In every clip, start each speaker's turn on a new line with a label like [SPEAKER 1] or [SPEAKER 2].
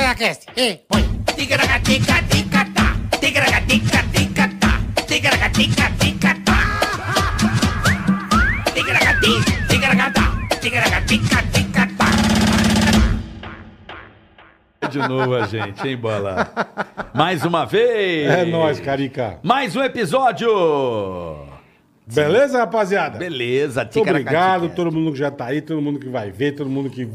[SPEAKER 1] Tigracast, e põe. Tigracatica, ticatá. Tigracatica, ticatá. Tigracatica, ticatá. Tigracati, tigracatá. Tigracatica, ticatá.
[SPEAKER 2] De novo a gente, hein, bola? Mais uma vez!
[SPEAKER 3] É nóis, Carica.
[SPEAKER 2] Mais um episódio!
[SPEAKER 3] Beleza, rapaziada?
[SPEAKER 2] Beleza,
[SPEAKER 3] Muito obrigado,
[SPEAKER 2] ticaracatica.
[SPEAKER 3] todo mundo que já tá aí, todo mundo que vai ver, todo mundo que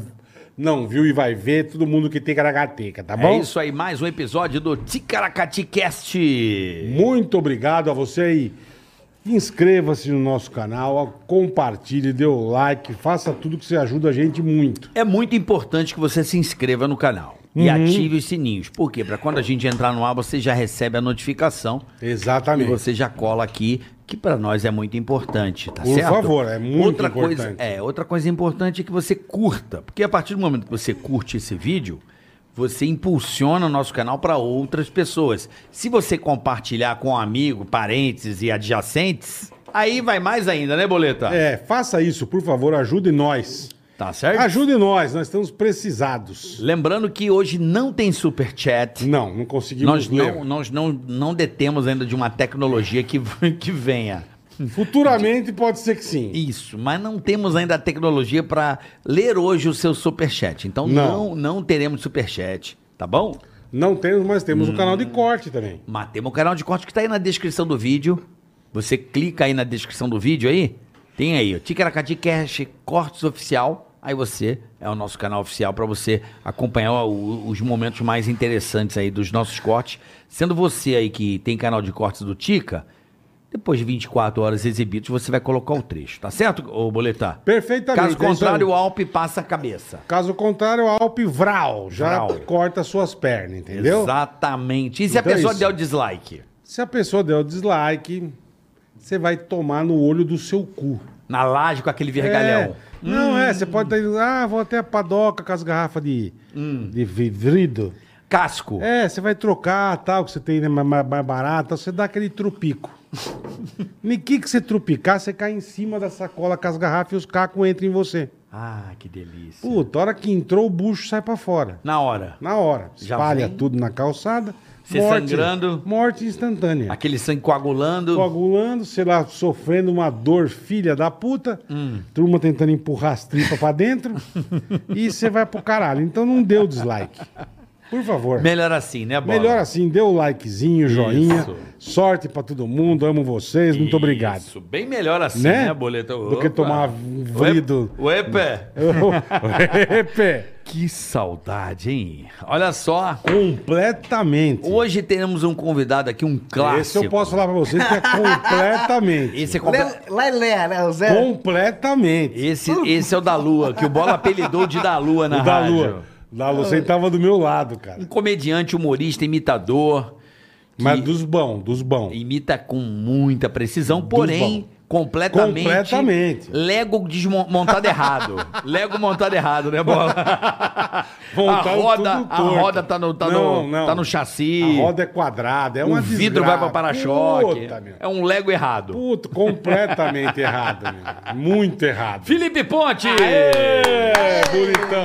[SPEAKER 3] não viu e vai ver, todo mundo que tem caracateca, tá
[SPEAKER 2] É
[SPEAKER 3] bom?
[SPEAKER 2] isso aí, mais um episódio do Ticaracaticast.
[SPEAKER 3] Muito obrigado a você aí. Inscreva-se no nosso canal, compartilhe, dê o like, faça tudo que você ajuda a gente muito.
[SPEAKER 2] É muito importante que você se inscreva no canal e
[SPEAKER 3] Uhum.
[SPEAKER 2] ative os sininhos. Por quê? Pra quando a gente entrar no ar, você já recebe a notificação e
[SPEAKER 3] Exatamente.
[SPEAKER 2] você já cola aqui, que pra nós é muito importante, tá
[SPEAKER 3] Por
[SPEAKER 2] certo?
[SPEAKER 3] favor, é muito
[SPEAKER 2] outra
[SPEAKER 3] importante.
[SPEAKER 2] Coisa, é, outra coisa importante é que você curta, porque a partir do momento que você curte esse vídeo, você impulsiona o nosso canal para outras pessoas. Se você compartilhar com um amigo, parentes e adjacentes, aí vai mais ainda, né, Boleta?
[SPEAKER 3] É, faça isso, por favor, ajude nós.
[SPEAKER 2] Tá certo?
[SPEAKER 3] Ajude nós, nós estamos precisados.
[SPEAKER 2] Lembrando que hoje não tem super chat.
[SPEAKER 3] Não, não conseguimos
[SPEAKER 2] Nós
[SPEAKER 3] ler.
[SPEAKER 2] não, nós não, não detemos ainda de uma tecnologia que, que venha.
[SPEAKER 3] Futuramente pode ser que sim.
[SPEAKER 2] Isso, mas não temos ainda a tecnologia para ler hoje o seu superchat. Então não. não
[SPEAKER 3] Não.
[SPEAKER 2] teremos superchat, tá bom?
[SPEAKER 3] Não temos, mas temos
[SPEAKER 2] Hum.
[SPEAKER 3] o canal de corte também.
[SPEAKER 2] Mas temos o canal de corte que tá aí na descrição do vídeo. Você clica aí na descrição do vídeo aí. Tem aí, ó, Ticaracati Cash Cortes Oficial. Aí você é o nosso canal oficial para você acompanhar o- os momentos mais interessantes aí dos nossos cortes. Sendo você aí que tem canal de cortes do Tica, depois de 24 horas exibidos, você vai colocar o trecho, tá certo, ô Boletar?
[SPEAKER 3] Perfeitamente.
[SPEAKER 2] Caso
[SPEAKER 3] é isso
[SPEAKER 2] contrário, o
[SPEAKER 3] aí.
[SPEAKER 2] Alpe passa a cabeça.
[SPEAKER 3] Caso contrário, a Alp Vral já
[SPEAKER 2] Vral.
[SPEAKER 3] corta suas pernas, entendeu?
[SPEAKER 2] Exatamente. E se a
[SPEAKER 3] Então é
[SPEAKER 2] pessoa
[SPEAKER 3] isso.
[SPEAKER 2] der o dislike?
[SPEAKER 3] Se a pessoa der o dislike, você vai tomar no olho do seu cu.
[SPEAKER 2] Na laje com aquele vergalhão.
[SPEAKER 3] É. Não,
[SPEAKER 2] Hum.
[SPEAKER 3] é, você pode estar indo, ah, vou até a padoca com as garrafas de,
[SPEAKER 2] Hum.
[SPEAKER 3] de vidrido.
[SPEAKER 2] Casco.
[SPEAKER 3] É, você vai trocar tal, que você tem né, mais, mais barato, você dá aquele trupico. Em que que você trupicar, você cai em cima da sacola com as garrafas e os cacos entram em você.
[SPEAKER 2] Ah, que delícia.
[SPEAKER 3] Puta, a hora que entrou, o bucho sai pra fora.
[SPEAKER 2] Na hora.
[SPEAKER 3] Na hora.
[SPEAKER 2] Já
[SPEAKER 3] Espalha
[SPEAKER 2] vem?
[SPEAKER 3] tudo na calçada.
[SPEAKER 2] Você sangrando.
[SPEAKER 3] Morte instantânea.
[SPEAKER 2] Aquele sangue coagulando.
[SPEAKER 3] Coagulando, sei lá, sofrendo uma dor filha da puta.
[SPEAKER 2] Hum.
[SPEAKER 3] Turma tentando empurrar as tripas pra dentro. e você vai pro caralho. Então não dê o dislike. Por favor.
[SPEAKER 2] Melhor assim, né, Bola?
[SPEAKER 3] Melhor assim, dê o likezinho, joinha.
[SPEAKER 2] Isso.
[SPEAKER 3] Sorte pra todo mundo, amo vocês, muito obrigado.
[SPEAKER 2] Isso, bem melhor assim, né,
[SPEAKER 3] Né?
[SPEAKER 2] Boleta?
[SPEAKER 3] Do que tomar um vrido.
[SPEAKER 2] Uepe.
[SPEAKER 3] Epe,
[SPEAKER 2] Que saudade, hein? Olha só.
[SPEAKER 3] completamente.
[SPEAKER 2] Hoje teremos um convidado aqui, um clássico.
[SPEAKER 3] Esse eu posso falar pra vocês que é completamente.
[SPEAKER 2] Esse é, comple-
[SPEAKER 4] Lé, lé, lé, lé, o Zé.
[SPEAKER 3] Completamente.
[SPEAKER 2] esse, esse é o da Lua, que o Bola apelidou de da Lua na
[SPEAKER 3] O da
[SPEAKER 2] rádio.
[SPEAKER 3] Lua. Da Lua, você tava do meu lado,
[SPEAKER 2] Um
[SPEAKER 3] cara.
[SPEAKER 2] comediante, humorista, imitador. que
[SPEAKER 3] Mas dos bons, dos bons.
[SPEAKER 2] Imita com muita precisão, porém,
[SPEAKER 3] bom.
[SPEAKER 2] completamente.
[SPEAKER 3] Completamente.
[SPEAKER 2] Lego desmo- montado errado. Lego montado errado, né, bola? a
[SPEAKER 3] Montado
[SPEAKER 2] roda,
[SPEAKER 3] tá um tudo
[SPEAKER 2] a
[SPEAKER 3] torto.
[SPEAKER 2] roda tá no, tá
[SPEAKER 3] Não,
[SPEAKER 2] no,
[SPEAKER 3] não.
[SPEAKER 2] tá no chassi.
[SPEAKER 3] A roda é quadrada, é uma
[SPEAKER 2] o vidro vai pra
[SPEAKER 3] desgraça.
[SPEAKER 2] para-choque.
[SPEAKER 3] Puta, meu.
[SPEAKER 2] É um Lego errado.
[SPEAKER 3] Puto, completamente errado, meu. Muito errado.
[SPEAKER 2] Felipe Ponte!
[SPEAKER 3] É, bonitão.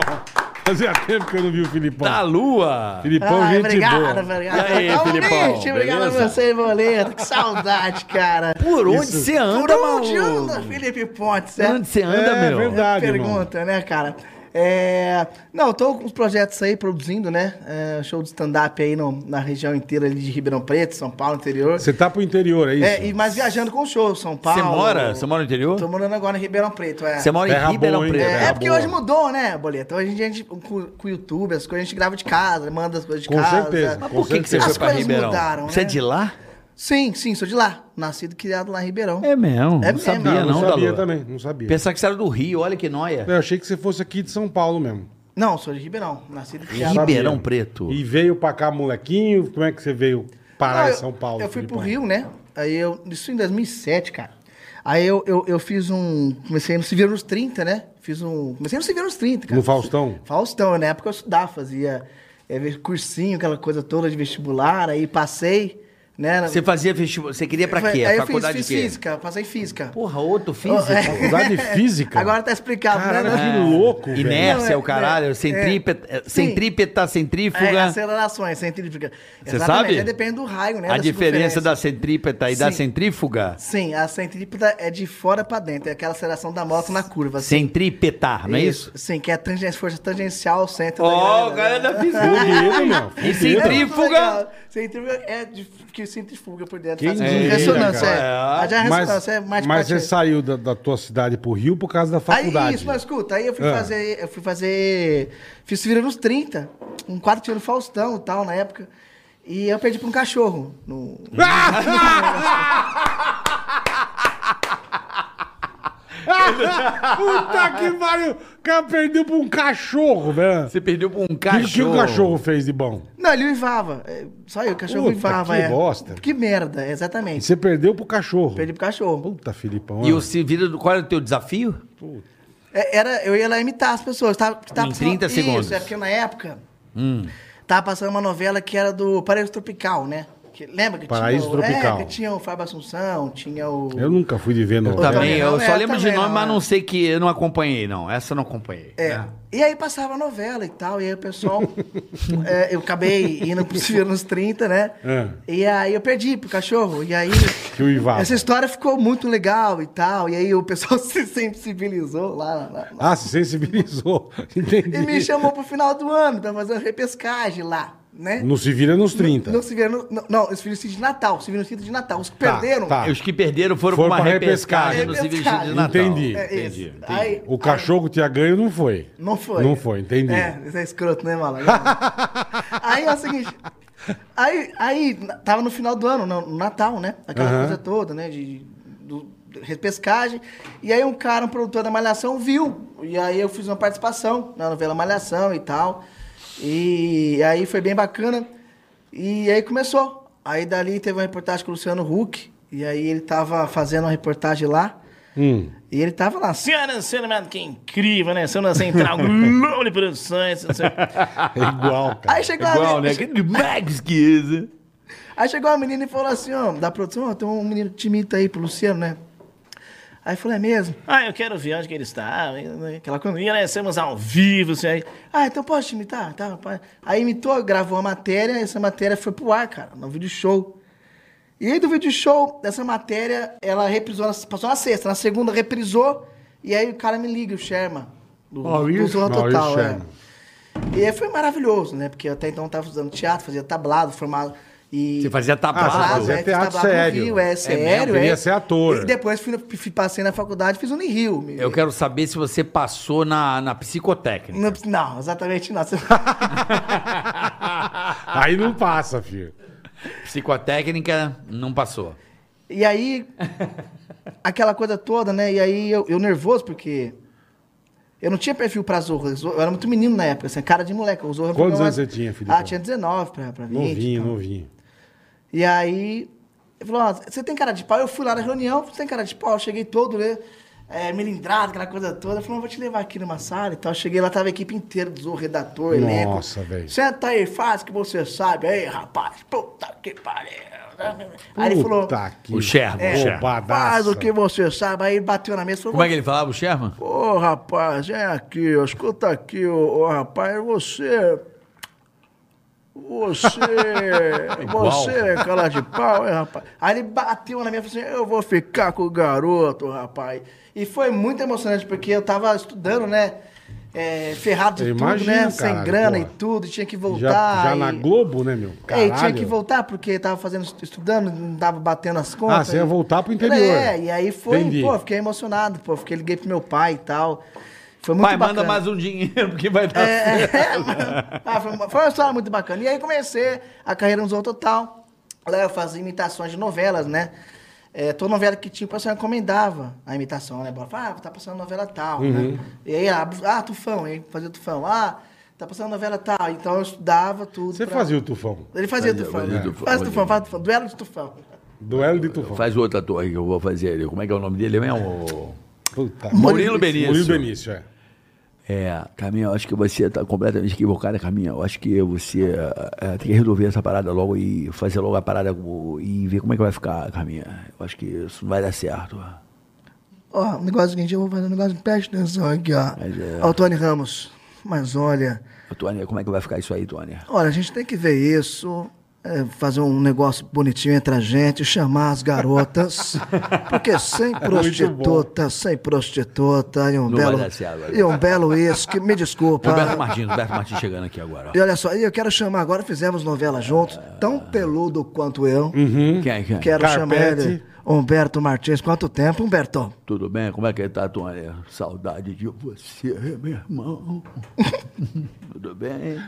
[SPEAKER 3] Fazia tempo que eu não vi o Filipão.
[SPEAKER 2] Da Lua!
[SPEAKER 3] Filipão,
[SPEAKER 4] Ai,
[SPEAKER 3] gente
[SPEAKER 4] obrigado,
[SPEAKER 3] boa.
[SPEAKER 4] obrigado.
[SPEAKER 2] E aí,
[SPEAKER 4] Ô,
[SPEAKER 2] Filipão,
[SPEAKER 4] gente, obrigado
[SPEAKER 2] beleza?
[SPEAKER 4] a você, boleto. Que saudade, cara.
[SPEAKER 2] Por onde
[SPEAKER 3] Isso.
[SPEAKER 2] você anda,
[SPEAKER 4] Por
[SPEAKER 2] mano?
[SPEAKER 4] onde anda, Felipe Pontes?
[SPEAKER 2] Por
[SPEAKER 4] né?
[SPEAKER 2] onde você anda,
[SPEAKER 3] É
[SPEAKER 2] meu?
[SPEAKER 3] verdade. irmão.
[SPEAKER 4] Pergunta, né, cara? É... Não, tô com uns projetos aí produzindo, né? É, show de stand-up aí no- na região inteira ali de Ribeirão Preto, São Paulo, interior.
[SPEAKER 3] Você tá pro interior, é isso?
[SPEAKER 4] É, e, mas viajando com o show, São Paulo.
[SPEAKER 2] Você mora? Você mora no interior?
[SPEAKER 4] Tô morando agora em Ribeirão Preto, é.
[SPEAKER 2] Você mora em
[SPEAKER 3] Terra
[SPEAKER 2] Ribeirão
[SPEAKER 3] boa, hein?
[SPEAKER 2] Preto.
[SPEAKER 3] É,
[SPEAKER 4] É,
[SPEAKER 3] tá
[SPEAKER 4] porque
[SPEAKER 3] boa.
[SPEAKER 4] hoje mudou, né, Boleto? Hoje a gente, com, com o YouTube, as coisas, a gente grava de casa, manda as coisas de
[SPEAKER 3] Com
[SPEAKER 4] casa.
[SPEAKER 3] certeza.
[SPEAKER 2] Mas
[SPEAKER 3] Com
[SPEAKER 2] por que, que você
[SPEAKER 3] certeza.
[SPEAKER 2] foi
[SPEAKER 4] As
[SPEAKER 2] pra
[SPEAKER 4] coisas
[SPEAKER 2] Ribeirão?
[SPEAKER 4] mudaram,
[SPEAKER 2] Você é
[SPEAKER 4] né?
[SPEAKER 2] de lá?
[SPEAKER 4] Sim, sim, sou de lá. Nascido e criado lá em Ribeirão.
[SPEAKER 2] É mesmo.
[SPEAKER 4] É
[SPEAKER 2] não
[SPEAKER 4] mesmo.
[SPEAKER 2] sabia,
[SPEAKER 3] Não,
[SPEAKER 2] não,
[SPEAKER 3] não
[SPEAKER 2] da
[SPEAKER 3] sabia
[SPEAKER 2] Lua.
[SPEAKER 3] também, não sabia.
[SPEAKER 2] Pensar que você era do Rio, olha que noia.
[SPEAKER 3] Eu achei que você fosse aqui de São Paulo mesmo.
[SPEAKER 4] Não, sou de Ribeirão. Nascido e criado.
[SPEAKER 2] Ribeirão
[SPEAKER 3] sabia.
[SPEAKER 2] Preto.
[SPEAKER 3] E veio pra cá, molequinho? Como é que você veio parar
[SPEAKER 4] Não,
[SPEAKER 3] em São Paulo?
[SPEAKER 4] Ah, Eu, eu fui pro
[SPEAKER 3] Filipão?
[SPEAKER 4] Rio, né? Aí eu. Isso em 2007, cara. Aí eu, eu, eu fiz um. Comecei no Se Vira nos 30, né? Fiz um. Comecei no Se Vira nos 30, cara.
[SPEAKER 3] No Faustão?
[SPEAKER 4] Faustão, na época eu estudava, fazia é, cursinho, aquela coisa toda de vestibular, aí passei. Né?
[SPEAKER 2] Você fazia vestibular, você queria pra quê?
[SPEAKER 4] Aí eu fiz,
[SPEAKER 2] faculdade
[SPEAKER 4] fiz
[SPEAKER 2] de quê?
[SPEAKER 4] física, Oh, passei em física. É.
[SPEAKER 2] Porra, outro físico.
[SPEAKER 3] Faculdade de física.
[SPEAKER 4] Agora tá explicado,
[SPEAKER 3] Caralho,
[SPEAKER 4] né?
[SPEAKER 3] que Tá louco, velho.
[SPEAKER 2] Inércia,
[SPEAKER 4] Não, é-
[SPEAKER 2] o caralho,
[SPEAKER 4] é-
[SPEAKER 2] centrípeta,
[SPEAKER 4] é-
[SPEAKER 2] centrípeta,
[SPEAKER 4] É,
[SPEAKER 2] centrífuga.
[SPEAKER 4] acelerações, centrífuga.
[SPEAKER 2] Você
[SPEAKER 4] Exatamente,
[SPEAKER 2] sabe?
[SPEAKER 4] aí Depende do raio, né?
[SPEAKER 2] a diferença da
[SPEAKER 4] circunferência.
[SPEAKER 2] centrípeta e da
[SPEAKER 4] Sim.
[SPEAKER 2] centrífuga?
[SPEAKER 4] Sim, a centrípeta é de fora pra dentro, é aquela aceleração da moto na curva. assim.
[SPEAKER 2] Centripetar, não é isso?
[SPEAKER 4] Sim, que é a tangen- força tangencial ao centro
[SPEAKER 2] Ó,
[SPEAKER 4] da né?
[SPEAKER 2] o cara da física.
[SPEAKER 3] Fudido, meu.
[SPEAKER 2] E centri-
[SPEAKER 3] fudido.
[SPEAKER 2] Centrífuga.
[SPEAKER 4] é Legal. Centrífuga é de, que centrifuga por dentro.
[SPEAKER 3] Quem
[SPEAKER 4] faz uma
[SPEAKER 3] diria,
[SPEAKER 4] ressonância,
[SPEAKER 2] cara?
[SPEAKER 4] é. A já é
[SPEAKER 3] Mas,
[SPEAKER 4] ressonância é mais de
[SPEAKER 3] mas
[SPEAKER 4] parte-
[SPEAKER 3] você saiu da, da tua cidade pro Rio por causa da faculdade.
[SPEAKER 4] Aí, isso, mas escuta, aí eu fui
[SPEAKER 3] Ah.
[SPEAKER 4] fazer, eu fui fazer, fiz Vira nos 30, um quadro tirando Faustão e tal, na época, e eu perdi pra um cachorro. No...
[SPEAKER 3] Puta que pariu! O cara perdeu pra um cachorro, velho.
[SPEAKER 2] Você perdeu pra um
[SPEAKER 3] O
[SPEAKER 2] cachorro.
[SPEAKER 3] que, que o cachorro fez de bom?
[SPEAKER 4] Não, ele uivava, é, só eu, o cachorro
[SPEAKER 3] Puta,
[SPEAKER 4] uivava.
[SPEAKER 3] que
[SPEAKER 4] é.
[SPEAKER 3] bosta. é
[SPEAKER 4] Que merda,
[SPEAKER 3] E
[SPEAKER 4] exatamente.
[SPEAKER 3] você perdeu pro cachorro.
[SPEAKER 4] Perdi pro cachorro.
[SPEAKER 3] Puta, Filipão. é.
[SPEAKER 2] E
[SPEAKER 3] olha.
[SPEAKER 2] o se vira, do- qual era o teu desafio?
[SPEAKER 4] É, Era, eu ia lá imitar as pessoas. Tava, tava
[SPEAKER 2] Em 30
[SPEAKER 4] isso,
[SPEAKER 2] segundos. Hum.
[SPEAKER 4] é porque na época tava passando uma novela que era do Paraíso Tropical, né? Que- lembra que
[SPEAKER 3] Paraíso
[SPEAKER 4] tinha o,
[SPEAKER 3] Tropical.
[SPEAKER 4] É, que tinha o Fábio Assunção, tinha o...
[SPEAKER 3] Eu nunca fui de ver no.
[SPEAKER 2] Eu também,
[SPEAKER 4] também
[SPEAKER 2] eu
[SPEAKER 4] não,
[SPEAKER 2] só
[SPEAKER 4] é,
[SPEAKER 2] lembro de
[SPEAKER 4] também
[SPEAKER 2] nome,
[SPEAKER 4] não,
[SPEAKER 2] mas
[SPEAKER 4] é.
[SPEAKER 2] não sei que eu não acompanhei, não. Essa eu não acompanhei. né?
[SPEAKER 4] É. E aí passava a novela e tal, e aí o pessoal. é, eu acabei indo pro Civil nos 30, né?
[SPEAKER 3] É.
[SPEAKER 4] E aí eu perdi pro cachorro. E aí.
[SPEAKER 3] Que uivava.
[SPEAKER 4] Essa história ficou muito legal e tal. E aí o pessoal se sensibilizou lá. lá- lá.
[SPEAKER 3] Ah, se sensibilizou. Entendi.
[SPEAKER 4] E me chamou pro final do ano pra fazer uma repescagem lá, né?
[SPEAKER 3] Não se vira nos 30.
[SPEAKER 4] Não se viram. Não, não, os filhos de Natal, se viram no de Natal. Os que
[SPEAKER 3] Tá,
[SPEAKER 4] perderam.
[SPEAKER 3] tá. Ah.
[SPEAKER 2] Os que perderam foram,
[SPEAKER 3] Foram
[SPEAKER 2] pra uma
[SPEAKER 3] pra
[SPEAKER 2] repescagem,
[SPEAKER 3] repescagem.
[SPEAKER 2] no Civil de Natal.
[SPEAKER 3] Entendi.
[SPEAKER 4] É isso.
[SPEAKER 2] Entendi, entendi.
[SPEAKER 4] Aí-
[SPEAKER 3] O cachorro tinha ganho, não foi.
[SPEAKER 4] Não foi.
[SPEAKER 3] Não foi, entendi.
[SPEAKER 4] É, isso é escroto, né, mala? aí é o seguinte. Aí, aí na- tava no final do ano, no, no Natal, né? Aquela
[SPEAKER 3] Aham.
[SPEAKER 4] coisa toda, né? De, do- de repescagem. E aí um cara, um produtor da Malhação, viu. E aí eu fiz uma participação na novela Malhação e tal. E aí foi bem bacana. E aí começou. Aí dali teve uma reportagem com o Luciano Huck. E aí ele tava fazendo uma reportagem lá.
[SPEAKER 3] Hum.
[SPEAKER 4] E ele tava lá, senhora, senhora, mas que incrível, né? Senhora Central, Globo de Produções. não sei o quê."
[SPEAKER 3] É igual, cara.
[SPEAKER 4] Aí chegou,
[SPEAKER 2] Igual,
[SPEAKER 4] a,
[SPEAKER 2] né? Que demais que isso.
[SPEAKER 4] aí chegou a menina e falou assim, ó, da produção, ó, tem um menino timito aí pro Luciano, né? Aí eu falei, é mesmo? Ah, eu quero ver onde que ele está. né, Aquela coisa, e nós estamos ao vivo, assim, aí. Ah, então posso te imitar? Tá, pode. Aí imitou, gravou a matéria, essa matéria foi pro ar, cara, no vídeo show. E aí do vídeo show, dessa matéria, ela reprisou, na- passou na sexta, na segunda reprisou, e aí o cara me liga, o Sherman, do, do Zorra
[SPEAKER 3] Maurício
[SPEAKER 4] Total, é.
[SPEAKER 3] Sherman.
[SPEAKER 4] E aí foi maravilhoso, né? Porque eu até então eu tava fazendo teatro, fazia tablado, formado. E...
[SPEAKER 2] Você fazia tablado.
[SPEAKER 3] Ah, você fazia
[SPEAKER 4] fiz
[SPEAKER 3] teatro
[SPEAKER 4] tablado no
[SPEAKER 3] sério.
[SPEAKER 4] Rio, é, sério.
[SPEAKER 3] queria
[SPEAKER 4] é.
[SPEAKER 3] ser ator.
[SPEAKER 4] E depois fui, no- fui- passei na faculdade, fiz um Unirio. me-
[SPEAKER 2] Eu quero saber se você passou na, na psicotécnica.
[SPEAKER 4] Não, não, exatamente não.
[SPEAKER 3] Aí não passa, filho.
[SPEAKER 2] Psicotécnica não passou.
[SPEAKER 4] E aí, aquela coisa toda, né? E aí eu, eu nervoso, porque eu não tinha perfil pra Zorro. Zorro- Eu era muito menino na época, assim, cara de moleque. O Zorro
[SPEAKER 3] Quantos
[SPEAKER 4] eu-
[SPEAKER 3] anos você tinha, Filipão?
[SPEAKER 4] Ah, tinha 19 pra, pra 20.
[SPEAKER 3] Novinho,
[SPEAKER 4] então.
[SPEAKER 3] novinho.
[SPEAKER 4] E aí, ele falou, ó, você tem cara de pau? Eu fui lá na reunião, você tem cara de pau? Eu cheguei todo, né, é, melindrado, aquela coisa toda. Ele falou, "Não, vou te levar aqui numa sala e tal. Eu cheguei lá, tava a equipe inteira, do Zorro, redator, elenco.
[SPEAKER 3] Nossa, velho.
[SPEAKER 4] Senta aí, faz o que você sabe. Aí, rapaz, puta que pariu. Aí ele falou,
[SPEAKER 3] Puta que
[SPEAKER 2] O Sherman, o Sherman.
[SPEAKER 3] roubadaça.
[SPEAKER 4] faz o que você sabe. Aí ele bateu na mesa e falou,
[SPEAKER 2] Como é que ele falava, o Sherman?
[SPEAKER 4] Ô, rapaz, vem aqui, ó, escuta aqui, ô, ô, rapaz, é você. Você.
[SPEAKER 2] Igual.
[SPEAKER 4] você, é cara de pau, hein, rapaz? Aí ele bateu na minha e falou assim: eu vou ficar com o garoto, rapaz. E foi muito emocionante, porque eu tava estudando, né? é, ferrado de
[SPEAKER 3] Eu
[SPEAKER 4] tudo,
[SPEAKER 3] imagino,
[SPEAKER 4] né?
[SPEAKER 3] cara,
[SPEAKER 4] Sem grana
[SPEAKER 3] porra.
[SPEAKER 4] e tudo, e tinha que
[SPEAKER 3] Já,
[SPEAKER 4] voltar.
[SPEAKER 3] já
[SPEAKER 4] e...
[SPEAKER 3] na Globo, né, meu?
[SPEAKER 4] É, e tinha
[SPEAKER 3] Caralho.
[SPEAKER 4] que voltar, porque tava fazendo, estudando, não tava batendo as contas.
[SPEAKER 3] Ah, você ia voltar pro
[SPEAKER 4] E-
[SPEAKER 3] interior.
[SPEAKER 4] É, e aí foi,
[SPEAKER 3] Entendi.
[SPEAKER 4] pô, fiquei emocionado, pô, fiquei liguei pro meu pai e tal. Foi muito
[SPEAKER 2] Pai,
[SPEAKER 4] bacana.
[SPEAKER 2] manda mais um dinheiro, porque vai dar
[SPEAKER 4] É, é, mano. Ah, foi, uma- foi uma história muito bacana. E aí comecei a carreira no Zorro Total. Lá eu fazia imitações de novelas, né? É, toda novela que tinha, o pessoal encomendava a imitação, né? Bora, ah, tá passando novela tal,
[SPEAKER 3] Uhum.
[SPEAKER 4] né? E aí, ah, ah, Tufão, aí fazia o Tufão. Ah, tá passando novela tal. Então eu estudava tudo.
[SPEAKER 3] Você
[SPEAKER 4] pra-
[SPEAKER 3] fazia o tufão.
[SPEAKER 4] ele fazia tufão.
[SPEAKER 2] fazia
[SPEAKER 4] né?
[SPEAKER 2] tufão,
[SPEAKER 4] Faz
[SPEAKER 2] fazia.
[SPEAKER 4] tufão, faz tufão. Duelo de tufão.
[SPEAKER 3] Duelo de tufão.
[SPEAKER 2] Faz outra torre que eu vou fazer. Como é que é o nome dele mesmo?
[SPEAKER 3] Puta.
[SPEAKER 2] Murilo Benício.
[SPEAKER 3] Murilo Benício, é.
[SPEAKER 5] É, Caminha, eu acho que você tá completamente equivocada, Caminha. Eu acho que você é, é, tem que resolver essa parada logo e fazer logo a parada com- e ver como é que vai ficar, Caminha. Eu acho que isso não vai dar certo.
[SPEAKER 4] Ó, um negócio seguinte, eu vou fazer um negócio, preste atenção aqui, ó.
[SPEAKER 5] Mas é.
[SPEAKER 4] Ó, o Tony Ramos. Mas olha,
[SPEAKER 5] Tônia, como é que vai ficar isso aí, Tônia?
[SPEAKER 4] olha, a gente tem que ver isso, é, fazer um negócio bonitinho entre a gente, chamar as garotas, porque sem prostituta, sem prostituta, e um
[SPEAKER 5] Não
[SPEAKER 4] belo,
[SPEAKER 5] vai dar certo,
[SPEAKER 4] e um belo uísque, me desculpa.
[SPEAKER 2] Roberto Martins, Roberto Martins chegando aqui agora.
[SPEAKER 4] E olha só, e eu quero chamar agora, fizemos novela juntos, tão peludo quanto eu,
[SPEAKER 5] Uhum.
[SPEAKER 2] ó. Quem, é, quem? é?
[SPEAKER 4] quero chamar
[SPEAKER 3] Carpete.
[SPEAKER 4] ele, Humberto Martins. Quanto tempo, Humberto?
[SPEAKER 5] Tudo bem? Como é que tá, Tônia? Saudade de você, meu irmão. Tudo bem?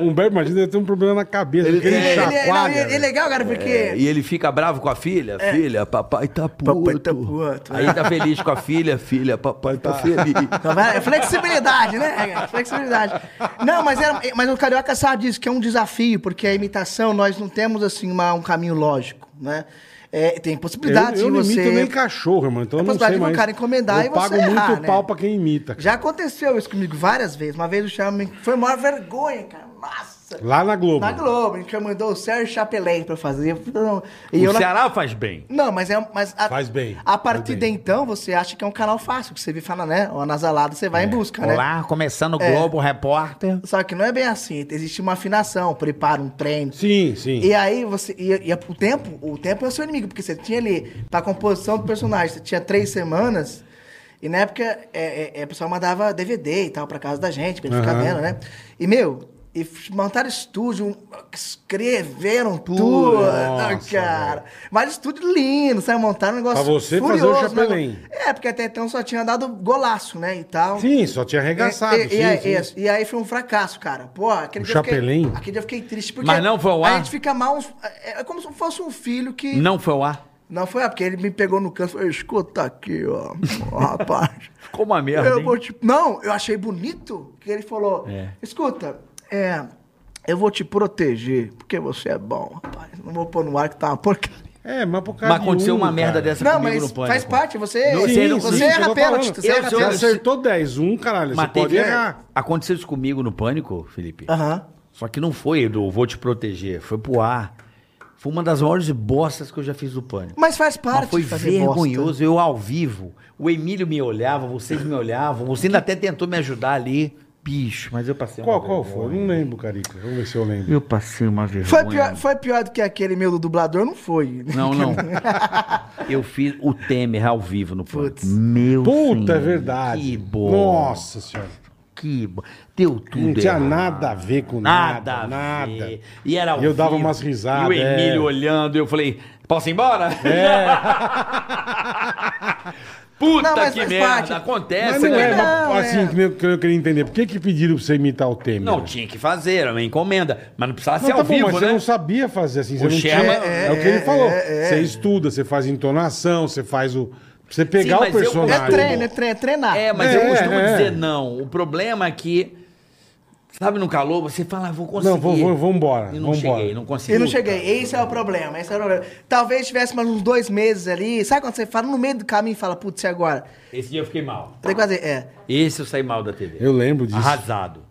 [SPEAKER 3] Humberto, imagina, ele tem um problema na cabeça.
[SPEAKER 5] Ele
[SPEAKER 3] porque Ele,
[SPEAKER 5] tem.
[SPEAKER 4] Ele é, não,
[SPEAKER 3] chacoalha.
[SPEAKER 4] ele é legal, cara, porque...
[SPEAKER 2] É, e ele fica bravo com a filha?
[SPEAKER 5] Filha, papai tá puto.
[SPEAKER 4] Papai tá puto.
[SPEAKER 5] Aí tá feliz com a filha, filha, papai tá feliz.
[SPEAKER 4] Então, vai- é flexibilidade, né? É Flexibilidade. Não, mas, era, mas o carioca sabe disso, que é um desafio, porque a imitação, nós não temos assim uma- um caminho lógico, né? É, tem possibilidade
[SPEAKER 3] Eu, eu
[SPEAKER 4] de
[SPEAKER 3] não
[SPEAKER 4] você.
[SPEAKER 3] imito nem cachorro, irmão. Então
[SPEAKER 4] É
[SPEAKER 3] eu não
[SPEAKER 4] possibilidade
[SPEAKER 3] sei
[SPEAKER 4] de um
[SPEAKER 3] mais.
[SPEAKER 4] cara encomendar
[SPEAKER 3] eu
[SPEAKER 4] e você
[SPEAKER 3] pago
[SPEAKER 4] errar,
[SPEAKER 3] muito
[SPEAKER 4] né?
[SPEAKER 3] pau pra quem imita. cara.
[SPEAKER 4] Já aconteceu isso comigo várias vezes. Uma vez o Chama me- foi a maior vergonha, cara. Nossa!
[SPEAKER 3] Lá na Globo.
[SPEAKER 4] Na Globo, a gente mandou o Sérgio Chapelém pra fazer. E
[SPEAKER 2] O
[SPEAKER 4] eu na-
[SPEAKER 2] Ceará faz bem.
[SPEAKER 4] Não, mas é. Mas a,
[SPEAKER 3] Faz bem,
[SPEAKER 4] A
[SPEAKER 3] faz
[SPEAKER 4] partir de
[SPEAKER 3] bem.
[SPEAKER 4] então, você acha que é um canal fácil, que você vê fala, né? Ou anasalado, você
[SPEAKER 3] É.
[SPEAKER 4] vai em busca, né?
[SPEAKER 2] Olá, começando o Globo Repórter.
[SPEAKER 4] Só que não é bem assim. Existe uma afinação, preparo, um treino.
[SPEAKER 3] Sim, sim.
[SPEAKER 4] E aí você. E, e o tempo, o tempo é o seu inimigo, porque você tinha ali, tá pra composição do personagem, você tinha três semanas. E na época, é, é, é, o pessoal mandava DVD e tal pra casa da gente, pra gente ficar
[SPEAKER 3] Aham.
[SPEAKER 4] vendo, né? E, meu, e f- montaram estúdio, escreveram tudo,
[SPEAKER 3] Nossa,
[SPEAKER 4] cara. Mas estúdio lindo, sabe? Montaram um negócio
[SPEAKER 3] Pra você fazer o Chapelin.
[SPEAKER 4] né? É, porque até então só tinha dado golaço, né, e tal.
[SPEAKER 3] Sim, só tinha
[SPEAKER 2] É
[SPEAKER 3] arregaçado.
[SPEAKER 4] E, e-
[SPEAKER 3] sim,
[SPEAKER 4] e aí-
[SPEAKER 3] sim.
[SPEAKER 4] isso. E aí foi um fracasso, cara. Pô,
[SPEAKER 2] Um
[SPEAKER 4] aquele
[SPEAKER 3] O
[SPEAKER 4] dia eu fiquei-
[SPEAKER 3] Chapelin?
[SPEAKER 4] Aquele dia eu fiquei triste. Porque
[SPEAKER 2] Mas não foi ao
[SPEAKER 4] A
[SPEAKER 2] ar?
[SPEAKER 4] gente fica mal. uns- É é como se fosse um filho que. Não,
[SPEAKER 2] Não foi o ar?
[SPEAKER 4] foi, ah, porque ele me pegou no canto e falou: escuta aqui, ó, ó, rapaz.
[SPEAKER 2] Ficou uma merda.
[SPEAKER 4] eu
[SPEAKER 2] hein?
[SPEAKER 4] vou te. Não, eu achei bonito que ele falou:
[SPEAKER 2] É.
[SPEAKER 4] escuta, é. Eu vou te proteger, porque você é bom, rapaz. Não vou pôr no ar que tá uma porcaria.
[SPEAKER 3] É, mas por causa
[SPEAKER 2] Mas aconteceu uma merda dessa
[SPEAKER 4] Não,
[SPEAKER 2] comigo
[SPEAKER 4] mas
[SPEAKER 2] no pânico.
[SPEAKER 4] faz parte, você.
[SPEAKER 2] Não,
[SPEAKER 4] você
[SPEAKER 2] sim,
[SPEAKER 4] você
[SPEAKER 2] sim,
[SPEAKER 3] eu
[SPEAKER 4] erra
[SPEAKER 3] tô
[SPEAKER 4] pênalti,
[SPEAKER 3] falando.
[SPEAKER 4] você erra
[SPEAKER 2] Eu-
[SPEAKER 3] Você
[SPEAKER 2] eu-
[SPEAKER 4] pênalti.
[SPEAKER 3] acertou 10, um, caralho.
[SPEAKER 2] Mas
[SPEAKER 3] você pode
[SPEAKER 2] teve- é.
[SPEAKER 3] errar.
[SPEAKER 2] Aconteceu isso comigo no pânico, Felipe.
[SPEAKER 4] Aham.
[SPEAKER 2] Só que não foi do Vou Te Proteger, foi pro ar. Foi uma das maiores bostas que eu já fiz do pânico.
[SPEAKER 4] Mas faz parte.
[SPEAKER 2] Mas foi
[SPEAKER 4] de fazer bosta.
[SPEAKER 2] vergonhoso, eu ao vivo. O Emílio me olhava, vocês me olhavam, você ainda até tentou me ajudar ali. Bicho, mas eu passei uma
[SPEAKER 3] Qual, qual
[SPEAKER 2] vergonha.
[SPEAKER 3] foi? Não lembro, Carica. Vamos ver se eu lembro.
[SPEAKER 2] Eu passei uma vergonha. né?
[SPEAKER 4] Foi pior, foi pior do que aquele meu do dublador, não foi.
[SPEAKER 2] Não, não. eu fiz o Temer ao vivo no pânico.
[SPEAKER 4] Putz.
[SPEAKER 2] Meu
[SPEAKER 3] Puta, é
[SPEAKER 2] senhor,
[SPEAKER 3] verdade.
[SPEAKER 2] Que bom.
[SPEAKER 3] Nossa senhora.
[SPEAKER 2] Que bom. Deu tudo
[SPEAKER 3] Não tinha
[SPEAKER 2] errado.
[SPEAKER 3] nada a ver com
[SPEAKER 2] Nada,
[SPEAKER 3] nada.
[SPEAKER 2] a ver.
[SPEAKER 3] Nada.
[SPEAKER 2] E era ao
[SPEAKER 3] E eu dava
[SPEAKER 2] vivo.
[SPEAKER 3] umas risadas,
[SPEAKER 2] E o Emílio
[SPEAKER 3] é.
[SPEAKER 2] olhando, eu falei, posso ir embora? Puta
[SPEAKER 4] Não, mas
[SPEAKER 2] que
[SPEAKER 4] faz
[SPEAKER 2] merda,
[SPEAKER 4] parte.
[SPEAKER 2] acontece,
[SPEAKER 3] Mas não é,
[SPEAKER 2] né?
[SPEAKER 4] Não,
[SPEAKER 3] mas,
[SPEAKER 4] é.
[SPEAKER 3] assim, que nem- que eu queria entender. Por que, que pediram pra você imitar o Temer?
[SPEAKER 2] Não, tinha que fazer, era uma encomenda. Mas não precisava
[SPEAKER 3] Não,
[SPEAKER 2] ser
[SPEAKER 3] tá
[SPEAKER 2] ao
[SPEAKER 3] bom, mas
[SPEAKER 2] vivo,
[SPEAKER 3] você
[SPEAKER 2] né?
[SPEAKER 3] não sabia fazer assim. Você
[SPEAKER 2] O
[SPEAKER 3] não tinha,
[SPEAKER 2] Sherman-
[SPEAKER 3] é,
[SPEAKER 4] É,
[SPEAKER 3] o que ele
[SPEAKER 4] é,
[SPEAKER 3] falou.
[SPEAKER 4] é, é.
[SPEAKER 3] Você estuda, você faz entonação, você faz o... Pra você
[SPEAKER 2] Sim,
[SPEAKER 3] pegar o
[SPEAKER 2] mas eu-
[SPEAKER 3] personagem.
[SPEAKER 4] É treino, é treino, é treinar.
[SPEAKER 2] É, mas
[SPEAKER 3] É,
[SPEAKER 2] eu costumo
[SPEAKER 3] é.
[SPEAKER 2] dizer não. O problema é que, sabe, no calor, você fala, ah, vou conseguir.
[SPEAKER 3] Não, vou- vou- vambora,
[SPEAKER 2] E não
[SPEAKER 3] vambora.
[SPEAKER 2] cheguei, não consegui.
[SPEAKER 4] Eu não cheguei. Esse é o problema, esse é o problema. Talvez tivesse mais uns dois meses ali. Sabe quando você fala no meio do caminho e fala, putz, e agora?
[SPEAKER 2] Esse dia eu fiquei mal.
[SPEAKER 4] Tem que fazer, é.
[SPEAKER 2] Esse eu saí mal da TV.
[SPEAKER 3] Eu lembro disso.
[SPEAKER 2] Arrasado.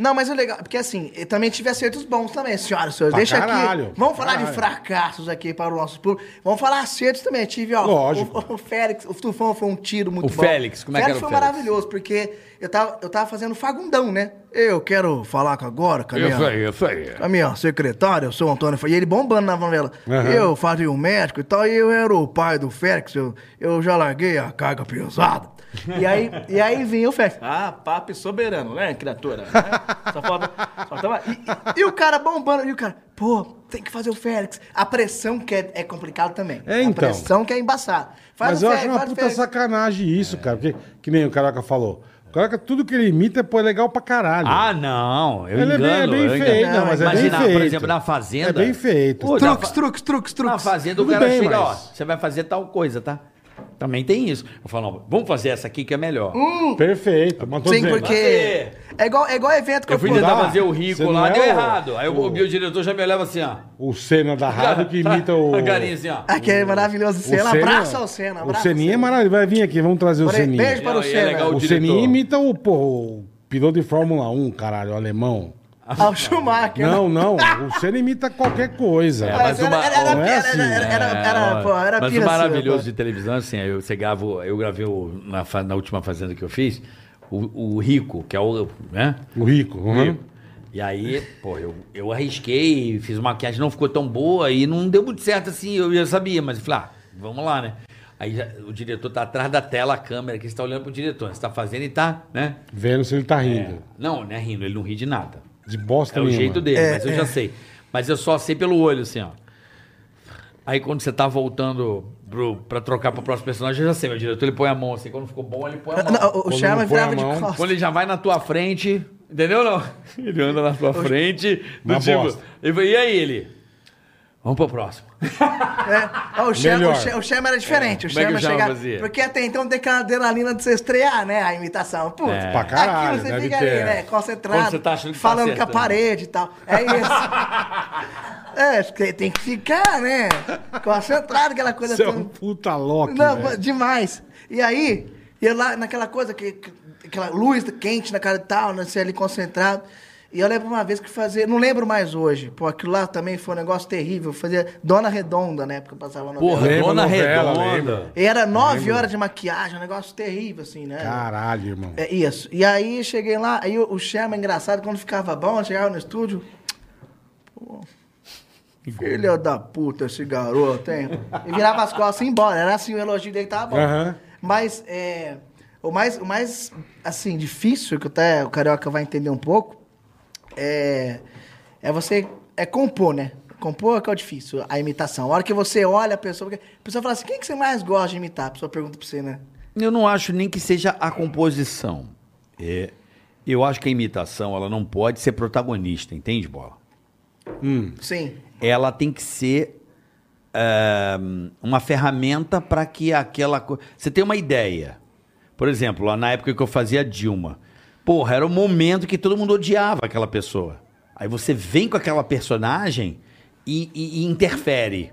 [SPEAKER 4] Não, mas o legal, porque assim, eu também tive acertos bons também, senhoras e senhores.
[SPEAKER 3] Pra
[SPEAKER 4] Deixa
[SPEAKER 3] caralho,
[SPEAKER 4] aqui. Vamos
[SPEAKER 3] pra
[SPEAKER 4] falar
[SPEAKER 3] caralho.
[SPEAKER 4] de fracassos aqui para o nosso público. Vamos falar acertos também. Tive, ó.
[SPEAKER 3] Lógico.
[SPEAKER 4] O, o Félix, o Tufão foi um tiro muito
[SPEAKER 2] O
[SPEAKER 4] bom.
[SPEAKER 2] Félix, como é que era o
[SPEAKER 4] foi
[SPEAKER 2] Félix?
[SPEAKER 4] maravilhoso, porque eu tava, eu tava fazendo fagundão, né? Eu quero falar com agora, com a minha-
[SPEAKER 2] eu sei.
[SPEAKER 4] A minha secretária, eu sou o Antônio. Fe- E ele bombando na novela.
[SPEAKER 3] Aham.
[SPEAKER 4] Eu fazia um médico e tal, e eu era o pai do Félix. Eu, eu já larguei a carga pesada. E aí, e aí vinha o Félix. Ah, papo soberano, né, criatura? Só falta. E, e o cara bombando, e o cara, pô, tem que fazer o Félix. A pressão que é, é complicado também.
[SPEAKER 3] É, então.
[SPEAKER 4] A pressão que é embaçada.
[SPEAKER 3] Mas
[SPEAKER 4] o
[SPEAKER 3] eu
[SPEAKER 4] Félix,
[SPEAKER 3] acho uma
[SPEAKER 4] faz o
[SPEAKER 3] puta
[SPEAKER 4] Félix.
[SPEAKER 3] sacanagem isso,
[SPEAKER 2] É.
[SPEAKER 3] cara. Porque, que nem o Caraca falou. O Caraca, tudo que ele imita é pô, é legal pra caralho.
[SPEAKER 2] Ah, não. Eu
[SPEAKER 3] Ele é bem-
[SPEAKER 2] engano.
[SPEAKER 3] é bem
[SPEAKER 2] eu engano.
[SPEAKER 3] feito, não, mas é bem
[SPEAKER 2] Imagina,
[SPEAKER 3] feito.
[SPEAKER 2] por exemplo, na Fazenda.
[SPEAKER 3] É bem feito.
[SPEAKER 2] Pô, na
[SPEAKER 4] Truques,
[SPEAKER 2] fa-
[SPEAKER 4] truques, truques,
[SPEAKER 2] Na
[SPEAKER 4] truques.
[SPEAKER 2] Fazenda, o
[SPEAKER 3] Tudo
[SPEAKER 2] cara
[SPEAKER 3] bem,
[SPEAKER 2] chega,
[SPEAKER 3] mas-
[SPEAKER 2] ó, você vai fazer tal coisa, tá? Também tem isso. Eu falo, não, vamos fazer essa aqui que é melhor.
[SPEAKER 3] Hum, Perfeito. Mas tô
[SPEAKER 4] Sim,
[SPEAKER 3] dizendo,
[SPEAKER 4] porque. É igual, é igual evento que eu,
[SPEAKER 2] eu fui
[SPEAKER 4] fui.
[SPEAKER 2] tentar
[SPEAKER 3] dá.
[SPEAKER 2] fazer o
[SPEAKER 3] Você
[SPEAKER 2] rico
[SPEAKER 3] não
[SPEAKER 2] lá,
[SPEAKER 3] é
[SPEAKER 2] deu
[SPEAKER 3] o-
[SPEAKER 2] errado. Aí o,
[SPEAKER 3] o-
[SPEAKER 2] o biodiretor já me olhava assim, ó.
[SPEAKER 3] O Senna da rádio que imita o.
[SPEAKER 2] Tá, A carinha assim, ó.
[SPEAKER 4] Ah, que é maravilhoso. Senna,
[SPEAKER 3] Senna-
[SPEAKER 4] abraça o Senna.
[SPEAKER 3] O
[SPEAKER 4] abraça
[SPEAKER 3] Seninha é maravilhoso. Vai vir aqui, vamos trazer o
[SPEAKER 4] Porém,
[SPEAKER 3] Seninha.
[SPEAKER 4] Beijo para o
[SPEAKER 2] E é
[SPEAKER 4] Senna.
[SPEAKER 2] legal
[SPEAKER 3] O
[SPEAKER 2] o diretor.
[SPEAKER 3] Seninha imita o, porra, o piloto de Fórmula 1, caralho, o alemão.
[SPEAKER 4] Ah, o Schumacher.
[SPEAKER 3] Não, não. O Senna imita qualquer coisa.
[SPEAKER 2] É,
[SPEAKER 4] Mas
[SPEAKER 2] mas
[SPEAKER 4] era,
[SPEAKER 2] uma-
[SPEAKER 4] era, era,
[SPEAKER 3] não é
[SPEAKER 4] era,
[SPEAKER 3] assim.
[SPEAKER 4] era, era, era,
[SPEAKER 2] É,
[SPEAKER 4] pô, era
[SPEAKER 2] mas o
[SPEAKER 4] pira sua,
[SPEAKER 2] maravilhoso
[SPEAKER 4] pô.
[SPEAKER 2] de televisão, assim, eu, você grava o- eu gravei o- na, fa- na última fazenda que eu fiz, o, o Rico, que é o. Né?
[SPEAKER 3] O rico. uhum.
[SPEAKER 2] E aí, pô, eu, eu arrisquei, fiz uma maquiagem, não ficou tão boa e não deu muito certo assim, eu já sabia, mas eu falei, ah, vamos lá, né? Aí já- o diretor tá atrás da tela, a câmera, que você tá olhando pro diretor, você tá fazendo e tá, né?
[SPEAKER 3] Vendo se ele tá rindo.
[SPEAKER 2] Não, não é rindo, ele não ri de nada.
[SPEAKER 3] De bosta
[SPEAKER 2] É o
[SPEAKER 3] nenhuma.
[SPEAKER 2] jeito dele,
[SPEAKER 4] É,
[SPEAKER 2] mas eu
[SPEAKER 4] é.
[SPEAKER 2] já sei. Mas eu só sei pelo olho, assim, ó. Aí quando você tá voltando pro, pra trocar pro próximo personagem, eu já sei, meu diretor, ele põe a mão assim. Quando ficou bom, ele põe a mão.
[SPEAKER 4] Não, o
[SPEAKER 3] Quando
[SPEAKER 4] Sherman
[SPEAKER 3] não põe a
[SPEAKER 4] virava de
[SPEAKER 3] mão,
[SPEAKER 4] costas.
[SPEAKER 2] Quando ele já vai na tua frente, entendeu não? Ele anda na tua frente, do
[SPEAKER 3] Uma
[SPEAKER 2] tipo...
[SPEAKER 3] bosta.
[SPEAKER 2] E vai- e aí ele? Vamos pro próximo.
[SPEAKER 4] É, ó, o Sherman,
[SPEAKER 3] Melhor.
[SPEAKER 4] o Sherman- o Sherman era diferente. O
[SPEAKER 2] Como é que
[SPEAKER 4] Sherman
[SPEAKER 2] o Sherman
[SPEAKER 4] chegava.
[SPEAKER 2] fazia?
[SPEAKER 4] Porque até então tem aquela adrenalina de você estrear, né? A imitação. Putz,
[SPEAKER 2] É.
[SPEAKER 3] Pra caralho,
[SPEAKER 4] Aquilo você
[SPEAKER 3] deve
[SPEAKER 4] fica
[SPEAKER 3] ter.
[SPEAKER 4] ali, né? Concentrado.
[SPEAKER 2] Quando você tá achando que tá
[SPEAKER 4] falando com a
[SPEAKER 2] acertando.
[SPEAKER 4] parede e tal. É isso. é, porque tem que ficar, né? Concentrado, aquela coisa
[SPEAKER 3] Você é um
[SPEAKER 4] toda.
[SPEAKER 3] puta Loki,
[SPEAKER 4] Não,
[SPEAKER 3] velho.
[SPEAKER 4] demais. E aí, ia lá naquela coisa, que, que- aquela luz quente na cara e tal, né? Você ali concentrado. E eu lembro uma vez que fazia, não lembro mais hoje, pô, aquilo lá também foi um negócio terrível. Fazia Dona Redonda, né? Porque eu passava no
[SPEAKER 2] Porra,
[SPEAKER 3] Lembra
[SPEAKER 2] dona
[SPEAKER 3] a novela,
[SPEAKER 2] redonda.
[SPEAKER 3] lembra?
[SPEAKER 4] E era nove horas de maquiagem, um negócio terrível, assim, né?
[SPEAKER 3] Caralho, irmão.
[SPEAKER 4] É isso. E aí cheguei lá, aí o, o Sherman, engraçado, quando ficava bom, eu chegava no estúdio. pô, Filha da puta, esse garoto, hein? E virava as costas e ia embora. Era assim, o elogio dele tava bom.
[SPEAKER 3] Aham.
[SPEAKER 4] Mas é, o mais, o mais assim, difícil, que até o carioca vai entender um pouco, é, é você é compor, né? Compor é que é o difícil, a imitação. A hora que você olha a pessoa, porque a pessoa fala assim, quem que você mais gosta de imitar? A pessoa pergunta pra você, né?
[SPEAKER 2] Eu não acho nem que seja a composição. É, eu acho que a imitação, ela não pode ser protagonista, entende, Bola?
[SPEAKER 4] Sim.
[SPEAKER 2] ela tem que ser eh, uma ferramenta para que aquela coisa. Você tem uma ideia. Por exemplo, lá na época que eu fazia Dilma. Porra, era o momento que todo mundo odiava aquela pessoa. Aí você vem com aquela personagem e, e- e interfere.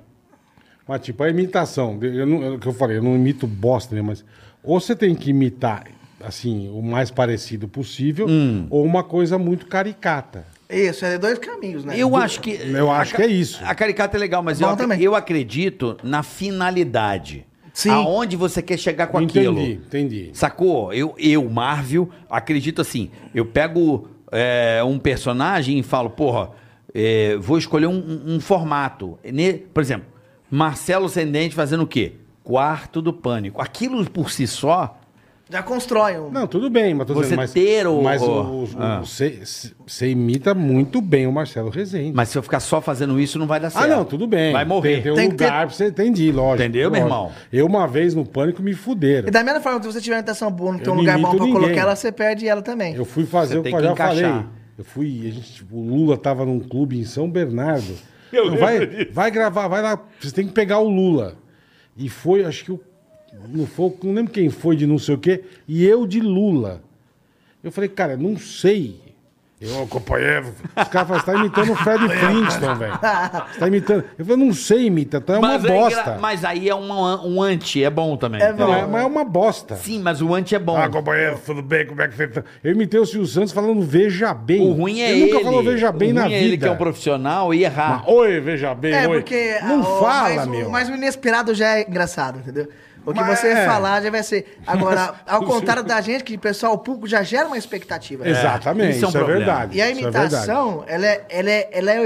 [SPEAKER 3] Mas, tipo, a imitação. Eu não, é o que eu falei, eu não imito bosta, né? Mas. Ou você tem que imitar, assim, o mais parecido possível,
[SPEAKER 2] Hum.
[SPEAKER 3] ou uma coisa muito caricata.
[SPEAKER 4] Isso, é dois caminhos, né?
[SPEAKER 2] Eu acho que.
[SPEAKER 3] eu acho
[SPEAKER 2] a ca-
[SPEAKER 3] que é isso.
[SPEAKER 2] A caricata é legal, mas
[SPEAKER 4] Bom
[SPEAKER 2] eu, ac-
[SPEAKER 4] também.
[SPEAKER 2] eu acredito na finalidade.
[SPEAKER 4] Sim.
[SPEAKER 2] Aonde você quer chegar com aquilo.
[SPEAKER 3] Entendi, entendi.
[SPEAKER 2] Sacou? Eu, eu Marvel, acredito assim. Eu pego é, um personagem e falo, porra, é, vou escolher um, um- um formato. Ne- Por exemplo, Marcelo Sendente fazendo o quê? Quarto do Pânico. Aquilo por si só.
[SPEAKER 4] Já constrói um.
[SPEAKER 3] Não, tudo bem, mas tô
[SPEAKER 2] Você
[SPEAKER 3] dizendo, mas,
[SPEAKER 2] ter o-
[SPEAKER 3] mas
[SPEAKER 2] o-
[SPEAKER 3] o- o-
[SPEAKER 2] ah.
[SPEAKER 3] você você imita muito bem o Marcelo Rezende.
[SPEAKER 2] Mas se eu ficar só fazendo isso, não vai dar certo.
[SPEAKER 3] ah, não, tudo bem.
[SPEAKER 2] Vai morrer.
[SPEAKER 3] Tem, tem um
[SPEAKER 4] Tem que ter-
[SPEAKER 3] lugar pra você. Entendi, lógico.
[SPEAKER 2] Entendeu, meu
[SPEAKER 3] lógico.
[SPEAKER 2] irmão?
[SPEAKER 3] Eu, uma vez no pânico, me fuderam.
[SPEAKER 4] E da mesma forma que você tiver uma imitação boa, não tem
[SPEAKER 3] Eu
[SPEAKER 4] um
[SPEAKER 3] não
[SPEAKER 4] lugar bom pra
[SPEAKER 3] imito ninguém.
[SPEAKER 4] colocar ela, você perde ela também.
[SPEAKER 3] Eu fui fazer
[SPEAKER 2] Você
[SPEAKER 3] o que
[SPEAKER 2] tem
[SPEAKER 3] eu
[SPEAKER 2] que
[SPEAKER 3] já falei.
[SPEAKER 2] encaixar.
[SPEAKER 3] Eu fui, a gente, tipo, o Lula tava num clube em São Bernardo. Não, vai, vai gravar, vai lá. Você tem que pegar o Lula. E foi, acho que o. Não, foi, não lembro quem foi de não sei o quê. E eu de Lula. Eu falei, cara, não sei. Eu acompanhei. Os caras falaram, você tá imitando o Fred Flintstone, velho. Você tá imitando. Eu falei, não sei imitar, então é uma
[SPEAKER 2] é engra-
[SPEAKER 3] bosta.
[SPEAKER 2] mas aí é uma- um anti, é bom também.
[SPEAKER 4] É bom.
[SPEAKER 3] Não, é- mas é uma bosta.
[SPEAKER 2] Sim, mas o anti é bom.
[SPEAKER 3] Ah, companheiro, tudo bem? Como é que você tá? Eu imitei o Silvio Santos falando veja bem.
[SPEAKER 2] O ruim é ele.
[SPEAKER 3] Ele nunca falou veja bem
[SPEAKER 2] o
[SPEAKER 3] na
[SPEAKER 2] ruim
[SPEAKER 3] vida.
[SPEAKER 2] é ele que é um profissional e errar.
[SPEAKER 3] Mas, Oi, veja bem,
[SPEAKER 4] É,
[SPEAKER 3] oi.
[SPEAKER 4] porque.
[SPEAKER 3] Não
[SPEAKER 4] ah, o-
[SPEAKER 3] fala,
[SPEAKER 4] mas, o-
[SPEAKER 3] meu.
[SPEAKER 4] Mas o inesperado já é engraçado, entendeu? O que
[SPEAKER 3] Mas- é.
[SPEAKER 4] você falar já vai ser. Agora, ao contrário da gente, que o pessoal, o público já gera uma expectativa. né?
[SPEAKER 2] isso
[SPEAKER 3] Exatamente,
[SPEAKER 2] é
[SPEAKER 3] isso
[SPEAKER 2] um
[SPEAKER 3] é,
[SPEAKER 2] problema.
[SPEAKER 3] verdade.
[SPEAKER 4] E a
[SPEAKER 3] isso é verdade.
[SPEAKER 4] imitação, ela, é, ela, é, ela é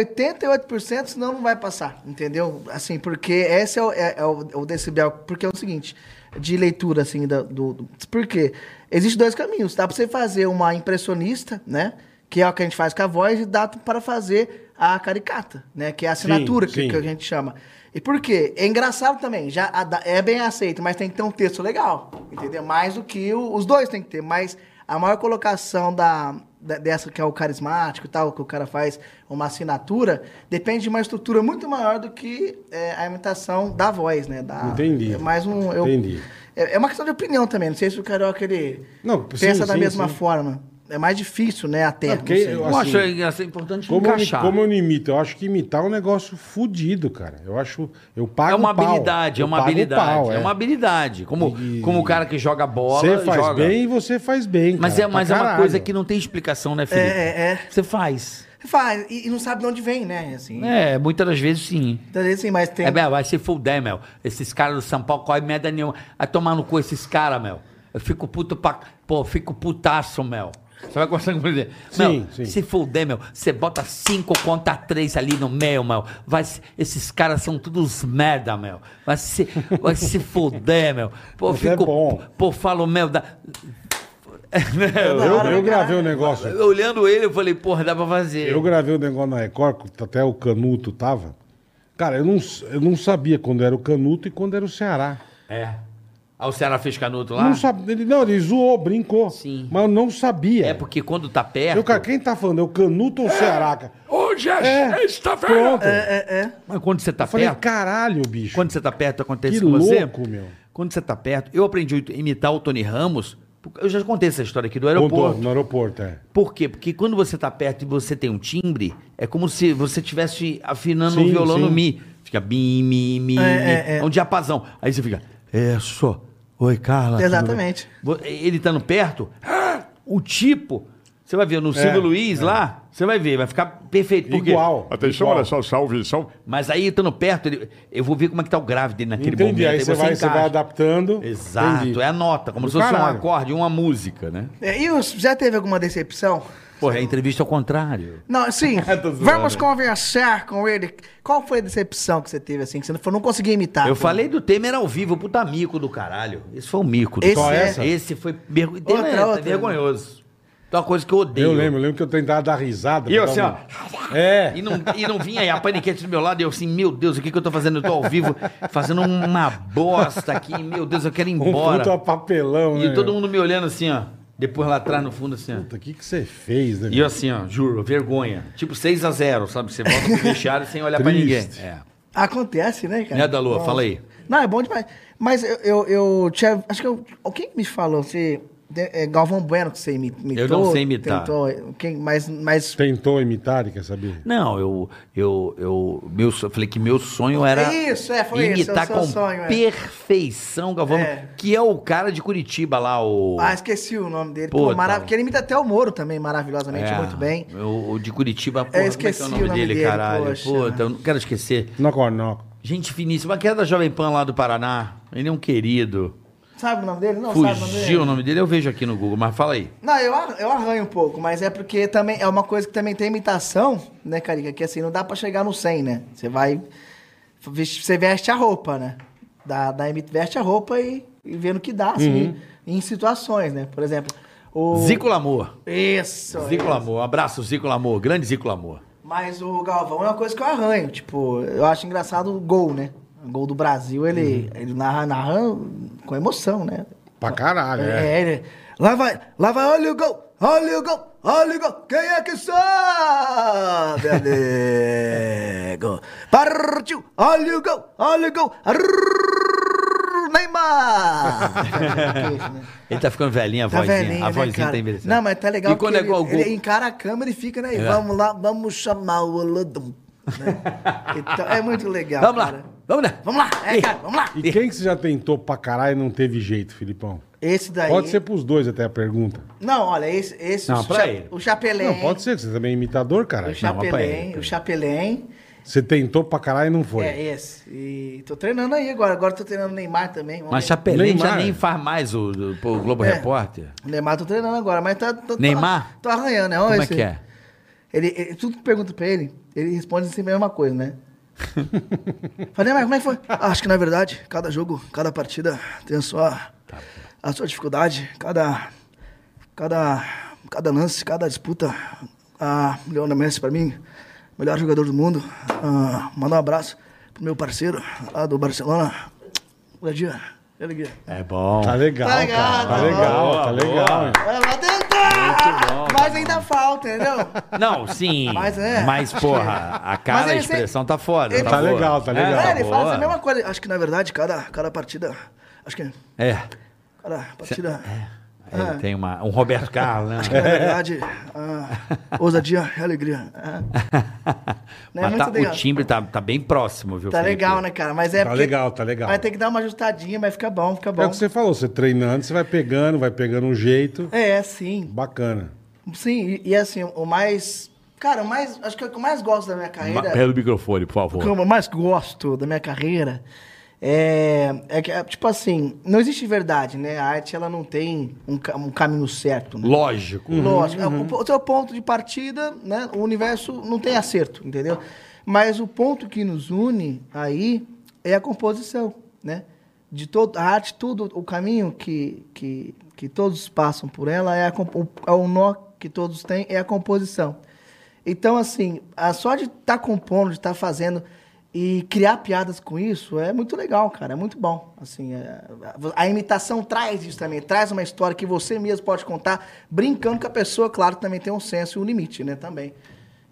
[SPEAKER 4] 88%, senão não vai passar, entendeu? Assim, porque esse é o, é- é o- é o decibel, porque é o seguinte, de leitura, assim, da- do, do... Porque existem dois caminhos, dá pra você fazer uma impressionista, né? Que é o que a gente faz com a voz, e dá para fazer a caricata, né? Que é a assinatura que-
[SPEAKER 3] sim.
[SPEAKER 4] que a gente chama. E por quê? É engraçado também, já a da- é bem aceito, mas tem que ter um texto legal, entendeu? Mais do que o- os dois tem que ter, mas a maior colocação da, da- dessa que é o carismático e tal, que o cara faz uma assinatura, depende de uma estrutura muito maior do que é, a imitação da voz, né? Da,
[SPEAKER 3] Entendi.
[SPEAKER 4] É mais um... Eu,
[SPEAKER 3] Entendi.
[SPEAKER 4] É, é uma questão de opinião também. Não sei se o carioca ele
[SPEAKER 3] Não,
[SPEAKER 4] pensa
[SPEAKER 3] sim,
[SPEAKER 4] da
[SPEAKER 3] sim,
[SPEAKER 4] mesma
[SPEAKER 3] sim.
[SPEAKER 4] forma. É mais difícil, né? Até.
[SPEAKER 3] Não,
[SPEAKER 4] não
[SPEAKER 3] porque
[SPEAKER 4] sei.
[SPEAKER 3] eu
[SPEAKER 2] Eu
[SPEAKER 3] assim,
[SPEAKER 2] acho é, é importante
[SPEAKER 3] Como eu,
[SPEAKER 2] encaixar.
[SPEAKER 3] como eu não imito? Eu acho que imitar é um negócio fudido, cara. Eu acho. Eu pago
[SPEAKER 2] É uma
[SPEAKER 3] o pau.
[SPEAKER 2] habilidade, é
[SPEAKER 3] Eu
[SPEAKER 2] uma
[SPEAKER 3] pago o
[SPEAKER 2] habilidade.
[SPEAKER 3] pau,
[SPEAKER 2] é. uma habilidade. Como,
[SPEAKER 3] E-
[SPEAKER 2] como o cara que joga bola.
[SPEAKER 3] Você faz
[SPEAKER 2] joga.
[SPEAKER 3] bem e você faz bem.
[SPEAKER 2] Mas,
[SPEAKER 3] cara,
[SPEAKER 2] é, mas é
[SPEAKER 3] pra
[SPEAKER 2] uma
[SPEAKER 3] caralho.
[SPEAKER 2] coisa que não tem explicação, né, Felipe?
[SPEAKER 4] É, é.
[SPEAKER 2] Você faz.
[SPEAKER 4] Faz, e, e não sabe de onde vem, né? Assim,
[SPEAKER 2] É, muitas das vezes sim.
[SPEAKER 4] Então, assim, mas tem.
[SPEAKER 2] É, meu, vai se fuder, meu. Esses caras do São Paulo correm merda nenhuma. Vai tomar no cu esses caras, meu. Eu fico puto pra. Pô, eu fico putaço, meu. Você vai começar a entender.
[SPEAKER 3] Sim,
[SPEAKER 2] meu,
[SPEAKER 3] sim.
[SPEAKER 2] se fuder, meu, você bota cinco contra três ali no meio, meu. Vai, se- esses caras são todos merda, meu. Vai se, vai se fuder, meu. Pô, eu
[SPEAKER 3] Mas é
[SPEAKER 2] fico.
[SPEAKER 3] bom.
[SPEAKER 2] Pô, falo, meu. Da...
[SPEAKER 4] toda
[SPEAKER 3] Eu,
[SPEAKER 4] hora,
[SPEAKER 3] eu
[SPEAKER 4] né,
[SPEAKER 3] gravei o
[SPEAKER 4] cara?
[SPEAKER 3] negócio.
[SPEAKER 2] Olhando ele, eu falei, porra, dá pra fazer.
[SPEAKER 3] Eu gravei o negócio na Record, que até o Canuto tava. Cara, eu não, eu não sabia quando era o Canuto e quando era o Ceará.
[SPEAKER 2] É. Aí o Ceará fez canuto
[SPEAKER 3] Eu
[SPEAKER 2] lá?
[SPEAKER 3] Não, sabe, ele, não, ele zoou, brincou.
[SPEAKER 2] Sim.
[SPEAKER 3] Mas eu não sabia.
[SPEAKER 2] É porque quando tá perto.
[SPEAKER 3] Eu, cara, quem tá falando? É o Canuto ou o Ceará? cara?
[SPEAKER 2] Onde
[SPEAKER 3] É,
[SPEAKER 2] tá
[SPEAKER 3] pronto.
[SPEAKER 4] É, é.
[SPEAKER 2] Mas quando você tá
[SPEAKER 3] Eu falei,
[SPEAKER 2] perto.
[SPEAKER 3] caralho, bicho.
[SPEAKER 2] Quando você tá perto, acontece
[SPEAKER 3] Que
[SPEAKER 2] com você.
[SPEAKER 3] louco, meu.
[SPEAKER 2] Quando você tá perto. Eu aprendi a imitar o Tony Ramos. porque- Eu já contei essa história aqui do
[SPEAKER 3] Contou,
[SPEAKER 2] aeroporto.
[SPEAKER 3] no aeroporto, é.
[SPEAKER 2] Por quê? Porque quando você tá perto e você tem um timbre, é como se você estivesse afinando o
[SPEAKER 3] Sim,
[SPEAKER 2] violão no
[SPEAKER 3] sim.
[SPEAKER 2] Mi. Fica bim, mi, mi, mi.
[SPEAKER 4] É, é, é.
[SPEAKER 2] um diapasão. Aí você fica, é só. Oi, Carla. tudo
[SPEAKER 4] Exatamente.
[SPEAKER 2] bem?" Vo- Ele estando perto,
[SPEAKER 3] É.
[SPEAKER 2] ah, o tipo. Você vai ver no Silvio Luiz lá, você vai ver, vai ficar perfeito. Por quê?
[SPEAKER 3] Igual.
[SPEAKER 6] Atenção,
[SPEAKER 3] igual.
[SPEAKER 6] olha só, salve, salve.
[SPEAKER 2] Mas aí, estando perto, ele- eu vou ver como é que tá o grave dele naquele
[SPEAKER 3] Entendi.
[SPEAKER 2] momento.
[SPEAKER 3] Aí você vai, você vai
[SPEAKER 2] encaixa.
[SPEAKER 3] adaptando.
[SPEAKER 2] Exato,
[SPEAKER 3] Entendi.
[SPEAKER 2] é a nota, como
[SPEAKER 3] Do
[SPEAKER 2] se fosse um
[SPEAKER 3] caralho.
[SPEAKER 2] acorde, uma música, né?
[SPEAKER 4] É, E os- já teve alguma decepção?
[SPEAKER 2] Porra, é a entrevista ao contrário.
[SPEAKER 4] Não, sim.
[SPEAKER 2] Tô zoando.
[SPEAKER 4] vamos conversar com ele. Qual foi a decepção que você teve, assim, que você não, foi- não conseguia imitar?
[SPEAKER 2] Eu falei do Temer ao vivo, puta mico do caralho. Esse foi um mico. Do
[SPEAKER 4] Esse
[SPEAKER 2] Só
[SPEAKER 4] é-
[SPEAKER 2] essa? Esse foi vergo... Temer é
[SPEAKER 4] outra.
[SPEAKER 2] vergonhoso. É uma coisa que eu odeio.
[SPEAKER 3] Eu lembro, eu lembro que eu tentava dar risada.
[SPEAKER 2] E eu
[SPEAKER 3] pra
[SPEAKER 2] assim,
[SPEAKER 3] dar um
[SPEAKER 2] ó.
[SPEAKER 3] É.
[SPEAKER 2] E não, e não vinha aí a paniquete do meu lado, e eu assim, meu Deus, o que, que eu tô fazendo? Eu tô ao vivo fazendo uma bosta aqui, meu Deus, eu quero ir
[SPEAKER 3] Um
[SPEAKER 2] embora.
[SPEAKER 3] puta papelão, né?
[SPEAKER 2] E todo
[SPEAKER 3] meu?
[SPEAKER 2] mundo me olhando assim, ó. Depois lá atrás, no fundo, assim, ó.
[SPEAKER 3] Puta, o que, que você fez, né?
[SPEAKER 2] E eu assim, ó, juro, vergonha. Tipo 6 a 0 sabe? Você volta pro vestiário sem olhar pra ninguém.
[SPEAKER 3] Triste.
[SPEAKER 2] É.
[SPEAKER 4] Acontece, né, cara?
[SPEAKER 2] Né, Dalô?
[SPEAKER 4] Bom.
[SPEAKER 2] Fala aí.
[SPEAKER 4] Não, é bom demais. Mas eu, eu, eu tinha. Acho que eu. Quem me falou? Se, é Galvão Bueno que você imi- imitou?
[SPEAKER 2] Eu não sei imitar.
[SPEAKER 4] Tentou, quem, mas, mas
[SPEAKER 3] Tentou imitar, e quer saber?
[SPEAKER 2] Não, eu, eu, eu, meu, so- eu falei que meu sonho era
[SPEAKER 4] Isso, é, foi isso, é o
[SPEAKER 2] imitar
[SPEAKER 4] seu
[SPEAKER 2] com
[SPEAKER 4] sonho, é.
[SPEAKER 2] perfeição Galvão,
[SPEAKER 4] É.
[SPEAKER 2] que é o cara de Curitiba lá, o...
[SPEAKER 4] Ah, esqueci o nome dele.
[SPEAKER 2] Pô,
[SPEAKER 4] Pô, mara-
[SPEAKER 2] tá.
[SPEAKER 4] Porque ele imita até o Moro também, maravilhosamente,
[SPEAKER 2] É,
[SPEAKER 4] muito bem.
[SPEAKER 2] O, o de Curitiba, porra,
[SPEAKER 4] esqueci
[SPEAKER 2] como é que é o nome, dele, caralho?
[SPEAKER 4] poxa.
[SPEAKER 2] Puta, eu não quero esquecer.
[SPEAKER 3] Knock, knock.
[SPEAKER 2] Gente finíssima, que era da Jovem Pan lá do Paraná. Ele é um querido.
[SPEAKER 4] Sabe o nome dele? Não, sabe o nome
[SPEAKER 2] Fugiu o
[SPEAKER 4] dele?
[SPEAKER 2] nome dele, eu vejo aqui no Google, mas fala aí.
[SPEAKER 4] Não, eu, ar- eu arranho um pouco, mas é porque também é uma coisa que também tem imitação, né, Carica? Que assim, não dá pra chegar no 100, né? Você vai. veste- Você veste a roupa, né? Da, da imi- veste a roupa e, e vendo o que dá, assim, em situações, né? Por exemplo, o.
[SPEAKER 2] Uhum. Zico Lamor.
[SPEAKER 4] Isso!
[SPEAKER 2] Zico Lamor, um abraço, Zico Lamor, grande Zico Lamor.
[SPEAKER 4] Mas o Galvão é uma coisa que eu arranho. Tipo, eu acho engraçado o gol, né? O gol do Brasil, ele,
[SPEAKER 2] Uhum.
[SPEAKER 4] ele narra, narra com emoção, né?
[SPEAKER 3] Pra caralho, é.
[SPEAKER 4] É, ele. Lá vai, lá vai, olha o gol, olha o gol, olha o gol. Quem é que sobe, amigo? Partiu, olha o gol, olha o gol. Arrrrrrr, Neymar!
[SPEAKER 2] Ele tá ficando velhinho, a
[SPEAKER 4] né? Tá
[SPEAKER 2] vozinha.
[SPEAKER 4] velhinho,
[SPEAKER 2] a
[SPEAKER 4] né,
[SPEAKER 2] vozinha
[SPEAKER 4] cara?
[SPEAKER 2] tá envelhecendo.
[SPEAKER 4] Não, mas tá legal
[SPEAKER 2] E quando é
[SPEAKER 4] ele,
[SPEAKER 2] igual o gol.
[SPEAKER 4] ele encara a câmera e fica,
[SPEAKER 2] É.
[SPEAKER 4] né? E Vamos lá, vamos chamar o Olodum. né? Então, é muito legal,
[SPEAKER 2] Vamos lá,
[SPEAKER 4] cara.
[SPEAKER 2] vamos lá.
[SPEAKER 4] Vamos lá, é, cara, vamos lá.
[SPEAKER 3] E quem que você já tentou pra caralho e não teve jeito, Filipão?
[SPEAKER 4] Esse daí...
[SPEAKER 3] Pode ser pros dois até a pergunta.
[SPEAKER 4] Não, olha, esse... esse
[SPEAKER 2] Não,
[SPEAKER 4] o,
[SPEAKER 2] pra
[SPEAKER 4] cha-
[SPEAKER 2] ele.
[SPEAKER 4] o Chapelém.
[SPEAKER 3] Não, pode ser, que você também é imitador,
[SPEAKER 4] O
[SPEAKER 3] caralho.
[SPEAKER 2] Não, mas pra ele,
[SPEAKER 4] Chapelém,
[SPEAKER 2] pra ele.
[SPEAKER 4] o Chapelém.
[SPEAKER 3] Você tentou pra caralho e não foi.
[SPEAKER 4] É, esse. E tô treinando aí agora. Agora tô treinando o Neymar também. vamos
[SPEAKER 2] Mas
[SPEAKER 4] ver.
[SPEAKER 2] Chapelin já
[SPEAKER 3] Neymar.
[SPEAKER 2] nem faz mais o, do- pô, o Globo
[SPEAKER 4] É.
[SPEAKER 2] Repórter.
[SPEAKER 4] O Neymar tô treinando agora, mas tá... tô- tô-
[SPEAKER 2] Neymar?
[SPEAKER 4] Tô arranhando, né? Olha
[SPEAKER 2] Como é
[SPEAKER 4] esse-
[SPEAKER 2] que é?
[SPEAKER 4] Ele, ele- tudo que pergunta pra ele, ele responde sempre a mesma coisa, né? Falei, mas como é que foi? "Ah, acho que na verdade, cada jogo, cada partida tem a sua, a sua dificuldade, cada, cada, cada lance, cada disputa. Ah, Leona Messi pra mim, melhor jogador do mundo. Ah, mandar um abraço pro meu parceiro lá do Barcelona. Alegria, alegria.
[SPEAKER 2] É bom.
[SPEAKER 3] Tá legal,
[SPEAKER 4] Tá legal,
[SPEAKER 3] cara. Tá
[SPEAKER 4] tá
[SPEAKER 3] legal,
[SPEAKER 2] bom.
[SPEAKER 3] tá
[SPEAKER 2] Boa,
[SPEAKER 3] legal.
[SPEAKER 2] boa.
[SPEAKER 3] hein?
[SPEAKER 4] Olha lá, tentar! Mas ainda falta, entendeu?
[SPEAKER 2] Não, sim. Mas,
[SPEAKER 4] Mas é.
[SPEAKER 2] porra, a cara,
[SPEAKER 4] Mas
[SPEAKER 2] a
[SPEAKER 4] ele
[SPEAKER 2] expressão tá foda.
[SPEAKER 4] ele-
[SPEAKER 3] Tá
[SPEAKER 2] boa.
[SPEAKER 3] legal, tá legal.
[SPEAKER 4] É, ele fala
[SPEAKER 2] boa.
[SPEAKER 4] essa mesma coisa. Acho que, na verdade, cada, cada partida Acho que.
[SPEAKER 2] É.
[SPEAKER 4] Ah. Cara, partida.
[SPEAKER 2] Aí ele tem uma, um Roberto Carlos, né?
[SPEAKER 4] Na verdade, ah, ousadia e alegria. Ah, Não é
[SPEAKER 2] Mas
[SPEAKER 4] muito
[SPEAKER 2] tá-
[SPEAKER 4] legal.
[SPEAKER 2] o timbre tá, tá bem próximo, viu?
[SPEAKER 4] Tá
[SPEAKER 2] Felipe?
[SPEAKER 4] legal, né, cara? Mas é
[SPEAKER 3] Tá
[SPEAKER 4] porque-
[SPEAKER 3] legal, tá legal.
[SPEAKER 4] Vai ter que dar uma ajustadinha, vai ficar bom, fica
[SPEAKER 3] É o
[SPEAKER 4] bom.
[SPEAKER 3] que você falou, você treinando, você vai pegando, vai pegando um jeito.
[SPEAKER 4] É, sim.
[SPEAKER 3] Bacana.
[SPEAKER 4] Sim, e, e assim, o mais. Cara, o mais. Acho que é o que eu mais gosto da minha
[SPEAKER 2] Ma-
[SPEAKER 4] carreira.
[SPEAKER 2] Pega o microfone, por
[SPEAKER 4] O que eu
[SPEAKER 2] favor.
[SPEAKER 4] mais gosto da minha carreira é, é que, é, tipo assim, não existe verdade, né? A arte, ela não tem um, ca- um caminho certo, né?
[SPEAKER 2] Lógico.
[SPEAKER 4] Lógico. é, o po- O seu ponto de partida, né? O universo não tem acerto, entendeu? Mas o ponto que nos une aí é a composição, né? De todo, a arte, tudo, o caminho que, que, que todos passam por ela, é, a, comp- o, é o nó que todos têm, é a composição. Então, assim, a só de estar compondo, de estar fazendo e criar piadas com isso é muito legal, cara. É muito bom. Assim, é- a imitação traz isso também, traz uma história que você mesmo pode contar, brincando com a pessoa, claro, também tem um senso e um limite, né? Também.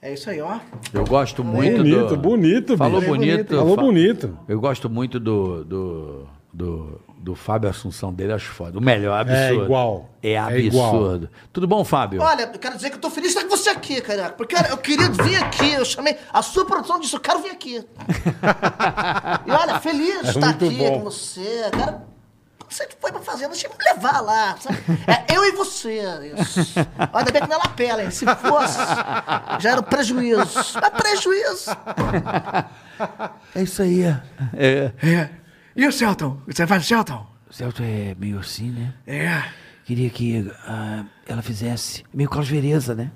[SPEAKER 4] É isso aí, ó.
[SPEAKER 2] Eu gosto muito
[SPEAKER 3] bonito,
[SPEAKER 2] do...
[SPEAKER 3] bonito,
[SPEAKER 2] Falou
[SPEAKER 3] bicho.
[SPEAKER 2] bonito.
[SPEAKER 3] Falou
[SPEAKER 2] fa-
[SPEAKER 3] bonito.
[SPEAKER 2] Eu gosto muito do... do, do... Do Fábio Assunção dele, acho foda. O melhor, absurdo.
[SPEAKER 3] É igual.
[SPEAKER 2] É
[SPEAKER 3] É igual.
[SPEAKER 2] absurdo. Tudo bom, Fábio?
[SPEAKER 4] Olha, eu quero dizer que eu tô feliz de estar com você aqui, cara. Porque cara, eu queria vir aqui, eu chamei a sua produção disse, eu quero vir aqui. e olha, feliz de
[SPEAKER 3] É
[SPEAKER 4] estar
[SPEAKER 3] muito
[SPEAKER 4] aqui
[SPEAKER 3] bom.
[SPEAKER 4] com você. Cara, você foi pra fazenda, deixa eu me levar lá. Sabe? É eu e você. Isso. Olha, ainda bem que não é lapela, hein? Se fosse, já era um prejuízo. É prejuízo.
[SPEAKER 2] É isso aí. É.
[SPEAKER 4] E o Celton? Você faz o Celton?
[SPEAKER 2] O Celto é meio assim, né?
[SPEAKER 4] É.
[SPEAKER 2] Queria que ah, ela fizesse. Meio Carlos Vereza, né?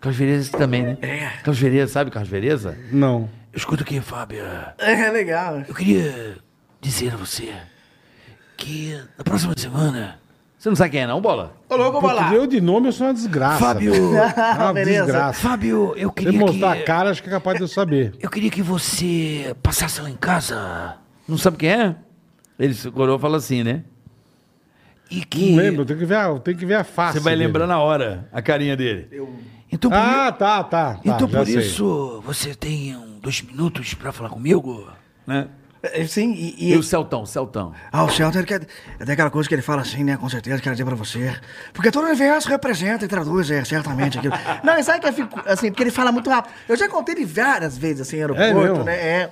[SPEAKER 2] Carlos Vereza também, né?
[SPEAKER 4] É.
[SPEAKER 2] Carlos Vereza, sabe Carlos Vereza?
[SPEAKER 3] Não.
[SPEAKER 2] Escuta aqui, Fábio.
[SPEAKER 4] É legal.
[SPEAKER 2] Eu queria dizer a você que na próxima semana. Você não sabe quem é, não, bola?
[SPEAKER 4] Ô, louco, vou lá.
[SPEAKER 3] Eu de nome eu sou uma desgraça.
[SPEAKER 2] Ah, Fábio.
[SPEAKER 3] velho. É uma
[SPEAKER 4] Beleza.
[SPEAKER 3] desgraça.
[SPEAKER 2] Fábio, eu
[SPEAKER 3] Se
[SPEAKER 2] queria.
[SPEAKER 3] você mostrar
[SPEAKER 2] que...
[SPEAKER 3] a cara, acho que é capaz de eu saber.
[SPEAKER 2] Eu queria que você passasse lá em casa. Não sabe quem é? Ele se corou e fala assim, né? E que.
[SPEAKER 3] Não lembro, tem que ver a, tem que ver a face.
[SPEAKER 2] Você vai
[SPEAKER 3] dele.
[SPEAKER 2] lembrar na hora a carinha dele. Então, por,
[SPEAKER 3] Ah, tá, tá. tá,
[SPEAKER 2] então,
[SPEAKER 3] já
[SPEAKER 2] por
[SPEAKER 3] sei.
[SPEAKER 2] isso, você tem um, dois minutos pra falar comigo? Né?
[SPEAKER 4] É, Sim, e,
[SPEAKER 2] E, o Celtão, Celtão.
[SPEAKER 4] Ah, o Celta, ele quer, é daquela coisa que ele fala assim, né? Com certeza, quero dizer pra você. Porque todo o universo representa e traduz, é, certamente, aquilo. Não, e sabe que eu fico, assim, porque ele fala muito rápido. Eu já contei ele várias vezes, assim, em aeroporto,
[SPEAKER 3] mesmo?
[SPEAKER 4] né? É.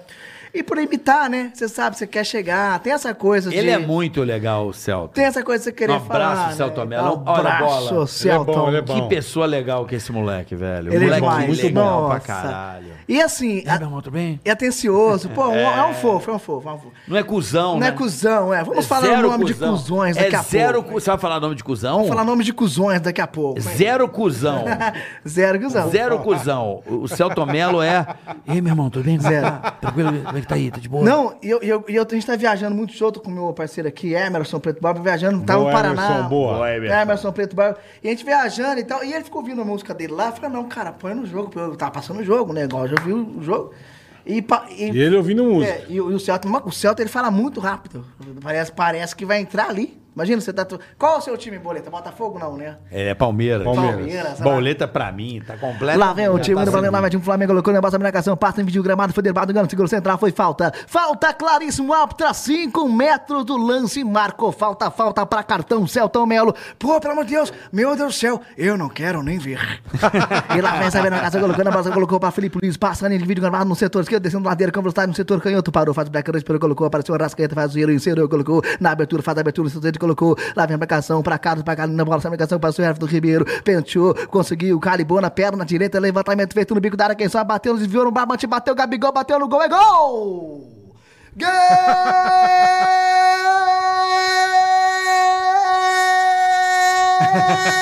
[SPEAKER 4] E por imitar, né? Você sabe, você quer chegar, tem essa coisa de...
[SPEAKER 2] Ele é muito legal, o Celtão.
[SPEAKER 4] Tem essa coisa de você querer
[SPEAKER 2] Um abraço,
[SPEAKER 4] falar.
[SPEAKER 2] Celton
[SPEAKER 4] né?
[SPEAKER 2] Mello.
[SPEAKER 4] Um
[SPEAKER 2] Olha a
[SPEAKER 4] abraço,
[SPEAKER 2] bola.
[SPEAKER 4] Celton.
[SPEAKER 3] Ele é bom, ele é
[SPEAKER 2] Que
[SPEAKER 3] bom.
[SPEAKER 2] pessoa legal que é esse moleque, velho.
[SPEAKER 4] Ele é
[SPEAKER 2] moleque
[SPEAKER 4] demais.
[SPEAKER 3] muito
[SPEAKER 2] legal pra
[SPEAKER 4] Nossa.
[SPEAKER 2] caralho.
[SPEAKER 4] E assim...
[SPEAKER 2] É, meu irmão, tudo bem?
[SPEAKER 4] É atencioso. Pô, é. um fofo, é um fofo, é um fofo.
[SPEAKER 2] Não é cuzão,
[SPEAKER 4] Não
[SPEAKER 2] né?
[SPEAKER 4] é cuzão, é. Vamos falar o
[SPEAKER 2] zero
[SPEAKER 4] nome
[SPEAKER 2] cuzão.
[SPEAKER 4] de cuzões daqui
[SPEAKER 2] é
[SPEAKER 4] a
[SPEAKER 2] zero
[SPEAKER 4] pouco.
[SPEAKER 2] cu- Você vai falar nome de cuzão?
[SPEAKER 4] Vamos falar nome de cuzões daqui a pouco.
[SPEAKER 2] Zero cuzão.
[SPEAKER 4] Zero cuzão.
[SPEAKER 2] Zero cuzão. O o Celto Melo é. Ei, meu irmão, tudo bem? Como é que
[SPEAKER 4] Zero.
[SPEAKER 2] tá? Tranquilo? Como é que tá aí? Tá de boa?
[SPEAKER 4] Não, e eu, e eu, e eu- a gente tá viajando muito junto com o meu parceiro aqui, Emerson Preto Barba, viajando, tava
[SPEAKER 3] Boa,
[SPEAKER 4] no Paraná.
[SPEAKER 3] Emerson, boa.
[SPEAKER 2] Boa, Emerson.
[SPEAKER 4] Emerson. Preto Barba. E a gente viajando e tal. E ele ficou ouvindo a música dele lá, eu falei, não, cara, põe no jogo, eu tava passando o jogo, né? Igual eu já vi o jogo. E, pa-
[SPEAKER 3] E ele ouvindo música.
[SPEAKER 4] é, e, o e o Celta, mas o Celta ele fala muito rápido. Parece, parece que vai entrar ali. Imagina, você tá. tu- Qual é o seu time, Boleta? Botafogo não, né?
[SPEAKER 2] Ele é Palmeiras.
[SPEAKER 3] Palmeiras.
[SPEAKER 4] Palmeiras, sei lá.
[SPEAKER 2] Boleta pra mim, tá completa.
[SPEAKER 4] Lá vem o time
[SPEAKER 2] Tá
[SPEAKER 4] do Flamengo,
[SPEAKER 2] sendo-
[SPEAKER 4] lá vai o time do Flamengo, colocou na base da marcação, passa em vídeo gramado, foi derrubado, ganhou, segurou central, foi falta. Falta claríssimo, Alptra, 5 metros do lance, marcou falta, falta pra cartão, Celtão Melo. Pô, pelo amor de Deus, meu Deus do céu, eu não quero nem ver. e lá vem sabendo na casa, colocou na base, colocou pra Felipe Luiz, passa em vídeo gramado no setor esquerdo, descendo ladeira, com velocidade no setor canhoto, parou, faz o black, esperou, colocou, apareceu o Rascaeta, faz o giro, inserou, colocou, na abertura, faz a abertura, no setor, colocou, lá vem a marcação, pra Carlos, pra Carlos, na bola, essa marcação, passou o Everton Ribeiro, penteou, conseguiu, calibou na perna direita, levantamento feito no bico da área, quem só bateu, desviou no barbante, bateu, Gabigol, bateu no gol, é gol!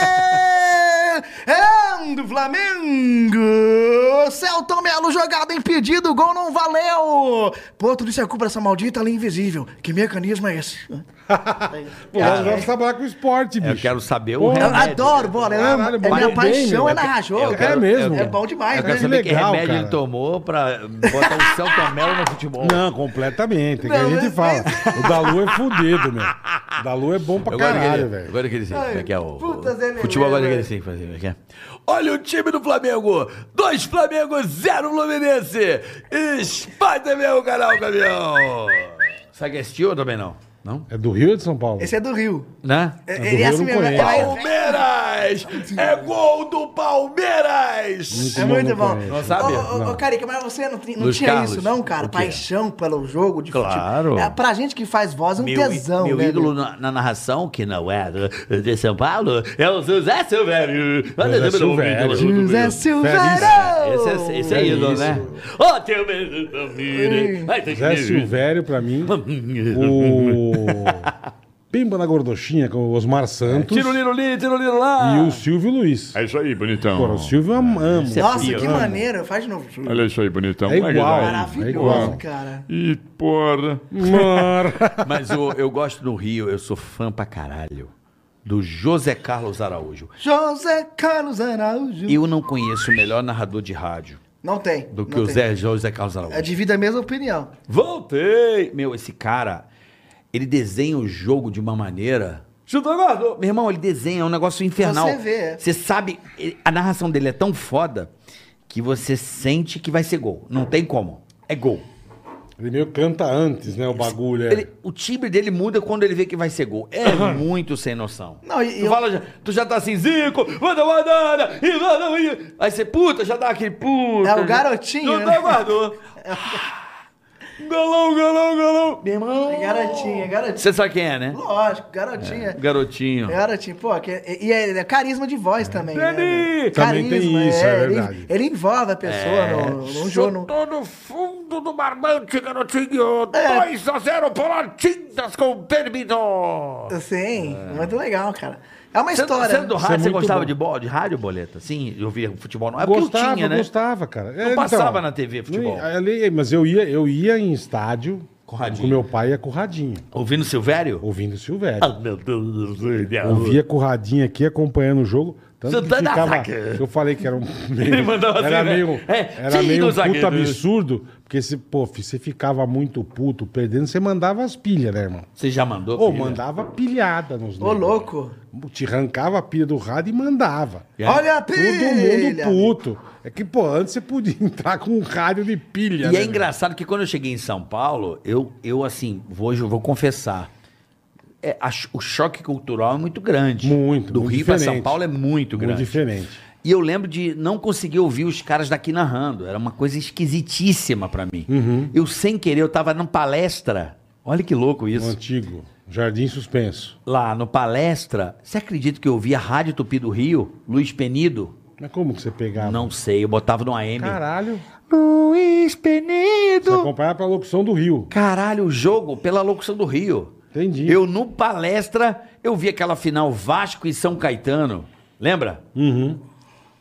[SPEAKER 4] Gol! É do Flamengo! Celton Melo, jogada impedida, o gol não valeu! Pô, tudo isso é culpa dessa maldita ali invisível. Que mecanismo é esse?
[SPEAKER 3] Pô, nós vamos trabalhar com esporte, bicho.
[SPEAKER 2] Eu quero saber o
[SPEAKER 3] Porra.
[SPEAKER 4] Eu
[SPEAKER 2] remédio.
[SPEAKER 4] adoro
[SPEAKER 2] né?
[SPEAKER 4] bola, eu amo.
[SPEAKER 3] Caralho,
[SPEAKER 4] É
[SPEAKER 3] bola
[SPEAKER 4] minha
[SPEAKER 3] bem,
[SPEAKER 4] paixão
[SPEAKER 3] meu.
[SPEAKER 4] é narrar jogo.
[SPEAKER 2] Eu quero-
[SPEAKER 3] É mesmo?
[SPEAKER 4] É bom demais,
[SPEAKER 2] Eu
[SPEAKER 4] né?
[SPEAKER 2] quero saber que
[SPEAKER 3] Legal,
[SPEAKER 2] remédio ele
[SPEAKER 3] cara.
[SPEAKER 2] tomou pra botar o Celto Melo no futebol.
[SPEAKER 3] Não, completamente. É que
[SPEAKER 4] Não,
[SPEAKER 3] a gente
[SPEAKER 4] mas-
[SPEAKER 3] fala. O Dalu é fudido, meu. O Dalu é bom pra
[SPEAKER 2] Eu gosto
[SPEAKER 3] caralho,
[SPEAKER 2] daquele,
[SPEAKER 3] velho.
[SPEAKER 2] eu gosto daquele sim. Como é que é o.
[SPEAKER 4] puta Zé
[SPEAKER 2] o futebol agora
[SPEAKER 4] Lelê,
[SPEAKER 2] daquele sim. Como é que é? Olha o time do Flamengo! Dois Flamengo, zero Fluminense! Espalha meu canal, caminhão! Sabe que assistiu ou também não? Não?
[SPEAKER 3] É do Rio ou de São Paulo?
[SPEAKER 4] Esse é do Rio.
[SPEAKER 2] Né?
[SPEAKER 4] É,
[SPEAKER 3] do
[SPEAKER 4] ele
[SPEAKER 3] Rio
[SPEAKER 4] é
[SPEAKER 3] eu
[SPEAKER 4] assim
[SPEAKER 3] não
[SPEAKER 4] mesmo.
[SPEAKER 3] conheço.
[SPEAKER 4] ela é-
[SPEAKER 2] Palmeiras! É gol do Palmeiras!
[SPEAKER 4] É muito bom.
[SPEAKER 3] conheço.
[SPEAKER 2] Não sabe?
[SPEAKER 4] Ô, ô, ô, Carica, mas você não, tem- não
[SPEAKER 2] Luiz
[SPEAKER 4] tinha
[SPEAKER 2] Carlos?
[SPEAKER 4] isso, não, cara?
[SPEAKER 2] O quê?
[SPEAKER 4] Paixão pelo jogo de
[SPEAKER 2] Claro.
[SPEAKER 4] futebol. É, pra gente que faz voz, é um tesão,
[SPEAKER 2] meu
[SPEAKER 4] né?
[SPEAKER 2] ídolo
[SPEAKER 4] meu?
[SPEAKER 2] na, na narração, que não é do- de São Paulo, é o José Silvério. Olha
[SPEAKER 3] José
[SPEAKER 2] o número um,
[SPEAKER 3] Silvério.
[SPEAKER 2] ídolo do
[SPEAKER 4] José
[SPEAKER 2] meu.
[SPEAKER 4] Silveiro!
[SPEAKER 2] Esse é, esse é
[SPEAKER 3] É
[SPEAKER 2] ídolo,
[SPEAKER 3] isso.
[SPEAKER 2] né? Ô, teu menino, vai ter
[SPEAKER 3] Zé
[SPEAKER 2] que
[SPEAKER 3] Silvério, pra mim, o... Pimba na Gordoxinha, com o Osmar Santos
[SPEAKER 2] Tiro liro li, tiro liro lá.
[SPEAKER 3] e o Silvio Luiz.
[SPEAKER 6] É isso aí, bonitão.
[SPEAKER 3] Pô, o Silvio eu am- amo.
[SPEAKER 4] Nossa,
[SPEAKER 2] Esse é
[SPEAKER 4] que
[SPEAKER 2] fio.
[SPEAKER 4] maneiro. Faz de novo.
[SPEAKER 6] Olha isso aí, bonitão.
[SPEAKER 3] É igual. É
[SPEAKER 4] Maravilhoso,
[SPEAKER 3] igual.
[SPEAKER 4] cara.
[SPEAKER 6] E porra.
[SPEAKER 3] Mor-
[SPEAKER 2] Mas o- eu gosto do Rio, eu sou fã pra caralho do José Carlos Araújo.
[SPEAKER 4] José Carlos Araújo.
[SPEAKER 2] Eu não conheço o melhor narrador de rádio
[SPEAKER 4] Não tem.
[SPEAKER 2] do que
[SPEAKER 4] não
[SPEAKER 2] o
[SPEAKER 4] tem. É
[SPEAKER 2] Zé José Carlos Araújo.
[SPEAKER 4] Eu divido a mesma opinião.
[SPEAKER 2] Voltei! Meu, esse cara, ele desenha o jogo de uma maneira. Chutou, guardou. Meu irmão, ele desenha, é um negócio infernal.
[SPEAKER 4] Você vê, é.
[SPEAKER 2] Você sabe, ele- a narração dele é tão foda que você sente que vai ser gol. Não tem como. É gol.
[SPEAKER 3] Ele meio canta antes, né? O bagulho. é.
[SPEAKER 2] Ele- o timbre dele muda quando ele vê que vai ser gol. É muito sem noção.
[SPEAKER 4] Não, e-
[SPEAKER 2] tu,
[SPEAKER 4] eu-
[SPEAKER 2] fala já- tu já tá assim, Zico, manda, manda, e manda, e... Aí você, puta, já dá aquele puta.
[SPEAKER 4] É o garotinho,
[SPEAKER 2] Chutou,
[SPEAKER 4] né?
[SPEAKER 2] guardou. Golão, golão, golão. Meu irmão.
[SPEAKER 4] É Garotinha, é garotinha.
[SPEAKER 2] Você sabe quem é, né?
[SPEAKER 4] Lógico, garotinha.
[SPEAKER 2] Garotinho.
[SPEAKER 4] É garotinho, pô, que, e, e é, é carisma de voz também. né,
[SPEAKER 2] Dani!
[SPEAKER 4] velho?
[SPEAKER 3] Também tem
[SPEAKER 4] Carisma,
[SPEAKER 3] isso, é
[SPEAKER 4] ele-
[SPEAKER 3] verdade.
[SPEAKER 4] Ele, envolve a pessoa
[SPEAKER 2] É.
[SPEAKER 4] no, no jogo. no-
[SPEAKER 1] Chutou no fundo do barbante, garotinho.
[SPEAKER 4] É.
[SPEAKER 1] 2 a 0 Polantintas com permissão.
[SPEAKER 4] Sim, muito legal, cara. É uma
[SPEAKER 2] Você
[SPEAKER 4] história.
[SPEAKER 2] do
[SPEAKER 3] Isso é
[SPEAKER 2] rádio, você
[SPEAKER 3] muito
[SPEAKER 2] gostava
[SPEAKER 3] bom.
[SPEAKER 2] de, bola, de rádio, Boleta? Sim, eu via futebol. Não é porque eu
[SPEAKER 3] gostava,
[SPEAKER 2] tinha, né?
[SPEAKER 3] gostava, cara. É, então, Não
[SPEAKER 2] passava na TV futebol.
[SPEAKER 3] mas eu ia, eu ia em estádio
[SPEAKER 2] Com radinho.
[SPEAKER 3] com meu pai e ia com o Radinho,
[SPEAKER 2] Ouvindo Silvério?
[SPEAKER 3] ouvindo o Silvério.
[SPEAKER 2] Ah, meu Deus do céu.
[SPEAKER 3] Ouvia com o Radinho aqui, acompanhando o jogo. Tanto que
[SPEAKER 2] Santana
[SPEAKER 3] ficava,
[SPEAKER 2] ataca.
[SPEAKER 3] eu falei que era um meio,
[SPEAKER 2] Ele mandava assim,
[SPEAKER 3] era
[SPEAKER 2] né?
[SPEAKER 3] meio,
[SPEAKER 2] É,
[SPEAKER 3] era
[SPEAKER 2] sim,
[SPEAKER 3] meio
[SPEAKER 2] do
[SPEAKER 3] um puto
[SPEAKER 2] zagueiro.
[SPEAKER 3] absurdo, porque se, pô, você ficava muito puto, perdendo, você mandava as pilhas, né, irmão?
[SPEAKER 2] Você já mandou?
[SPEAKER 3] Ou
[SPEAKER 2] filha?
[SPEAKER 3] mandava pilhada nos
[SPEAKER 4] Ô,
[SPEAKER 2] né?
[SPEAKER 3] negros.
[SPEAKER 4] louco.
[SPEAKER 3] Te arrancava a pilha do rádio e mandava.
[SPEAKER 2] É.
[SPEAKER 4] Olha a
[SPEAKER 3] Todo
[SPEAKER 4] pilha.
[SPEAKER 3] mundo puto. É que, pô, antes você podia entrar com um rádio de pilha.
[SPEAKER 2] E
[SPEAKER 3] né,
[SPEAKER 2] é
[SPEAKER 3] meu?
[SPEAKER 2] engraçado que quando eu cheguei em São Paulo, eu, eu assim, vou, eu vou confessar. é, a cho- o choque cultural é muito grande.
[SPEAKER 3] Muito,
[SPEAKER 2] Do
[SPEAKER 3] muito
[SPEAKER 2] Rio para
[SPEAKER 3] diferente.
[SPEAKER 2] São Paulo é muito grande.
[SPEAKER 3] Muito diferente.
[SPEAKER 2] E eu lembro de não conseguir ouvir os caras daqui narrando. Era uma coisa esquisitíssima pra mim.
[SPEAKER 3] Uhum.
[SPEAKER 2] Eu, sem querer, eu tava numa palestra. Olha que louco
[SPEAKER 3] O
[SPEAKER 2] isso.
[SPEAKER 3] Um antigo, Jardim Suspenso.
[SPEAKER 2] Lá no palestra, você acredita que eu ouvia a Rádio Tupi do Rio, Luiz Penido?
[SPEAKER 3] Mas como que você pegava?
[SPEAKER 2] Não sei, eu botava no AM.
[SPEAKER 3] Caralho.
[SPEAKER 2] Luiz
[SPEAKER 3] Você
[SPEAKER 2] Penido!
[SPEAKER 3] acompanhava pra locução do Rio.
[SPEAKER 2] Caralho, o jogo pela locução do Rio.
[SPEAKER 3] Entendi.
[SPEAKER 2] Eu, no palestra, eu vi aquela final Vasco e São Caetano. Lembra?
[SPEAKER 3] Uhum.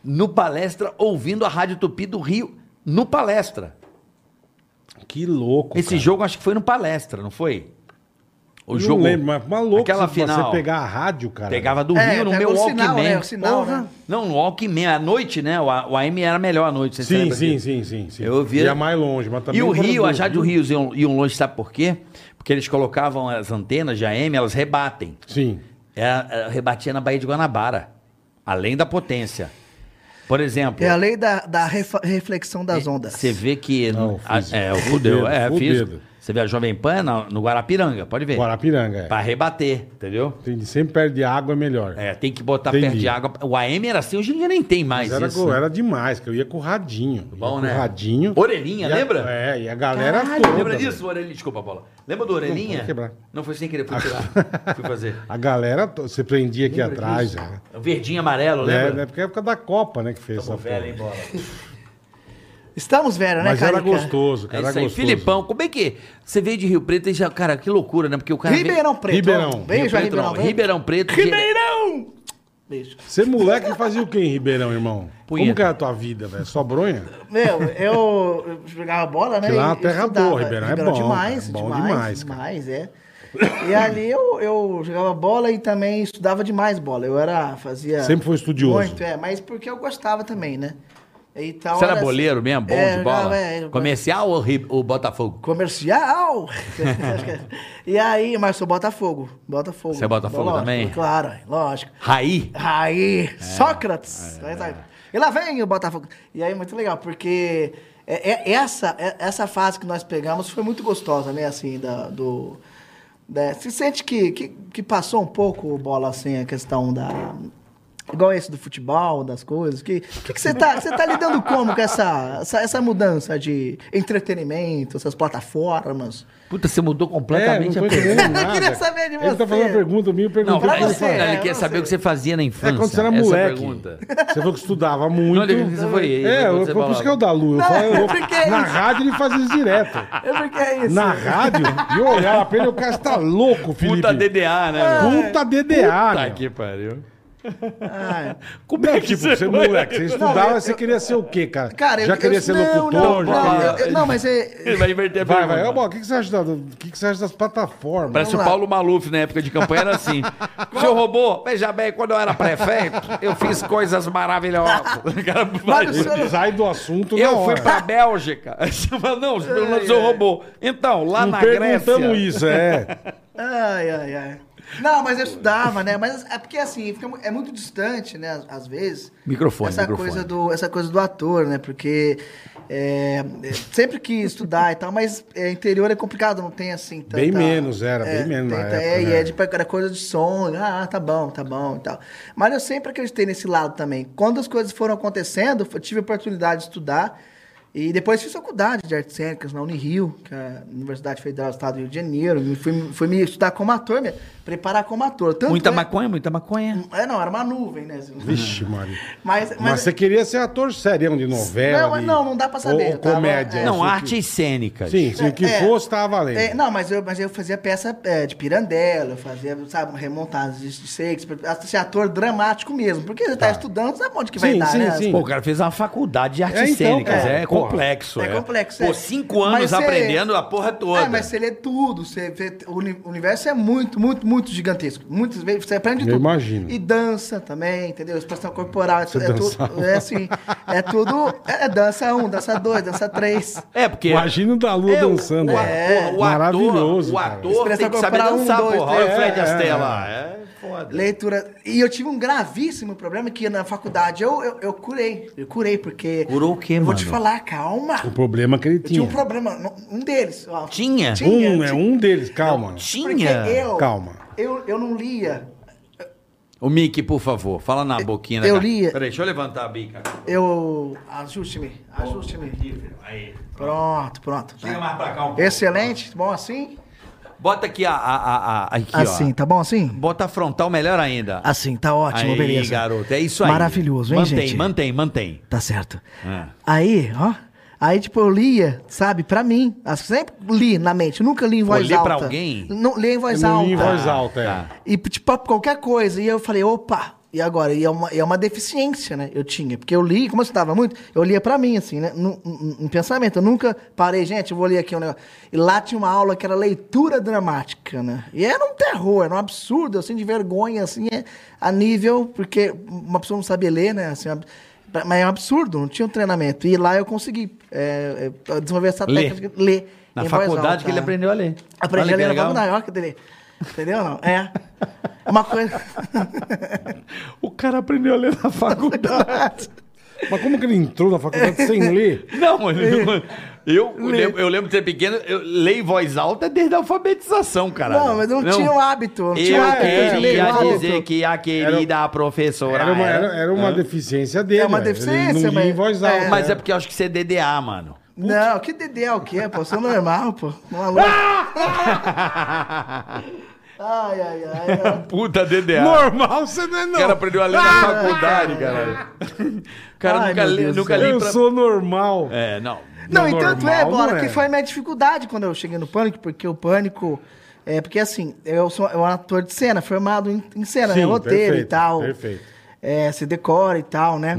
[SPEAKER 2] No palestra, ouvindo a Rádio Tupi do Rio, no palestra.
[SPEAKER 3] Que louco,
[SPEAKER 2] Esse
[SPEAKER 3] cara.
[SPEAKER 2] jogo acho que foi no palestra, não foi? O
[SPEAKER 3] Eu
[SPEAKER 2] jogo.
[SPEAKER 3] Não lembro, mas maluco
[SPEAKER 2] Aquela
[SPEAKER 3] se
[SPEAKER 2] final.
[SPEAKER 3] você pegar a rádio, cara.
[SPEAKER 2] Pegava do
[SPEAKER 4] É,
[SPEAKER 2] Rio no
[SPEAKER 4] pega
[SPEAKER 2] meu
[SPEAKER 4] o sinal,
[SPEAKER 2] Walkman.
[SPEAKER 4] né? O sinal,
[SPEAKER 2] Porra.
[SPEAKER 4] né?
[SPEAKER 2] Não, no Walkman. À noite, né? O, A- o AM era melhor à noite. Você se
[SPEAKER 3] Sim,
[SPEAKER 2] lembra
[SPEAKER 3] sim,
[SPEAKER 2] disso?
[SPEAKER 3] sim, sim, sim.
[SPEAKER 2] Eu via-
[SPEAKER 3] Ia mais longe, mas também...
[SPEAKER 2] E o
[SPEAKER 3] quando
[SPEAKER 2] Rio,
[SPEAKER 3] do
[SPEAKER 2] a Rádio Rio iam, iam longe, sabe por quê? Porque eles colocavam as antenas de AM, elas rebatem.
[SPEAKER 3] Sim.
[SPEAKER 2] É, é, rebatia na Baía de Guanabara. Além da potência. Por exemplo.
[SPEAKER 4] É a lei da, da refa- reflexão das ondas.
[SPEAKER 2] É, Você vê que.
[SPEAKER 3] Não,
[SPEAKER 2] a-
[SPEAKER 3] físico.
[SPEAKER 2] é, o fudeu.
[SPEAKER 3] Fudido,
[SPEAKER 2] É,
[SPEAKER 3] fudido.
[SPEAKER 2] físico. Você vê a Jovem Pan na- no Guarapiranga, pode ver.
[SPEAKER 3] Guarapiranga, é.
[SPEAKER 2] Pra rebater, entendeu?
[SPEAKER 3] Entendi. Sempre perde água, é melhor.
[SPEAKER 2] É, tem que botar
[SPEAKER 3] Entendi.
[SPEAKER 2] perto de água. O AM era assim, hoje em dia nem tem mais
[SPEAKER 3] Mas era,
[SPEAKER 2] isso. é
[SPEAKER 3] go- era demais, que eu ia com o radinho. Ia
[SPEAKER 2] Bom,
[SPEAKER 3] com
[SPEAKER 2] né?
[SPEAKER 3] o radinho.
[SPEAKER 2] Orelhinha,
[SPEAKER 3] E a-
[SPEAKER 2] lembra?
[SPEAKER 3] É, e a galera
[SPEAKER 2] Caralho,
[SPEAKER 3] toda.
[SPEAKER 2] Ah, lembra
[SPEAKER 3] velho.
[SPEAKER 2] disso, Orelhinha? Desculpa, Paula. Lembra do Orelhinha?
[SPEAKER 3] pode quebrar. Ah.
[SPEAKER 2] Não, foi sem querer, fui tirar. fui fazer.
[SPEAKER 3] A galera, to- você prendia aqui atrás. né?
[SPEAKER 2] Verdinho e amarelo,
[SPEAKER 3] É,
[SPEAKER 2] lembra?
[SPEAKER 3] né? Porque é a época da Copa, né, que fez
[SPEAKER 2] Tamo
[SPEAKER 3] essa
[SPEAKER 2] velho, hein,
[SPEAKER 3] porra.
[SPEAKER 2] bola.
[SPEAKER 4] Estamos velhos, né,
[SPEAKER 3] Mas
[SPEAKER 4] cara?
[SPEAKER 3] era gostoso,
[SPEAKER 2] É
[SPEAKER 3] cara,
[SPEAKER 2] isso
[SPEAKER 3] era
[SPEAKER 2] aí.
[SPEAKER 3] gostoso.
[SPEAKER 2] Filipão, como é que. Você veio de Rio Preto e já. Cara, que loucura, né? Porque o cara.
[SPEAKER 4] Ribeirão Preto.
[SPEAKER 3] Ribeirão.
[SPEAKER 4] ó.
[SPEAKER 2] Veio...
[SPEAKER 4] Beijo a
[SPEAKER 2] Ribeirão,
[SPEAKER 4] Ribeirão
[SPEAKER 2] Preto, não. Ribeirão Preto.
[SPEAKER 4] Preto.
[SPEAKER 2] Ribeirão!
[SPEAKER 4] Ribeirão! Beijo.
[SPEAKER 3] Você moleque fazia o quê em Ribeirão, irmão?
[SPEAKER 2] Punheta.
[SPEAKER 3] Como que era a tua vida, velho? Só bronha?
[SPEAKER 4] Meu, eu eu jogava bola, né?
[SPEAKER 3] Que lá
[SPEAKER 4] e
[SPEAKER 3] é uma terra
[SPEAKER 4] estudava.
[SPEAKER 3] boa, Ribeirão é bom,
[SPEAKER 4] demais,
[SPEAKER 3] cara, é bom
[SPEAKER 4] demais, demais,
[SPEAKER 3] demais, cara.
[SPEAKER 4] é. E ali eu, eu jogava bola e também estudava demais bola. Eu era, fazia...
[SPEAKER 3] Sempre foi estudioso.
[SPEAKER 4] Muito, é, mas porque eu gostava também, né? Então,
[SPEAKER 2] Você era
[SPEAKER 4] assim-
[SPEAKER 2] boleiro mesmo? Bom
[SPEAKER 4] É,
[SPEAKER 2] de
[SPEAKER 4] eu
[SPEAKER 2] bola?
[SPEAKER 4] jogava, é, eu-
[SPEAKER 2] Comercial ou, Ri- ou Botafogo?
[SPEAKER 4] Comercial! e aí, mas sou Botafogo, Botafogo.
[SPEAKER 2] Você é Botafogo
[SPEAKER 4] Lógico,
[SPEAKER 2] também?
[SPEAKER 4] Claro, lógico.
[SPEAKER 2] Raí?
[SPEAKER 4] Aí,
[SPEAKER 3] É,
[SPEAKER 4] Sócrates. Aí tá- E lá vem o Botafogo. E aí, muito legal, porque é- é- essa, é- essa fase que nós pegamos foi muito gostosa, né? Assim, da, do, né? Você sente que, que, que passou um pouco, Bola, assim, a questão da... Igual esse do futebol, das coisas. que que, que você tá, você tá lidando como com essa, essa, essa mudança de entretenimento, essas plataformas?
[SPEAKER 2] Puta, você mudou
[SPEAKER 3] É, não
[SPEAKER 2] completamente
[SPEAKER 3] tô
[SPEAKER 2] a pergunta.
[SPEAKER 3] entendendo nada.
[SPEAKER 4] Queria saber de
[SPEAKER 3] Ele
[SPEAKER 4] você.
[SPEAKER 3] tá fazendo uma pergunta minha, eu perguntei.
[SPEAKER 2] Não,
[SPEAKER 4] Pra
[SPEAKER 2] ele,
[SPEAKER 3] ele
[SPEAKER 4] você,
[SPEAKER 2] ele
[SPEAKER 4] é,
[SPEAKER 2] quer
[SPEAKER 4] pra
[SPEAKER 2] saber
[SPEAKER 4] você.
[SPEAKER 2] o que você fazia na infância.
[SPEAKER 3] É, quando você era
[SPEAKER 2] Essa é
[SPEAKER 3] moleque.
[SPEAKER 2] pergunta.
[SPEAKER 3] Você falou que estudava muito.
[SPEAKER 2] Não, ele você foi ele.
[SPEAKER 3] Então,
[SPEAKER 2] né?
[SPEAKER 3] É, eu,
[SPEAKER 2] você
[SPEAKER 3] por isso que é o da Lu. Eu
[SPEAKER 4] Não,
[SPEAKER 3] falo, eu-
[SPEAKER 4] porque é
[SPEAKER 3] na
[SPEAKER 4] isso.
[SPEAKER 3] rádio ele faz isso direto.
[SPEAKER 4] Eu fiquei assim, isso.
[SPEAKER 3] Na rádio, e eu olhava pra ele, o cara você tá louco, Felipe.
[SPEAKER 2] Puta DDA, né? meu?
[SPEAKER 3] Puta DDA.
[SPEAKER 2] Puta
[SPEAKER 3] meu.
[SPEAKER 2] que pariu.
[SPEAKER 4] Ah,
[SPEAKER 3] Como é que tipo, você, moleque, você estudava, você queria ser o quê, cara?
[SPEAKER 4] cara,
[SPEAKER 3] já
[SPEAKER 4] eu,
[SPEAKER 3] queria
[SPEAKER 4] eu,
[SPEAKER 3] ser
[SPEAKER 4] não,
[SPEAKER 3] locutor,
[SPEAKER 4] Não,
[SPEAKER 3] já
[SPEAKER 4] não,
[SPEAKER 3] queria...
[SPEAKER 4] eu- eu- não, mas é,
[SPEAKER 2] Ele vai inverter a
[SPEAKER 3] Vai,
[SPEAKER 2] pergunta.
[SPEAKER 3] vai, ô, bom, o que, que você acha da- o que, que você acha das plataformas?
[SPEAKER 2] Parece o
[SPEAKER 4] Vamos lá.
[SPEAKER 2] Paulo Maluf na época de campanha, era assim. Seu robô, veja bem, quando eu era prefeito, eu fiz coisas maravilhosas. O cara vai-
[SPEAKER 4] Mas o senhor-
[SPEAKER 3] Ele sai do assunto na
[SPEAKER 2] eu fui
[SPEAKER 3] hora.
[SPEAKER 2] pra Bélgica. Aí Você fala, não, pelo menos eu robô. Então, lá
[SPEAKER 3] É. Não
[SPEAKER 2] na Grécia.
[SPEAKER 3] perguntamos isso, é.
[SPEAKER 4] Ai, ai, ai. Não, mas eu estudava, né? Mas é porque assim, fica mu- é muito distante, né? Às, às vezes.
[SPEAKER 2] Microfone,
[SPEAKER 4] essa
[SPEAKER 2] microfone.
[SPEAKER 4] Coisa do, essa coisa do ator, né? Porque é, é, sempre que estudar e tal, mas é, interior é complicado, não tem assim. Tanta,
[SPEAKER 3] Bem menos, era, bem menos na
[SPEAKER 4] tanta-
[SPEAKER 3] época,
[SPEAKER 4] É, e
[SPEAKER 3] né?
[SPEAKER 4] é tipo, era coisa de som, ah, tá bom, tá bom e tal. Mas eu sempre acreditei nesse lado também. Quando as coisas foram acontecendo, eu tive a oportunidade de estudar. E depois fiz faculdade de artes cênicas na Unirio, que é a Universidade Federal do Estado do Rio de Janeiro. E Fui, fui me estudar como ator, me preparar como ator. Tanto
[SPEAKER 2] Muita
[SPEAKER 4] é-
[SPEAKER 2] maconha, muita maconha.
[SPEAKER 4] É, não, era uma nuvem, né?
[SPEAKER 3] Vixe, Maria.
[SPEAKER 4] Mas, mas,
[SPEAKER 3] Mas, você queria ser ator serião de novela?
[SPEAKER 4] Não, mas
[SPEAKER 3] de-
[SPEAKER 4] não, não dá pra saber,
[SPEAKER 3] Ou,
[SPEAKER 4] eu
[SPEAKER 3] ou
[SPEAKER 4] tava-
[SPEAKER 3] comédia.
[SPEAKER 4] é.
[SPEAKER 2] não,
[SPEAKER 3] assim,
[SPEAKER 2] artes
[SPEAKER 3] que-
[SPEAKER 2] cênicas.
[SPEAKER 3] Sim, sim, o que
[SPEAKER 4] É.
[SPEAKER 3] fosse, tava valendo.
[SPEAKER 4] É, não, mas eu, mas eu fazia peça é, de pirandela, eu fazia, sabe, remontadas de de Shakespeare, assim, ator dramático mesmo. Porque você tá, estudando, sabe onde que vai
[SPEAKER 3] Sim,
[SPEAKER 4] dar,
[SPEAKER 3] sim,
[SPEAKER 4] né?
[SPEAKER 3] sim.
[SPEAKER 2] Pô, o cara fez uma faculdade de artes
[SPEAKER 3] É, então,
[SPEAKER 2] cênicas.
[SPEAKER 3] cara,
[SPEAKER 2] É,
[SPEAKER 3] porra.
[SPEAKER 2] complexo.
[SPEAKER 4] É complexo, é.
[SPEAKER 2] Pô, cinco anos
[SPEAKER 4] Mas cê-
[SPEAKER 2] aprendendo a porra toda.
[SPEAKER 4] É, mas você lê tudo, você vê, o uni- o universo é muito, muito, muito gigantesco. Muitas vezes você aprende
[SPEAKER 3] Eu
[SPEAKER 4] tudo.
[SPEAKER 3] imagino.
[SPEAKER 4] E dança também, entendeu? Expressão corporal, é, tu- é
[SPEAKER 3] dançava.
[SPEAKER 4] tudo, é assim, é tudo, é, é dança um, dança dois, dança três.
[SPEAKER 2] É, porque.
[SPEAKER 3] Imagina o da Lua
[SPEAKER 2] É, o-
[SPEAKER 3] dançando.
[SPEAKER 2] O,
[SPEAKER 3] lá.
[SPEAKER 4] É.
[SPEAKER 2] ator- o ator,
[SPEAKER 3] Maravilhoso,
[SPEAKER 2] o
[SPEAKER 3] cara.
[SPEAKER 2] ator tem que
[SPEAKER 4] Expressão
[SPEAKER 2] saber
[SPEAKER 4] corporal, um,
[SPEAKER 2] dançar,
[SPEAKER 4] dois,
[SPEAKER 2] porra.
[SPEAKER 4] três.
[SPEAKER 2] Olha o Fred
[SPEAKER 3] É,
[SPEAKER 2] Astaire
[SPEAKER 3] é.
[SPEAKER 2] lá. É foda.
[SPEAKER 4] Leitura. E eu tive um gravíssimo problema que na faculdade eu, eu, eu curei. Eu curei, porque.
[SPEAKER 2] Curou o quê,
[SPEAKER 4] eu Vou te
[SPEAKER 2] mano?
[SPEAKER 4] falar, calma.
[SPEAKER 3] O problema é que ele
[SPEAKER 4] Eu tinha
[SPEAKER 3] tinha.
[SPEAKER 4] um problema, um- um deles. ó.
[SPEAKER 2] Tinha?
[SPEAKER 3] Um, é um deles, calma.
[SPEAKER 4] Porque
[SPEAKER 2] Tinha?
[SPEAKER 4] eu,
[SPEAKER 3] Calma.
[SPEAKER 4] Eu, eu não lia.
[SPEAKER 2] O Mickey, por favor, fala na boquinha. da
[SPEAKER 4] eu
[SPEAKER 2] cara.
[SPEAKER 4] li-
[SPEAKER 2] Peraí, deixa eu levantar a bica.
[SPEAKER 4] Eu. Ajuste-me, ajuste-me.
[SPEAKER 2] Aí.
[SPEAKER 4] Pronto, pronto. tá.
[SPEAKER 2] Chega mais pra cá um pouco.
[SPEAKER 4] Excelente, bom assim?
[SPEAKER 2] Bota aqui a... a, a, a- aqui,
[SPEAKER 4] assim,
[SPEAKER 2] ó.
[SPEAKER 4] tá bom assim?
[SPEAKER 2] Bota a frontal melhor ainda.
[SPEAKER 4] Assim, tá ótimo,
[SPEAKER 2] aí,
[SPEAKER 4] beleza.
[SPEAKER 2] garoto. É isso aí.
[SPEAKER 4] Maravilhoso, hein,
[SPEAKER 2] mantém,
[SPEAKER 4] gente?
[SPEAKER 2] Mantém, mantém,
[SPEAKER 4] Tá certo.
[SPEAKER 2] É.
[SPEAKER 4] Aí, ó. Aí, tipo, eu lia, sabe, pra mim. Eu sempre li na mente. Eu nunca li em voz
[SPEAKER 2] ler
[SPEAKER 4] alta.
[SPEAKER 2] pra alguém?
[SPEAKER 4] Não, li em voz
[SPEAKER 3] Não
[SPEAKER 4] alta.
[SPEAKER 3] li em voz alta, é.
[SPEAKER 2] tá.
[SPEAKER 4] E, tipo, qualquer coisa. E eu falei, opa, e agora? E é uma, e é uma deficiência, né? Eu tinha. Porque eu li, como eu estudava muito, eu lia pra mim, assim, né? Num- num- Em pensamento. Eu nunca parei, gente, eu vou ler aqui um negócio. E lá tinha uma aula que era leitura dramática, né? E era um terror, era um absurdo, assim, de vergonha, assim, é- a nível, porque uma pessoa não sabia ler, né? Assim, ab- pra- mas é um absurdo, não tinha um treinamento. E lá eu consegui é, é, desenvolver essa
[SPEAKER 2] Ler.
[SPEAKER 4] técnica de ler.
[SPEAKER 2] Na
[SPEAKER 4] em voz
[SPEAKER 2] faculdade
[SPEAKER 4] alta,
[SPEAKER 2] que ele
[SPEAKER 4] né?
[SPEAKER 2] aprendeu a ler. Olha
[SPEAKER 4] Aprendi
[SPEAKER 2] que
[SPEAKER 4] a ler na
[SPEAKER 2] legal.
[SPEAKER 4] faculdade, olha que dele. Entendeu não? É. Uma coisa.
[SPEAKER 2] O cara aprendeu a ler na faculdade.
[SPEAKER 3] Mas como que ele entrou na faculdade sem ler?
[SPEAKER 2] Não, ele não- eu, eu lembro- eu lembro de ser pequeno, eu leio em voz alta desde a alfabetização, cara.
[SPEAKER 4] Não, mas não, tinha o hábito. Não
[SPEAKER 2] Eu
[SPEAKER 4] tinha um o hábito de ler
[SPEAKER 2] queria
[SPEAKER 4] igual.
[SPEAKER 2] dizer que a querida professora.
[SPEAKER 3] Era uma,
[SPEAKER 2] era-
[SPEAKER 3] era, era uma deficiência dele.
[SPEAKER 4] É uma
[SPEAKER 3] velho. Ele
[SPEAKER 4] deficiência,
[SPEAKER 3] não lia em
[SPEAKER 4] mas-
[SPEAKER 3] voz alta.
[SPEAKER 4] é.
[SPEAKER 2] Mas é porque eu acho que você é DDA, mano.
[SPEAKER 4] Não, que Dedé é o quê, pô? Isso é normal, pô. Maluco. Ai, ai, ai.
[SPEAKER 2] Puta DDA.
[SPEAKER 3] Normal você não é,
[SPEAKER 2] O
[SPEAKER 3] não.
[SPEAKER 2] cara aprendeu a ler na faculdade, cara. O cara
[SPEAKER 4] Ah! Ai,
[SPEAKER 2] nunca,
[SPEAKER 4] meu
[SPEAKER 2] lê,
[SPEAKER 4] Deus
[SPEAKER 2] nunca
[SPEAKER 4] do
[SPEAKER 2] li
[SPEAKER 3] Eu
[SPEAKER 2] pra...
[SPEAKER 3] sou normal.
[SPEAKER 2] É, não.
[SPEAKER 4] Não,
[SPEAKER 3] Não,
[SPEAKER 4] e tanto é,
[SPEAKER 3] normal
[SPEAKER 4] Bora,
[SPEAKER 3] não é.
[SPEAKER 4] que foi minha dificuldade quando eu cheguei no Pânico, porque o Pânico... É, porque assim, eu sou eu era um ator de cena, formado em, em cena, né?
[SPEAKER 3] Sim,
[SPEAKER 4] Roteiro e
[SPEAKER 3] perfeito,
[SPEAKER 4] tal.
[SPEAKER 3] perfeito. Uhum.
[SPEAKER 4] É, se decora e tal, né?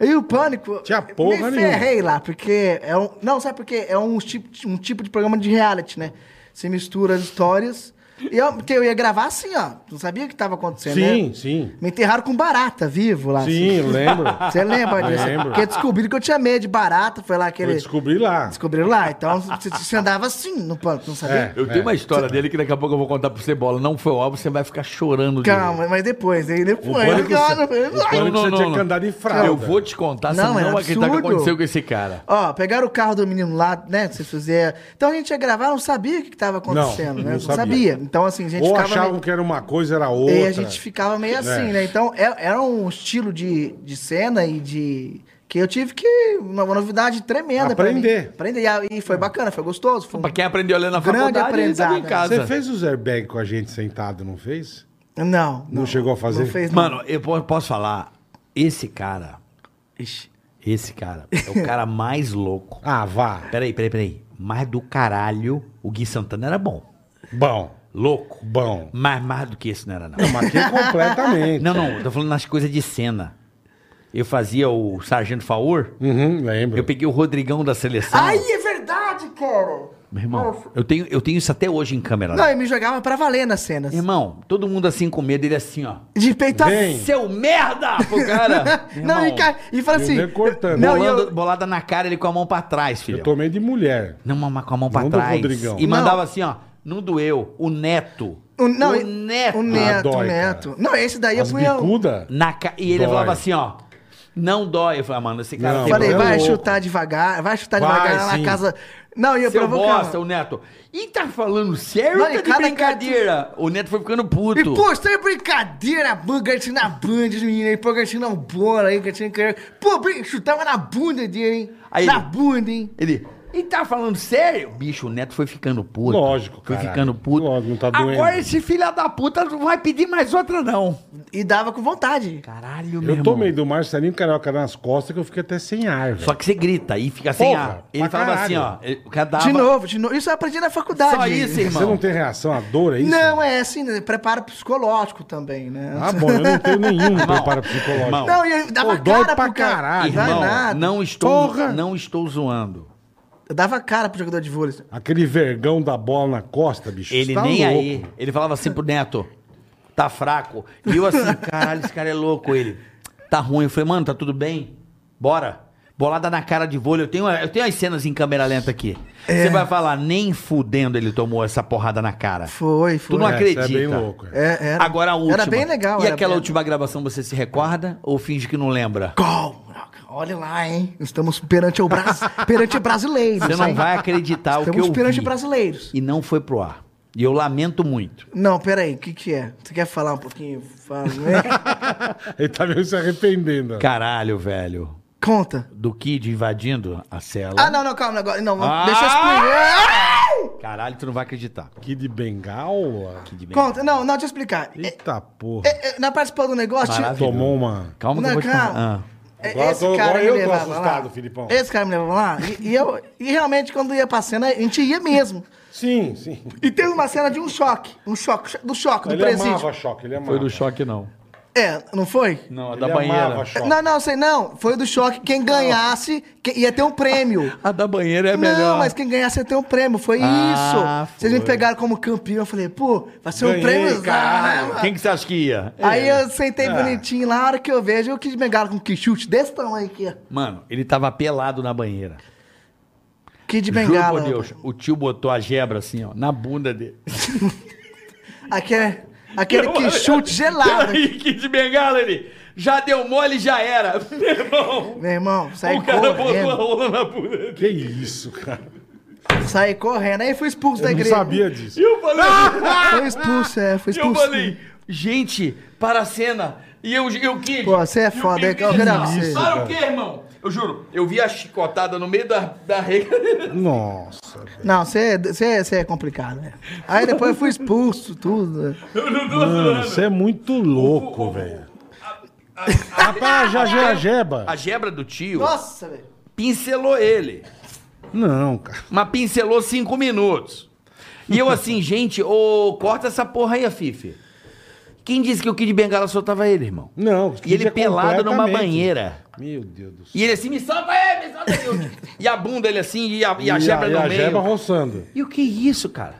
[SPEAKER 4] E o Pânico...
[SPEAKER 3] Tinha porra
[SPEAKER 4] me
[SPEAKER 3] nenhuma.
[SPEAKER 4] ferrei lá, porque... É um, não, sabe por quê? É um tipo, um tipo de programa de reality, né? Você mistura as histórias... E eu, porque eu ia gravar assim, ó. Não sabia o que tava acontecendo,
[SPEAKER 3] Sim,
[SPEAKER 4] né?
[SPEAKER 3] sim.
[SPEAKER 4] Me enterraram com barata vivo lá. assim.
[SPEAKER 3] Sim, eu lembro.
[SPEAKER 4] Ah, Você é lembra disso?
[SPEAKER 3] Lembro.
[SPEAKER 4] Porque descobriram que eu tinha medo de barata, foi lá
[SPEAKER 3] Eu
[SPEAKER 4] aquele...
[SPEAKER 3] descobri lá.
[SPEAKER 4] Descobriram lá, então você- você andava assim no pântano, não sabia?
[SPEAKER 3] É.
[SPEAKER 2] Eu tenho uma história dele que daqui a pouco eu vou contar pra você, Bola. Não foi o álbum, você vai ficar chorando de
[SPEAKER 4] Calma, mas depois, aí depois. Cara,
[SPEAKER 3] O
[SPEAKER 4] ai.
[SPEAKER 3] pânico
[SPEAKER 2] não,
[SPEAKER 3] você
[SPEAKER 2] não,
[SPEAKER 3] tinha
[SPEAKER 2] não.
[SPEAKER 3] que andar de fralda.
[SPEAKER 2] Eu vou te contar, você
[SPEAKER 4] Não,
[SPEAKER 2] não,
[SPEAKER 4] é
[SPEAKER 2] não acreditar o que
[SPEAKER 4] absurdo.
[SPEAKER 2] aconteceu com esse cara.
[SPEAKER 4] Ó, pegaram o carro do menino lá, né? Se fizer. Então a gente ia gravar, não sabia o que estava acontecendo,
[SPEAKER 3] Não,
[SPEAKER 4] né?
[SPEAKER 3] não
[SPEAKER 4] Não
[SPEAKER 3] sabia.
[SPEAKER 4] sabia. Então, assim, a gente
[SPEAKER 3] Ou
[SPEAKER 4] ficava.
[SPEAKER 3] achavam
[SPEAKER 4] meio-
[SPEAKER 3] que era uma coisa, era outra.
[SPEAKER 4] E a gente ficava meio assim,
[SPEAKER 3] É.
[SPEAKER 4] né? Então, era, era um estilo de, de cena e de. Que eu tive que. Uma novidade tremenda. pra mim.
[SPEAKER 3] Aprender.
[SPEAKER 4] Aprender. E a- E, foi bacana, foi gostoso. Foi um-
[SPEAKER 2] Pra quem aprendeu a ler na
[SPEAKER 4] Grande
[SPEAKER 2] faculdade, ele
[SPEAKER 4] aprendizado,
[SPEAKER 2] sabe em
[SPEAKER 4] né?
[SPEAKER 2] casa.
[SPEAKER 3] Você fez os airbag com a gente sentado, não fez?
[SPEAKER 4] Não, não.
[SPEAKER 3] chegou a fazer?
[SPEAKER 4] Não fez, não.
[SPEAKER 2] Mano, eu po- posso falar, esse cara,
[SPEAKER 4] Ixi.
[SPEAKER 2] esse cara é o cara mais louco.
[SPEAKER 3] Ah, vá.
[SPEAKER 2] Peraí, peraí, peraí. Mais do caralho, o Gui Santana era bom.
[SPEAKER 3] Bom,
[SPEAKER 2] Louco.
[SPEAKER 3] bom.
[SPEAKER 2] Mas mais do que isso não era, não.
[SPEAKER 3] Eu matei é completamente.
[SPEAKER 2] Não, não, eu tô falando nas coisas de cena. Eu fazia o Sargento Faur,
[SPEAKER 3] Uhum, lembro.
[SPEAKER 2] eu peguei o Rodrigão da seleção.
[SPEAKER 4] Ai, é verdade, cara!
[SPEAKER 2] Meu irmão, eu tenho, eu tenho isso até hoje em câmera.
[SPEAKER 4] Não, é e me jogava pra valer nas cenas.
[SPEAKER 2] Tá. Irmão, todo mundo assim com medo, ele assim, ó.
[SPEAKER 4] De peitar.
[SPEAKER 3] Vem.
[SPEAKER 2] Seu merda! Pro cara. Meu
[SPEAKER 4] Não, e,
[SPEAKER 2] irmão,
[SPEAKER 4] ca- e fala
[SPEAKER 3] E o
[SPEAKER 4] assim.
[SPEAKER 3] nego cortando.
[SPEAKER 4] Não, e
[SPEAKER 2] bolando-
[SPEAKER 4] eu,
[SPEAKER 2] Bolada na cara, ele com a mão pra trás, filho.
[SPEAKER 3] Eu tomei de mulher.
[SPEAKER 2] Não, mas com a mão pra
[SPEAKER 3] Não do
[SPEAKER 2] trás.
[SPEAKER 3] Rodrigão.
[SPEAKER 2] E
[SPEAKER 3] Não.
[SPEAKER 2] mandava assim, ó. Não doeu. O neto.
[SPEAKER 4] o, não,
[SPEAKER 2] o neto.
[SPEAKER 4] O neto,
[SPEAKER 3] Ah, dói,
[SPEAKER 4] o neto. Não, esse daí
[SPEAKER 3] As
[SPEAKER 4] eu punha. o-
[SPEAKER 3] bicuda?
[SPEAKER 2] Na ca- E ele
[SPEAKER 3] Dói.
[SPEAKER 2] falava assim, ó. Não dói. Eu falei, ah, mano, esse cara
[SPEAKER 3] Não,
[SPEAKER 2] tem
[SPEAKER 4] Falei,
[SPEAKER 3] é
[SPEAKER 2] problema.
[SPEAKER 4] vai
[SPEAKER 3] louco.
[SPEAKER 4] chutar devagar, vai chutar
[SPEAKER 3] Vai,
[SPEAKER 4] devagar lá
[SPEAKER 3] sim.
[SPEAKER 4] na casa. Não, e eu
[SPEAKER 2] Seu bosta,
[SPEAKER 4] provocava.
[SPEAKER 2] o neto. E tá falando sério
[SPEAKER 4] Não,
[SPEAKER 2] ou
[SPEAKER 4] e
[SPEAKER 2] tá de
[SPEAKER 4] cada
[SPEAKER 2] brincadeira? O neto foi ficando puto.
[SPEAKER 4] E pô, isso aí é brincadeira, Band, Gatinho na Band, menino aí, pô, Gatinho não bola aí, Gatinho quer. assim, Pô, brin- chutava na bunda dele, hein?
[SPEAKER 2] Aí
[SPEAKER 4] na
[SPEAKER 2] ele-
[SPEAKER 4] bunda, hein?
[SPEAKER 2] Ele. E tá falando sério? Bicho, o neto foi ficando puto.
[SPEAKER 3] Lógico,
[SPEAKER 2] Foi
[SPEAKER 3] caralho.
[SPEAKER 2] ficando puto.
[SPEAKER 3] Lógico, não tá
[SPEAKER 2] Agora
[SPEAKER 3] doendo.
[SPEAKER 2] esse filho da puta não vai pedir mais outra, não.
[SPEAKER 4] E dava com vontade.
[SPEAKER 2] Caralho, meu
[SPEAKER 3] Eu
[SPEAKER 2] irmão.
[SPEAKER 3] tomei do Marcelinho Carioca nas costas que eu fiquei até sem ar, velho.
[SPEAKER 2] É. Só que você grita e fica sem
[SPEAKER 3] Porra,
[SPEAKER 2] ar.
[SPEAKER 3] pra
[SPEAKER 2] Ele falava
[SPEAKER 3] caralho.
[SPEAKER 2] assim, ó. ele- O cara dava...
[SPEAKER 4] De novo, de novo. Isso eu aprendi na faculdade.
[SPEAKER 2] Só isso, irmão.
[SPEAKER 3] Você não tem reação à dor, é isso?
[SPEAKER 4] Não, é assim, né? preparo psicológico também, né?
[SPEAKER 3] Ah, bom, eu não tenho nenhum preparo psicológico.
[SPEAKER 2] Irmão.
[SPEAKER 4] Não, e eu
[SPEAKER 3] Pô,
[SPEAKER 4] dava
[SPEAKER 3] dói
[SPEAKER 4] cara
[SPEAKER 3] pra
[SPEAKER 4] pro cara.
[SPEAKER 3] caralho.
[SPEAKER 4] Dá
[SPEAKER 2] Irmão,
[SPEAKER 4] nada.
[SPEAKER 2] não estou,
[SPEAKER 3] Porra.
[SPEAKER 2] não estou zoando.
[SPEAKER 4] Eu dava cara pro jogador de vôlei.
[SPEAKER 3] Aquele vergão da bola na costa, bicho.
[SPEAKER 2] Ele
[SPEAKER 3] você tá
[SPEAKER 2] nem
[SPEAKER 3] louco.
[SPEAKER 2] aí. Ele falava assim pro Neto, tá fraco. E eu assim, caralho, esse cara é louco. Ele, tá ruim. Eu falei, mano, tá tudo bem? Bora. Bolada na cara de vôlei. Eu tenho, eu tenho as cenas em câmera lenta aqui.
[SPEAKER 4] É.
[SPEAKER 2] Você vai falar, nem fudendo ele tomou essa porrada na cara.
[SPEAKER 4] Foi, foi.
[SPEAKER 2] Tu não
[SPEAKER 3] É, você
[SPEAKER 2] acredita.
[SPEAKER 3] É bem louco. é.
[SPEAKER 4] É, era.
[SPEAKER 2] Agora a última.
[SPEAKER 4] Era bem legal.
[SPEAKER 2] E
[SPEAKER 4] era
[SPEAKER 2] aquela
[SPEAKER 4] bem-
[SPEAKER 2] última gravação você se recorda ou finge que não lembra?
[SPEAKER 4] Gol! Olha lá, hein? Estamos perante o Brasil. perante brasileiros.
[SPEAKER 2] Você não
[SPEAKER 4] hein?
[SPEAKER 2] vai acreditar o que
[SPEAKER 4] assim? Estamos
[SPEAKER 2] eu
[SPEAKER 4] perante
[SPEAKER 2] vi.
[SPEAKER 4] brasileiros.
[SPEAKER 2] E não foi pro ar. E eu lamento muito.
[SPEAKER 4] Não, peraí, o que, que é? Você quer falar um pouquinho? Fala, né?
[SPEAKER 3] Ele tá meio se arrependendo. ó.
[SPEAKER 2] Caralho, velho.
[SPEAKER 4] Conta.
[SPEAKER 2] Do Kid invadindo a cela.
[SPEAKER 4] Ah, não, não, calma. Agora, não,
[SPEAKER 2] Ah!
[SPEAKER 4] deixa eu explicar.
[SPEAKER 2] Caralho, tu não vai acreditar.
[SPEAKER 3] Que de bengala?
[SPEAKER 2] Kid Bengala.
[SPEAKER 4] Conta, não, não, deixa eu explicar. É,
[SPEAKER 3] Eita porra.
[SPEAKER 4] é, é, na participação do negócio, tinha-
[SPEAKER 2] Maravilha.
[SPEAKER 3] Tomou uma.
[SPEAKER 2] Calma que eu
[SPEAKER 4] Não,
[SPEAKER 2] vou te falar.
[SPEAKER 4] calma.
[SPEAKER 2] Ah.
[SPEAKER 4] É,
[SPEAKER 3] Agora
[SPEAKER 4] esse
[SPEAKER 3] tô-
[SPEAKER 4] cara
[SPEAKER 3] agora
[SPEAKER 4] me
[SPEAKER 3] eu tô
[SPEAKER 4] levava
[SPEAKER 3] assustado,
[SPEAKER 4] lá.
[SPEAKER 3] Filipão.
[SPEAKER 4] Esse cara me levava lá. E, e eu, e realmente, quando ia pra cena, a gente ia mesmo.
[SPEAKER 3] Sim, sim.
[SPEAKER 4] E teve uma cena de um choque. Um choque, do choque, do
[SPEAKER 3] Ele
[SPEAKER 4] presídio.
[SPEAKER 3] amava choque, ele amava.
[SPEAKER 2] Foi do choque, não.
[SPEAKER 4] É, não foi?
[SPEAKER 2] Não, a
[SPEAKER 3] Ele
[SPEAKER 2] da
[SPEAKER 3] amava
[SPEAKER 2] banheira.
[SPEAKER 3] choque.
[SPEAKER 4] Não, não, sei não. Foi do choque. Quem ganhasse que- ia ter um prêmio.
[SPEAKER 2] A da banheira é melhor.
[SPEAKER 4] Não, mas quem ganhasse ia ter um prêmio. Foi
[SPEAKER 2] Ah,
[SPEAKER 4] isso. Vocês me
[SPEAKER 2] foi.
[SPEAKER 4] pegaram como campeão. Eu falei, pô, vai ser um
[SPEAKER 3] Ganhei,
[SPEAKER 4] prêmio. né,
[SPEAKER 3] caralho.
[SPEAKER 4] mano?
[SPEAKER 2] Quem que você acha que ia? É.
[SPEAKER 4] Aí eu sentei
[SPEAKER 3] Ah.
[SPEAKER 4] bonitinho lá, a hora que eu vejo, eu quis pegar com que chute desse tamanho aqui, ó.
[SPEAKER 2] Mano, ele tava pelado na banheira.
[SPEAKER 4] Kid
[SPEAKER 2] Juro
[SPEAKER 4] Bengala. né?
[SPEAKER 2] por Deus. O tio botou a gebra assim, ó, na bunda dele.
[SPEAKER 4] Aquele, aquele que chute gelado.
[SPEAKER 2] Aí, Kid Bengala, ele já deu mole, já era. Meu irmão,
[SPEAKER 4] Meu irmão, saí
[SPEAKER 2] o cara botou a
[SPEAKER 4] correndo.
[SPEAKER 2] rola na bunda dele.
[SPEAKER 3] Que isso, cara.
[SPEAKER 4] Saí correndo. Aí fui expulso da
[SPEAKER 3] Eu não
[SPEAKER 4] igreja.
[SPEAKER 3] sabia disso.
[SPEAKER 2] E eu falei,
[SPEAKER 4] Ah! Foi expulso, é. Foi
[SPEAKER 2] e eu
[SPEAKER 4] expulso.
[SPEAKER 2] falei, gente, para a cena. E eu, eu Kid.
[SPEAKER 4] Pô, você é foda, hein? Eu quero
[SPEAKER 2] Não,
[SPEAKER 4] você.
[SPEAKER 2] Para o quê, irmão? Eu juro, eu vi a chicotada no meio da, da regra.
[SPEAKER 3] Nossa. velho.
[SPEAKER 4] Não, você você- você é complicado, né? Aí depois eu fui expulso, tudo. né?
[SPEAKER 2] Eu não tô
[SPEAKER 3] Mano,
[SPEAKER 2] zoando.
[SPEAKER 3] você é muito louco, velho. Rapaz, já já a jeba.
[SPEAKER 2] A gebra do tio
[SPEAKER 4] Nossa, velho.
[SPEAKER 2] pincelou ele.
[SPEAKER 3] Não, cara.
[SPEAKER 2] Mas pincelou cinco minutos. E eu assim, gente, ô, corta essa porra aí, Fife. Quem disse que o Kid Bengala soltava ele, irmão?
[SPEAKER 3] Não.
[SPEAKER 2] E ele
[SPEAKER 3] é
[SPEAKER 2] pelado numa
[SPEAKER 3] completamente-
[SPEAKER 2] banheira.
[SPEAKER 3] Meu Deus do céu.
[SPEAKER 2] E ele assim, me solta aí, me solta aí. e a bunda ele assim, e a, e a gebra
[SPEAKER 3] e
[SPEAKER 2] no
[SPEAKER 3] a
[SPEAKER 2] meio.
[SPEAKER 3] jeba roçando.
[SPEAKER 2] E o que é isso, cara?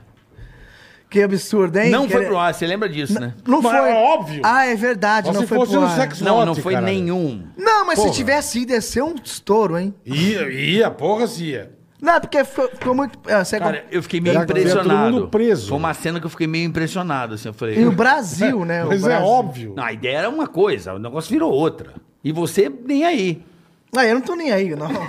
[SPEAKER 4] Que absurdo, hein?
[SPEAKER 2] não
[SPEAKER 4] Que
[SPEAKER 2] foi
[SPEAKER 4] ele-
[SPEAKER 2] pro ar, você lembra disso, né?
[SPEAKER 4] Não
[SPEAKER 3] Mas
[SPEAKER 4] foi.
[SPEAKER 3] é óbvio.
[SPEAKER 4] Ah, é verdade,
[SPEAKER 3] Só
[SPEAKER 4] não
[SPEAKER 3] se
[SPEAKER 4] foi
[SPEAKER 3] fosse
[SPEAKER 4] pro
[SPEAKER 3] no
[SPEAKER 4] ar.
[SPEAKER 3] sexo-
[SPEAKER 2] Não, não
[SPEAKER 3] Exótico,
[SPEAKER 2] foi
[SPEAKER 3] caralho.
[SPEAKER 2] nenhum.
[SPEAKER 4] Não, mas
[SPEAKER 3] Porra.
[SPEAKER 4] se tivesse ido, ia ser um estouro, hein?
[SPEAKER 3] Ia, ia, porra, se ia.
[SPEAKER 4] Não, é porque foi- ficou muito. é, você é
[SPEAKER 2] Cara,
[SPEAKER 4] com-
[SPEAKER 2] eu fiquei meio
[SPEAKER 3] Já que tinha todo mundo
[SPEAKER 2] impressionado.
[SPEAKER 3] preso.
[SPEAKER 2] Foi uma cena que eu fiquei meio impressionado, assim, eu falei...
[SPEAKER 4] E o Brasil, né? o
[SPEAKER 3] Mas é
[SPEAKER 4] Brasil.
[SPEAKER 3] óbvio.
[SPEAKER 2] Não, a ideia era uma coisa, o negócio virou outra. E você nem aí.
[SPEAKER 4] Ah, eu não tô nem aí, não. Não,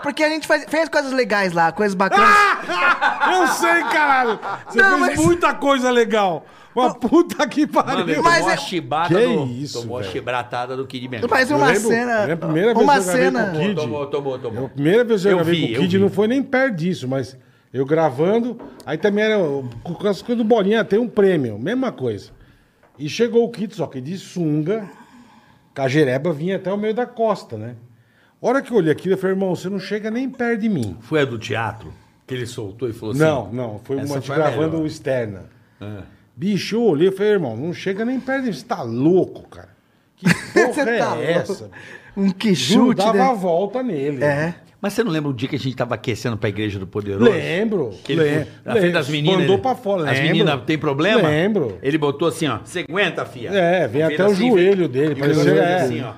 [SPEAKER 4] porque a gente faz- fez coisas legais lá, coisas bacanas.
[SPEAKER 3] Ah! Eu sei, caralho. Você
[SPEAKER 4] Não,
[SPEAKER 3] fez
[SPEAKER 4] mas-
[SPEAKER 3] muita coisa legal. Uma puta que pariu.
[SPEAKER 2] Mano, eu
[SPEAKER 4] Mas
[SPEAKER 2] tomou
[SPEAKER 4] é-
[SPEAKER 2] a chibata
[SPEAKER 3] Que
[SPEAKER 2] do,
[SPEAKER 3] isso,
[SPEAKER 2] tomou a
[SPEAKER 3] velho.
[SPEAKER 2] chibratada do Kid Menor.
[SPEAKER 4] Mas
[SPEAKER 3] Eu
[SPEAKER 4] uma
[SPEAKER 3] lembro-
[SPEAKER 4] cena.
[SPEAKER 3] lembro a primeira vez
[SPEAKER 4] uma
[SPEAKER 3] que eu gravei
[SPEAKER 4] cena.
[SPEAKER 3] com o Kid.
[SPEAKER 2] Tomou, tomou, tomou.
[SPEAKER 3] A primeira vez que eu,
[SPEAKER 2] Eu
[SPEAKER 3] gravei
[SPEAKER 2] vi,
[SPEAKER 3] com o
[SPEAKER 2] eu
[SPEAKER 3] Kid
[SPEAKER 2] vi.
[SPEAKER 3] não foi nem perto disso, mas eu gravando, aí também era o- com as coisas do Bolinha, tem um prêmio, mesma coisa. E chegou o Kid, só que de sunga, com a jereba vinha até o meio da costa, né? A hora que eu olhei aquilo, eu falei, irmão, você não chega nem perto de mim.
[SPEAKER 2] Foi a do teatro que ele soltou e falou
[SPEAKER 3] não,
[SPEAKER 2] assim.
[SPEAKER 3] não, foi
[SPEAKER 2] essa
[SPEAKER 3] uma te
[SPEAKER 2] foi a
[SPEAKER 3] gravando
[SPEAKER 2] melhor.
[SPEAKER 3] externa. Bicho, eu olhei e falei, irmão, não chega nem perto de mim, você tá louco, cara. Que
[SPEAKER 4] Você
[SPEAKER 3] porra é
[SPEAKER 4] tá
[SPEAKER 3] essa?
[SPEAKER 4] louco. Um que
[SPEAKER 3] Juro,
[SPEAKER 4] chute.
[SPEAKER 3] dava a
[SPEAKER 4] Né?
[SPEAKER 3] volta nele.
[SPEAKER 4] É.
[SPEAKER 2] Mas você não lembra o dia que a gente tava aquecendo pra Igreja do Poderoso?
[SPEAKER 3] Lembro.
[SPEAKER 2] Que ele,
[SPEAKER 3] lem-
[SPEAKER 2] na frente
[SPEAKER 3] lem-
[SPEAKER 2] das meninas.
[SPEAKER 3] Mandou
[SPEAKER 2] ele-
[SPEAKER 3] pra fora.
[SPEAKER 2] As
[SPEAKER 3] lembro.
[SPEAKER 2] meninas, tem problema?
[SPEAKER 3] Lembro.
[SPEAKER 2] Ele botou assim, ó. Você aguenta, fia?
[SPEAKER 3] É, vem
[SPEAKER 2] Fez
[SPEAKER 3] até o
[SPEAKER 2] assim,
[SPEAKER 3] joelho dele,
[SPEAKER 2] e o
[SPEAKER 3] parecia-
[SPEAKER 2] joelho
[SPEAKER 3] é.
[SPEAKER 2] assim, ó.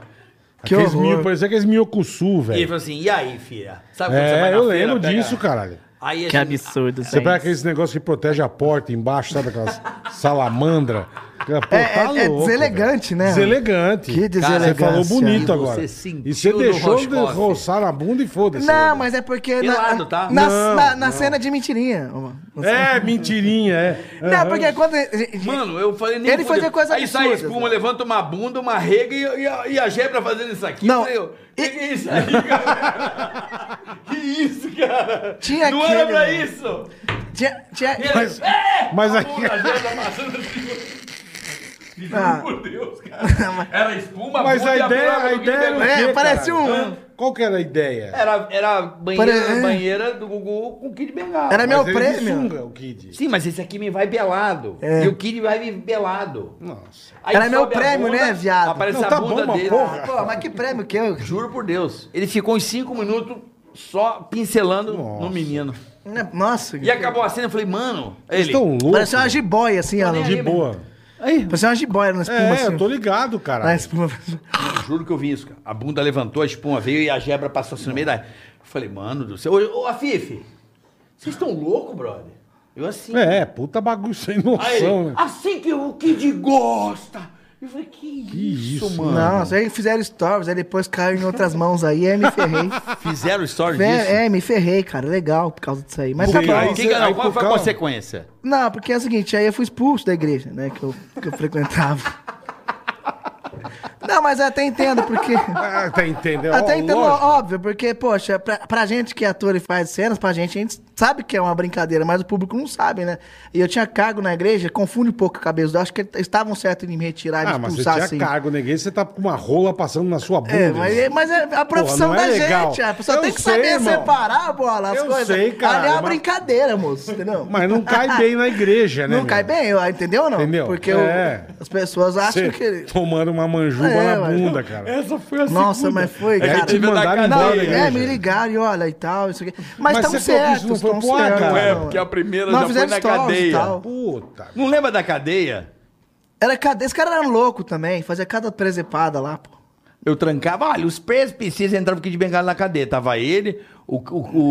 [SPEAKER 4] Que
[SPEAKER 3] aqueles
[SPEAKER 4] horror.
[SPEAKER 3] mio, parecia aqueles miocuçu,
[SPEAKER 2] E ele
[SPEAKER 3] velho.
[SPEAKER 2] falou assim, e aí, filha? Sabe quando você vai
[SPEAKER 3] É,
[SPEAKER 2] na
[SPEAKER 3] eu
[SPEAKER 2] feira,
[SPEAKER 3] lembro
[SPEAKER 2] pega-
[SPEAKER 3] disso, caralho.
[SPEAKER 2] Aí assim, a
[SPEAKER 4] Que
[SPEAKER 2] gente-
[SPEAKER 4] absurdo,
[SPEAKER 3] Você pega aqueles negócios que protege a porta embaixo, sabe aquelas salamandra? Aquela- Pô, tá
[SPEAKER 4] É, é- é
[SPEAKER 3] louco,
[SPEAKER 4] deselegante,
[SPEAKER 3] velho.
[SPEAKER 4] né?
[SPEAKER 3] Deselegante.
[SPEAKER 4] Que
[SPEAKER 3] Você falou
[SPEAKER 4] deselegância.
[SPEAKER 3] bonito
[SPEAKER 2] E você
[SPEAKER 3] agora.
[SPEAKER 2] sentiu
[SPEAKER 3] e você
[SPEAKER 2] no
[SPEAKER 3] deixou de
[SPEAKER 2] Roscoff.
[SPEAKER 3] roçar a bunda e foda-se.
[SPEAKER 4] Não, mas é porque. na-
[SPEAKER 2] Pelado, tá?
[SPEAKER 4] Na,
[SPEAKER 3] Não,
[SPEAKER 4] na- na cena de mentirinha. ó.
[SPEAKER 3] É, mentirinha, é.
[SPEAKER 4] Não, porque quando.
[SPEAKER 2] Mano, eu falei nem
[SPEAKER 4] Ele fazia
[SPEAKER 2] fudeu.
[SPEAKER 4] coisa
[SPEAKER 2] Aí sai
[SPEAKER 4] absurda,
[SPEAKER 2] espuma,
[SPEAKER 4] né?
[SPEAKER 2] levanta uma bunda, uma rega e, e a, e a Gebra fazendo isso aqui.
[SPEAKER 4] Não.
[SPEAKER 2] Falei, eu, que,
[SPEAKER 4] E-
[SPEAKER 2] que é isso aí, cara? que isso, cara?
[SPEAKER 4] Tinha
[SPEAKER 2] Não
[SPEAKER 4] aquele,
[SPEAKER 2] era pra
[SPEAKER 4] mano.
[SPEAKER 2] isso.
[SPEAKER 4] Tinha, tinha-
[SPEAKER 2] E ele,
[SPEAKER 3] Mas-
[SPEAKER 2] é!
[SPEAKER 3] mas
[SPEAKER 2] a
[SPEAKER 3] aí-
[SPEAKER 2] bunda, a Gebra amassando assim. Juro
[SPEAKER 4] Ah.
[SPEAKER 2] Por Deus, cara. Era espuma,
[SPEAKER 3] Mas
[SPEAKER 2] bunda
[SPEAKER 3] a
[SPEAKER 2] e
[SPEAKER 3] ideia,
[SPEAKER 2] pelada
[SPEAKER 3] a
[SPEAKER 2] do Gugu
[SPEAKER 3] ideia era o
[SPEAKER 2] Beleza.
[SPEAKER 4] É,
[SPEAKER 3] quê,
[SPEAKER 4] parece
[SPEAKER 3] caralho?
[SPEAKER 4] um-
[SPEAKER 3] Qual que era a ideia?
[SPEAKER 2] Era, era banheira,
[SPEAKER 4] Pare- é.
[SPEAKER 2] banheira do Gugu com Kid Bengala.
[SPEAKER 4] Era É meu
[SPEAKER 3] Mas ele de
[SPEAKER 4] prêmio.
[SPEAKER 3] sunga, o Kid.
[SPEAKER 2] Sim, mas esse aqui me vai pelado.
[SPEAKER 4] É.
[SPEAKER 2] E o Kid vai me pelado.
[SPEAKER 3] Nossa.
[SPEAKER 2] Aí
[SPEAKER 4] Era meu
[SPEAKER 2] sobe a
[SPEAKER 4] prêmio,
[SPEAKER 2] bunda,
[SPEAKER 4] né, viado?
[SPEAKER 2] Aparece
[SPEAKER 3] Não,
[SPEAKER 2] a
[SPEAKER 3] tá
[SPEAKER 2] bunda
[SPEAKER 3] bom, mas
[SPEAKER 2] dele.
[SPEAKER 3] porra.
[SPEAKER 4] Pô, mas que prêmio que eu.
[SPEAKER 2] Juro por Deus. Ele ficou em cinco minutos só pincelando no menino.
[SPEAKER 4] né? Nossa.
[SPEAKER 2] E acabou a cena, eu falei, mano, ele.
[SPEAKER 3] Estão loucos.
[SPEAKER 4] Parecia uma jiboia, assim, ó.
[SPEAKER 3] De boa.
[SPEAKER 2] Aí,
[SPEAKER 4] Parecia uma jiboia na espuma,
[SPEAKER 3] É,
[SPEAKER 4] assim.
[SPEAKER 3] eu tô ligado, cara.
[SPEAKER 4] Na espuma.
[SPEAKER 2] eu juro que eu vi isso, cara. A bunda levantou, a espuma veio e a gebra passou assim no meio da. Eu falei, mano do céu. Ô, ô Afife, vocês estão loucos, brother? Eu assim.
[SPEAKER 3] É, puta bagulho sem
[SPEAKER 2] Aí ele,
[SPEAKER 3] noção, né?
[SPEAKER 2] assim que o Kid gosta. Eu falei, que, isso,
[SPEAKER 3] isso,
[SPEAKER 2] mano.
[SPEAKER 4] Nossa, aí fizeram stories, aí depois caiu em outras mãos aí, aí me ferrei.
[SPEAKER 2] Fizeram story
[SPEAKER 4] Fe-
[SPEAKER 2] disso.
[SPEAKER 4] É, me ferrei, cara. Legal por causa disso aí. Mas tá
[SPEAKER 3] Porque
[SPEAKER 4] bom.
[SPEAKER 3] aí-
[SPEAKER 2] O que que- não,
[SPEAKER 3] aí
[SPEAKER 2] qual
[SPEAKER 3] por
[SPEAKER 2] foi a
[SPEAKER 3] causa-
[SPEAKER 2] consequência?
[SPEAKER 4] Não, porque é o seguinte, aí eu fui expulso da igreja, né? Que eu, que eu frequentava. Não, mas eu até entendo, porque.
[SPEAKER 3] Ah, tá entendendo?
[SPEAKER 4] Até entendo,
[SPEAKER 3] lógico.
[SPEAKER 4] óbvio, porque, poxa, pra, pra gente que é ator e faz cenas, pra gente, a gente sabe que é uma brincadeira, mas o público não sabe, né? E eu tinha cargo na igreja, confunde um pouco a cabeça. Eu acho que eles estavam certos em me retirar e me
[SPEAKER 3] Ah, mas você
[SPEAKER 4] expulsar
[SPEAKER 3] tinha
[SPEAKER 4] assim.
[SPEAKER 3] cargo, ninguém, você tá com uma rola passando na sua bunda.
[SPEAKER 4] É, mas, é- mas é a profissão
[SPEAKER 3] não é
[SPEAKER 4] da
[SPEAKER 3] legal.
[SPEAKER 4] gente, a pessoa
[SPEAKER 3] Eu
[SPEAKER 4] tem que
[SPEAKER 3] sei,
[SPEAKER 4] saber
[SPEAKER 3] irmão.
[SPEAKER 4] separar, bola, as
[SPEAKER 3] Eu
[SPEAKER 4] coisas.
[SPEAKER 3] sei, cara,
[SPEAKER 4] Ali é uma
[SPEAKER 3] mas-
[SPEAKER 4] brincadeira, moço, entendeu?
[SPEAKER 3] Mas não cai bem na igreja, né?
[SPEAKER 4] Não cai
[SPEAKER 3] meu?
[SPEAKER 4] bem, eu- entendeu ou não?
[SPEAKER 3] Entendeu?
[SPEAKER 4] Porque o-
[SPEAKER 3] É.
[SPEAKER 4] as pessoas acham
[SPEAKER 3] Você
[SPEAKER 4] que.
[SPEAKER 3] tomando uma manjuba
[SPEAKER 4] É,
[SPEAKER 3] na
[SPEAKER 4] ué.
[SPEAKER 3] bunda, cara.
[SPEAKER 6] Essa foi a
[SPEAKER 4] Nossa,
[SPEAKER 6] segunda.
[SPEAKER 4] mas foi,
[SPEAKER 3] É que
[SPEAKER 4] cara.
[SPEAKER 3] te mandaram
[SPEAKER 4] Não,
[SPEAKER 3] embora da
[SPEAKER 4] é,
[SPEAKER 3] igreja.
[SPEAKER 4] me ligaram e olha e tal, isso aqui. Mas
[SPEAKER 3] Mas
[SPEAKER 4] estão
[SPEAKER 3] você falou que isso não
[SPEAKER 4] certos,
[SPEAKER 3] foi
[SPEAKER 4] estão
[SPEAKER 3] pro ar,
[SPEAKER 4] certos.
[SPEAKER 3] cara.
[SPEAKER 6] É, porque a primeira
[SPEAKER 4] Nós
[SPEAKER 6] já foi
[SPEAKER 4] fizemos
[SPEAKER 6] na
[SPEAKER 4] stories e
[SPEAKER 6] cadeia.
[SPEAKER 4] tal.
[SPEAKER 3] Puta.
[SPEAKER 2] Não lembra da cadeia?
[SPEAKER 4] Era cada... Esse cara era louco também, fazia cada presepada lá, pô.
[SPEAKER 2] Eu trancava, olha, os presos precisam entrar porque de bengala na cadeia. Tava ele, o, o, o,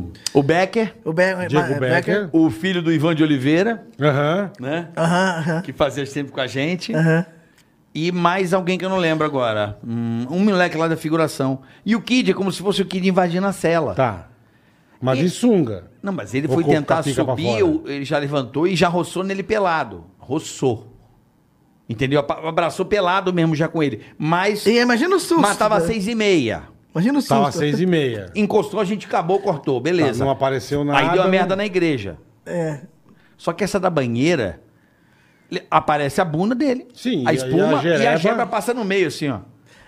[SPEAKER 2] o, o Becker,
[SPEAKER 4] O Be
[SPEAKER 3] Diego
[SPEAKER 4] Be-
[SPEAKER 3] Becker.
[SPEAKER 2] o filho do Ivan de Oliveira,
[SPEAKER 3] Aham.
[SPEAKER 2] né?
[SPEAKER 4] Aham, aham,
[SPEAKER 2] Que fazia sempre com a gente.
[SPEAKER 4] aham.
[SPEAKER 2] E mais alguém que eu não lembro agora. Hum, Um moleque lá da figuração. E o Kid é como se fosse o Kid invadindo a cela.
[SPEAKER 3] Tá. Mas de sunga.
[SPEAKER 2] Não, mas ele
[SPEAKER 3] Ou
[SPEAKER 2] foi
[SPEAKER 3] com a
[SPEAKER 2] tentar
[SPEAKER 3] pica pra
[SPEAKER 2] subir,
[SPEAKER 3] fora.
[SPEAKER 2] o- ele já levantou e já roçou nele pelado. Roçou. Entendeu? Apa- Abraçou pelado mesmo já com ele. Mas
[SPEAKER 4] E é né? imagina o susto.
[SPEAKER 2] matava às
[SPEAKER 4] velho.
[SPEAKER 2] seis e meia.
[SPEAKER 4] Imagina o susto.
[SPEAKER 3] Tava às seis e meia.
[SPEAKER 2] Encostou, a gente acabou, cortou, beleza.
[SPEAKER 3] Tá, não apareceu nada, né?
[SPEAKER 2] Aí deu a merda
[SPEAKER 3] não-
[SPEAKER 2] na igreja.
[SPEAKER 4] É.
[SPEAKER 2] Só que essa da banheira, le- aparece a bunda dele.
[SPEAKER 3] Sim,
[SPEAKER 2] a
[SPEAKER 3] e- e
[SPEAKER 2] espuma
[SPEAKER 3] a
[SPEAKER 2] e a,
[SPEAKER 3] gereba-
[SPEAKER 2] gerba passa no meio, assim, ó.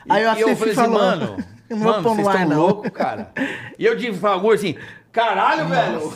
[SPEAKER 2] E-
[SPEAKER 4] Aí o
[SPEAKER 2] e
[SPEAKER 4] Afife falou,
[SPEAKER 2] mano,
[SPEAKER 4] "Não vou
[SPEAKER 2] mano
[SPEAKER 4] pôr no
[SPEAKER 2] vocês
[SPEAKER 4] ar,
[SPEAKER 2] estão
[SPEAKER 4] não."
[SPEAKER 2] loucos, cara. E eu de favor, assim, caralho, velho.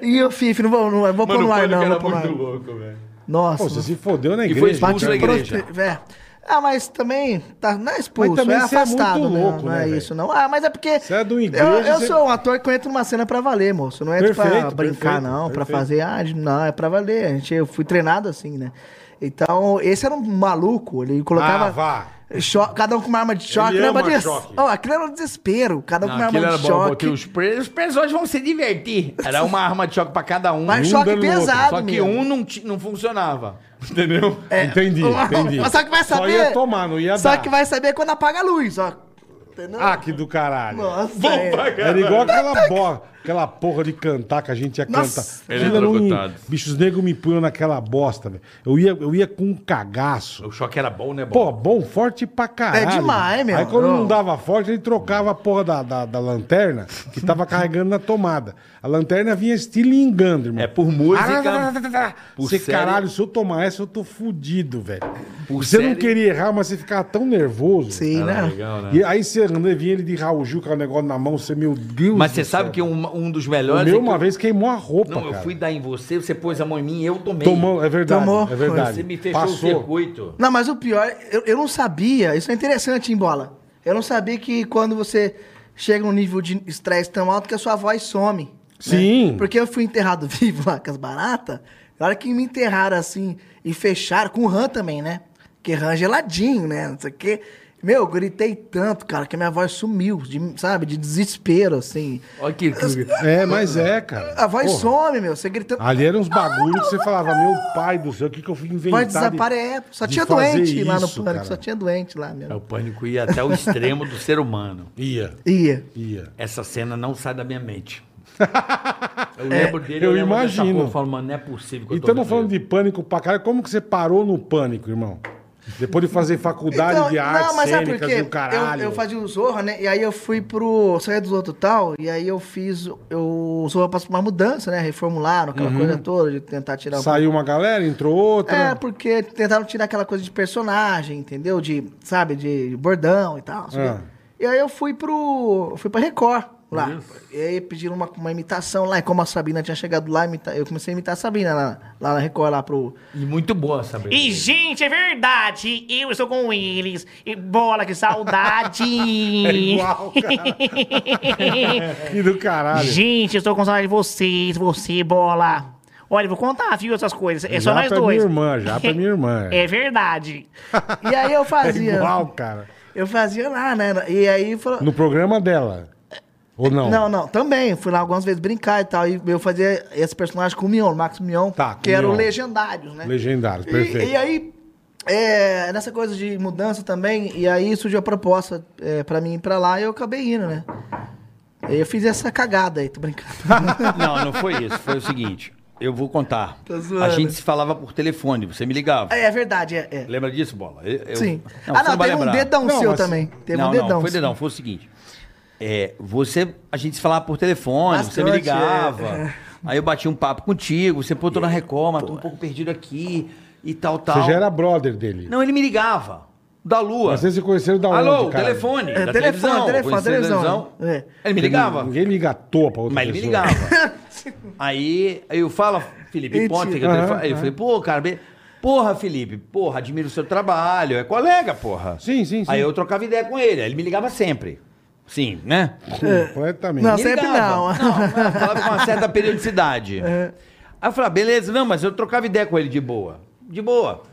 [SPEAKER 4] E o Fifi, não vou, não vou pôr
[SPEAKER 6] Mano,
[SPEAKER 4] no
[SPEAKER 6] o
[SPEAKER 4] ar,
[SPEAKER 6] pânico
[SPEAKER 4] não.
[SPEAKER 6] era
[SPEAKER 4] Vou pôr no
[SPEAKER 6] muito
[SPEAKER 4] ar.
[SPEAKER 6] louco, velho.
[SPEAKER 4] Nossa.
[SPEAKER 3] Pô, você se fodeu na
[SPEAKER 2] E
[SPEAKER 3] igreja.
[SPEAKER 2] foi expulso da
[SPEAKER 3] cara.
[SPEAKER 2] igreja.
[SPEAKER 4] É. Ah, mas também tá, não é expulso,
[SPEAKER 3] Mas também
[SPEAKER 4] é
[SPEAKER 3] você é muito
[SPEAKER 4] afastado, né?
[SPEAKER 3] louco,
[SPEAKER 4] não
[SPEAKER 3] né,
[SPEAKER 4] é
[SPEAKER 3] velho?
[SPEAKER 4] isso, não. Ah, mas é porque.
[SPEAKER 3] Você é de uma igreja,
[SPEAKER 4] eu, eu
[SPEAKER 3] você-
[SPEAKER 4] sou um ator que eu entro numa cena pra valer, moço. Não é pra
[SPEAKER 3] Perfeito,
[SPEAKER 4] brincar,
[SPEAKER 3] perfeito,
[SPEAKER 4] não, pra
[SPEAKER 3] perfeito.
[SPEAKER 4] fazer. Ah, não, é pra valer. A gente, eu fui treinado assim, né? Então, esse era um maluco, ele colocava.
[SPEAKER 3] Ah, vá.
[SPEAKER 4] cho- cada um com uma arma de choque.
[SPEAKER 3] Ele
[SPEAKER 4] lembra
[SPEAKER 3] ama
[SPEAKER 4] disso?
[SPEAKER 3] choque.
[SPEAKER 4] Ó, aquilo era um desespero. Cada um com uma arma
[SPEAKER 2] aquilo
[SPEAKER 4] de
[SPEAKER 2] era bom, eu
[SPEAKER 4] choque.
[SPEAKER 2] botei os presos. Os presos hoje vão se divertir. Era uma arma de choque pra cada um.
[SPEAKER 4] Mas
[SPEAKER 3] Um
[SPEAKER 4] choque
[SPEAKER 3] dando no outro.
[SPEAKER 4] pesado,
[SPEAKER 2] Só que
[SPEAKER 4] mesmo.
[SPEAKER 2] um não, ti- não funcionava.
[SPEAKER 3] Entendi, entendi.
[SPEAKER 4] É. Mas só que vai
[SPEAKER 3] Só
[SPEAKER 4] saber.
[SPEAKER 3] ia tomar, não ia
[SPEAKER 4] Só
[SPEAKER 3] dar.
[SPEAKER 4] que vai saber quando apaga a luz, ó. puta, não.
[SPEAKER 3] Ah, que do caralho.
[SPEAKER 4] Nossa, é.
[SPEAKER 3] Era igual aquela, bo... aquela porra de cantar que a gente ia
[SPEAKER 4] Nossa.
[SPEAKER 3] cantar.
[SPEAKER 6] Ele
[SPEAKER 3] Aquilo
[SPEAKER 6] é
[SPEAKER 3] era um-
[SPEAKER 6] trocotado.
[SPEAKER 3] Bichos negros me punham naquela bosta, velho. Eu ia, eu ia com um cagaço.
[SPEAKER 2] O choque era bom, né,
[SPEAKER 3] Pô,
[SPEAKER 2] bom?
[SPEAKER 3] bom, forte pra caralho.
[SPEAKER 4] É demais, meu.
[SPEAKER 3] Aí quando não
[SPEAKER 4] Não.
[SPEAKER 3] dava forte, ele trocava a porra da, da, da lanterna que tava carregando na tomada. A lanterna vinha estilingando, irmão.
[SPEAKER 2] É por música. por
[SPEAKER 3] Você,
[SPEAKER 2] série-
[SPEAKER 3] caralho, se eu tomar essa, eu tô fudido, velho.
[SPEAKER 2] Por
[SPEAKER 3] Você não
[SPEAKER 2] série-
[SPEAKER 3] queria errar, mas você ficava tão nervoso.
[SPEAKER 4] Sim, né?
[SPEAKER 2] Legal, né?
[SPEAKER 3] E aí você andava, vinha ele de Raul Gil com o negócio na mão, você, meu Deus
[SPEAKER 2] Mas
[SPEAKER 3] do
[SPEAKER 2] você sabe
[SPEAKER 3] céu.
[SPEAKER 2] que um, um dos
[SPEAKER 3] O
[SPEAKER 2] melhores.
[SPEAKER 3] meu
[SPEAKER 2] é que
[SPEAKER 3] uma
[SPEAKER 2] eu-
[SPEAKER 3] vez queimou a roupa,
[SPEAKER 2] Não,
[SPEAKER 3] cara.
[SPEAKER 2] eu fui dar em você, você pôs a mão em mim, eu tomei.
[SPEAKER 3] Tomou, é verdade,
[SPEAKER 4] Tomou.
[SPEAKER 3] é verdade.
[SPEAKER 2] Você me fechou o circuito.
[SPEAKER 4] Não, mas o pior, eu, eu não sabia, isso é interessante em bola. Eu não sabia que quando você chega num nível de estresse tão alto que a sua voz some. né?
[SPEAKER 3] Sim.
[SPEAKER 4] Porque eu fui enterrado vivo lá com as baratas, na hora que me enterraram assim e fecharam, com rã também, né? Porque rã é geladinho, né? Não sei o quê. Meu, eu gritei tanto, cara, que a minha voz sumiu, de- sabe? De desespero, assim.
[SPEAKER 2] Olha que.
[SPEAKER 3] É, mas é, cara.
[SPEAKER 4] A voz
[SPEAKER 3] Porra.
[SPEAKER 4] some, meu. Você gritando.
[SPEAKER 3] Ali eram uns bagulhos que você falava, meu pai do céu, o que, que eu fui inventar?
[SPEAKER 4] Vai
[SPEAKER 3] de-
[SPEAKER 4] desaparecer. é, Só
[SPEAKER 3] de
[SPEAKER 4] tinha
[SPEAKER 3] fazer
[SPEAKER 4] doente lá no
[SPEAKER 3] isso,
[SPEAKER 4] pânico,
[SPEAKER 3] cara? É
[SPEAKER 4] só tinha doente lá mesmo.
[SPEAKER 2] É O pânico ia até o extremo do ser humano.
[SPEAKER 3] Ia,
[SPEAKER 4] Ia.
[SPEAKER 3] ia.
[SPEAKER 2] Essa cena não sai da minha mente. É, Eu lembro dele,
[SPEAKER 3] eu
[SPEAKER 2] lembro dessa
[SPEAKER 3] imagino.
[SPEAKER 2] porra, Eu falo, mano, não é possível que
[SPEAKER 3] E
[SPEAKER 2] eu tô
[SPEAKER 3] estamos Então, falando de pânico pra caralho. Como que você parou no pânico, irmão? Depois de fazer faculdade
[SPEAKER 4] Então,
[SPEAKER 3] de artes cênicas e o
[SPEAKER 4] Eu,
[SPEAKER 3] caralho.
[SPEAKER 4] eu fazia o Zorra, né? E aí eu fui pro Saia dos Outros tal, e aí eu fiz. o- Eu, o Zorra passou por uma mudança, né? Reformularam
[SPEAKER 3] Uhum.
[SPEAKER 4] aquela coisa toda, de tentar tirar o.
[SPEAKER 3] Saiu uma galera, entrou outra.
[SPEAKER 4] É, porque tentaram tirar aquela coisa de personagem, entendeu? De, sabe, de bordão e tal. sabe?
[SPEAKER 3] Ah.
[SPEAKER 4] E aí eu fui pro. eu Fui pra Record lá. E aí pediram uma, uma imitação lá. E como a Sabina tinha chegado lá, imita- eu comecei a imitar a Sabina lá, lá na Record, lá pro.
[SPEAKER 2] E muito boa, sabe?
[SPEAKER 7] E, gente, é verdade. Eu estou com eles. E bola, que saudade.
[SPEAKER 3] É Igual, cara.
[SPEAKER 4] É,
[SPEAKER 3] que do caralho.
[SPEAKER 7] gente, eu estou com saudade de vocês. Você, bola. Olha, eu vou contar, viu, essas coisas. É
[SPEAKER 3] Já
[SPEAKER 7] só nós
[SPEAKER 3] pra
[SPEAKER 7] dois.
[SPEAKER 3] minha irmã, já pra minha irmã.
[SPEAKER 7] É verdade.
[SPEAKER 4] E aí eu
[SPEAKER 3] É
[SPEAKER 4] fazia.
[SPEAKER 3] igual, cara.
[SPEAKER 4] Eu fazia lá, né? E aí falou.
[SPEAKER 3] No programa dela. Ou não?
[SPEAKER 4] Não, não, também. Fui lá algumas vezes brincar e tal. E eu fazia esse personagem com o Mion, Max Mion,
[SPEAKER 3] Tá, com
[SPEAKER 4] que
[SPEAKER 3] o
[SPEAKER 4] era o
[SPEAKER 3] Mion.
[SPEAKER 4] Legendários, né?
[SPEAKER 3] Legendário,
[SPEAKER 4] E-
[SPEAKER 3] perfeito.
[SPEAKER 4] E, aí, é, nessa coisa de mudança também, e aí surgiu a proposta é, pra mim ir pra lá e eu acabei indo, né? E eu fiz essa cagada aí, tô brincando.
[SPEAKER 2] Não, não foi isso. Foi o seguinte. Eu vou contar.
[SPEAKER 4] Tô Tá zoando.
[SPEAKER 2] A gente se falava por telefone, você me ligava.
[SPEAKER 4] é, é verdade, é. é.
[SPEAKER 2] Lembra disso, Bola? Eu- eu-
[SPEAKER 4] Sim.
[SPEAKER 2] você
[SPEAKER 4] ah, não,
[SPEAKER 2] vai
[SPEAKER 4] teve um
[SPEAKER 2] lembrar.
[SPEAKER 4] dedão
[SPEAKER 3] Não,
[SPEAKER 4] seu
[SPEAKER 3] mas-
[SPEAKER 4] também. Teve
[SPEAKER 2] não,
[SPEAKER 4] um dedão.
[SPEAKER 2] não, foi dedão. Foi o seguinte. É, você, a gente se falava por telefone, você me
[SPEAKER 4] Bastante,
[SPEAKER 2] ligava.
[SPEAKER 4] é, é.
[SPEAKER 2] Aí eu bati um papo contigo, você pô, tô na Record, mas tô um pouco perdido aqui e tal, tal.
[SPEAKER 3] Você já era brother dele.
[SPEAKER 2] Não, ele me ligava. Da lua.
[SPEAKER 3] Mas vocês se conheceram da
[SPEAKER 2] Alô,
[SPEAKER 3] onde, cara?
[SPEAKER 2] telefone.
[SPEAKER 4] É,
[SPEAKER 2] da
[SPEAKER 4] telefone,
[SPEAKER 2] televisão,
[SPEAKER 4] telefone,
[SPEAKER 2] conheci da
[SPEAKER 4] televisão.
[SPEAKER 2] televisão.
[SPEAKER 4] É.
[SPEAKER 2] Ele me ligava.
[SPEAKER 3] Ninguém liga à toa pra outra
[SPEAKER 2] Mas ele me
[SPEAKER 3] pessoa.
[SPEAKER 2] ligava. aí aí eu falo, Felipe
[SPEAKER 4] Mentira.
[SPEAKER 2] Ponte, que eu
[SPEAKER 3] Aham,
[SPEAKER 2] telefone. Aí eu falei, pô, cara, be- porra, Felipe, porra, admiro o seu trabalho, é colega, porra.
[SPEAKER 3] Sim, sim, sim.
[SPEAKER 2] Aí eu trocava ideia com ele, aí ele me ligava sempre. Sim, né?
[SPEAKER 3] Completamente.
[SPEAKER 4] Não,
[SPEAKER 2] Me
[SPEAKER 4] Tá sempre
[SPEAKER 2] ligava.
[SPEAKER 4] não. É.
[SPEAKER 2] Não, não, falava com uma certa periodicidade. Aí eu falava, beleza, não, mas eu trocava ideia com ele de boa. De boa.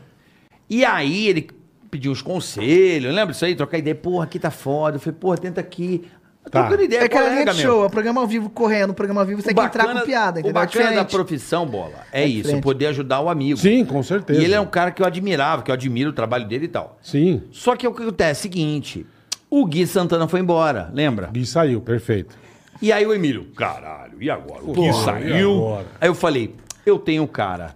[SPEAKER 2] E aí ele pediu uns conselhos, lembra disso aí? Trocar ideia, porra, aqui tá foda. Eu falei, porra, tenta aqui.
[SPEAKER 3] Tá.
[SPEAKER 2] Trocando ideia,
[SPEAKER 4] É que era
[SPEAKER 2] colega
[SPEAKER 4] linha de
[SPEAKER 2] meu.
[SPEAKER 4] show, é programa ao vivo correndo, um programa ao vivo, você tem que entrar com piada,
[SPEAKER 2] O
[SPEAKER 4] entendeu? É
[SPEAKER 2] bacana da
[SPEAKER 4] Diferente.
[SPEAKER 2] profissão, Bola, é, isso,
[SPEAKER 4] diferente.
[SPEAKER 2] poder ajudar o amigo.
[SPEAKER 3] Sim, com certeza.
[SPEAKER 2] E ele é um cara que eu admirava, que eu admiro o trabalho dele e tal.
[SPEAKER 3] Sim.
[SPEAKER 2] Só que o que acontece é o seguinte, o Gui Santana foi embora, lembra?
[SPEAKER 3] Gui saiu, perfeito.
[SPEAKER 2] E aí o Emílio, caralho, e agora? O Gui
[SPEAKER 3] Porra, e
[SPEAKER 2] saiu.
[SPEAKER 3] agora?
[SPEAKER 2] Aí eu falei, eu tenho um cara.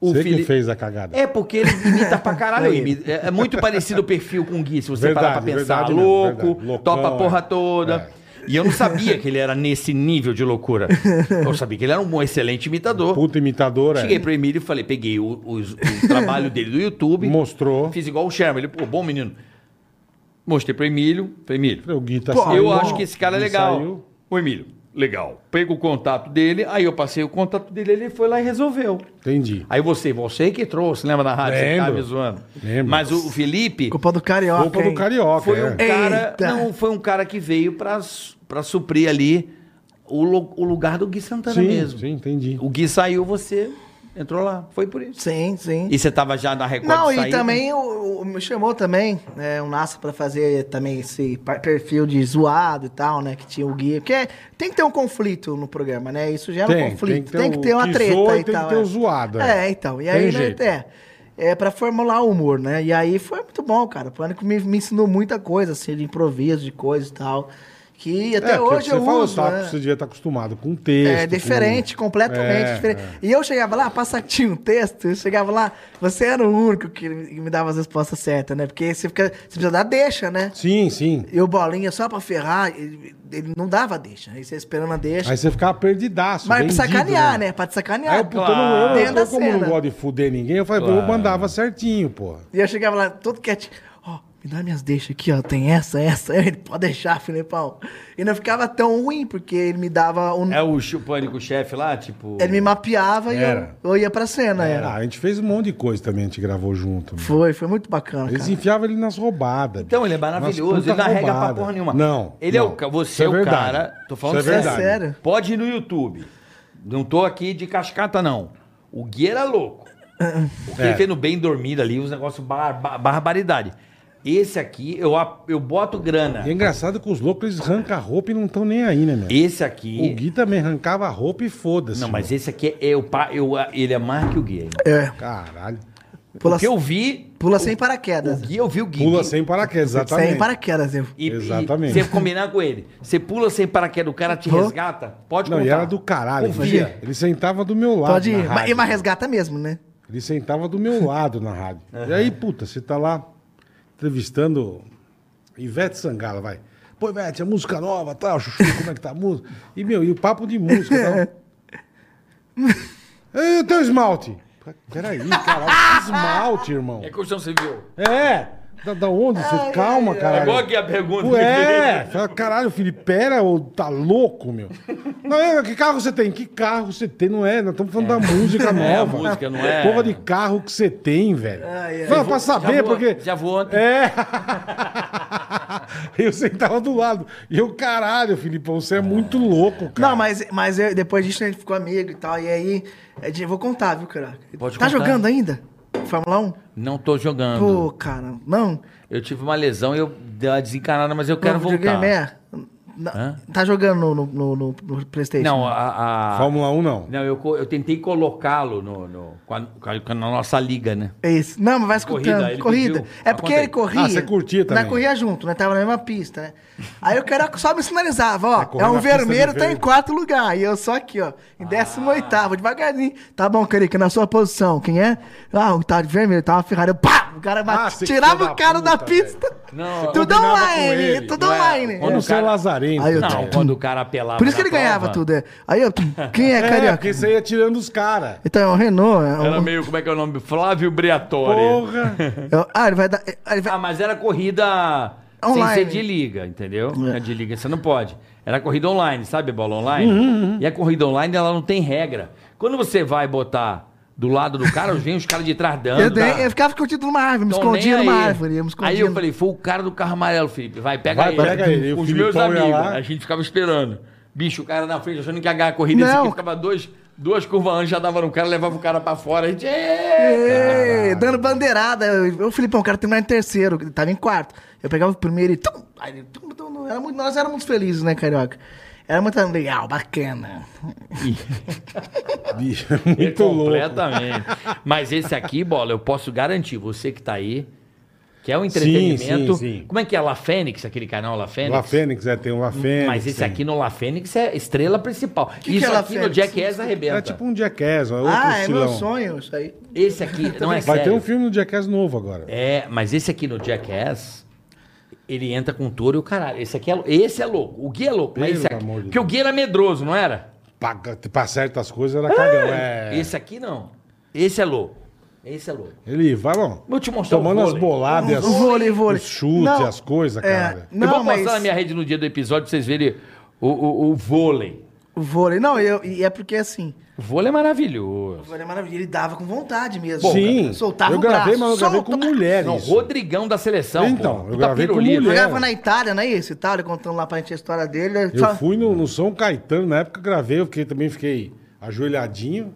[SPEAKER 2] O
[SPEAKER 3] você
[SPEAKER 2] Fili-
[SPEAKER 3] que fez a cagada.
[SPEAKER 2] É porque ele imita pra caralho. ele imita- É, é muito parecido o perfil com o Gui, se você parar pra
[SPEAKER 3] Verdade,
[SPEAKER 2] pensar.
[SPEAKER 3] verdade mesmo,
[SPEAKER 2] louco,
[SPEAKER 3] verdade. Loucão,
[SPEAKER 2] topa a porra
[SPEAKER 3] é.
[SPEAKER 2] toda.
[SPEAKER 3] É.
[SPEAKER 2] E eu não sabia que ele era nesse nível de loucura. Eu sabia que ele era um bom, excelente imitador.
[SPEAKER 3] Puta é. imitadora.
[SPEAKER 2] Cheguei pro Emílio e falei, peguei o, os- o trabalho dele do YouTube.
[SPEAKER 3] Mostrou.
[SPEAKER 2] Fiz igual o Sherman. Ele, pô, bom menino. Mostrei pro Emílio. Falei, Emílio,
[SPEAKER 3] O Gui tá
[SPEAKER 2] eu
[SPEAKER 3] saindo.
[SPEAKER 2] acho que esse cara é
[SPEAKER 3] Ele
[SPEAKER 2] legal.
[SPEAKER 3] saiu.
[SPEAKER 2] O Emílio, legal. Pego o contato dele, aí eu passei o contato dele, ele foi lá e resolveu.
[SPEAKER 3] Entendi.
[SPEAKER 2] Aí você, você que trouxe, lembra da rádio? Você
[SPEAKER 3] Lembro.
[SPEAKER 2] tava me zoando.
[SPEAKER 3] Lembro.
[SPEAKER 2] Mas o Felipe
[SPEAKER 4] Culpa do carioca.
[SPEAKER 3] Roupa do
[SPEAKER 4] hein?
[SPEAKER 3] carioca.
[SPEAKER 2] Ah, foi um
[SPEAKER 3] é.
[SPEAKER 2] cara.
[SPEAKER 4] Eita.
[SPEAKER 2] Não, foi um cara que veio pra, su- pra suprir ali o, lu- o lugar do Gui Santana
[SPEAKER 3] Sim,
[SPEAKER 2] mesmo.
[SPEAKER 3] sim, entendi.
[SPEAKER 2] O Gui saiu, você entrou lá. Foi por isso.
[SPEAKER 4] Sim, sim.
[SPEAKER 2] E você tava já na Record né?
[SPEAKER 4] Não,
[SPEAKER 2] de
[SPEAKER 4] e
[SPEAKER 2] saída?
[SPEAKER 4] também o, o- me chamou também, né, o Nassa pra fazer também esse par- perfil de zoado e tal, né, que tinha o guia. Porque tem que ter um conflito no programa, né? Isso gera
[SPEAKER 3] Tem,
[SPEAKER 4] um conflito.
[SPEAKER 3] tem que ter
[SPEAKER 4] Tem que ter
[SPEAKER 3] o
[SPEAKER 4] uma
[SPEAKER 3] que
[SPEAKER 4] treta
[SPEAKER 3] zoa e
[SPEAKER 4] e
[SPEAKER 3] tem que
[SPEAKER 4] tal.
[SPEAKER 3] ter o
[SPEAKER 4] é.
[SPEAKER 3] zoado, é.
[SPEAKER 4] É, então. E
[SPEAKER 3] Tem
[SPEAKER 4] aí, né,
[SPEAKER 3] jeito.
[SPEAKER 4] é. é, para formular o humor, né? E aí foi muito bom, cara. O Pânico me, me ensinou muita coisa, assim, de improviso, de coisa e tal. Que até
[SPEAKER 3] é, que
[SPEAKER 4] hoje
[SPEAKER 3] você
[SPEAKER 4] eu
[SPEAKER 3] falou,
[SPEAKER 4] uso,
[SPEAKER 3] tá,
[SPEAKER 4] né?
[SPEAKER 3] você devia estar acostumado com o texto.
[SPEAKER 4] É diferente,
[SPEAKER 3] com-
[SPEAKER 4] completamente
[SPEAKER 3] É,
[SPEAKER 4] diferente. E eu chegava lá, passatinho, um texto, eu chegava lá, você era o único que me dava as respostas certas, né? Porque você, fica, você precisa dar deixa, né?
[SPEAKER 3] Sim, sim.
[SPEAKER 4] E o Bolinha, só pra ferrar, ele, ele não dava deixa. Aí você esperando a deixa.
[SPEAKER 3] Aí você ficava perdidaço.
[SPEAKER 4] mas pra
[SPEAKER 3] Ah, vendido,
[SPEAKER 4] sacanear, né? Pra te
[SPEAKER 2] Ah,
[SPEAKER 4] sacanear.
[SPEAKER 3] Aí eu, puta, eu não- eu,
[SPEAKER 4] Dentro
[SPEAKER 3] eu,
[SPEAKER 4] da
[SPEAKER 3] como eu não
[SPEAKER 4] cena.
[SPEAKER 3] gosto de fuder ninguém, eu falei, eu mandava certinho, pô.
[SPEAKER 4] E eu chegava lá, todo quietinho. Ó, me dá minhas deixas aqui, ó. Tem essa, essa. Ele pode deixar, Filipão. E não ficava tão ruim, porque ele me dava um.
[SPEAKER 2] É o chu- pânico chefe lá, tipo.
[SPEAKER 4] Ele me mapeava e eu,
[SPEAKER 3] Era.
[SPEAKER 4] eu ia pra cena. Era.
[SPEAKER 3] Ah, a gente fez um monte de coisa também, a gente gravou junto. meu.
[SPEAKER 4] Foi, foi muito bacana.
[SPEAKER 3] Eles
[SPEAKER 4] Cara.
[SPEAKER 3] enfiavam ele nas roubadas.
[SPEAKER 2] Então, ele é
[SPEAKER 3] bicho.
[SPEAKER 2] maravilhoso,
[SPEAKER 3] Nas
[SPEAKER 2] ele não
[SPEAKER 3] puta
[SPEAKER 2] arrega pra
[SPEAKER 3] roubada.
[SPEAKER 2] porra nenhuma.
[SPEAKER 3] Não.
[SPEAKER 2] Ele é
[SPEAKER 3] não.
[SPEAKER 2] o ca-
[SPEAKER 3] Isso
[SPEAKER 2] você é, o
[SPEAKER 3] verdade.
[SPEAKER 2] cara. Tô
[SPEAKER 3] Isso
[SPEAKER 2] falando
[SPEAKER 3] é verdade.
[SPEAKER 4] sério. Sério?
[SPEAKER 2] Pode ir no YouTube. Não tô aqui de cascata, não. O Gui era louco. O que
[SPEAKER 3] É.
[SPEAKER 2] ele fez no bem dormido ali, uns negócios bar- bar- barbaridade. Esse aqui, eu, ap- eu boto grana.
[SPEAKER 3] E é engraçado que os loucos, eles arrancam a roupa e não estão nem aí, né, meu?
[SPEAKER 2] Esse
[SPEAKER 3] O
[SPEAKER 2] aqui.
[SPEAKER 3] Gui também arrancava a roupa e foda-se.
[SPEAKER 2] Não,
[SPEAKER 3] mano.
[SPEAKER 2] mas esse aqui é o pa- eu, ele é mais que o Gui. irmão.
[SPEAKER 4] É,
[SPEAKER 3] Caralho.
[SPEAKER 4] pula,
[SPEAKER 2] O que eu vi.
[SPEAKER 4] pula sem
[SPEAKER 2] O
[SPEAKER 4] paraquedas.
[SPEAKER 2] Gui, eu vi o Gui.
[SPEAKER 3] Pula sem paraquedas, exatamente.
[SPEAKER 4] Sem paraquedas, eu.
[SPEAKER 2] E,
[SPEAKER 3] Exatamente.
[SPEAKER 2] E você combinar com ele. Você pula sem paraquedas, o cara te
[SPEAKER 4] Pô.
[SPEAKER 2] resgata. Pode
[SPEAKER 3] Não,
[SPEAKER 2] contar.
[SPEAKER 3] e era do caralho.
[SPEAKER 2] Confia.
[SPEAKER 3] Ele- Ele sentava do meu lado.
[SPEAKER 4] Pode
[SPEAKER 3] na
[SPEAKER 4] ir. Mas- E
[SPEAKER 3] rádio.
[SPEAKER 4] uma resgata mesmo, né?
[SPEAKER 3] Ele sentava do meu lado na rádio. E aí, puta, você tá lá entrevistando Ivete Sangala, vai. Pô, Ivete, a música nova, tal, Chuchu, como é que tá a música? E, meu, e o papo de música, tal. E o teu esmalte? Peraí, caralho, que esmalte, irmão.
[SPEAKER 2] É construção civil.
[SPEAKER 3] É! Da, da onde? Você, calma, caralho.
[SPEAKER 2] Agora que a pergunta.
[SPEAKER 3] Ué, fala, caralho, Felipe, pera, ô, tá louco, meu? Não, é, que carro você tem? Que carro você tem? Não é, nós estamos falando da música nova.
[SPEAKER 2] É, a música, não é?
[SPEAKER 3] Porra de carro que você tem, velho.
[SPEAKER 4] Ai, ai.
[SPEAKER 3] Não, pra saber,
[SPEAKER 2] voou-
[SPEAKER 3] porque...
[SPEAKER 2] já voou ontem.
[SPEAKER 3] É. eu sentava do lado. E eu, caralho, Filipão, você é muito louco, cara.
[SPEAKER 2] É.
[SPEAKER 4] Não, mas, mas eu- depois disso a gente ficou amigo e tal. E aí, é de- eu vou contar, viu, cara?
[SPEAKER 2] Pode
[SPEAKER 4] tá
[SPEAKER 2] contar.
[SPEAKER 4] jogando ainda? Fórmula 1?
[SPEAKER 2] Não tô jogando.
[SPEAKER 4] Pô, cara, não.
[SPEAKER 2] Eu tive uma lesão e eu dei uma desencanada, mas eu quero
[SPEAKER 4] Não, videogame
[SPEAKER 2] voltar.
[SPEAKER 4] É. Não, tá jogando no, no, no- no- no Playstation?
[SPEAKER 2] Não, a. a-
[SPEAKER 3] Fórmula 1, não.
[SPEAKER 2] Não, eu, co- eu tentei colocá-lo no, no- com a- com a- com a- na nossa liga, né?
[SPEAKER 4] É isso. Não, mas vai
[SPEAKER 2] Corrida,
[SPEAKER 4] escutando. Corrida.
[SPEAKER 2] ele pediu.
[SPEAKER 4] É porque
[SPEAKER 2] Ah,
[SPEAKER 4] ele corria.
[SPEAKER 3] Ah, você curtia também.
[SPEAKER 4] Nós corria junto, né? Tava na mesma pista, né? Aí o cara só me sinalizava, ó.
[SPEAKER 3] correndo
[SPEAKER 4] É um
[SPEAKER 3] na pista
[SPEAKER 4] vermelho,
[SPEAKER 3] de
[SPEAKER 4] tá em
[SPEAKER 3] verde.
[SPEAKER 4] quarto lugar. E eu só aqui, ó.
[SPEAKER 2] Ah.
[SPEAKER 4] Em 18 oitavo, devagarinho. Tá bom, Carica, na sua posição. Quem é? Ah, o tá de vermelho, tá uma Ferrari. Eu, Pá! O cara
[SPEAKER 3] Ah,
[SPEAKER 4] bate,
[SPEAKER 3] você
[SPEAKER 4] tirava
[SPEAKER 3] filho da
[SPEAKER 4] o cara da
[SPEAKER 3] puta,
[SPEAKER 4] pista.
[SPEAKER 2] Não,
[SPEAKER 4] tudo
[SPEAKER 3] combinava com
[SPEAKER 4] online,
[SPEAKER 3] ele.
[SPEAKER 4] tudo
[SPEAKER 2] Não é,
[SPEAKER 4] online.
[SPEAKER 3] Eu
[SPEAKER 2] quando
[SPEAKER 3] não
[SPEAKER 2] o
[SPEAKER 3] sou
[SPEAKER 2] cara-
[SPEAKER 3] lazarento.
[SPEAKER 4] Aí eu-
[SPEAKER 2] Não, quando o cara apelava.
[SPEAKER 4] Por isso que
[SPEAKER 2] na
[SPEAKER 4] ele ganhava
[SPEAKER 2] prova-
[SPEAKER 4] tudo, é. Aí eu, quem é,
[SPEAKER 3] É, porque
[SPEAKER 4] Carioca?
[SPEAKER 3] você ia tirando os caras.
[SPEAKER 4] Então, é o Renault. é o-
[SPEAKER 6] Era meio, como é que é o nome? Flávio Briatore.
[SPEAKER 3] Porra.
[SPEAKER 4] é o- Ah, ele vai dar... ah, ele vai-
[SPEAKER 2] Ah, mas era corrida
[SPEAKER 4] Online.
[SPEAKER 2] sem ser de liga, entendeu? É. De liga você não pode. Era corrida online, sabe a bola online?
[SPEAKER 4] Uhum,
[SPEAKER 2] E a corrida online, ela não tem regra. Quando você vai botar do lado do cara, vem os caras de trás dando.
[SPEAKER 4] Eu, dei-
[SPEAKER 2] tá?
[SPEAKER 4] eu ficava escondido numa árvore, me
[SPEAKER 2] Então,
[SPEAKER 4] escondia
[SPEAKER 2] nem
[SPEAKER 4] numa
[SPEAKER 2] aí.
[SPEAKER 4] árvore. Eu me escondia
[SPEAKER 2] Aí eu
[SPEAKER 4] no-
[SPEAKER 2] falei, foi o cara do carro amarelo, Felipe. Vai, pega
[SPEAKER 3] Vai,
[SPEAKER 2] ele.
[SPEAKER 3] pega ele. E o
[SPEAKER 2] Os
[SPEAKER 3] Filipão
[SPEAKER 2] meus
[SPEAKER 3] ia
[SPEAKER 2] amigos.
[SPEAKER 3] lá.
[SPEAKER 2] A gente ficava esperando. Bicho, o cara na frente achando que ia ganhar a corrida. Esse
[SPEAKER 4] Não.
[SPEAKER 2] aqui ficava dois, duas curvas antes, já dava no cara, levava o cara pra fora. A gente...
[SPEAKER 4] É.
[SPEAKER 2] "Ê!"
[SPEAKER 4] Ei, dando bandeirada. Eu, Ô, Filipão, eu quero terminar em terceiro. Ele tava em quarto. Eu pegava o primeiro e. Tum, aí ele tum, tum, tum. era muito, nós éramos felizes, né, Carioca? Era muito legal, bacana.
[SPEAKER 3] Bicho, é muito louco.
[SPEAKER 2] Completamente. Mas esse aqui, bola, eu posso garantir, você que tá aí, que é um entretenimento.
[SPEAKER 3] sim, sim.
[SPEAKER 2] Como é que é? La Fênix, aquele canal La Fênix?
[SPEAKER 3] La Fênix, é, tem um La Fênix.
[SPEAKER 2] Mas esse
[SPEAKER 3] tem.
[SPEAKER 2] aqui no La Fênix é estrela principal.
[SPEAKER 4] que
[SPEAKER 2] Isso
[SPEAKER 4] é La
[SPEAKER 2] aqui no
[SPEAKER 4] Fênix?
[SPEAKER 2] Jackass arrebenta.
[SPEAKER 3] É tipo um Jackass, é outro
[SPEAKER 4] ah, é
[SPEAKER 3] estilão.
[SPEAKER 4] meu sonho isso aí.
[SPEAKER 2] Esse aqui não é
[SPEAKER 3] Vai
[SPEAKER 2] sério.
[SPEAKER 3] ter um filme do Jackass novo agora.
[SPEAKER 2] É, mas esse aqui no Jackass, ele entra com touro e o caralho. Esse aqui é, lou- esse é louco. O Gui é louco, mas
[SPEAKER 3] Pelo
[SPEAKER 2] esse aqui.
[SPEAKER 3] amor de
[SPEAKER 2] Porque o
[SPEAKER 3] Deus.
[SPEAKER 2] Gui era medroso, não era?
[SPEAKER 3] Pra, pra certas coisas era cagão. É.
[SPEAKER 2] Esse aqui não. Esse é louco. Esse é louco.
[SPEAKER 3] Ele vai, bom.
[SPEAKER 2] Vou te mostrar o
[SPEAKER 3] Tomando as
[SPEAKER 2] vôlei.
[SPEAKER 3] boladas, e as,
[SPEAKER 4] O vôlei, vôlei.
[SPEAKER 3] os chutes,
[SPEAKER 4] Não,
[SPEAKER 3] as coisas,
[SPEAKER 4] é,
[SPEAKER 3] cara.
[SPEAKER 2] eu vou
[SPEAKER 4] Não, mas.
[SPEAKER 2] postar na minha rede no dia do episódio pra vocês verem o, o, o vôlei.
[SPEAKER 4] O vôlei. Não, eu, e é porque assim.
[SPEAKER 2] O vôlei é maravilhoso.
[SPEAKER 4] O vôlei é maravilhoso. Ele dava com vontade mesmo.
[SPEAKER 3] Sim,
[SPEAKER 4] Soltava
[SPEAKER 3] eu
[SPEAKER 4] o braço.
[SPEAKER 3] gravei, mas eu gravei
[SPEAKER 4] solta
[SPEAKER 3] com
[SPEAKER 4] o braço.
[SPEAKER 3] mulheres.
[SPEAKER 2] Não, É Rodrigão da seleção.
[SPEAKER 3] Então,
[SPEAKER 2] pô.
[SPEAKER 3] eu
[SPEAKER 2] Puta
[SPEAKER 3] gravei com
[SPEAKER 2] pirulito.
[SPEAKER 3] mulher.
[SPEAKER 4] Jogava na Itália, não é isso? Itália, contando lá pra gente a história dele.
[SPEAKER 3] Eu
[SPEAKER 2] tá-
[SPEAKER 4] só-
[SPEAKER 3] fui no, no São Caetano, na época eu gravei, eu fiquei, também fiquei ajoelhadinho.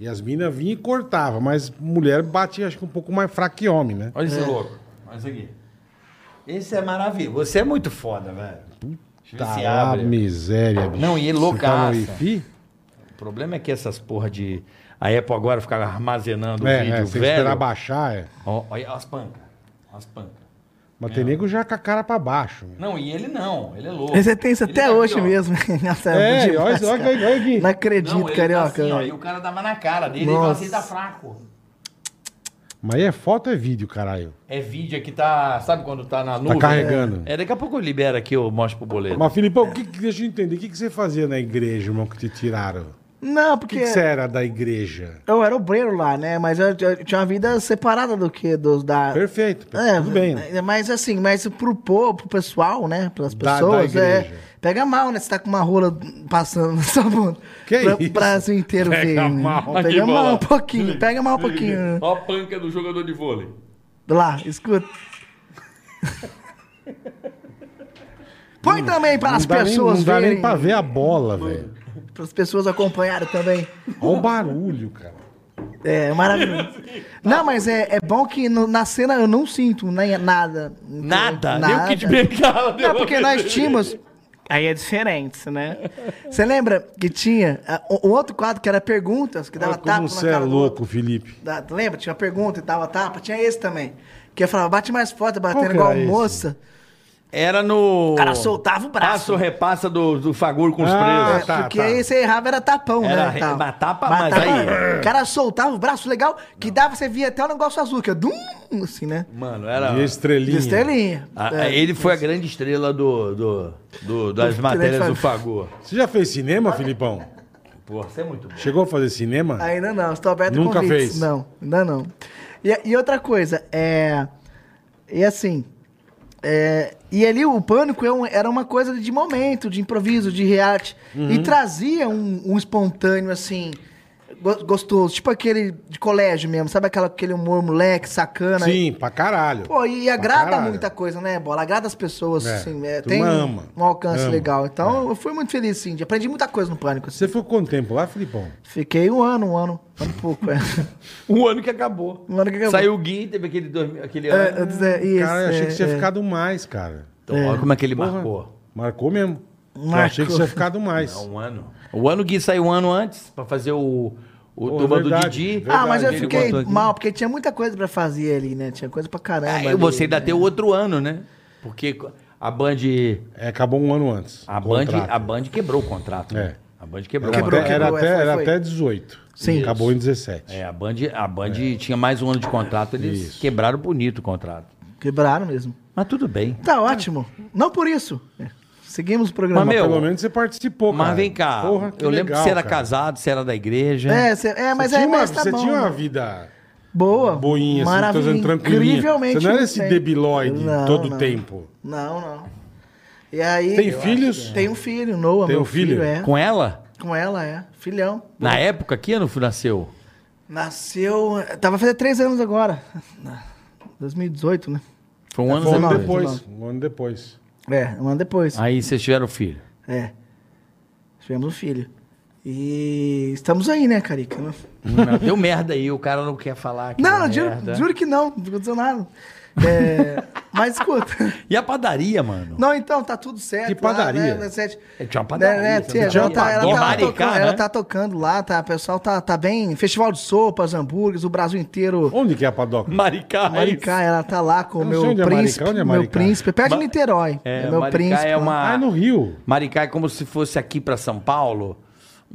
[SPEAKER 3] E as minas vinham e cortavam, mas mulher bate, acho que um pouco mais fraco que homem, né?
[SPEAKER 2] Olha esse louco. Olha isso aqui. Esse é maravilhoso. Você é muito foda, velho. Deixa eu ver
[SPEAKER 3] Tá
[SPEAKER 2] se
[SPEAKER 3] lá,
[SPEAKER 2] abre.
[SPEAKER 3] miséria, bicho.
[SPEAKER 2] Não, e ele
[SPEAKER 3] Você tá no
[SPEAKER 2] loucaça.
[SPEAKER 3] Wi-Fi?
[SPEAKER 2] O problema é que essas porra de A Apple agora fica armazenando o
[SPEAKER 3] É,
[SPEAKER 2] vídeo
[SPEAKER 3] é, você tem que
[SPEAKER 2] velho.
[SPEAKER 3] esperar baixar, é.
[SPEAKER 2] Ó, olha as pancas. As pancas.
[SPEAKER 3] Mas tem nego já com a cara pra baixo. meu.
[SPEAKER 2] Não, e ele não. Ele é louco.
[SPEAKER 4] Esse tem isso
[SPEAKER 2] Ele
[SPEAKER 4] até
[SPEAKER 2] tá aqui,
[SPEAKER 4] hoje
[SPEAKER 2] ó.
[SPEAKER 4] mesmo. Nossa,
[SPEAKER 3] É,
[SPEAKER 4] bom demais,
[SPEAKER 3] olha- olha-
[SPEAKER 4] cara.
[SPEAKER 3] olha- olha aqui.
[SPEAKER 4] Não
[SPEAKER 2] Não,
[SPEAKER 4] acredito,
[SPEAKER 2] ele tá
[SPEAKER 4] carioca.
[SPEAKER 2] assim, ó, e o cara dava na cara dele e
[SPEAKER 4] Nossa.
[SPEAKER 2] falava assim, tá fraco.
[SPEAKER 3] Mas aí é foto, é vídeo, caralho.
[SPEAKER 2] É vídeo aqui, tá. Sabe quando tá na nuvem?
[SPEAKER 3] carregando.
[SPEAKER 2] É, daqui a pouco eu libero aqui, eu mostro pro boleto.
[SPEAKER 3] Mas, Filipão, o que, que- deixa eu entender. O que, que você fazia na igreja, irmão, que te tiraram? O
[SPEAKER 4] Não,
[SPEAKER 3] que, é?
[SPEAKER 4] porque
[SPEAKER 3] que você era da igreja?
[SPEAKER 4] eu era obreiro lá, né? Mas eu, eu tinha uma vida separada do que dos da.
[SPEAKER 3] Perfeito,
[SPEAKER 4] É,
[SPEAKER 3] tudo bem. né?
[SPEAKER 4] é, Mas assim, mas pro povo, pro pessoal, né? Pelas
[SPEAKER 3] Da- da
[SPEAKER 4] pessoas, é,
[SPEAKER 3] igreja.
[SPEAKER 4] pega mal, né? Você tá com uma rola passando na sua bunda.
[SPEAKER 3] Que
[SPEAKER 4] pra,
[SPEAKER 3] isso?
[SPEAKER 4] Brasil inteiro
[SPEAKER 3] Pega
[SPEAKER 4] ver. né?
[SPEAKER 3] mal. Ah,
[SPEAKER 4] Pega
[SPEAKER 6] Aqui,
[SPEAKER 4] mal
[SPEAKER 6] bola.
[SPEAKER 4] um pouquinho, pega mal um pouquinho. né?
[SPEAKER 6] Ó a panca do jogador de vôlei.
[SPEAKER 4] Lá, escuta. Põe também para as
[SPEAKER 3] Não dá nem-
[SPEAKER 4] pessoas né?
[SPEAKER 3] Não dá
[SPEAKER 4] verem.
[SPEAKER 3] nem pra ver a bola, velho.
[SPEAKER 4] Para as pessoas acompanharem também.
[SPEAKER 3] Olha o barulho, cara.
[SPEAKER 4] É, maravilhoso. Não, mas é, é bom que no- na cena eu não sinto nem nada.
[SPEAKER 2] Nada?
[SPEAKER 4] Nada.
[SPEAKER 2] Nem o kit bengala. deu uma
[SPEAKER 4] Não, porque
[SPEAKER 2] vez.
[SPEAKER 4] nós tínhamos.
[SPEAKER 7] Aí é diferente, né?
[SPEAKER 4] Você lembra que tinha ah, o, o outro quadro que era perguntas, que dava
[SPEAKER 3] Olha
[SPEAKER 4] tapa
[SPEAKER 3] como
[SPEAKER 4] na
[SPEAKER 3] você é
[SPEAKER 4] cara do
[SPEAKER 3] louco, Felipe.
[SPEAKER 4] outro. Da- lembra? Tinha pergunta e dava tapa. Tinha esse também. Que eu falava, bate mais forte,
[SPEAKER 3] Qual
[SPEAKER 4] batendo
[SPEAKER 3] que
[SPEAKER 4] igual
[SPEAKER 3] era esse?
[SPEAKER 4] moça.
[SPEAKER 2] Era no. O
[SPEAKER 7] cara soltava o braço.
[SPEAKER 2] Passa o repassa do, do Fagulho com os
[SPEAKER 3] Ah,
[SPEAKER 2] presos.
[SPEAKER 4] É,
[SPEAKER 3] tá,
[SPEAKER 4] porque
[SPEAKER 3] tá.
[SPEAKER 4] aí você errava, era tapão,
[SPEAKER 2] Era
[SPEAKER 4] né?
[SPEAKER 2] re-
[SPEAKER 4] e tal.
[SPEAKER 2] mas tapa, mas aí-
[SPEAKER 4] O cara soltava o braço legal, que dava, você via até o negócio azul, que é dum, assim, né?
[SPEAKER 2] Mano, era.
[SPEAKER 3] E a estrelinha.
[SPEAKER 4] Estrelinha.
[SPEAKER 2] A-
[SPEAKER 4] É.
[SPEAKER 2] Ah, ele foi a grande estrela do, do, do- das
[SPEAKER 4] Do
[SPEAKER 2] matérias
[SPEAKER 4] Telefag-
[SPEAKER 2] do Fagor.
[SPEAKER 3] Você já fez cinema, Filipão?
[SPEAKER 2] Porra, você é muito bom.
[SPEAKER 3] Chegou a fazer cinema?
[SPEAKER 4] Ainda não, estou aberto a
[SPEAKER 3] Nunca
[SPEAKER 4] convites.
[SPEAKER 3] fez?
[SPEAKER 4] Não, ainda não. E, e outra coisa, é. E assim. é, e ali o pânico é um- era uma coisa de momento, de improviso, de reality. E
[SPEAKER 2] Uhum.
[SPEAKER 4] trazia um, um espontâneo, assim, go- gostoso. Tipo aquele de colégio mesmo, sabe aquela, aquele humor moleque, sacana?
[SPEAKER 3] Sim, pra caralho.
[SPEAKER 4] Pô, e
[SPEAKER 3] Pra
[SPEAKER 4] agrada
[SPEAKER 3] caralho.
[SPEAKER 4] muita coisa, né, Bola? Agrada as pessoas,
[SPEAKER 3] É,
[SPEAKER 4] assim. é,
[SPEAKER 3] turma
[SPEAKER 4] tem um,
[SPEAKER 3] ama.
[SPEAKER 4] um alcance
[SPEAKER 3] Ama. É.
[SPEAKER 4] legal. Então, eu fui muito feliz, sim. de- Aprendi muita coisa no Pânico. assim.
[SPEAKER 3] Você ficou quanto tempo lá, Filipão?
[SPEAKER 4] Fiquei um ano, um ano, um ano e pouco. É.
[SPEAKER 2] Um ano que acabou.
[SPEAKER 4] Um ano que acabou.
[SPEAKER 2] Saiu o Gui, teve aquele, dois- aquele
[SPEAKER 4] É,
[SPEAKER 2] ano.
[SPEAKER 4] eu dizer, isso,
[SPEAKER 3] cara, eu achei
[SPEAKER 4] é,
[SPEAKER 3] que você tinha
[SPEAKER 4] é.
[SPEAKER 3] ficado mais, cara.
[SPEAKER 2] Então, olha como é que ele
[SPEAKER 3] Porra,
[SPEAKER 2] marcou.
[SPEAKER 3] Ah. Marcou mesmo. Eu
[SPEAKER 4] Marcou.
[SPEAKER 3] achei que você tinha ficado mais.
[SPEAKER 2] Um ano. O ano o Gui saiu um ano antes pra fazer o, o
[SPEAKER 3] Pô,
[SPEAKER 2] turma
[SPEAKER 3] verdade,
[SPEAKER 2] do Didi.
[SPEAKER 3] verdade.
[SPEAKER 4] Ah, mas eu
[SPEAKER 2] ele
[SPEAKER 4] fiquei
[SPEAKER 2] contou aqui. Ah,
[SPEAKER 4] mal, porque tinha muita coisa pra fazer ali, né? Tinha coisa pra caramba.
[SPEAKER 2] Aí
[SPEAKER 4] ali,
[SPEAKER 2] você ainda
[SPEAKER 4] né?
[SPEAKER 2] tem o outro ano, né? Porque a Band.
[SPEAKER 3] É, acabou um ano antes.
[SPEAKER 2] A
[SPEAKER 3] o
[SPEAKER 2] Band,
[SPEAKER 3] contrato.
[SPEAKER 2] a Band quebrou o contrato. né?
[SPEAKER 3] É.
[SPEAKER 2] A Band quebrou
[SPEAKER 3] Era,
[SPEAKER 2] o
[SPEAKER 4] Quebrou,
[SPEAKER 3] até,
[SPEAKER 2] contrato.
[SPEAKER 3] era,
[SPEAKER 4] quebrou,
[SPEAKER 3] até,
[SPEAKER 4] é, foi,
[SPEAKER 3] era
[SPEAKER 4] foi.
[SPEAKER 3] até 18.
[SPEAKER 4] Sim.
[SPEAKER 3] Acabou em 17.
[SPEAKER 2] É, a Band, a Band tinha mais um ano de contrato, eles quebraram bonito o contrato.
[SPEAKER 4] Quebraram mesmo.
[SPEAKER 2] Mas tudo bem.
[SPEAKER 4] Tá ótimo. Não por isso. É. Seguimos o programa.
[SPEAKER 2] Mas,
[SPEAKER 3] Mas
[SPEAKER 2] meu,
[SPEAKER 3] pelo menos você participou, cara.
[SPEAKER 2] Mas vem cá,
[SPEAKER 3] Porra, que
[SPEAKER 2] eu lembro que
[SPEAKER 3] legal,
[SPEAKER 2] você era
[SPEAKER 3] cara.
[SPEAKER 2] casado, você era da igreja.
[SPEAKER 4] é, cê- é, mas
[SPEAKER 3] você
[SPEAKER 4] é,
[SPEAKER 3] tinha uma,
[SPEAKER 4] mas tá
[SPEAKER 3] você
[SPEAKER 4] bom.
[SPEAKER 3] tinha uma vida
[SPEAKER 4] Boa.
[SPEAKER 3] boinha, assim, tô
[SPEAKER 4] maravilha,
[SPEAKER 3] dizendo, tranquilinha.
[SPEAKER 4] Incrivelmente.
[SPEAKER 3] Você não era esse
[SPEAKER 4] tem.
[SPEAKER 3] debilóide
[SPEAKER 4] Não,
[SPEAKER 3] todo
[SPEAKER 4] não.
[SPEAKER 3] tempo.
[SPEAKER 4] Não, não. E aí.
[SPEAKER 3] Tem
[SPEAKER 4] eu
[SPEAKER 3] filhos?
[SPEAKER 4] acho que Tem um filho, Noah.
[SPEAKER 3] Tem
[SPEAKER 4] meu
[SPEAKER 3] um filho?
[SPEAKER 4] é.
[SPEAKER 2] Com ela?
[SPEAKER 4] Com ela, é. Filhão.
[SPEAKER 2] Na época, que ano nasceu?
[SPEAKER 4] Nasceu. Tava fazendo três anos agora. 2018, né?
[SPEAKER 2] Foi um
[SPEAKER 3] Foi
[SPEAKER 2] ano
[SPEAKER 3] Um ano
[SPEAKER 4] Dezenove,
[SPEAKER 3] depois. Um ano depois.
[SPEAKER 4] É, um ano depois.
[SPEAKER 3] Ah.
[SPEAKER 2] Aí vocês tiveram filho.
[SPEAKER 4] É. Tivemos um filho. E estamos aí, né, Carica? Não,
[SPEAKER 2] Não, deu merda aí, o cara não quer falar. que
[SPEAKER 4] não,
[SPEAKER 2] deu
[SPEAKER 4] juro,
[SPEAKER 2] merda.
[SPEAKER 4] juro que não, não aconteceu nada. É, mas escuta.
[SPEAKER 2] E a padaria, mano?
[SPEAKER 4] Não, então, tá tudo certo.
[SPEAKER 3] Que padaria?
[SPEAKER 4] Lá, né, na sete-
[SPEAKER 2] É, tinha uma padaria,
[SPEAKER 4] Né, né,
[SPEAKER 2] tinha
[SPEAKER 4] tia,
[SPEAKER 2] Tipo, uma
[SPEAKER 4] ela, tá, ela,
[SPEAKER 2] padaria.
[SPEAKER 4] tá lá
[SPEAKER 2] Maricá,
[SPEAKER 4] tocando,
[SPEAKER 2] né?
[SPEAKER 4] ela tá tocando lá, tá? O pessoal tá, tá bem. Festival de sopas, hambúrgueres, o Brasil inteiro.
[SPEAKER 3] Onde que é a padoca?
[SPEAKER 2] Maricá,
[SPEAKER 4] Maricá, ela tá lá com o
[SPEAKER 3] Eu não sei
[SPEAKER 4] meu
[SPEAKER 3] onde é Maricá,
[SPEAKER 4] príncipe.
[SPEAKER 3] onde é
[SPEAKER 4] meu
[SPEAKER 3] Maricá?
[SPEAKER 4] príncipe. Perto de
[SPEAKER 2] Ma-
[SPEAKER 4] Niterói.
[SPEAKER 2] É,
[SPEAKER 4] meu
[SPEAKER 2] Maricá
[SPEAKER 4] príncipe.
[SPEAKER 2] é
[SPEAKER 4] lá.
[SPEAKER 2] uma-
[SPEAKER 3] Ah, é no Rio.
[SPEAKER 2] Maricá é como se fosse aqui pra São Paulo.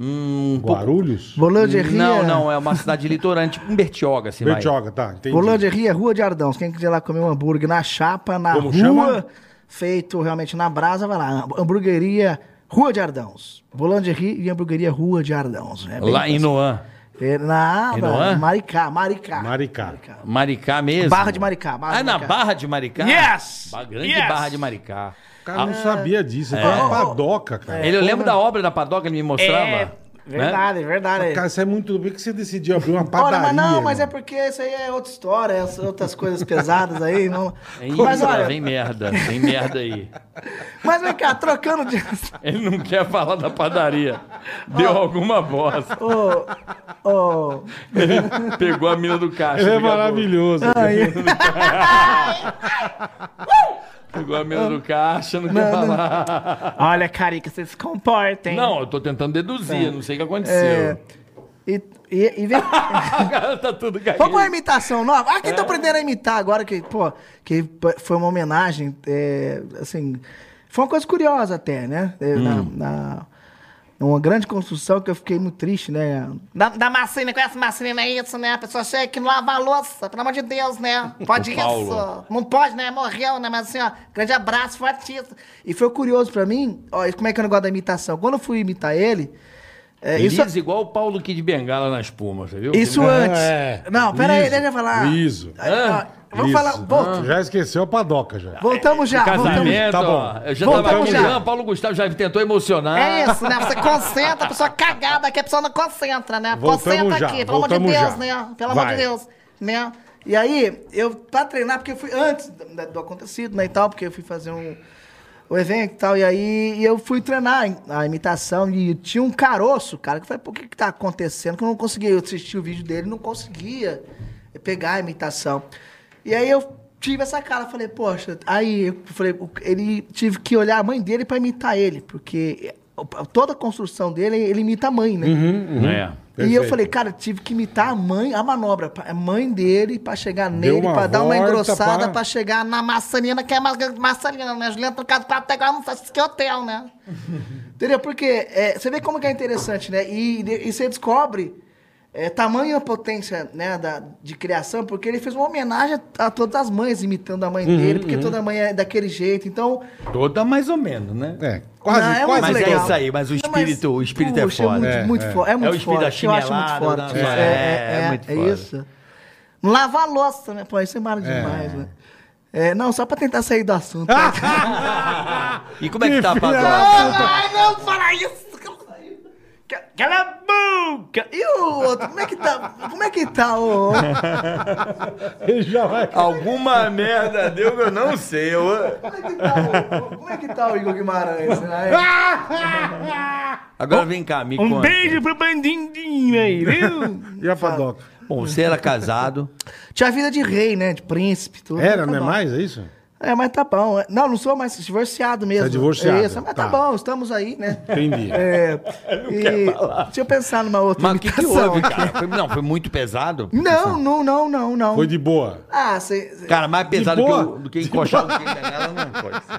[SPEAKER 2] Hum, um pouco-
[SPEAKER 3] Guarulhos?
[SPEAKER 4] Boulangerie
[SPEAKER 2] Não,
[SPEAKER 4] é-
[SPEAKER 2] não, é uma cidade litorânea, tipo um Bertioga, assim, vai.
[SPEAKER 3] Bertioga, tá, entendi.
[SPEAKER 4] Rolanderia, é Rua de Ardão. Quem quiser lá comer um hambúrguer na chapa, na
[SPEAKER 3] Como
[SPEAKER 4] rua,
[SPEAKER 3] chama?
[SPEAKER 4] feito realmente na brasa, vai lá. Hamburgueria Rua de Ardãos. Rolanderia e hamburgueria Rua de Ardãos. né? Bem
[SPEAKER 2] Lá em
[SPEAKER 4] fácil.
[SPEAKER 2] Noan.
[SPEAKER 4] É, na,
[SPEAKER 2] Em
[SPEAKER 4] na-
[SPEAKER 2] Noã?
[SPEAKER 4] Maricá, Maricá.
[SPEAKER 3] Maricá.
[SPEAKER 2] Maricá mesmo.
[SPEAKER 4] Barra de Maricá, Barra
[SPEAKER 2] ah,
[SPEAKER 4] de
[SPEAKER 2] na
[SPEAKER 4] Maricá.
[SPEAKER 2] Barra de Maricá?
[SPEAKER 7] Yes!
[SPEAKER 2] Ba- grande
[SPEAKER 7] Yes!
[SPEAKER 2] Barra de Maricá.
[SPEAKER 3] O cara
[SPEAKER 2] Ah.
[SPEAKER 3] não sabia disso. É. uma padoca,
[SPEAKER 4] É,
[SPEAKER 3] cara.
[SPEAKER 2] Ele, eu lembro da obra da Padoca, ele me mostrava.
[SPEAKER 7] É,
[SPEAKER 2] Né?
[SPEAKER 4] Verdade, verdade.
[SPEAKER 3] Cara, isso é muito... Por que você decidiu abrir uma padaria?
[SPEAKER 4] Olha, mas não, mas é
[SPEAKER 3] irmão?
[SPEAKER 4] porque isso aí é outra história, essas outras coisas pesadas aí. Não...
[SPEAKER 3] É
[SPEAKER 2] Ih,
[SPEAKER 4] É, Mas olha,
[SPEAKER 2] vem merda, vem merda aí.
[SPEAKER 4] mas vem cá, trocando de.
[SPEAKER 2] Ele não quer falar da padaria. Deu alguma bosta.
[SPEAKER 4] Ô, ô,
[SPEAKER 2] Pegou a mina do caixa.
[SPEAKER 3] Ele é
[SPEAKER 2] ligou-
[SPEAKER 3] maravilhoso.
[SPEAKER 2] Pegou a mina do caixa, não, quer falar.
[SPEAKER 7] Olha, Carica, você se comporta, hein?
[SPEAKER 2] Não, eu tô tentando deduzir, não sei o que aconteceu.
[SPEAKER 4] É, E, e, e vem...
[SPEAKER 2] tá tudo
[SPEAKER 4] Vamos pra uma
[SPEAKER 2] cagado.
[SPEAKER 4] imitação nova? Ah, quem
[SPEAKER 3] É.
[SPEAKER 4] tá aprendendo a imitar agora, que, pô, que p- foi uma homenagem, é, assim, foi uma coisa curiosa até, né? É, na-
[SPEAKER 3] Hum.
[SPEAKER 4] na- numa grande construção que eu fiquei muito triste, né?
[SPEAKER 7] Da, da Marcine, conhece Marcine, não é isso, né? A pessoa chega aqui não lava a louça, pelo amor de Deus, né? Pode isso. Não pode, né? Morreu, né? Mas assim, ó, grande abraço, fortíssimo.
[SPEAKER 4] E foi curioso pra mim, ó, como é que é o negócio da imitação? Quando eu fui imitar ele, é, isso,
[SPEAKER 8] Liso igual o Paulo Kid Bengala na espuma, você viu?
[SPEAKER 4] isso
[SPEAKER 2] Né?
[SPEAKER 3] Ah,
[SPEAKER 4] antes.
[SPEAKER 3] é.
[SPEAKER 4] Não, pera aí,
[SPEAKER 3] Liso,
[SPEAKER 4] deixa eu falar.
[SPEAKER 3] liso.
[SPEAKER 4] Aí, ó, vamos
[SPEAKER 3] Isso.
[SPEAKER 4] falar, volta-
[SPEAKER 3] Ah. Já esqueceu a padoca já.
[SPEAKER 4] voltamos já, voltamos
[SPEAKER 8] Casamento,
[SPEAKER 3] Tá bom.
[SPEAKER 8] ó. Eu já
[SPEAKER 4] Voltamos
[SPEAKER 8] tava aqui,
[SPEAKER 4] já.
[SPEAKER 8] já. Paulo Gustavo já tentou emocionar.
[SPEAKER 2] Ah.
[SPEAKER 7] É isso, né? Você concentra, a pessoa cagada aqui, a pessoa não concentra, né?
[SPEAKER 3] Voltamos
[SPEAKER 7] concentra
[SPEAKER 3] já,
[SPEAKER 7] aqui, pelo amor de
[SPEAKER 3] voltamos
[SPEAKER 7] Deus,
[SPEAKER 3] já.
[SPEAKER 7] né? Pelo amor
[SPEAKER 3] Vai.
[SPEAKER 7] de Deus, né?
[SPEAKER 4] E aí, eu, pra treinar, porque eu fui antes do, do acontecido, né, e tal, porque eu fui fazer um, um evento e tal, e aí eu fui treinar a imitação, e tinha um caroço, cara, que eu falei, pô, o que que tá acontecendo? Que eu não conseguia, eu assisti o vídeo dele, não conseguia pegar a imitação. E aí eu tive essa cara, falei, poxa, aí eu falei, o- ele, tive que olhar a mãe dele pra imitar ele, porque toda a construção dele, ele imita a mãe, né?
[SPEAKER 2] Uhum.
[SPEAKER 8] É.
[SPEAKER 4] E eu
[SPEAKER 3] Perfeito.
[SPEAKER 4] falei, cara, tive que imitar a mãe, a manobra, a mãe dele pra chegar nele,
[SPEAKER 3] uma
[SPEAKER 4] pra dar uma
[SPEAKER 3] volta,
[SPEAKER 4] engrossada,
[SPEAKER 3] pá.
[SPEAKER 4] pra chegar na
[SPEAKER 7] Marcelina, que é Mar- Marcelina, né? Juliana, no caso, pra até agora não sabe se que é hotel, né?
[SPEAKER 4] Entendeu? Porque é, você vê como que é interessante, né? E, de- e você descobre é, tamanha potência né, da, de criação, porque ele fez uma homenagem a todas as mães imitando a mãe
[SPEAKER 3] Uhum,
[SPEAKER 4] dele, porque toda mãe é daquele jeito. Então,
[SPEAKER 8] Toda mais ou menos, né?
[SPEAKER 3] É, quase,
[SPEAKER 4] Não, é
[SPEAKER 3] quase.
[SPEAKER 4] mais
[SPEAKER 2] Mas
[SPEAKER 4] legal.
[SPEAKER 2] é isso aí, mas o
[SPEAKER 4] Não, mas,
[SPEAKER 2] espírito, o espírito
[SPEAKER 4] puxa,
[SPEAKER 2] é foda.
[SPEAKER 4] muito,
[SPEAKER 3] É,
[SPEAKER 4] muito
[SPEAKER 3] é.
[SPEAKER 4] foda. É muito
[SPEAKER 8] o espírito
[SPEAKER 4] foda.
[SPEAKER 8] da
[SPEAKER 4] Eu acho muito
[SPEAKER 8] chinelada,
[SPEAKER 4] foda.
[SPEAKER 8] da-
[SPEAKER 4] disso. É, é, é,
[SPEAKER 2] né? muito
[SPEAKER 4] é
[SPEAKER 2] foda.
[SPEAKER 4] isso. Lavar a louça, né? Pô, isso é maravilhoso demais, né? É, não, só pra tentar sair do assunto. né?
[SPEAKER 3] Ah!
[SPEAKER 2] E como é que tá a padoca?
[SPEAKER 7] Ai, não fala isso!
[SPEAKER 4] Cala a boca! E o outro? Como é que tá? Como é que tá o...
[SPEAKER 3] Ele já vai.
[SPEAKER 4] Ah,
[SPEAKER 6] Alguma merda deu, eu não sei. Eu...
[SPEAKER 4] Como é que tá o, como é que tá o Igor Guimarães? né?
[SPEAKER 3] Ah!
[SPEAKER 2] Agora vem cá, me
[SPEAKER 7] Um
[SPEAKER 2] conta.
[SPEAKER 7] beijo pro bandindinho aí, viu?
[SPEAKER 3] E a padoca?
[SPEAKER 2] Bom, você era casado.
[SPEAKER 4] Tinha vida de rei, né? De príncipe, tudo.
[SPEAKER 3] Era,
[SPEAKER 4] Tá
[SPEAKER 3] não é
[SPEAKER 4] bom.
[SPEAKER 3] mais? É isso?
[SPEAKER 4] É, mas tá bom. Não, não sou mais divorciado mesmo.
[SPEAKER 3] Tá divorciado,
[SPEAKER 4] É Isso, mas
[SPEAKER 3] tá.
[SPEAKER 4] tá. bom, estamos aí, né?
[SPEAKER 3] Entendi.
[SPEAKER 4] É, e- deixa eu pensar numa outra
[SPEAKER 2] Mas o que, que
[SPEAKER 4] imitação.
[SPEAKER 2] houve, cara? Foi- não, foi muito pesado.
[SPEAKER 4] Não, não, não, não, não.
[SPEAKER 3] Foi de boa.
[SPEAKER 4] Ah, cê, cê-
[SPEAKER 2] Cara, mais pesado do que,
[SPEAKER 3] boa.
[SPEAKER 2] o- do que encoxar o quem nela não pode ser.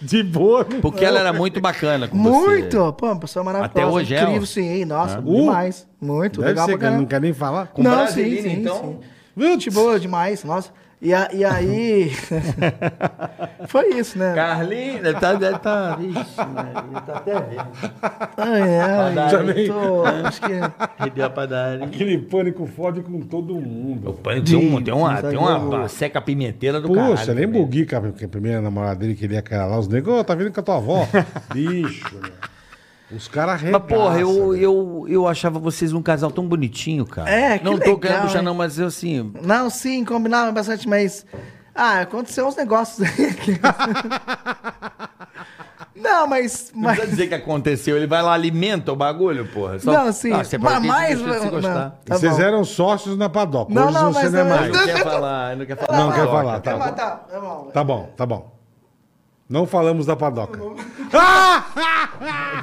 [SPEAKER 3] De boa. né? não-
[SPEAKER 2] Porque ela era muito bacana com
[SPEAKER 4] muito!
[SPEAKER 2] você.
[SPEAKER 4] Pô, uma pessoa maravilhosa.
[SPEAKER 2] Até hoje é
[SPEAKER 4] Incrível,
[SPEAKER 2] ela?
[SPEAKER 4] sim. Nossa,
[SPEAKER 3] Uh,
[SPEAKER 4] demais. é Muito,
[SPEAKER 3] Deve
[SPEAKER 4] legal
[SPEAKER 3] ser,
[SPEAKER 4] pra
[SPEAKER 3] que eu não
[SPEAKER 4] caramba.
[SPEAKER 3] quer nem falar. tipo,
[SPEAKER 4] Com não,
[SPEAKER 6] Brasilina, então?
[SPEAKER 4] Gente boa demais, nossa. E, a- e aí... Foi isso, né?
[SPEAKER 2] Carlinhos, deve tá, deve tá, vixe, Maria, tá até vendo.
[SPEAKER 4] Ai, ai,
[SPEAKER 3] Já nem-
[SPEAKER 4] tô- acho que...
[SPEAKER 2] Perdeu a padaria.
[SPEAKER 3] Aquele pânico fode com todo mundo.
[SPEAKER 2] Pânico, tem, um, tem uma,
[SPEAKER 4] Sim,
[SPEAKER 2] tem uma, uma seca pimenteira do caralho.
[SPEAKER 3] Poxa, lembra o
[SPEAKER 2] também.
[SPEAKER 3] Gui, cara, que a primeira namorada dele que ele ia cara lá, os negros, "Ô, tá vindo com a tua avó? Bicho, meu. Os né? caras
[SPEAKER 2] Mas, porra, eu,
[SPEAKER 4] Tá
[SPEAKER 3] velho.
[SPEAKER 2] eu, eu achava vocês um casal tão bonitinho, cara.
[SPEAKER 4] É, que
[SPEAKER 2] Não tô
[SPEAKER 4] legal,
[SPEAKER 2] querendo puxar,
[SPEAKER 4] hein?
[SPEAKER 2] não, mas eu assim.
[SPEAKER 4] Não, sim, combinava bastante, mas. Ah, aconteceu uns negócios aí. que- não, mas.
[SPEAKER 2] Não
[SPEAKER 4] mas...
[SPEAKER 2] precisa dizer que aconteceu, ele vai lá, alimenta o bagulho, porra. Só-
[SPEAKER 4] Não, sim.
[SPEAKER 2] Ah, pode
[SPEAKER 4] mas mais.
[SPEAKER 2] ter se
[SPEAKER 4] não,
[SPEAKER 2] gostar.
[SPEAKER 4] não, tá
[SPEAKER 3] Vocês é-
[SPEAKER 4] bom.
[SPEAKER 3] eram sócios na padoca.
[SPEAKER 4] Não,
[SPEAKER 3] Hoje
[SPEAKER 4] não,
[SPEAKER 3] você
[SPEAKER 4] mas
[SPEAKER 3] não é
[SPEAKER 4] eu-
[SPEAKER 3] mais.
[SPEAKER 2] Ah, Não quer falar, não quer falar.
[SPEAKER 3] Não quer falar,
[SPEAKER 4] Tá,
[SPEAKER 3] tá
[SPEAKER 4] mas
[SPEAKER 3] bom.
[SPEAKER 4] tá, tá bom.
[SPEAKER 3] Tá bom, tá bom. Não falamos da padoca. Ah!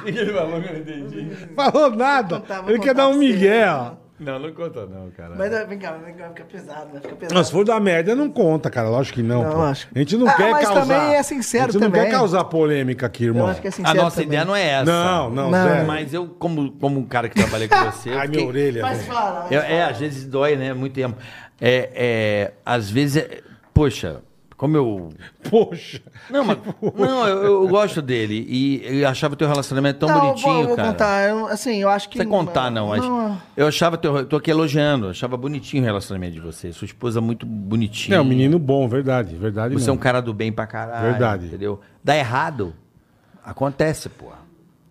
[SPEAKER 6] Ele falou que eu não entendi.
[SPEAKER 3] Falou nada.
[SPEAKER 4] Vou contar, vou
[SPEAKER 3] ele quer
[SPEAKER 4] contar
[SPEAKER 3] dar um
[SPEAKER 4] pra você.
[SPEAKER 3] migué,
[SPEAKER 4] né?
[SPEAKER 3] ó.
[SPEAKER 6] Não, não conta não, cara.
[SPEAKER 4] Mas ah, vem cá, vem cá, fica pesado, né? Fica pesado.
[SPEAKER 3] Não, se for da merda, não conta, cara. Lógico que não.
[SPEAKER 4] Não,
[SPEAKER 3] pô.
[SPEAKER 4] lógico.
[SPEAKER 3] A gente não
[SPEAKER 4] Ah,
[SPEAKER 3] quer
[SPEAKER 4] mas
[SPEAKER 3] causar.
[SPEAKER 4] também é sincero
[SPEAKER 3] A gente não
[SPEAKER 4] também.
[SPEAKER 3] quer causar polêmica aqui,
[SPEAKER 4] Eu
[SPEAKER 3] irmão.
[SPEAKER 4] acho que é
[SPEAKER 2] A
[SPEAKER 4] sincero.
[SPEAKER 2] nossa
[SPEAKER 4] também.
[SPEAKER 2] ideia não é essa.
[SPEAKER 3] Não, não,
[SPEAKER 4] Não.
[SPEAKER 3] zero.
[SPEAKER 2] Mas eu, como, como um cara que trabalha com você. eu
[SPEAKER 3] Ai, minha
[SPEAKER 2] fiquei-
[SPEAKER 3] orelha.
[SPEAKER 4] Mas
[SPEAKER 3] velho.
[SPEAKER 4] fala, mas
[SPEAKER 2] É, é,
[SPEAKER 4] fala.
[SPEAKER 2] às vezes dói, né? Muito tempo. É, é, às vezes, é- poxa, como eu.
[SPEAKER 3] Poxa.
[SPEAKER 2] Não, mas, não eu, eu gosto dele. E eu achava teu relacionamento tão
[SPEAKER 3] Tá,
[SPEAKER 4] não, eu
[SPEAKER 2] bonitinho,
[SPEAKER 4] vou, eu vou
[SPEAKER 2] cara.
[SPEAKER 4] contar. Eu, assim, eu acho que.
[SPEAKER 2] Não precisa contar, não, mas. Eu achava teu. Tô aqui elogiando, eu achava bonitinho o relacionamento de vocês. Sua esposa muito bonitinha.
[SPEAKER 3] É um menino bom, verdade, verdade.
[SPEAKER 2] Você é um
[SPEAKER 3] mesmo.
[SPEAKER 2] cara do bem pra caralho.
[SPEAKER 3] Verdade.
[SPEAKER 2] Entendeu? Dá errado. Acontece, porra.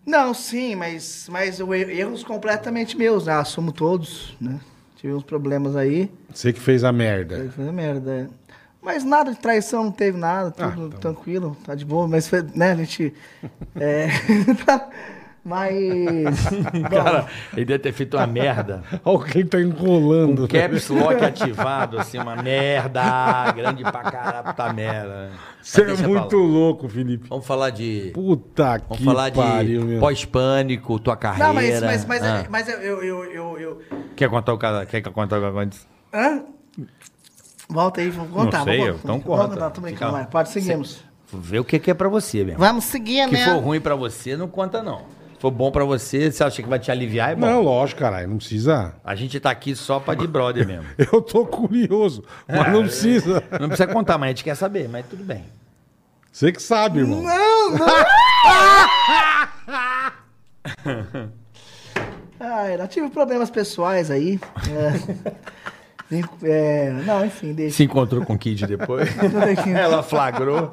[SPEAKER 4] Não, sim, mas, mas eu, erros completamente meus, né? Assumo todos, né? Tive uns problemas aí.
[SPEAKER 3] Você que fez a
[SPEAKER 4] Aí
[SPEAKER 3] merda.
[SPEAKER 4] foi uma merda. é. Mas nada de traição, não teve
[SPEAKER 2] Ah, então.
[SPEAKER 4] nada, tudo tranquilo, tá de boa, mas foi, né, a gente. é, tá- Mas.
[SPEAKER 2] Cara, ele deve ter feito uma merda.
[SPEAKER 3] Alguém tá enrolando.
[SPEAKER 2] Um caps lock ativado, assim, uma merda. Grande pra caralho, puta merda. né? Mas
[SPEAKER 3] Você é
[SPEAKER 2] deixa pra lá.
[SPEAKER 3] muito louco, Felipe.
[SPEAKER 2] Vamos falar de.
[SPEAKER 3] Puta
[SPEAKER 2] Vamos
[SPEAKER 3] que
[SPEAKER 2] falar
[SPEAKER 3] pariu,
[SPEAKER 2] de
[SPEAKER 3] meu.
[SPEAKER 2] pós-pânico, tua carreira.
[SPEAKER 4] Não, mas, mas, mas, é-
[SPEAKER 2] Ah.
[SPEAKER 4] mas eu, eu, eu, eu, eu-
[SPEAKER 2] Quer contar o caso? Quer contar o que aconteceu?
[SPEAKER 4] Hã? Volta aí, vou contar.
[SPEAKER 2] sei,
[SPEAKER 4] vou,
[SPEAKER 2] eu- então
[SPEAKER 4] vou-
[SPEAKER 2] conta.
[SPEAKER 4] Não, não, tô brincando,
[SPEAKER 2] Fica-
[SPEAKER 4] vai. Pode, seguimos.
[SPEAKER 2] Vê o que que é pra você, mesmo.
[SPEAKER 9] Vamos seguir,
[SPEAKER 2] O que
[SPEAKER 9] né?
[SPEAKER 2] for ruim pra você, não conta, não. Se for bom pra você, você acha que vai te aliviar, é bom.
[SPEAKER 3] Não, lógico, caralho. Não precisa.
[SPEAKER 2] A gente tá aqui só pra de brother mesmo.
[SPEAKER 3] Eu tô curioso, mas
[SPEAKER 4] É.
[SPEAKER 3] não precisa.
[SPEAKER 2] Não precisa contar, mas a gente quer saber, mas tudo bem.
[SPEAKER 3] Você que sabe, irmão.
[SPEAKER 4] Ah, eu tive problemas pessoais aí. É, Vim- é, não, enfim, deixa.
[SPEAKER 2] Se encontrou com o Kid depois. Ela flagrou.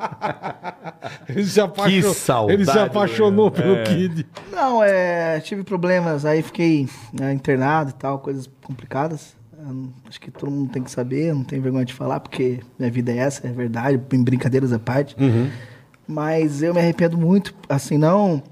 [SPEAKER 3] Ele se apaixonou.
[SPEAKER 2] saudade,
[SPEAKER 3] ele se
[SPEAKER 4] né?
[SPEAKER 3] apaixonou pelo
[SPEAKER 4] É.
[SPEAKER 3] Kid.
[SPEAKER 4] Não, é, tive problemas aí, fiquei né, internado e tal, coisas complicadas. Eu não- Acho que todo mundo tem que saber, eu não tenho vergonha de falar, porque minha vida é essa, é verdade, em brincadeiras à parte. Mas eu me arrependo muito, assim, não.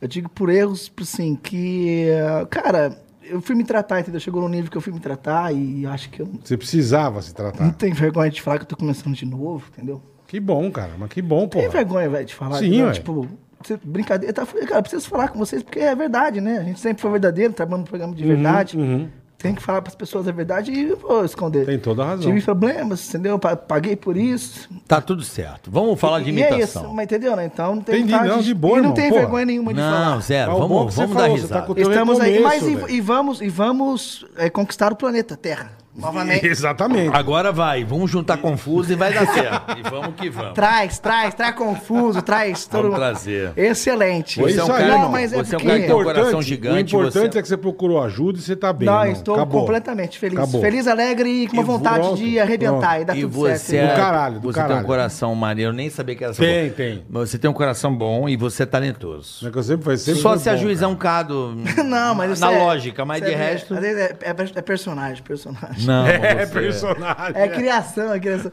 [SPEAKER 4] Eu digo por erros, assim, que. eh, Cara, eu fui me tratar, entendeu? Chegou num nível que eu fui me tratar e acho que eu
[SPEAKER 3] Você precisava se
[SPEAKER 4] não
[SPEAKER 3] tratar.
[SPEAKER 4] tenho vergonha de falar que eu tô começando de novo, entendeu?
[SPEAKER 3] Que bom, cara. Mas que bom, pô.
[SPEAKER 4] Tem vergonha, velho, de falar.
[SPEAKER 3] Sim,
[SPEAKER 4] entendeu?
[SPEAKER 3] ué.
[SPEAKER 4] Tipo, você- brincadeira. Tá, cara, eu preciso falar com vocês porque é verdade, né? A gente sempre foi verdadeiro, trabalhando no programa
[SPEAKER 3] Uhum,
[SPEAKER 4] de verdade. Tem que falar pras pessoas a verdade e eu vou esconder.
[SPEAKER 3] Tem toda a razão.
[SPEAKER 4] Tive problemas, entendeu? Pa- Paguei por isso.
[SPEAKER 2] Tá tudo certo. Vamos falar de
[SPEAKER 4] e é isso,
[SPEAKER 2] imitação.
[SPEAKER 4] mas entendeu, né? Então não tem
[SPEAKER 3] Entendi,
[SPEAKER 4] vontade
[SPEAKER 3] não, de boa,
[SPEAKER 4] E não
[SPEAKER 3] irmão,
[SPEAKER 4] tem
[SPEAKER 3] porra.
[SPEAKER 4] vergonha nenhuma de falar.
[SPEAKER 2] não, zero.
[SPEAKER 3] Mas o bom
[SPEAKER 2] Vamos,
[SPEAKER 3] que você
[SPEAKER 2] vamos dar
[SPEAKER 3] falou, você
[SPEAKER 2] risada.
[SPEAKER 3] tá com o teu
[SPEAKER 4] Estamos aí, mas
[SPEAKER 3] recomeço,
[SPEAKER 4] e,
[SPEAKER 3] velho.
[SPEAKER 4] e vamos, e vamos é, conquistar o planeta Terra. Novamente.
[SPEAKER 3] Exatamente.
[SPEAKER 2] Agora vai, vamos juntar confuso e vai
[SPEAKER 3] Tá
[SPEAKER 2] dar certo. e vamos que vamos.
[SPEAKER 4] Traz, traz, traz confuso, traz todo
[SPEAKER 2] Vamos trazer.
[SPEAKER 4] Excelente.
[SPEAKER 3] Foi
[SPEAKER 2] Você é um
[SPEAKER 3] isso aí,
[SPEAKER 2] cara,
[SPEAKER 3] irmão.
[SPEAKER 4] não, mas é
[SPEAKER 2] você é um
[SPEAKER 4] porque...
[SPEAKER 2] cara que tem um coração
[SPEAKER 3] Importante,
[SPEAKER 2] gigante.
[SPEAKER 3] o importante
[SPEAKER 2] você...
[SPEAKER 3] é que você procurou ajuda e você tá bem.
[SPEAKER 4] Não,
[SPEAKER 3] irmão.
[SPEAKER 4] estou
[SPEAKER 3] Acabou.
[SPEAKER 4] completamente feliz.
[SPEAKER 3] Acabou.
[SPEAKER 4] Feliz, alegre e com uma
[SPEAKER 3] Pronto,
[SPEAKER 4] vontade de arrebentar.
[SPEAKER 3] pronto.
[SPEAKER 4] E dá
[SPEAKER 2] E
[SPEAKER 4] tudo
[SPEAKER 2] você,
[SPEAKER 4] certo.
[SPEAKER 2] é-
[SPEAKER 3] Do caralho, do
[SPEAKER 2] você tem
[SPEAKER 3] caralho.
[SPEAKER 2] um coração maneiro, eu nem sabia que era essa
[SPEAKER 3] Tem,
[SPEAKER 2] boca.
[SPEAKER 3] tem.
[SPEAKER 2] Mas Você tem um coração bom e você é talentoso.
[SPEAKER 3] É que eu sempre falei, sempre
[SPEAKER 2] Só
[SPEAKER 3] foi
[SPEAKER 2] se
[SPEAKER 3] bom,
[SPEAKER 2] ajuizar um bocado
[SPEAKER 4] Não, mas isso
[SPEAKER 2] na
[SPEAKER 4] é-
[SPEAKER 2] lógica, mas
[SPEAKER 4] isso
[SPEAKER 2] de
[SPEAKER 4] é-
[SPEAKER 2] resto...
[SPEAKER 4] Às vezes é, é- é personagem, personagem.
[SPEAKER 2] Não,
[SPEAKER 3] cara. É
[SPEAKER 2] um você-
[SPEAKER 3] personagem.
[SPEAKER 4] É criação, é criação.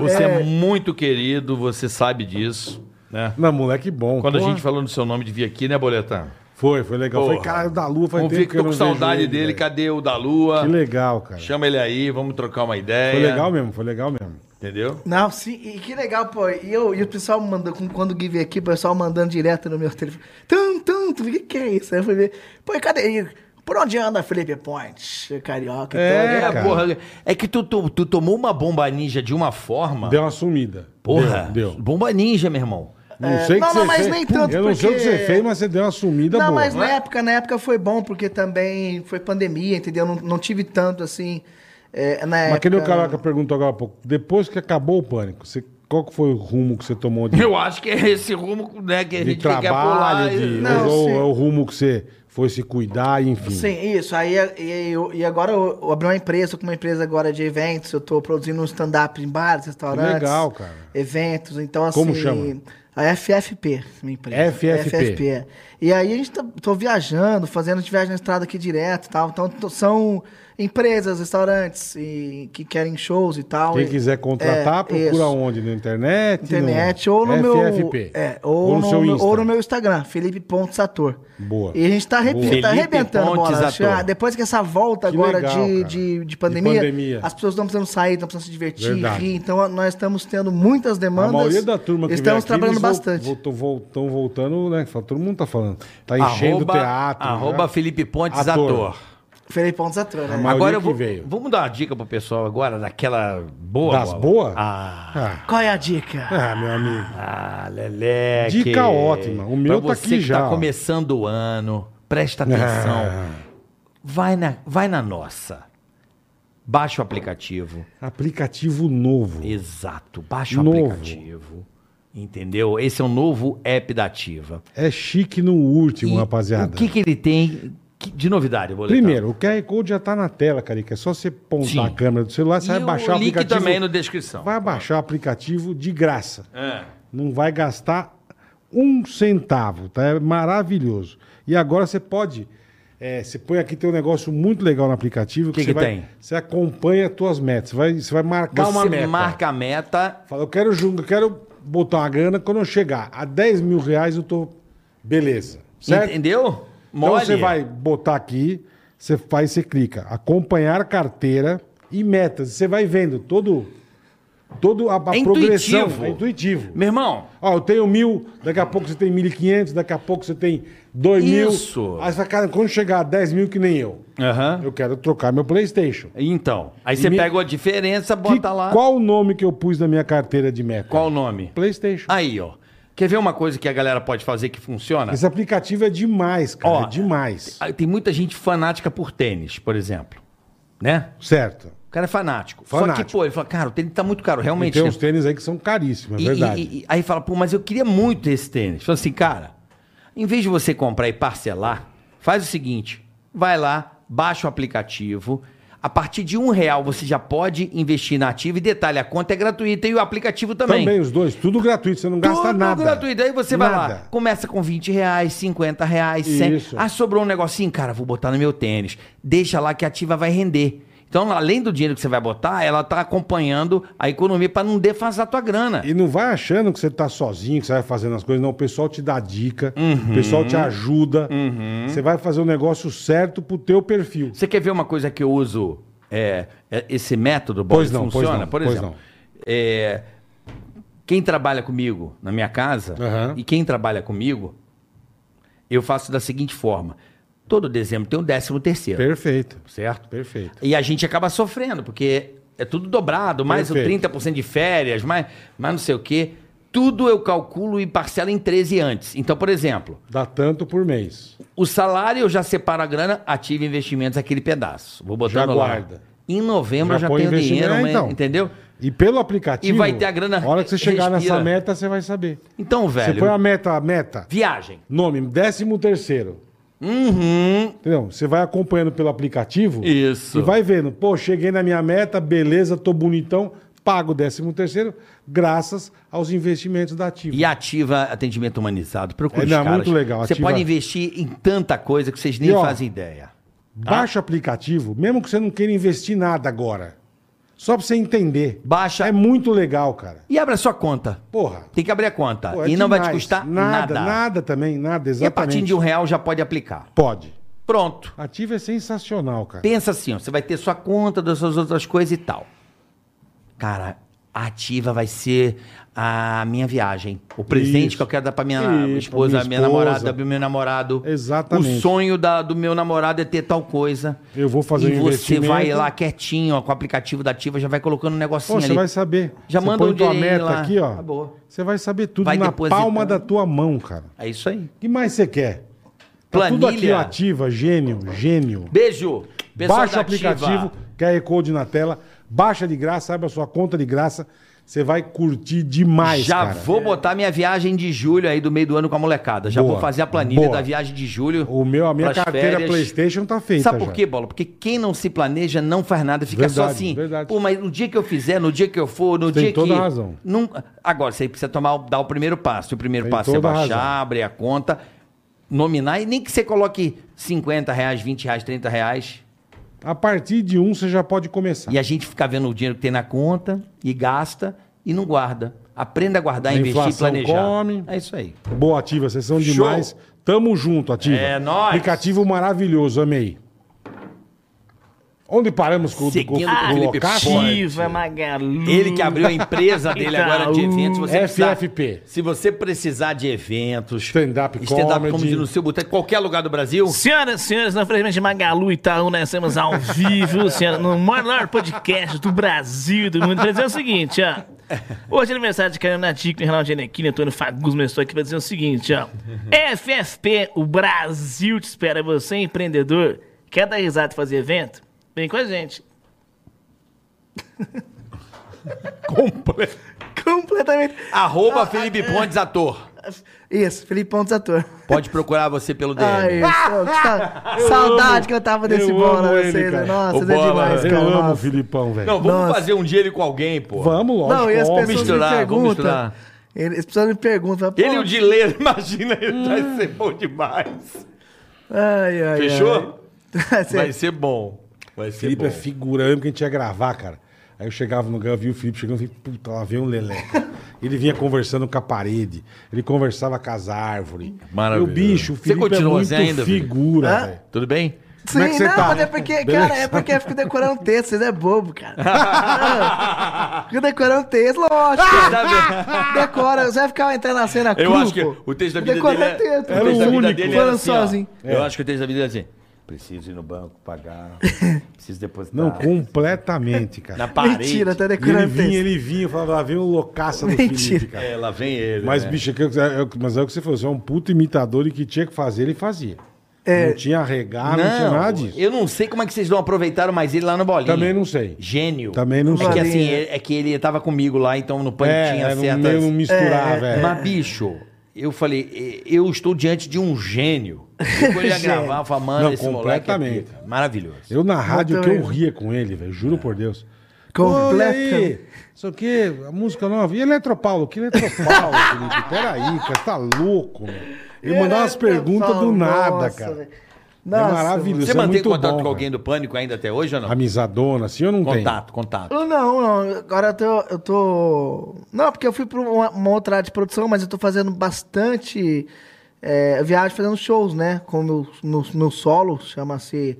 [SPEAKER 2] Você é... muito querido, você sabe disso. Né?
[SPEAKER 3] Não, moleque bom.
[SPEAKER 2] Quando a
[SPEAKER 3] porra.
[SPEAKER 2] gente falou no seu nome de vir aqui, né, Boletar?
[SPEAKER 3] Foi, foi legal. Foi
[SPEAKER 2] Porra.
[SPEAKER 3] cara da lua, faz
[SPEAKER 2] Vamos
[SPEAKER 3] tempo
[SPEAKER 2] ver
[SPEAKER 3] que
[SPEAKER 2] que
[SPEAKER 3] eu
[SPEAKER 2] tô
[SPEAKER 3] não
[SPEAKER 2] com
[SPEAKER 3] vejo
[SPEAKER 2] saudade
[SPEAKER 3] ele,
[SPEAKER 2] dele,
[SPEAKER 3] velho.
[SPEAKER 2] cadê o da Lua?
[SPEAKER 3] Que legal, cara.
[SPEAKER 2] Chama ele aí, vamos trocar uma ideia.
[SPEAKER 3] Foi legal mesmo, foi legal mesmo.
[SPEAKER 2] Entendeu?
[SPEAKER 4] Não, sim, e que legal, pô. E, eu, e o pessoal mandou, com- quando o Gui veio aqui, o pessoal mandando direto no meu telefone. Tum, tum, tum, o que, que é isso? Aí eu fui ver. Pô, e cadê? e Por onde anda Felipe Ponte? Carioca e
[SPEAKER 3] É,
[SPEAKER 2] É,
[SPEAKER 3] cara.
[SPEAKER 2] porra. É que tu, tu- tu tomou uma bomba ninja de uma forma.
[SPEAKER 3] Deu uma sumida.
[SPEAKER 2] porra.
[SPEAKER 3] Deu. deu.
[SPEAKER 2] Bomba ninja, meu irmão.
[SPEAKER 3] Não sei o que
[SPEAKER 4] não,
[SPEAKER 3] você
[SPEAKER 4] não, mas
[SPEAKER 3] fez.
[SPEAKER 4] nem tanto,
[SPEAKER 3] Eu não sei o que
[SPEAKER 4] porque-
[SPEAKER 3] você fez, mas você deu uma sumida
[SPEAKER 4] não,
[SPEAKER 3] boa. né?
[SPEAKER 4] mas na época, na época foi bom, porque também foi pandemia, entendeu? Não, não tive tanto assim. É, na
[SPEAKER 3] Mas
[SPEAKER 4] época.
[SPEAKER 3] que nem o Caraca perguntou agora há pouco. Depois que acabou o pânico, você, qual que foi o rumo que você tomou de,
[SPEAKER 2] Eu acho que é esse rumo né, que a
[SPEAKER 3] de
[SPEAKER 2] gente quer pular.
[SPEAKER 3] trabalho? De,
[SPEAKER 4] Não,
[SPEAKER 3] ou,
[SPEAKER 4] sim.
[SPEAKER 3] é o rumo que você foi se cuidar, enfim.
[SPEAKER 4] Sim, isso. Aí e, eu- e agora eu, eu abri uma empresa, tô com uma empresa agora de eventos, eu tô produzindo um stand-up em bares, restaurantes.
[SPEAKER 3] Legal, cara.
[SPEAKER 4] Eventos, então assim.
[SPEAKER 3] Como chama?
[SPEAKER 4] A FFP, minha empresa.
[SPEAKER 3] FFP.
[SPEAKER 4] é. E aí a gente tá, tô viajando, fazendo, a gente viaja na estrada aqui direto e tal. Então tô- são empresas, restaurantes e, que querem shows e tal.
[SPEAKER 3] Quem
[SPEAKER 4] E-
[SPEAKER 3] quiser contratar,
[SPEAKER 4] é,
[SPEAKER 3] procura
[SPEAKER 4] isso.
[SPEAKER 3] onde? Na internet?
[SPEAKER 4] internet ou no
[SPEAKER 3] FFP.
[SPEAKER 4] meu é, ou, no, meu- ou no meu Instagram, Felipe.sator.
[SPEAKER 3] Boa.
[SPEAKER 4] E a gente tá, arrepi-
[SPEAKER 3] Boa.
[SPEAKER 4] tá arrebentando
[SPEAKER 2] Felipe Pontes
[SPEAKER 4] bola.
[SPEAKER 2] Sator.
[SPEAKER 4] Ah, Depois que essa volta
[SPEAKER 3] Que
[SPEAKER 4] agora
[SPEAKER 3] legal,
[SPEAKER 4] de,
[SPEAKER 3] cara.
[SPEAKER 4] de,
[SPEAKER 3] De
[SPEAKER 4] de pandemia,
[SPEAKER 3] pandemia.
[SPEAKER 4] as pessoas não precisam sair, não precisam se divertir,
[SPEAKER 3] Verdade.
[SPEAKER 4] rir. Então nós estamos tendo muitas demandas.
[SPEAKER 3] A maioria da turma que
[SPEAKER 4] Estamos
[SPEAKER 3] vem aqui,
[SPEAKER 4] trabalhando
[SPEAKER 3] eles vol-
[SPEAKER 4] bastante.
[SPEAKER 3] Voltou, voltam voltando, né? Fala, Todo mundo tá falando. Tá enchendo o
[SPEAKER 2] arroba,
[SPEAKER 3] teatro. né?
[SPEAKER 2] Arroba
[SPEAKER 3] já.
[SPEAKER 2] Felipe Pontes
[SPEAKER 3] Ator.
[SPEAKER 2] Ator.
[SPEAKER 4] Felipe Pontes Sator, né?
[SPEAKER 3] maioria
[SPEAKER 2] Agora eu
[SPEAKER 3] que
[SPEAKER 2] vou,
[SPEAKER 3] veio.
[SPEAKER 2] vamos dar uma dica pro pessoal agora daquela boa.
[SPEAKER 3] Das
[SPEAKER 2] bola.
[SPEAKER 3] boas?
[SPEAKER 2] Ah,
[SPEAKER 3] Ah,
[SPEAKER 4] Qual é a dica?
[SPEAKER 3] ah, meu amigo.
[SPEAKER 2] ah, Leleque.
[SPEAKER 3] Dica ótima. O meu
[SPEAKER 2] pra
[SPEAKER 3] tá
[SPEAKER 2] você
[SPEAKER 3] aqui
[SPEAKER 2] que
[SPEAKER 3] já, É. ó.
[SPEAKER 2] Tá começando o ano. Presta atenção. Vai, na, vai na nossa. Baixa o aplicativo.
[SPEAKER 3] Aplicativo novo.
[SPEAKER 2] Exato. Baixa o
[SPEAKER 3] Novo.
[SPEAKER 2] aplicativo. Entendeu? Esse é o novo app da Ativa.
[SPEAKER 3] É chique no último,
[SPEAKER 2] E
[SPEAKER 3] rapaziada.
[SPEAKER 2] O que, que ele tem que- de novidade, boletar?
[SPEAKER 3] Primeiro, o QR Code já tá na tela, Carica. É só você apontar
[SPEAKER 2] Sim.
[SPEAKER 3] a câmera do celular, você
[SPEAKER 2] E
[SPEAKER 3] vai baixar o
[SPEAKER 2] o link
[SPEAKER 3] aplicativo.
[SPEAKER 2] também na descrição.
[SPEAKER 3] Vai baixar o aplicativo de graça.
[SPEAKER 2] É.
[SPEAKER 3] Não vai gastar um centavo, tá? É maravilhoso. E agora você pode. é, você põe aqui, tem um negócio muito legal no aplicativo.
[SPEAKER 2] Que
[SPEAKER 3] você
[SPEAKER 2] que
[SPEAKER 3] vai-
[SPEAKER 2] tem?
[SPEAKER 3] Você acompanha as tuas metas. Você vai, você vai marcar uma
[SPEAKER 2] você
[SPEAKER 3] meta.
[SPEAKER 2] marca a meta.
[SPEAKER 3] Fala, eu quero junto, eu quero botar uma grana. Quando eu chegar a 10 mil reais, eu tô. Beleza. Certo?
[SPEAKER 2] Entendeu?
[SPEAKER 3] Então
[SPEAKER 2] Mole.
[SPEAKER 3] você vai botar aqui, você faz, você clica, acompanhar carteira e metas. Você vai vendo todo, todo a, a
[SPEAKER 2] É
[SPEAKER 3] progressão.
[SPEAKER 2] intuitivo.
[SPEAKER 3] É intuitivo.
[SPEAKER 2] Meu irmão,
[SPEAKER 3] Ó, eu tenho mil, daqui a pouco você tem 1.500, daqui a pouco você tem 2 mil.
[SPEAKER 2] Isso.
[SPEAKER 3] Aí você fala, cara, quando chegar a 10 mil, que nem eu,
[SPEAKER 2] Aham.
[SPEAKER 3] eu quero trocar meu PlayStation.
[SPEAKER 2] então. Aí você
[SPEAKER 3] Me-
[SPEAKER 2] pega a diferença,
[SPEAKER 3] Que-
[SPEAKER 2] bota lá.
[SPEAKER 3] Qual o nome que eu pus na minha carteira de meta?
[SPEAKER 2] Qual o nome?
[SPEAKER 3] PlayStation.
[SPEAKER 2] Aí, ó. Quer ver uma coisa que a galera pode fazer que funciona?
[SPEAKER 3] Esse aplicativo é demais, cara.
[SPEAKER 2] Tá. Ó,
[SPEAKER 3] é demais.
[SPEAKER 2] Ah, Tem muita gente fanática por tênis, por exemplo. Né?
[SPEAKER 3] Certo.
[SPEAKER 2] O cara é fanático. Só
[SPEAKER 3] Fanático.
[SPEAKER 2] que, pô, ele fala, cara, o tênis tá muito caro,
[SPEAKER 3] E
[SPEAKER 2] realmente.
[SPEAKER 3] tem
[SPEAKER 2] né?
[SPEAKER 3] uns tênis aí que são caríssimos, é
[SPEAKER 2] E-
[SPEAKER 3] verdade.
[SPEAKER 2] e- e- aí fala, pô, mas eu queria muito esse tênis. Fala assim, cara, em vez de você comprar e parcelar, faz o seguinte: vai lá, baixa o aplicativo. A partir de um real você já pode investir na ativa. E detalhe, a conta é gratuita e o aplicativo também.
[SPEAKER 3] também. os dois, tudo gratuito, você não gasta
[SPEAKER 2] Tudo
[SPEAKER 3] nada.
[SPEAKER 2] gratuito. Aí você vai lá,
[SPEAKER 3] Nada.
[SPEAKER 2] começa com 20 reais, 50 reais, 100.
[SPEAKER 3] Isso.
[SPEAKER 2] Ah, sobrou um negocinho, cara, vou botar no meu tênis. Deixa lá que a ativa vai render. Então, além do dinheiro que você vai botar, ela tá acompanhando a economia para não defasar a tua grana.
[SPEAKER 3] E não vai achando que você tá sozinho, que você vai fazendo as coisas, não. O pessoal te dá dica,
[SPEAKER 2] Uhum.
[SPEAKER 3] o pessoal te ajuda. Você vai fazer o negócio certo pro teu perfil.
[SPEAKER 2] Você quer ver uma coisa que eu uso? é, é, esse método, Bob,
[SPEAKER 3] Pois não, pois
[SPEAKER 2] funciona?
[SPEAKER 3] não,
[SPEAKER 2] Por
[SPEAKER 3] pois
[SPEAKER 2] exemplo,
[SPEAKER 3] não.
[SPEAKER 2] é, quem trabalha comigo na minha casa
[SPEAKER 3] Aham.
[SPEAKER 2] e quem trabalha comigo, eu faço da seguinte forma. Todo dezembro tem um décimo terceiro.
[SPEAKER 3] Perfeito. Certo? Perfeito.
[SPEAKER 2] E a gente acaba sofrendo, porque é tudo dobrado, mais
[SPEAKER 3] Perfeito.
[SPEAKER 2] o 30% de férias, mais, mais não sei o quê. Tudo eu calculo e parcelo em 13 antes. Então, por exemplo,
[SPEAKER 3] Dá tanto por mês.
[SPEAKER 2] o salário eu já separo a grana, ativo investimentos, aquele pedaço. Vou botando
[SPEAKER 3] Já
[SPEAKER 2] lá.
[SPEAKER 3] guarda.
[SPEAKER 2] Em novembro
[SPEAKER 3] Já
[SPEAKER 2] eu já
[SPEAKER 3] põe
[SPEAKER 2] tenho
[SPEAKER 3] investimento,
[SPEAKER 2] dinheiro,
[SPEAKER 3] é,
[SPEAKER 2] mas-
[SPEAKER 3] então.
[SPEAKER 2] entendeu?
[SPEAKER 3] E pelo aplicativo.
[SPEAKER 2] E vai ter a grana-
[SPEAKER 3] A hora que você chegar
[SPEAKER 2] respira.
[SPEAKER 3] nessa meta, você vai saber.
[SPEAKER 2] Então,
[SPEAKER 3] Você põe a
[SPEAKER 2] velho,
[SPEAKER 3] meta, a meta.
[SPEAKER 2] viagem.
[SPEAKER 3] Nome, décimo terceiro.
[SPEAKER 2] Uhum.
[SPEAKER 3] Entendeu? Você vai acompanhando pelo aplicativo.
[SPEAKER 2] Isso.
[SPEAKER 3] E vai vendo, pô, cheguei na minha meta, beleza, tô bonitão, pago o décimo terceiro, graças aos investimentos da Ativa.
[SPEAKER 2] E ativa atendimento humanizado. Procura
[SPEAKER 3] É,
[SPEAKER 2] os
[SPEAKER 3] não,
[SPEAKER 2] caras.
[SPEAKER 3] muito legal,
[SPEAKER 2] Você
[SPEAKER 3] ativa-
[SPEAKER 2] pode investir em tanta coisa que vocês nem
[SPEAKER 3] E, ó,
[SPEAKER 2] fazem ideia.
[SPEAKER 3] Baixa o aplicativo, mesmo que você não queira investir nada agora. Só pra você entender.
[SPEAKER 2] Baixa-
[SPEAKER 3] É muito legal, cara.
[SPEAKER 2] E abre a sua conta.
[SPEAKER 3] Porra.
[SPEAKER 2] Tem que abrir a conta.
[SPEAKER 3] pô, é
[SPEAKER 2] e não vai te
[SPEAKER 3] demais.
[SPEAKER 2] custar
[SPEAKER 3] nada.
[SPEAKER 2] nada.
[SPEAKER 3] Nada também, nada,
[SPEAKER 2] E a
[SPEAKER 3] exatamente.
[SPEAKER 2] partir de um real já pode aplicar.
[SPEAKER 3] Pode.
[SPEAKER 2] Pronto.
[SPEAKER 3] Ativa é sensacional, cara.
[SPEAKER 2] Pensa assim, ó, você vai ter sua conta das suas outras coisas e tal. Cara, a ativa vai ser a minha viagem. O presente
[SPEAKER 3] Isso.
[SPEAKER 2] que eu quero dar pra minha
[SPEAKER 3] Isso, pra minha
[SPEAKER 2] esposa, minha,
[SPEAKER 3] esposa.
[SPEAKER 2] namorada, pro meu namorado.
[SPEAKER 3] Exatamente.
[SPEAKER 2] O sonho da- do meu namorado é ter tal coisa.
[SPEAKER 3] Eu vou fazer
[SPEAKER 2] E
[SPEAKER 3] um
[SPEAKER 2] você vai
[SPEAKER 3] investimento.
[SPEAKER 2] lá quietinho, ó, com o aplicativo da ativa, já vai colocando um
[SPEAKER 3] Pô,
[SPEAKER 2] negocinho
[SPEAKER 3] você
[SPEAKER 2] ali.
[SPEAKER 3] vai saber.
[SPEAKER 2] Já
[SPEAKER 3] você
[SPEAKER 2] manda
[SPEAKER 3] põe
[SPEAKER 2] um
[SPEAKER 3] tua
[SPEAKER 2] dinheirinho
[SPEAKER 3] meta
[SPEAKER 2] lá.
[SPEAKER 3] aqui, ó.
[SPEAKER 2] Acabou.
[SPEAKER 3] Você vai saber tudo
[SPEAKER 2] Vai
[SPEAKER 3] na
[SPEAKER 2] depositando.
[SPEAKER 3] palma da tua mão, cara.
[SPEAKER 2] É isso aí.
[SPEAKER 3] O que mais você quer? Tá tudo aqui
[SPEAKER 2] Planilha.
[SPEAKER 3] ó, ativa, gênio, gênio.
[SPEAKER 2] Beijo. Pessoal
[SPEAKER 3] baixa o
[SPEAKER 2] da
[SPEAKER 3] aplicativo,
[SPEAKER 2] Ativa.
[SPEAKER 3] QR Code na tela, baixa de graça, abre a sua conta de graça, você vai curtir demais,
[SPEAKER 2] já
[SPEAKER 3] cara.
[SPEAKER 2] vou botar minha viagem de julho aí do meio do ano com a molecada. Já
[SPEAKER 3] Boa,
[SPEAKER 2] vou fazer a planilha
[SPEAKER 3] boa.
[SPEAKER 2] da viagem de julho.
[SPEAKER 3] O meu, a minha
[SPEAKER 2] pras
[SPEAKER 3] carteira
[SPEAKER 2] férias.
[SPEAKER 3] PlayStation tá feita
[SPEAKER 2] Sabe por
[SPEAKER 3] já.
[SPEAKER 2] quê, Bola? Porque quem não se planeja não faz nada, fica só
[SPEAKER 3] Verdade,
[SPEAKER 2] assim.
[SPEAKER 3] verdade.
[SPEAKER 2] Pô, mas no dia que eu fizer, no dia que eu for, no
[SPEAKER 3] Tem
[SPEAKER 2] dia
[SPEAKER 3] toda
[SPEAKER 2] que.
[SPEAKER 3] a razão.
[SPEAKER 2] Não... Agora, você precisa tomar, o- dar o primeiro passo. E O primeiro
[SPEAKER 3] Tem
[SPEAKER 2] passo é
[SPEAKER 3] toda a
[SPEAKER 2] baixar,
[SPEAKER 3] razão.
[SPEAKER 2] abrir a conta, nominar, e nem que você coloque 50 reais, 20 reais, 30 reais.
[SPEAKER 3] A partir de um você já pode começar.
[SPEAKER 2] E a gente fica vendo o dinheiro que tem na conta e gasta e não guarda. Aprenda a guardar,
[SPEAKER 3] A
[SPEAKER 2] investir e
[SPEAKER 3] inflação
[SPEAKER 2] planejar.
[SPEAKER 3] come.
[SPEAKER 2] É isso aí.
[SPEAKER 3] Boa, Ativa, vocês são demais. Tamo junto, Ativa.
[SPEAKER 2] É nóis.
[SPEAKER 3] Aplicativo maravilhoso, amei. Onde paramos com, o com,
[SPEAKER 2] Seguindo
[SPEAKER 3] com
[SPEAKER 2] o Felipe
[SPEAKER 3] Locato?
[SPEAKER 7] Ativa, É Magalu.
[SPEAKER 2] Ele que abriu a empresa dele agora de eventos. Você precisar-
[SPEAKER 3] FFP.
[SPEAKER 2] se você precisar de eventos,
[SPEAKER 3] Stand-up
[SPEAKER 2] stand-up
[SPEAKER 3] comedy.
[SPEAKER 2] comedy no seu boteco, qualquer lugar do Brasil,
[SPEAKER 7] Senhoras e senhores, na frente de Magalu e Itaú, nós estamos ao vivo, senhora, no maior podcast do Brasil e do mundo. Pra dizer o seguinte, ó. Hoje é aniversário de Carolina Dickler, Renato Genequini, Antônio Fagundes, mas eu estou aqui pra dizer o seguinte, ó. FFP, o Brasil te espera. Você, empreendedor, quer dar risada e fazer evento? Vem com a gente.
[SPEAKER 3] É.
[SPEAKER 4] Completamente.
[SPEAKER 3] Ah,
[SPEAKER 2] arroba Felipe Pontes Ator.
[SPEAKER 4] Isso, Felipe Pontes ator.
[SPEAKER 2] Pode procurar você pelo DM.
[SPEAKER 4] Ai, isso, que sa- saudade que eu tava desse
[SPEAKER 3] É. eu
[SPEAKER 4] bola,
[SPEAKER 3] amo
[SPEAKER 4] né,
[SPEAKER 3] ele,
[SPEAKER 4] vocês,
[SPEAKER 3] cara.
[SPEAKER 4] né? Nossa,
[SPEAKER 2] O
[SPEAKER 4] isso é
[SPEAKER 2] Bola,
[SPEAKER 4] demais,
[SPEAKER 3] Eu
[SPEAKER 4] cara.
[SPEAKER 3] amo o
[SPEAKER 4] nossa.
[SPEAKER 3] Filipão, velho.
[SPEAKER 2] Não, vamos
[SPEAKER 4] Nossa.
[SPEAKER 2] fazer um dia ele com alguém, pô.
[SPEAKER 3] Vamos, lógico.
[SPEAKER 4] Não, e as
[SPEAKER 3] óbvio.
[SPEAKER 4] pessoas
[SPEAKER 2] misturar,
[SPEAKER 4] me
[SPEAKER 2] vamos
[SPEAKER 4] perguntam.
[SPEAKER 2] misturar.
[SPEAKER 4] ele- As pessoas me perguntam. pô,
[SPEAKER 2] Ele e o Dileiro, imagina, ele
[SPEAKER 3] Hum.
[SPEAKER 2] vai ser bom demais.
[SPEAKER 4] Ai, ai,
[SPEAKER 2] Fechou?
[SPEAKER 4] ai. Vai ser-
[SPEAKER 2] Vai ser bom. Vai ser
[SPEAKER 3] Felipe
[SPEAKER 2] bom.
[SPEAKER 3] é figurante que a gente ia gravar, cara. Aí eu chegava no lugar, eu vi o Felipe chegando e falei, puta, lá vem um Lelé. Ele vinha conversando com a parede, ele conversava com as árvores.
[SPEAKER 6] Maravilhoso.
[SPEAKER 3] E o bicho, o Felipe
[SPEAKER 2] continua
[SPEAKER 3] é muito
[SPEAKER 2] Zé ainda, Felipe?
[SPEAKER 3] figura,
[SPEAKER 4] Hã?
[SPEAKER 3] velho.
[SPEAKER 2] Tudo bem?
[SPEAKER 4] Sim,
[SPEAKER 3] Como é que você
[SPEAKER 4] não,
[SPEAKER 3] tá?
[SPEAKER 4] mas é porque,
[SPEAKER 3] Beleza?
[SPEAKER 4] cara, é porque eu fico decorando texto, vocês é bobo, cara. Não, fico decorando um texto, lógico. Decora, você vai ficar entrando na cena
[SPEAKER 2] tá- Eu
[SPEAKER 4] cru,
[SPEAKER 2] acho que
[SPEAKER 4] pô.
[SPEAKER 2] o texto da vida
[SPEAKER 4] Decorando
[SPEAKER 2] dele é-
[SPEAKER 4] texto.
[SPEAKER 3] Era o
[SPEAKER 2] da vida
[SPEAKER 3] único.
[SPEAKER 2] dele era
[SPEAKER 4] Falando
[SPEAKER 2] assim, ó.
[SPEAKER 4] sozinho.
[SPEAKER 2] Eu acho que o texto da vida dele é assim. Preciso ir no banco, pagar. Preciso depositar.
[SPEAKER 3] Não, completamente,
[SPEAKER 2] Ah. Na
[SPEAKER 3] cara.
[SPEAKER 2] parede.
[SPEAKER 4] Mentira, tá
[SPEAKER 3] E ele
[SPEAKER 4] decorando
[SPEAKER 3] vinha,
[SPEAKER 4] texto.
[SPEAKER 3] ele vinha, eu falava, lá vem o loucaça do
[SPEAKER 4] Mentira.
[SPEAKER 3] Felipe, cara.
[SPEAKER 2] É, lá vem ele.
[SPEAKER 3] Mas,
[SPEAKER 2] né?
[SPEAKER 3] bicho, é que eu- é, o- mas é o que você falou, você é um puto imitador e que tinha que fazer, ele fazia.
[SPEAKER 4] É.
[SPEAKER 3] Não tinha regar, não, tinha ah, nada disso.
[SPEAKER 2] eu não sei como é que vocês não aproveitaram mais ele lá no bolinho.
[SPEAKER 3] Também não sei.
[SPEAKER 2] Gênio.
[SPEAKER 3] Também não
[SPEAKER 2] é que
[SPEAKER 3] sei.
[SPEAKER 2] assim, é, é que ele tava comigo lá, então no pânico
[SPEAKER 3] É,
[SPEAKER 2] tinha
[SPEAKER 3] era um
[SPEAKER 2] certas...
[SPEAKER 3] meio
[SPEAKER 4] É,
[SPEAKER 3] misturar, velho.
[SPEAKER 2] Mas, bicho, eu falei, e- eu estou diante de um gênio. Depois eu ia gravar, eu falava, mano,
[SPEAKER 3] Não,
[SPEAKER 2] esse moleque é
[SPEAKER 3] completamente.
[SPEAKER 2] pica. Maravilhoso.
[SPEAKER 3] Eu na rádio que eu
[SPEAKER 4] também.
[SPEAKER 3] ria com ele, velho, juro por Deus.
[SPEAKER 4] Então Completamente.
[SPEAKER 3] Olha aí, Isso aqui, a música nova. E Eletropaulo? Que Eletropaulo, Felipe? Peraí, cara, você tá louco, meu. Ele mandava umas perguntas do nada,
[SPEAKER 4] Nossa,
[SPEAKER 3] cara.
[SPEAKER 4] velho. Nossa,
[SPEAKER 3] é maravilhoso.
[SPEAKER 2] Você
[SPEAKER 3] é
[SPEAKER 2] mantém
[SPEAKER 3] muito
[SPEAKER 2] contato com
[SPEAKER 3] bom, cara.
[SPEAKER 2] alguém do pânico ainda até hoje ou não?
[SPEAKER 3] Amizadona, assim eu não tenho?
[SPEAKER 2] Contato, contato.
[SPEAKER 4] Eu Não, não. Agora eu tô, eu tô. Não, porque eu fui pra uma, uma outra área de produção, mas eu tô fazendo bastante é, viagem, fazendo shows, né? Com o meu, meu, meu solo, chama-se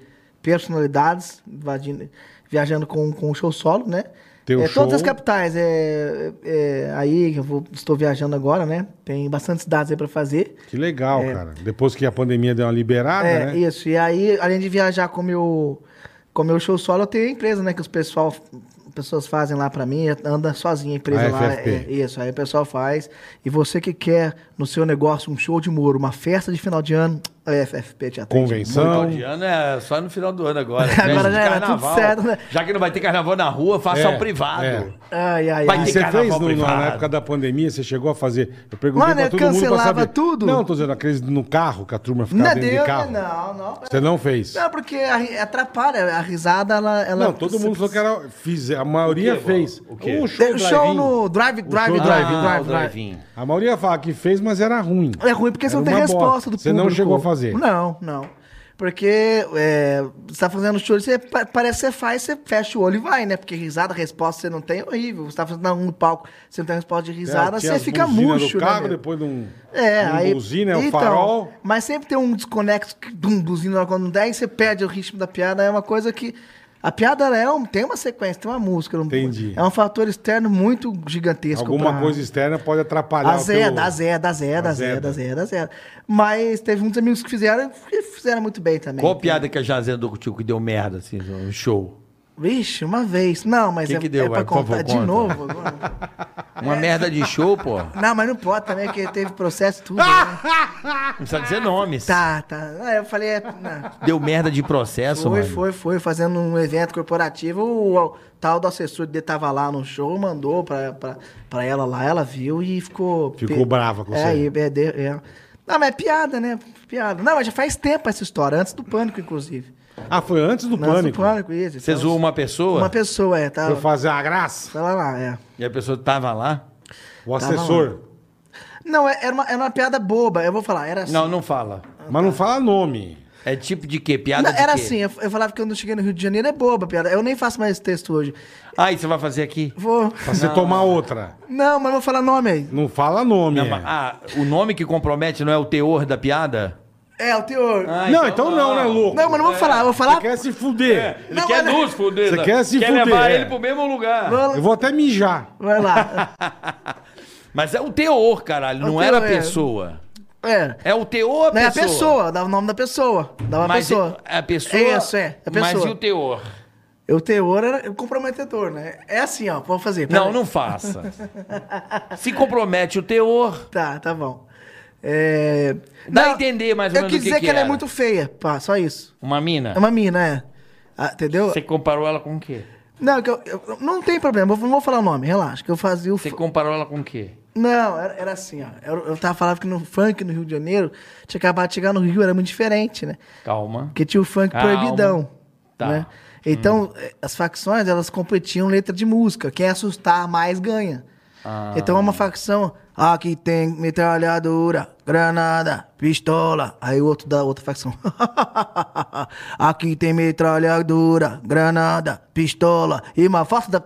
[SPEAKER 4] Personalidades, invadindo- viajando com com um show solo, né?
[SPEAKER 3] Teu
[SPEAKER 4] é,
[SPEAKER 3] show.
[SPEAKER 4] Todas as capitais, é, é, aí que eu vou- estou viajando agora, né? Tem bastante cidades aí pra fazer.
[SPEAKER 3] Que legal, cara. Depois que a pandemia deu uma liberada,
[SPEAKER 4] É,
[SPEAKER 3] né?
[SPEAKER 4] isso. E aí, além de viajar com meu, com meu show solo, eu tenho a empresa, né? Que os pessoal, pessoas fazem lá pra mim, anda sozinha a empresa
[SPEAKER 3] A
[SPEAKER 4] lá.
[SPEAKER 3] FFP.
[SPEAKER 4] É, isso, aí o pessoal faz. E você que quer no seu negócio um show de muro, uma festa de final de ano, é a FFP te atende.
[SPEAKER 3] Convenção.
[SPEAKER 2] Final de ano é só no final do ano agora.
[SPEAKER 4] Agora
[SPEAKER 2] festa de
[SPEAKER 4] já era tudo
[SPEAKER 2] carnaval.
[SPEAKER 4] certo, né?
[SPEAKER 2] Já que não vai ter carnaval na rua, faça
[SPEAKER 3] É,
[SPEAKER 2] ao privado.
[SPEAKER 3] é.
[SPEAKER 4] Ai, ai,
[SPEAKER 2] Vai
[SPEAKER 4] ai.
[SPEAKER 3] E
[SPEAKER 2] ter
[SPEAKER 3] você
[SPEAKER 2] carnaval
[SPEAKER 3] fez no- na- na
[SPEAKER 2] privado.
[SPEAKER 3] época da pandemia, você chegou a fazer. Eu perguntei
[SPEAKER 4] Mano,
[SPEAKER 3] pra
[SPEAKER 4] eu
[SPEAKER 3] todo mundo pra
[SPEAKER 4] cancelava
[SPEAKER 3] saber.
[SPEAKER 4] tudo.
[SPEAKER 3] Não, tô dizendo aqueles no carro, que a turma ficava
[SPEAKER 4] Não
[SPEAKER 3] dentro
[SPEAKER 4] deu,
[SPEAKER 3] de
[SPEAKER 4] né?
[SPEAKER 3] carro.
[SPEAKER 4] não, não.
[SPEAKER 3] Você não fez.
[SPEAKER 4] Não, porque a ri- atrapalha, a risada, ela... ela
[SPEAKER 3] não, todo mundo falou que era. Fiz, a maioria fez. O
[SPEAKER 6] quê?
[SPEAKER 4] Tem o show
[SPEAKER 3] drive-in.
[SPEAKER 4] no drive,
[SPEAKER 3] O
[SPEAKER 4] drive,
[SPEAKER 3] show drive-in.
[SPEAKER 4] drive, drive,
[SPEAKER 2] Ah, o
[SPEAKER 4] drive.
[SPEAKER 2] drive-in.
[SPEAKER 3] A maioria fala que fez, mas era ruim.
[SPEAKER 4] É ruim porque você
[SPEAKER 3] Era
[SPEAKER 4] não tem
[SPEAKER 3] uma bosta.
[SPEAKER 4] resposta do
[SPEAKER 3] Você não
[SPEAKER 4] público.
[SPEAKER 3] chegou a fazer?
[SPEAKER 4] Não, não. Porque é, você tá fazendo show, você pa- parece que você faz, você fecha o olho e vai, né? Porque risada, resposta você não tem, é horrível. Você tá fazendo um no palco, você não tem resposta de risada,
[SPEAKER 3] É, Tinha
[SPEAKER 4] você
[SPEAKER 3] as
[SPEAKER 4] fica
[SPEAKER 3] buzinas
[SPEAKER 4] murcho,
[SPEAKER 3] do
[SPEAKER 4] né?
[SPEAKER 3] carro,
[SPEAKER 4] meu?
[SPEAKER 3] depois de um.
[SPEAKER 4] É,
[SPEAKER 3] um
[SPEAKER 4] aí.
[SPEAKER 3] Buzina, é o farol.
[SPEAKER 4] Mas sempre tem um desconexo, que, bum, buzina na hora quando não der, aí você perde o ritmo da piada. É uma coisa que. A piada ela é um, tem uma sequência, tem uma música. não-
[SPEAKER 3] Entendi.
[SPEAKER 4] É um fator externo muito gigantesco.
[SPEAKER 3] Alguma
[SPEAKER 4] pra-
[SPEAKER 3] coisa externa pode atrapalhar. o teu-
[SPEAKER 4] Azeda, azeda, azeda,
[SPEAKER 3] Azeda.
[SPEAKER 4] azeda,
[SPEAKER 2] né?
[SPEAKER 4] azeda, azeda. Mas teve muitos amigos que fizeram e fizeram muito bem também.
[SPEAKER 2] Qual piada que a Jazenda do Tico que deu merda, assim, no show?
[SPEAKER 4] Vixe, uma vez. Não, mas
[SPEAKER 2] Que
[SPEAKER 4] é,
[SPEAKER 2] que deu,
[SPEAKER 4] é pra
[SPEAKER 2] vai? Por favor,
[SPEAKER 4] contar de
[SPEAKER 2] conta.
[SPEAKER 4] novo. agora.
[SPEAKER 2] Uma merda de show, pô.
[SPEAKER 4] não, mas não pode também, porque teve processo tudo.
[SPEAKER 2] Ah!
[SPEAKER 4] né?
[SPEAKER 2] Não precisa dizer nomes.
[SPEAKER 4] Tá, tá. Ah, Eu falei, é, não.
[SPEAKER 2] Deu merda de processo,
[SPEAKER 4] Foi,
[SPEAKER 2] mano.
[SPEAKER 4] foi, foi. Fazendo um evento corporativo, o, o tal do assessor dele tava lá no show, mandou pra, pra, pra ela lá, ela viu e ficou.
[SPEAKER 3] Ficou
[SPEAKER 4] pe-
[SPEAKER 3] brava com
[SPEAKER 4] É,
[SPEAKER 3] você.
[SPEAKER 4] e perdeu. É. Não, mas é piada, né? Piada. Não, mas já faz tempo essa história, antes do pânico, inclusive.
[SPEAKER 3] Ah, foi antes do
[SPEAKER 4] Antes do
[SPEAKER 3] pânico.
[SPEAKER 4] pânico, isso.
[SPEAKER 2] Você
[SPEAKER 4] Então,
[SPEAKER 2] zoou uma pessoa
[SPEAKER 4] Uma pessoa, é. Tá,
[SPEAKER 3] Foi fazer a graça.
[SPEAKER 4] tá lá, lá, é.
[SPEAKER 2] e a pessoa tava lá.
[SPEAKER 3] O assessor.
[SPEAKER 4] Não, é- era uma, era uma piada boba, eu vou falar. Era assim.
[SPEAKER 2] Não, não fala.
[SPEAKER 3] Mas não fala nome.
[SPEAKER 2] É tipo de quê? Piada
[SPEAKER 4] Não,
[SPEAKER 2] de
[SPEAKER 4] era
[SPEAKER 2] quê?
[SPEAKER 4] assim, eu, eu falava que quando eu cheguei no Rio de Janeiro é boba a piada. Eu nem faço mais esse texto hoje.
[SPEAKER 2] Ah, e você vai fazer aqui?
[SPEAKER 4] Vou.
[SPEAKER 3] Pra você tomar outra.
[SPEAKER 4] Não, mas eu vou falar nome aí.
[SPEAKER 3] Não fala nome.
[SPEAKER 2] Não,
[SPEAKER 3] é.
[SPEAKER 2] mas- Ah, o nome que compromete não é o teor da piada?
[SPEAKER 4] É, o teor.
[SPEAKER 2] Ah,
[SPEAKER 3] não, então não, né, louco?
[SPEAKER 4] Não, é. mas
[SPEAKER 2] é.
[SPEAKER 4] não vou falar, eu vou
[SPEAKER 3] Você
[SPEAKER 4] falar.
[SPEAKER 3] quer se fuder.
[SPEAKER 2] Ele
[SPEAKER 4] Não,
[SPEAKER 2] quer
[SPEAKER 4] mas-
[SPEAKER 2] nos fuder.
[SPEAKER 3] Você
[SPEAKER 2] né?
[SPEAKER 3] quer se fuder,
[SPEAKER 2] levar
[SPEAKER 3] é.
[SPEAKER 2] ele pro mesmo lugar.
[SPEAKER 4] Vou-
[SPEAKER 3] Eu vou até mijar.
[SPEAKER 4] Vai lá.
[SPEAKER 2] Mas é o teor, caralho.
[SPEAKER 4] O
[SPEAKER 2] Não era a
[SPEAKER 4] teor, é.
[SPEAKER 2] pessoa.
[SPEAKER 4] É.
[SPEAKER 2] É o teor a
[SPEAKER 4] Não,
[SPEAKER 2] pessoa.
[SPEAKER 4] é a pessoa, dá o nome da pessoa. Dá uma
[SPEAKER 2] Mas
[SPEAKER 4] pessoa.
[SPEAKER 2] é- a pessoa.
[SPEAKER 4] É isso, é, a
[SPEAKER 2] Mas
[SPEAKER 4] pessoa.
[SPEAKER 2] e o teor?
[SPEAKER 4] O teor era comprometedor, né? É assim, ó, vou fazer. pera
[SPEAKER 2] Não,
[SPEAKER 4] aí.
[SPEAKER 2] não faça. se compromete o teor.
[SPEAKER 4] Tá, tá bom. É...
[SPEAKER 2] Dá a entender mais ou
[SPEAKER 4] eu
[SPEAKER 2] menos
[SPEAKER 4] quis
[SPEAKER 2] o que
[SPEAKER 4] dizer
[SPEAKER 2] que
[SPEAKER 4] ela é
[SPEAKER 2] era.
[SPEAKER 4] muito feia, pá, só isso.
[SPEAKER 2] Uma mina.
[SPEAKER 4] É uma mina, é. Ah, entendeu?
[SPEAKER 2] Você comparou ela com o quê?
[SPEAKER 4] Não, que eu, eu- não tem problema, eu não vou falar o nome, relaxa. Que eu fazia o.
[SPEAKER 2] Você
[SPEAKER 4] fu-
[SPEAKER 2] comparou ela com o quê?
[SPEAKER 4] Não, era, era assim, ó. Eu, eu tava falando que no funk no Rio de Janeiro, tinha acabado de chegar no Rio, era muito diferente, né?
[SPEAKER 2] Calma.
[SPEAKER 4] Porque tinha o funk
[SPEAKER 2] Calma.
[SPEAKER 4] proibidão.
[SPEAKER 2] Tá.
[SPEAKER 4] Né? Então, eh, as facções, elas competiam letra de música. Quem assustar mais ganha.
[SPEAKER 2] Ah.
[SPEAKER 4] Então, é uma facção... Aqui tem metralhadora, granada, pistola. Aí o outro da outra facção. aqui tem metralhadora, granada, pistola e uma faça da...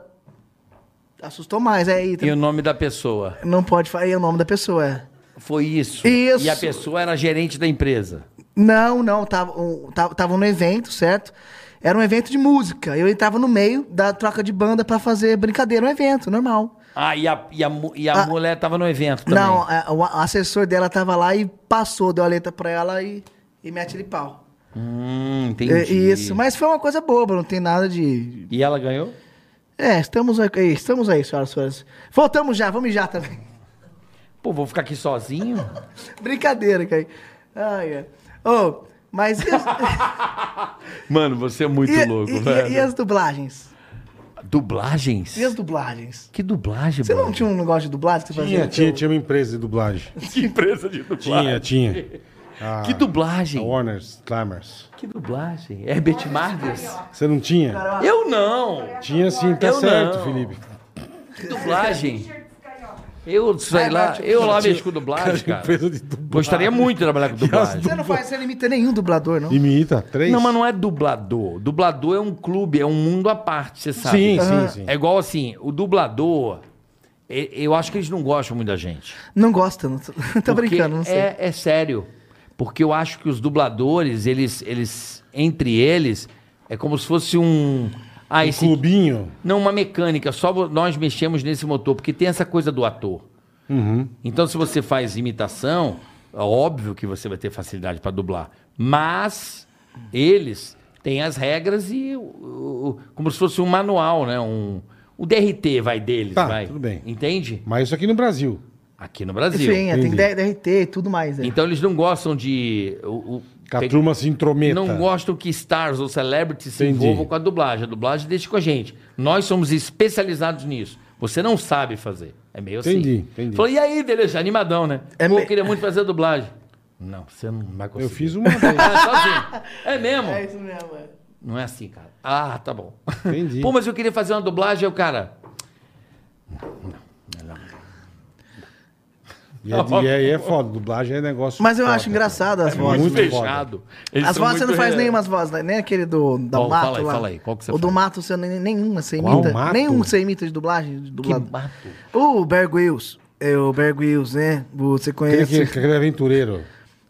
[SPEAKER 4] assustou mais. É, aí,
[SPEAKER 2] E o nome da pessoa.
[SPEAKER 4] Não pode falar aí é o nome da pessoa. é.
[SPEAKER 2] Foi isso.
[SPEAKER 4] Isso.
[SPEAKER 2] E a pessoa era gerente da empresa.
[SPEAKER 4] Não, não, um, estavam no evento, certo? Era um evento de música. Eu entrava no meio da troca de banda pra fazer brincadeira, um evento, normal.
[SPEAKER 2] Ah, e a, e a, mu- e a
[SPEAKER 4] Ah.
[SPEAKER 2] mulher tava no evento também.
[SPEAKER 4] Não, a- o a- assessor dela tava lá e passou, deu a letra pra ela e, e mete ele pau.
[SPEAKER 2] Hum, entendi.
[SPEAKER 4] É, isso, mas foi uma coisa boba, não tem nada de.
[SPEAKER 2] E ela ganhou?
[SPEAKER 4] É, estamos aí, estamos aí, senhoras e senhores. Voltamos já, vamos já também.
[SPEAKER 2] Pô, vou ficar aqui sozinho?
[SPEAKER 4] Brincadeira, cara. Ai, ai. Ô, mas e as,
[SPEAKER 2] Mano, você é muito
[SPEAKER 4] e-
[SPEAKER 2] louco,
[SPEAKER 4] e- e-
[SPEAKER 2] velho.
[SPEAKER 4] e as dublagens?
[SPEAKER 2] Dublagens?
[SPEAKER 4] E as dublagens?
[SPEAKER 2] Que dublagem,
[SPEAKER 4] Você não
[SPEAKER 2] brother?
[SPEAKER 4] tinha um negócio de dublagem que você
[SPEAKER 3] Tinha,
[SPEAKER 4] fazia?
[SPEAKER 3] tinha, tinha uma empresa de dublagem.
[SPEAKER 2] Que empresa de dublagem.
[SPEAKER 3] Tinha, tinha. A,
[SPEAKER 4] Ah.
[SPEAKER 2] Que
[SPEAKER 3] a
[SPEAKER 4] Tá
[SPEAKER 2] dublagem?
[SPEAKER 3] Warner's, Climbers.
[SPEAKER 2] Que dublagem? Herbert Marves?
[SPEAKER 3] Você não tinha?
[SPEAKER 2] Eu não!
[SPEAKER 3] Tinha sim, tá
[SPEAKER 2] Eu
[SPEAKER 3] certo,
[SPEAKER 2] não.
[SPEAKER 3] Felipe.
[SPEAKER 2] Que dublagem? Eu sei lá, eu lá mexo com dublagem,
[SPEAKER 3] Tinha
[SPEAKER 2] cara.
[SPEAKER 3] empresa de dublagem.
[SPEAKER 2] Gostaria muito de trabalhar com dublagem.
[SPEAKER 4] Você não faz, você limita nenhum dublador, não?
[SPEAKER 3] Imita, três?
[SPEAKER 2] Não, mas não é dublador. Dublador é um clube, é um mundo à parte, você sabe.
[SPEAKER 3] Sim, sim, sim.
[SPEAKER 2] É igual assim, o dublador, e- eu acho que eles não gostam muito da gente.
[SPEAKER 4] Não gosta, não. tô- Tô
[SPEAKER 2] Porque
[SPEAKER 4] brincando, não sei.
[SPEAKER 2] É, é sério. Porque eu acho que os dubladores, eles, eles entre eles, é como se fosse um. Ah,
[SPEAKER 3] Um
[SPEAKER 2] esse
[SPEAKER 3] clubinho.
[SPEAKER 2] Não, uma mecânica. Só vo- nós mexemos nesse motor, porque tem essa coisa do ator.
[SPEAKER 3] Uhum.
[SPEAKER 2] Então, se você faz imitação, é óbvio que você vai ter facilidade para dublar. Mas eles têm as regras e o- o- como se fosse um manual, né? Um, o DRT vai deles,
[SPEAKER 3] Tá,
[SPEAKER 2] vai.
[SPEAKER 3] tudo bem.
[SPEAKER 2] Entende?
[SPEAKER 3] Mas isso aqui no Brasil.
[SPEAKER 2] Aqui no Brasil.
[SPEAKER 4] Sim, é, tem
[SPEAKER 3] Entendi.
[SPEAKER 4] DRT e tudo mais. É.
[SPEAKER 2] Então eles não gostam de. O, o-
[SPEAKER 3] Que a
[SPEAKER 2] pe-
[SPEAKER 3] turma se intrometa.
[SPEAKER 2] não gostam que stars ou celebrities se
[SPEAKER 3] Entendi.
[SPEAKER 2] envolvam com a dublagem. A dublagem deixa com a gente. Nós somos especializados nisso. Você não sabe fazer. É meio
[SPEAKER 3] Entendi,
[SPEAKER 2] assim.
[SPEAKER 3] entendi.
[SPEAKER 2] Falou, e aí, beleza? Animadão, né?
[SPEAKER 4] É
[SPEAKER 2] Pô,
[SPEAKER 4] me-
[SPEAKER 2] eu queria muito fazer dublagem. Não, você não vai conseguir.
[SPEAKER 3] Eu fiz um- uma vez.
[SPEAKER 2] É, sozinho. É mesmo?
[SPEAKER 4] É isso mesmo, é.
[SPEAKER 2] Não é assim, cara. Ah, tá bom.
[SPEAKER 3] Entendi.
[SPEAKER 2] Pô, mas eu queria fazer uma dublagem, aí o cara.
[SPEAKER 3] E é, de- e é, e é foda. Dublagem é negócio.
[SPEAKER 4] Mas eu
[SPEAKER 3] foda.
[SPEAKER 4] acho engraçado as vozes.
[SPEAKER 3] Muito
[SPEAKER 2] fechado. Eles
[SPEAKER 4] As
[SPEAKER 2] são
[SPEAKER 4] vozes você
[SPEAKER 2] muito
[SPEAKER 4] não faz
[SPEAKER 2] re-
[SPEAKER 4] nenhuma vozes, né? nem aquele do da
[SPEAKER 2] Qual?
[SPEAKER 4] Mato
[SPEAKER 2] Fala aí,
[SPEAKER 4] lá.
[SPEAKER 2] fala aí, qual que você
[SPEAKER 4] O do
[SPEAKER 2] faz?
[SPEAKER 4] Mato, você nem, nenhuma você
[SPEAKER 3] Qual
[SPEAKER 4] imita.
[SPEAKER 3] Mato?
[SPEAKER 4] Nenhum você imita de dublagem, de
[SPEAKER 2] Que
[SPEAKER 4] dublado.
[SPEAKER 2] mato.
[SPEAKER 4] O Bear Grylls, é o Bear Grylls, né? Você
[SPEAKER 3] Aquele,
[SPEAKER 4] conhece.
[SPEAKER 3] que- aquele aventureiro.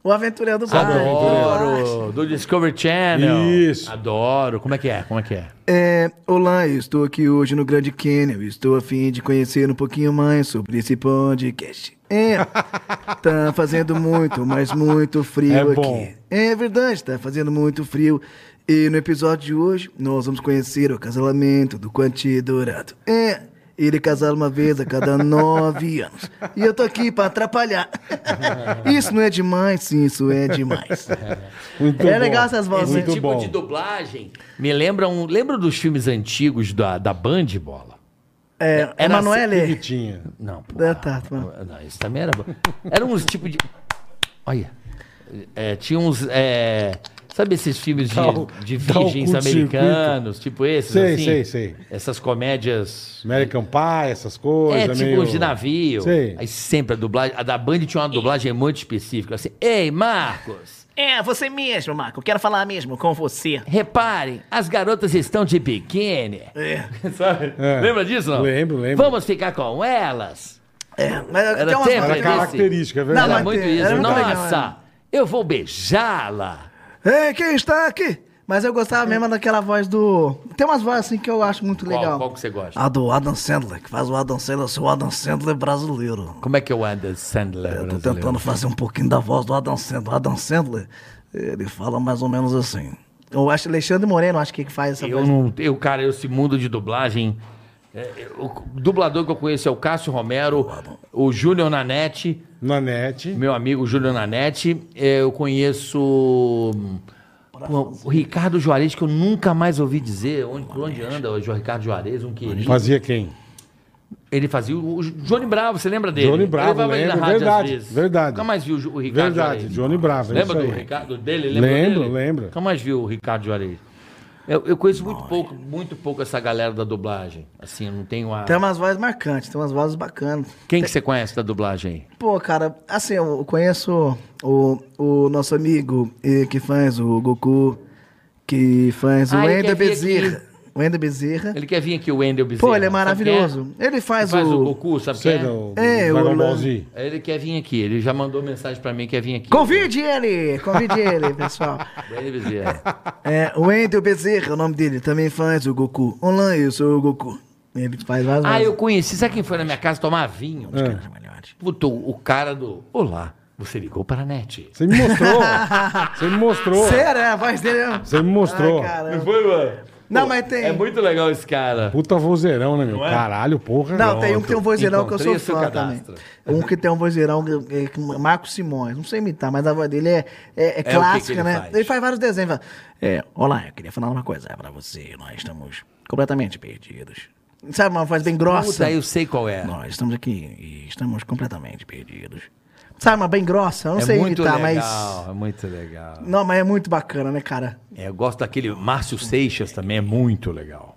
[SPEAKER 4] O Aventureiro do Bar.
[SPEAKER 2] Adoro! Do Discovery Channel.
[SPEAKER 3] Isso.
[SPEAKER 2] Adoro. Como é que é? Como é que é?
[SPEAKER 4] É, olá, eu estou aqui hoje no Grande Canyon. Estou a fim de conhecer um pouquinho mais sobre esse podcast. É, tá fazendo muito, mas muito
[SPEAKER 3] É
[SPEAKER 4] frio
[SPEAKER 3] bom.
[SPEAKER 4] aqui. É verdade, tá fazendo muito frio. E no episódio de hoje, nós vamos conhecer o casalamento do Quanti Dourado. É, ele casar uma vez a cada nove anos. E eu tô aqui pra atrapalhar. Isso não é demais, sim, isso é demais.
[SPEAKER 3] Muito
[SPEAKER 4] É
[SPEAKER 3] bom.
[SPEAKER 4] legal essas vozes,
[SPEAKER 3] Muito
[SPEAKER 4] né?
[SPEAKER 2] tipo
[SPEAKER 3] bom.
[SPEAKER 2] de dublagem me lembra um. Lembra dos filmes antigos da, da Band bola?
[SPEAKER 4] É,
[SPEAKER 2] Era
[SPEAKER 4] Emanuele.
[SPEAKER 3] Que tinha.
[SPEAKER 2] Não, pô.
[SPEAKER 4] Ah, tá, tá.
[SPEAKER 2] Não, isso também era. bom. Era uns tipo de. Olha. É, tinha uns. é, sabe esses filmes de,
[SPEAKER 3] Dá o-
[SPEAKER 2] de
[SPEAKER 3] dá o
[SPEAKER 2] virgens
[SPEAKER 3] curto-circuito.
[SPEAKER 2] americanos, tipo esses?
[SPEAKER 3] Sei,
[SPEAKER 2] assim?
[SPEAKER 3] sei, sei.
[SPEAKER 2] Essas comédias.
[SPEAKER 3] American Pie, essas coisas.
[SPEAKER 2] É, tipo
[SPEAKER 3] meio...
[SPEAKER 2] os de navio.
[SPEAKER 3] Sei.
[SPEAKER 2] Aí sempre a dublagem. A da Band tinha uma dublagem muito específica. Assim, ei, Marcos,
[SPEAKER 4] É, você mesmo, Marco. Quero falar mesmo com você.
[SPEAKER 2] repare, as garotas estão de biquíni.
[SPEAKER 4] É,
[SPEAKER 3] É.
[SPEAKER 2] Lembra disso, não?
[SPEAKER 3] Lembro, lembro.
[SPEAKER 2] Vamos ficar com elas.
[SPEAKER 4] é. Mas
[SPEAKER 2] Era
[SPEAKER 4] tem umas
[SPEAKER 2] tempo,
[SPEAKER 3] Era
[SPEAKER 2] Esse-
[SPEAKER 3] característica, é verdade.
[SPEAKER 4] Não,
[SPEAKER 2] Era
[SPEAKER 4] mas
[SPEAKER 2] muito
[SPEAKER 4] tem-
[SPEAKER 2] isso.
[SPEAKER 4] era muito legal, né?
[SPEAKER 2] Nossa, eu vou beijá-la.
[SPEAKER 4] Ei, quem está aqui? Mas eu gostava mesmo daquela voz do. Tem umas vozes assim que eu acho muito
[SPEAKER 2] Qual-
[SPEAKER 4] legal.
[SPEAKER 2] qual que você gosta?
[SPEAKER 4] A do Adam Sandler, que faz o Adam Sandler ser o Adam Sandler brasileiro.
[SPEAKER 2] Como é que é o Anders Sandler
[SPEAKER 4] Eu tô
[SPEAKER 2] brasileiro?
[SPEAKER 4] tentando fazer um pouquinho da voz do Adam Sandler. O Adam Sandler, ele fala mais ou menos assim. Eu acho Alexandre Moreno, acho que que faz essa
[SPEAKER 2] Eu
[SPEAKER 4] voz.
[SPEAKER 2] não... Eu, cara, esse mundo de dublagem... é, eu- o dublador que eu conheço é o Cássio Romero, o Júnior Nanete,
[SPEAKER 3] Na net.
[SPEAKER 2] meu amigo Júlio Nanete. é, Eu conheço hum, pô, o Ricardo Juarez, que eu nunca mais ouvi dizer onde, por onde anda o Ricardo Juarez, um querido.
[SPEAKER 3] Fazia quem?
[SPEAKER 2] Ele fazia o, o Johnny Bravo, você lembra dele?
[SPEAKER 3] Johnny
[SPEAKER 2] Ele
[SPEAKER 3] Bravo,
[SPEAKER 2] levava ele na
[SPEAKER 3] lembro,
[SPEAKER 2] rádio às
[SPEAKER 3] verdade,
[SPEAKER 2] vezes.
[SPEAKER 3] verdade.
[SPEAKER 2] Nunca mais viu o Ju- o Ricardo
[SPEAKER 3] Verdade,
[SPEAKER 2] Juarez.
[SPEAKER 3] Johnny Bravo, é
[SPEAKER 2] Lembra
[SPEAKER 3] isso
[SPEAKER 2] do
[SPEAKER 3] aí.
[SPEAKER 2] Ricardo dele? Lembra
[SPEAKER 3] Lembro,
[SPEAKER 2] dele?
[SPEAKER 3] lembro.
[SPEAKER 2] Nunca mais viu o Ricardo Juarez. Eu, eu conheço muito pouco, muito pouco essa galera da dublagem. Assim, eu não tenho a...
[SPEAKER 4] Tem umas vozes marcantes, tem umas vozes bacanas.
[SPEAKER 2] Quem que você conhece da dublagem aí?
[SPEAKER 4] Pô, cara, assim, eu conheço o, o nosso amigo eh, que faz o Goku, que faz o
[SPEAKER 2] Ah, ele quer
[SPEAKER 4] Ender
[SPEAKER 2] vir
[SPEAKER 4] Bezerra.
[SPEAKER 2] aqui.
[SPEAKER 4] Wendel Bezerra.
[SPEAKER 2] Ele quer vir aqui, o Wendel Bezerra.
[SPEAKER 4] Pô, ele é
[SPEAKER 2] sabe
[SPEAKER 4] maravilhoso. Ele
[SPEAKER 2] quem é?
[SPEAKER 4] faz,
[SPEAKER 2] Faz o
[SPEAKER 4] o...
[SPEAKER 2] Goku, sabe quem
[SPEAKER 3] Sei
[SPEAKER 2] é?
[SPEAKER 3] não.
[SPEAKER 4] É,
[SPEAKER 3] vai
[SPEAKER 4] o
[SPEAKER 3] dar
[SPEAKER 4] Lan-
[SPEAKER 3] bonzinho.
[SPEAKER 2] Ele quer vir aqui, ele já mandou mensagem pra mim que quer vir aqui.
[SPEAKER 4] Convide ele! Convide ele, pessoal.
[SPEAKER 2] Wendel Bezerra.
[SPEAKER 4] É, o Wendel Bezerra, o nome dele, também faz o Goku. Olá, eu sou o Goku. Ele faz várias
[SPEAKER 2] Ah,
[SPEAKER 4] vozes.
[SPEAKER 2] eu conheci. Sabe quem foi na minha casa tomar vinho?
[SPEAKER 3] É.
[SPEAKER 2] Puto, o cara do. Olá, você ligou para a net.
[SPEAKER 3] Você me mostrou. Você me mostrou.
[SPEAKER 4] Sério, é a voz dele é...
[SPEAKER 3] Você me mostrou.
[SPEAKER 4] Ai, caramba.
[SPEAKER 10] Não foi, mano?
[SPEAKER 4] Não, mas tem-
[SPEAKER 2] É muito legal esse cara.
[SPEAKER 3] Puta vozeirão, né, meu?
[SPEAKER 2] é?
[SPEAKER 3] Caralho, porra.
[SPEAKER 4] Não, tem um que tem um vozeirão que eu
[SPEAKER 2] Encontrei o seu
[SPEAKER 4] sou fã também.
[SPEAKER 2] cadastro.
[SPEAKER 4] Um que tem um vozeirão, que- é, que- Marco Simões. Não sei imitar, mas a voz dele é, é, é
[SPEAKER 2] que
[SPEAKER 4] clássica,
[SPEAKER 2] que ele
[SPEAKER 4] né?
[SPEAKER 2] faz?
[SPEAKER 4] Ele faz vários desenhos. fala, É,
[SPEAKER 7] Ah,
[SPEAKER 4] olá, eu queria falar uma coisa pra você. Nós estamos completamente perdidos. Sabe, uma voz bem grossa.
[SPEAKER 2] Puta, eu sei qual é.
[SPEAKER 4] Nós estamos aqui e estamos completamente perdidos. Sabe, uma bem grossa. Eu não
[SPEAKER 2] é
[SPEAKER 4] sei
[SPEAKER 2] muito
[SPEAKER 4] imitar,
[SPEAKER 2] legal,
[SPEAKER 4] mas...
[SPEAKER 2] é muito legal.
[SPEAKER 4] Não, mas é muito bacana, né, cara?
[SPEAKER 2] É, eu gosto daquele Márcio Seixas também, é muito legal.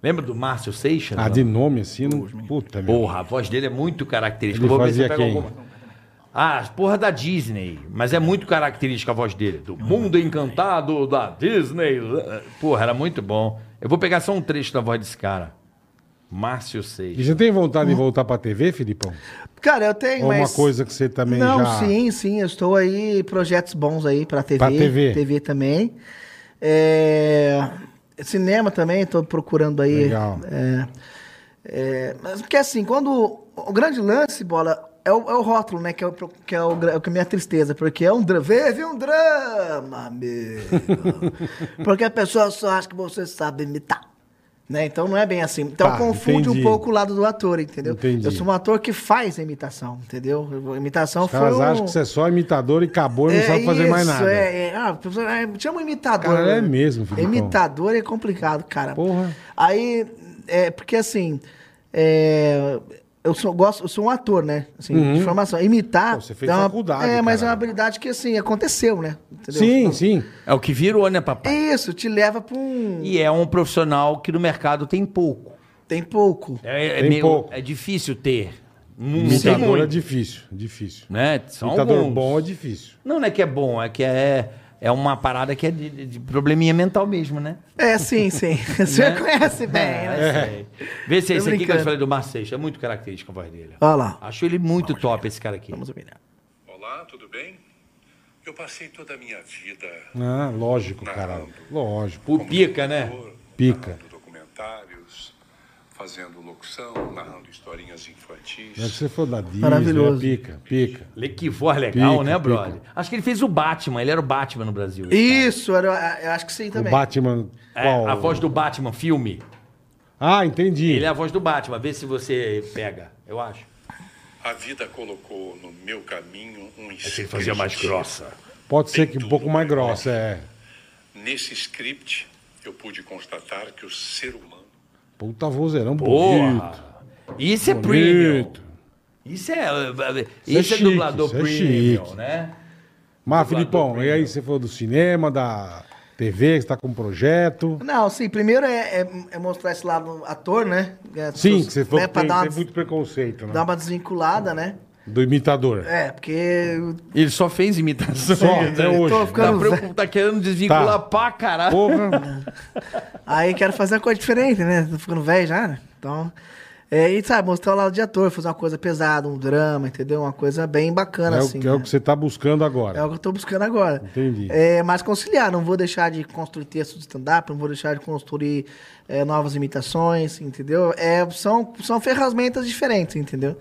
[SPEAKER 2] Lembra do Márcio Seixas?
[SPEAKER 3] Ah,
[SPEAKER 2] não?
[SPEAKER 3] de nome assim, não. Puta, meu.
[SPEAKER 2] Porra, a voz dele é muito característica.
[SPEAKER 3] Ele
[SPEAKER 2] Eu vou ver se eu
[SPEAKER 3] fazia
[SPEAKER 2] pego
[SPEAKER 3] quem?
[SPEAKER 2] alguma. Ah, as porra da Disney. Mas é muito característica a voz dele. Do mundo encantado da Disney. Porra, era muito bom. Eu vou pegar só um trecho da voz desse cara. Márcio
[SPEAKER 3] E
[SPEAKER 2] Seixas.
[SPEAKER 3] você tem vontade de voltar pra TV, Filipão?
[SPEAKER 4] Cara, eu tenho,
[SPEAKER 3] Ou
[SPEAKER 4] mas...
[SPEAKER 3] uma coisa que você também
[SPEAKER 4] Não,
[SPEAKER 3] já.
[SPEAKER 4] sim, sim, eu estou aí, projetos bons aí pra TV.
[SPEAKER 3] Pra TV.
[SPEAKER 4] também. É, cinema também, tô procurando aí.
[SPEAKER 3] Legal.
[SPEAKER 4] É, é, mas porque assim, quando. O grande lance, bola, é o, é o rótulo, né? Que é, o, pro- que é o, gra- que é a minha tristeza, porque é um drama. Vive um drama, amigo. porque a pessoa só acha que você sabe imitar. Né? Então não é bem assim. Então
[SPEAKER 3] Tá,
[SPEAKER 4] confunde
[SPEAKER 3] entendi.
[SPEAKER 4] um pouco o lado do ator, entendeu?
[SPEAKER 3] Entendi.
[SPEAKER 4] Eu sou um ator que faz a imitação, entendeu? A Imitação
[SPEAKER 3] Os caras
[SPEAKER 4] foi um... É
[SPEAKER 3] acham que você é só imitador e acabou e não sabe fazer mais
[SPEAKER 4] isso,
[SPEAKER 3] nada.
[SPEAKER 4] É, é. Ah, professor, é, chama um imitador.
[SPEAKER 3] Cara, é
[SPEAKER 4] né?
[SPEAKER 3] mesmo, Filipão.
[SPEAKER 4] Imitador é complicado, cara.
[SPEAKER 3] Porra.
[SPEAKER 4] Aí, é, porque assim, é, eu, sou, gosto, eu sou um ator, né? Assim, de formação. Imitar...
[SPEAKER 3] Uhum. Pô, você fez
[SPEAKER 4] é uma-
[SPEAKER 3] faculdade,
[SPEAKER 4] É, mas é uma
[SPEAKER 3] caralho.
[SPEAKER 4] habilidade que, assim, aconteceu, né? Entendeu?
[SPEAKER 3] Sim, sim.
[SPEAKER 2] É o que virou, né, papai?
[SPEAKER 4] Isso, te leva pra um...
[SPEAKER 2] E é um profissional que no mercado tem pouco.
[SPEAKER 4] Tem pouco.
[SPEAKER 2] É, é
[SPEAKER 3] Tem
[SPEAKER 2] meio-
[SPEAKER 3] pouco.
[SPEAKER 2] é difícil ter. Não tem
[SPEAKER 3] Imitador é
[SPEAKER 2] muito,
[SPEAKER 3] difícil, difícil.
[SPEAKER 2] né? São
[SPEAKER 3] imitador
[SPEAKER 2] alguns.
[SPEAKER 3] bom é difícil.
[SPEAKER 2] Não, não é que é bom, é que é, é uma parada que é de, de- de probleminha mental mesmo, né?
[SPEAKER 4] É, sim, sim. Você
[SPEAKER 2] Né?
[SPEAKER 4] conhece bem, né?
[SPEAKER 2] É, é. Vê se é
[SPEAKER 4] Tô
[SPEAKER 2] esse aqui que eu
[SPEAKER 4] brincando. Ah.
[SPEAKER 2] te falei do Márcio Seixas. É muito característica a voz dele.
[SPEAKER 4] Olha lá.
[SPEAKER 2] Acho ele muito top, esse cara aqui.
[SPEAKER 4] Vamos opinar.
[SPEAKER 11] Olá, tudo bem? Eu passei toda a minha vida
[SPEAKER 3] Ah, lógico, caralho. Lógico.
[SPEAKER 2] O pica, né?
[SPEAKER 3] Pica.
[SPEAKER 11] narrando documentários, fazendo locução, narrando historinhas infantis.
[SPEAKER 3] Não é que você for da Disney,
[SPEAKER 4] Maravilhoso.
[SPEAKER 3] é pica, pica.
[SPEAKER 2] Le- Que voz legal,
[SPEAKER 3] Pica,
[SPEAKER 2] né,
[SPEAKER 3] pica.
[SPEAKER 2] brother? Acho que ele fez o Batman. Ele era o Batman no Brasil.
[SPEAKER 4] Isso, era- é, eu acho que sim
[SPEAKER 3] O
[SPEAKER 4] também.
[SPEAKER 3] Batman.
[SPEAKER 2] É,
[SPEAKER 3] qual?
[SPEAKER 2] a voz do Batman, filme.
[SPEAKER 3] Ah, entendi.
[SPEAKER 2] Ele é a voz do Batman. Vê se você pega, eu acho.
[SPEAKER 11] A vida colocou no meu caminho um script.
[SPEAKER 2] Ele fazia mais grossa.
[SPEAKER 3] Pode ser que um pouco mais grossa, é.
[SPEAKER 11] Nesse script, eu pude constatar que o ser humano
[SPEAKER 3] Puta vozeirão bonito.
[SPEAKER 2] Porra! Isso é premium.
[SPEAKER 3] Bonito.
[SPEAKER 2] Isso é... Isso, é,
[SPEAKER 3] chique,
[SPEAKER 2] dublador
[SPEAKER 3] isso é
[SPEAKER 2] premium,
[SPEAKER 3] chique.
[SPEAKER 2] né?
[SPEAKER 3] Mas, Filipão, e aí você falou do cinema, da TV, que você tá com um projeto.
[SPEAKER 4] Não, sim, primeiro é, é- é mostrar esse lado ator, né? É,
[SPEAKER 3] Sim,
[SPEAKER 4] sus-
[SPEAKER 3] que você falou
[SPEAKER 4] né,
[SPEAKER 3] que
[SPEAKER 4] pra
[SPEAKER 3] tem,
[SPEAKER 4] dar,
[SPEAKER 3] tem
[SPEAKER 4] uma,
[SPEAKER 3] muito preconceito, né?
[SPEAKER 4] dar uma desvinculada, né?
[SPEAKER 3] Do imitador.
[SPEAKER 4] É, porque.
[SPEAKER 2] Ele só fez imitação.
[SPEAKER 3] Só, até
[SPEAKER 4] eu
[SPEAKER 3] hoje.
[SPEAKER 4] tô
[SPEAKER 2] Tá,
[SPEAKER 4] ficando velho.
[SPEAKER 2] preocup... tá querendo desvincular
[SPEAKER 3] Tá.
[SPEAKER 2] pra caralho.
[SPEAKER 3] Porra.
[SPEAKER 4] Aí quero fazer uma coisa diferente, né? Tô ficando velho já, né? Então. É, e sabe, mostrar o lado de ator, fazer uma coisa pesada, um drama, entendeu? Uma coisa bem bacana,
[SPEAKER 3] é, o,
[SPEAKER 4] assim.
[SPEAKER 3] que- é o
[SPEAKER 4] né?
[SPEAKER 3] que você tá buscando agora.
[SPEAKER 4] É o que eu tô buscando agora.
[SPEAKER 3] Entendi.
[SPEAKER 4] É, mas conciliar, não vou deixar de construir texto de stand-up, não vou deixar de construir é, novas imitações, entendeu? É, são, são ferramentas diferentes, entendeu?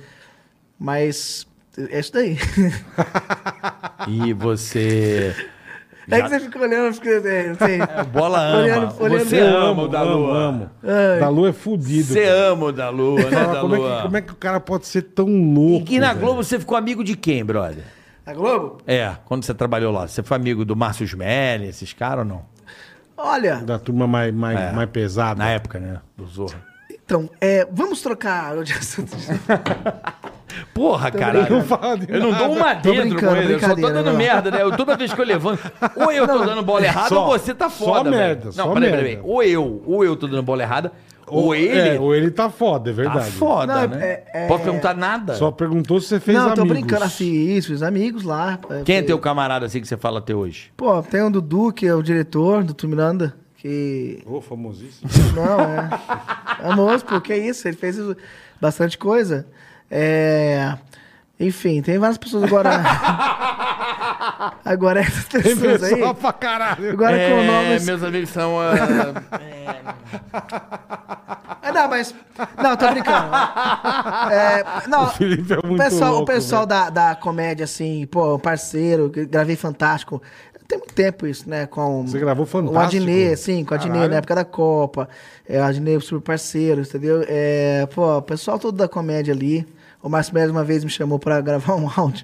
[SPEAKER 4] Mas é isso daí.
[SPEAKER 2] E você.
[SPEAKER 4] É que você fica olhando, fica. É, não sei.
[SPEAKER 2] Bola ama.
[SPEAKER 4] Olhando- olhando-
[SPEAKER 2] você ama o da
[SPEAKER 3] amo,
[SPEAKER 2] lua.
[SPEAKER 3] amo. Da lua é fudido.
[SPEAKER 2] Você
[SPEAKER 3] cara.
[SPEAKER 2] ama o da lua, né,
[SPEAKER 3] Fala,
[SPEAKER 2] da
[SPEAKER 3] como, é
[SPEAKER 2] lua?
[SPEAKER 3] que, como é que o cara pode ser tão louco?
[SPEAKER 2] E na
[SPEAKER 3] velho?
[SPEAKER 2] Globo você ficou amigo de quem, brother?
[SPEAKER 4] A Globo?
[SPEAKER 2] É, quando você trabalhou lá. Você foi amigo do Márcio Smelly, esses caras ou não?
[SPEAKER 4] Olha,
[SPEAKER 3] Da turma mais, mais, mais
[SPEAKER 2] É.
[SPEAKER 3] pesada.
[SPEAKER 2] Na época, né? Do Zorro.
[SPEAKER 4] então, é, vamos trocar de assunto.
[SPEAKER 2] Porra, caralho.
[SPEAKER 3] Não fala de
[SPEAKER 2] né? Eu não
[SPEAKER 3] nada.
[SPEAKER 2] dou uma
[SPEAKER 4] Tô
[SPEAKER 2] dedo com
[SPEAKER 4] brincando,
[SPEAKER 2] ele, eu só tô
[SPEAKER 4] brincadeira,
[SPEAKER 2] dando
[SPEAKER 4] não.
[SPEAKER 2] merda, né? Eu, toda vez que eu levanto, ou eu tô dando bola errada,
[SPEAKER 3] só-
[SPEAKER 2] ou você tá
[SPEAKER 3] só
[SPEAKER 2] foda, velho.
[SPEAKER 3] merda,
[SPEAKER 2] Não,
[SPEAKER 3] só
[SPEAKER 2] peraí,
[SPEAKER 3] merda.
[SPEAKER 2] peraí. Ou eu, ou eu tô dando bola errada, ou, ele
[SPEAKER 3] é, ou ele tá foda, é
[SPEAKER 2] tá
[SPEAKER 3] verdade.
[SPEAKER 2] foda,
[SPEAKER 4] Não,
[SPEAKER 2] né?
[SPEAKER 4] é- é-
[SPEAKER 2] Pode perguntar nada.
[SPEAKER 3] Só perguntou se você fez
[SPEAKER 4] Não, eu
[SPEAKER 3] amigos.
[SPEAKER 4] tô brincando assim, isso, os amigos lá.
[SPEAKER 2] Quem é teu camarada assim que você fala até hoje?
[SPEAKER 4] Pô, tem o Dudu, que é o diretor do Turmiranda. que
[SPEAKER 3] Ô, famosíssimo.
[SPEAKER 4] Não, é. Famoso, pô, que isso? Ele fez bastante coisa. É, Enfim, tem várias pessoas agora. agora essas pessoas aí.
[SPEAKER 3] Pessoal pra caralho.
[SPEAKER 4] Agora com
[SPEAKER 12] É,
[SPEAKER 4] nomes.
[SPEAKER 12] meus amigos são. ah,
[SPEAKER 4] Ah, não, mas. Não, tô brincando. É, não, o
[SPEAKER 3] Felipe é muito
[SPEAKER 4] pessoal,
[SPEAKER 3] louco,
[SPEAKER 4] O pessoal da, da comédia, assim, pô, um parceiro, que gravei Fantástico. Tem muito tempo isso, né? Com
[SPEAKER 3] Você gravou
[SPEAKER 4] O
[SPEAKER 3] Fantástico?
[SPEAKER 4] Adnê, sim, com o Adnê
[SPEAKER 3] Caralho.
[SPEAKER 4] na época da Copa. É, o Adnê super parceiro, entendeu? É, pô, o pessoal todo da comédia ali. O Márcio Melo uma vez me chamou pra gravar um áudio.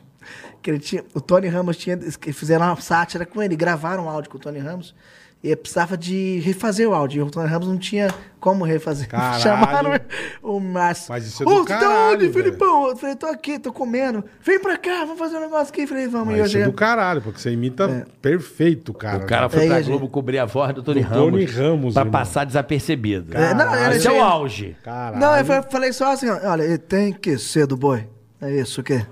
[SPEAKER 4] Que ele tinha, o Tony Ramos tinha. que Fizeram uma sátira com ele, gravaram um áudio com o Tony Ramos. E precisava de refazer o áudio. E o Tony Ramos não tinha como refazer.
[SPEAKER 3] Caralho.
[SPEAKER 4] Chamaram o Márcio.
[SPEAKER 3] Mas isso é
[SPEAKER 4] Ô,
[SPEAKER 3] do
[SPEAKER 4] você tá
[SPEAKER 3] caralho,
[SPEAKER 4] onde,
[SPEAKER 3] velho.
[SPEAKER 4] Filipão? Eu falei, tô aqui, tô comendo. Vem pra cá, vamos fazer um negócio aqui. Eu falei, vamos.
[SPEAKER 3] Mas
[SPEAKER 4] e
[SPEAKER 3] isso
[SPEAKER 4] hoje
[SPEAKER 3] é do caralho, porque você imita perfeito, cara. né?
[SPEAKER 2] O cara foi
[SPEAKER 4] É,
[SPEAKER 2] pra
[SPEAKER 4] gente.
[SPEAKER 2] Globo cobrir a voz do Tony
[SPEAKER 3] Do Tony
[SPEAKER 2] Ramos.
[SPEAKER 3] Ramos,
[SPEAKER 2] pra
[SPEAKER 3] irmão.
[SPEAKER 2] passar desapercebido.
[SPEAKER 4] É, não, era
[SPEAKER 2] Esse é o
[SPEAKER 4] gente-
[SPEAKER 2] auge.
[SPEAKER 3] Caralho.
[SPEAKER 4] Não, eu fa- falei só assim, ó, olha, ele tem que ser do boi. É isso que.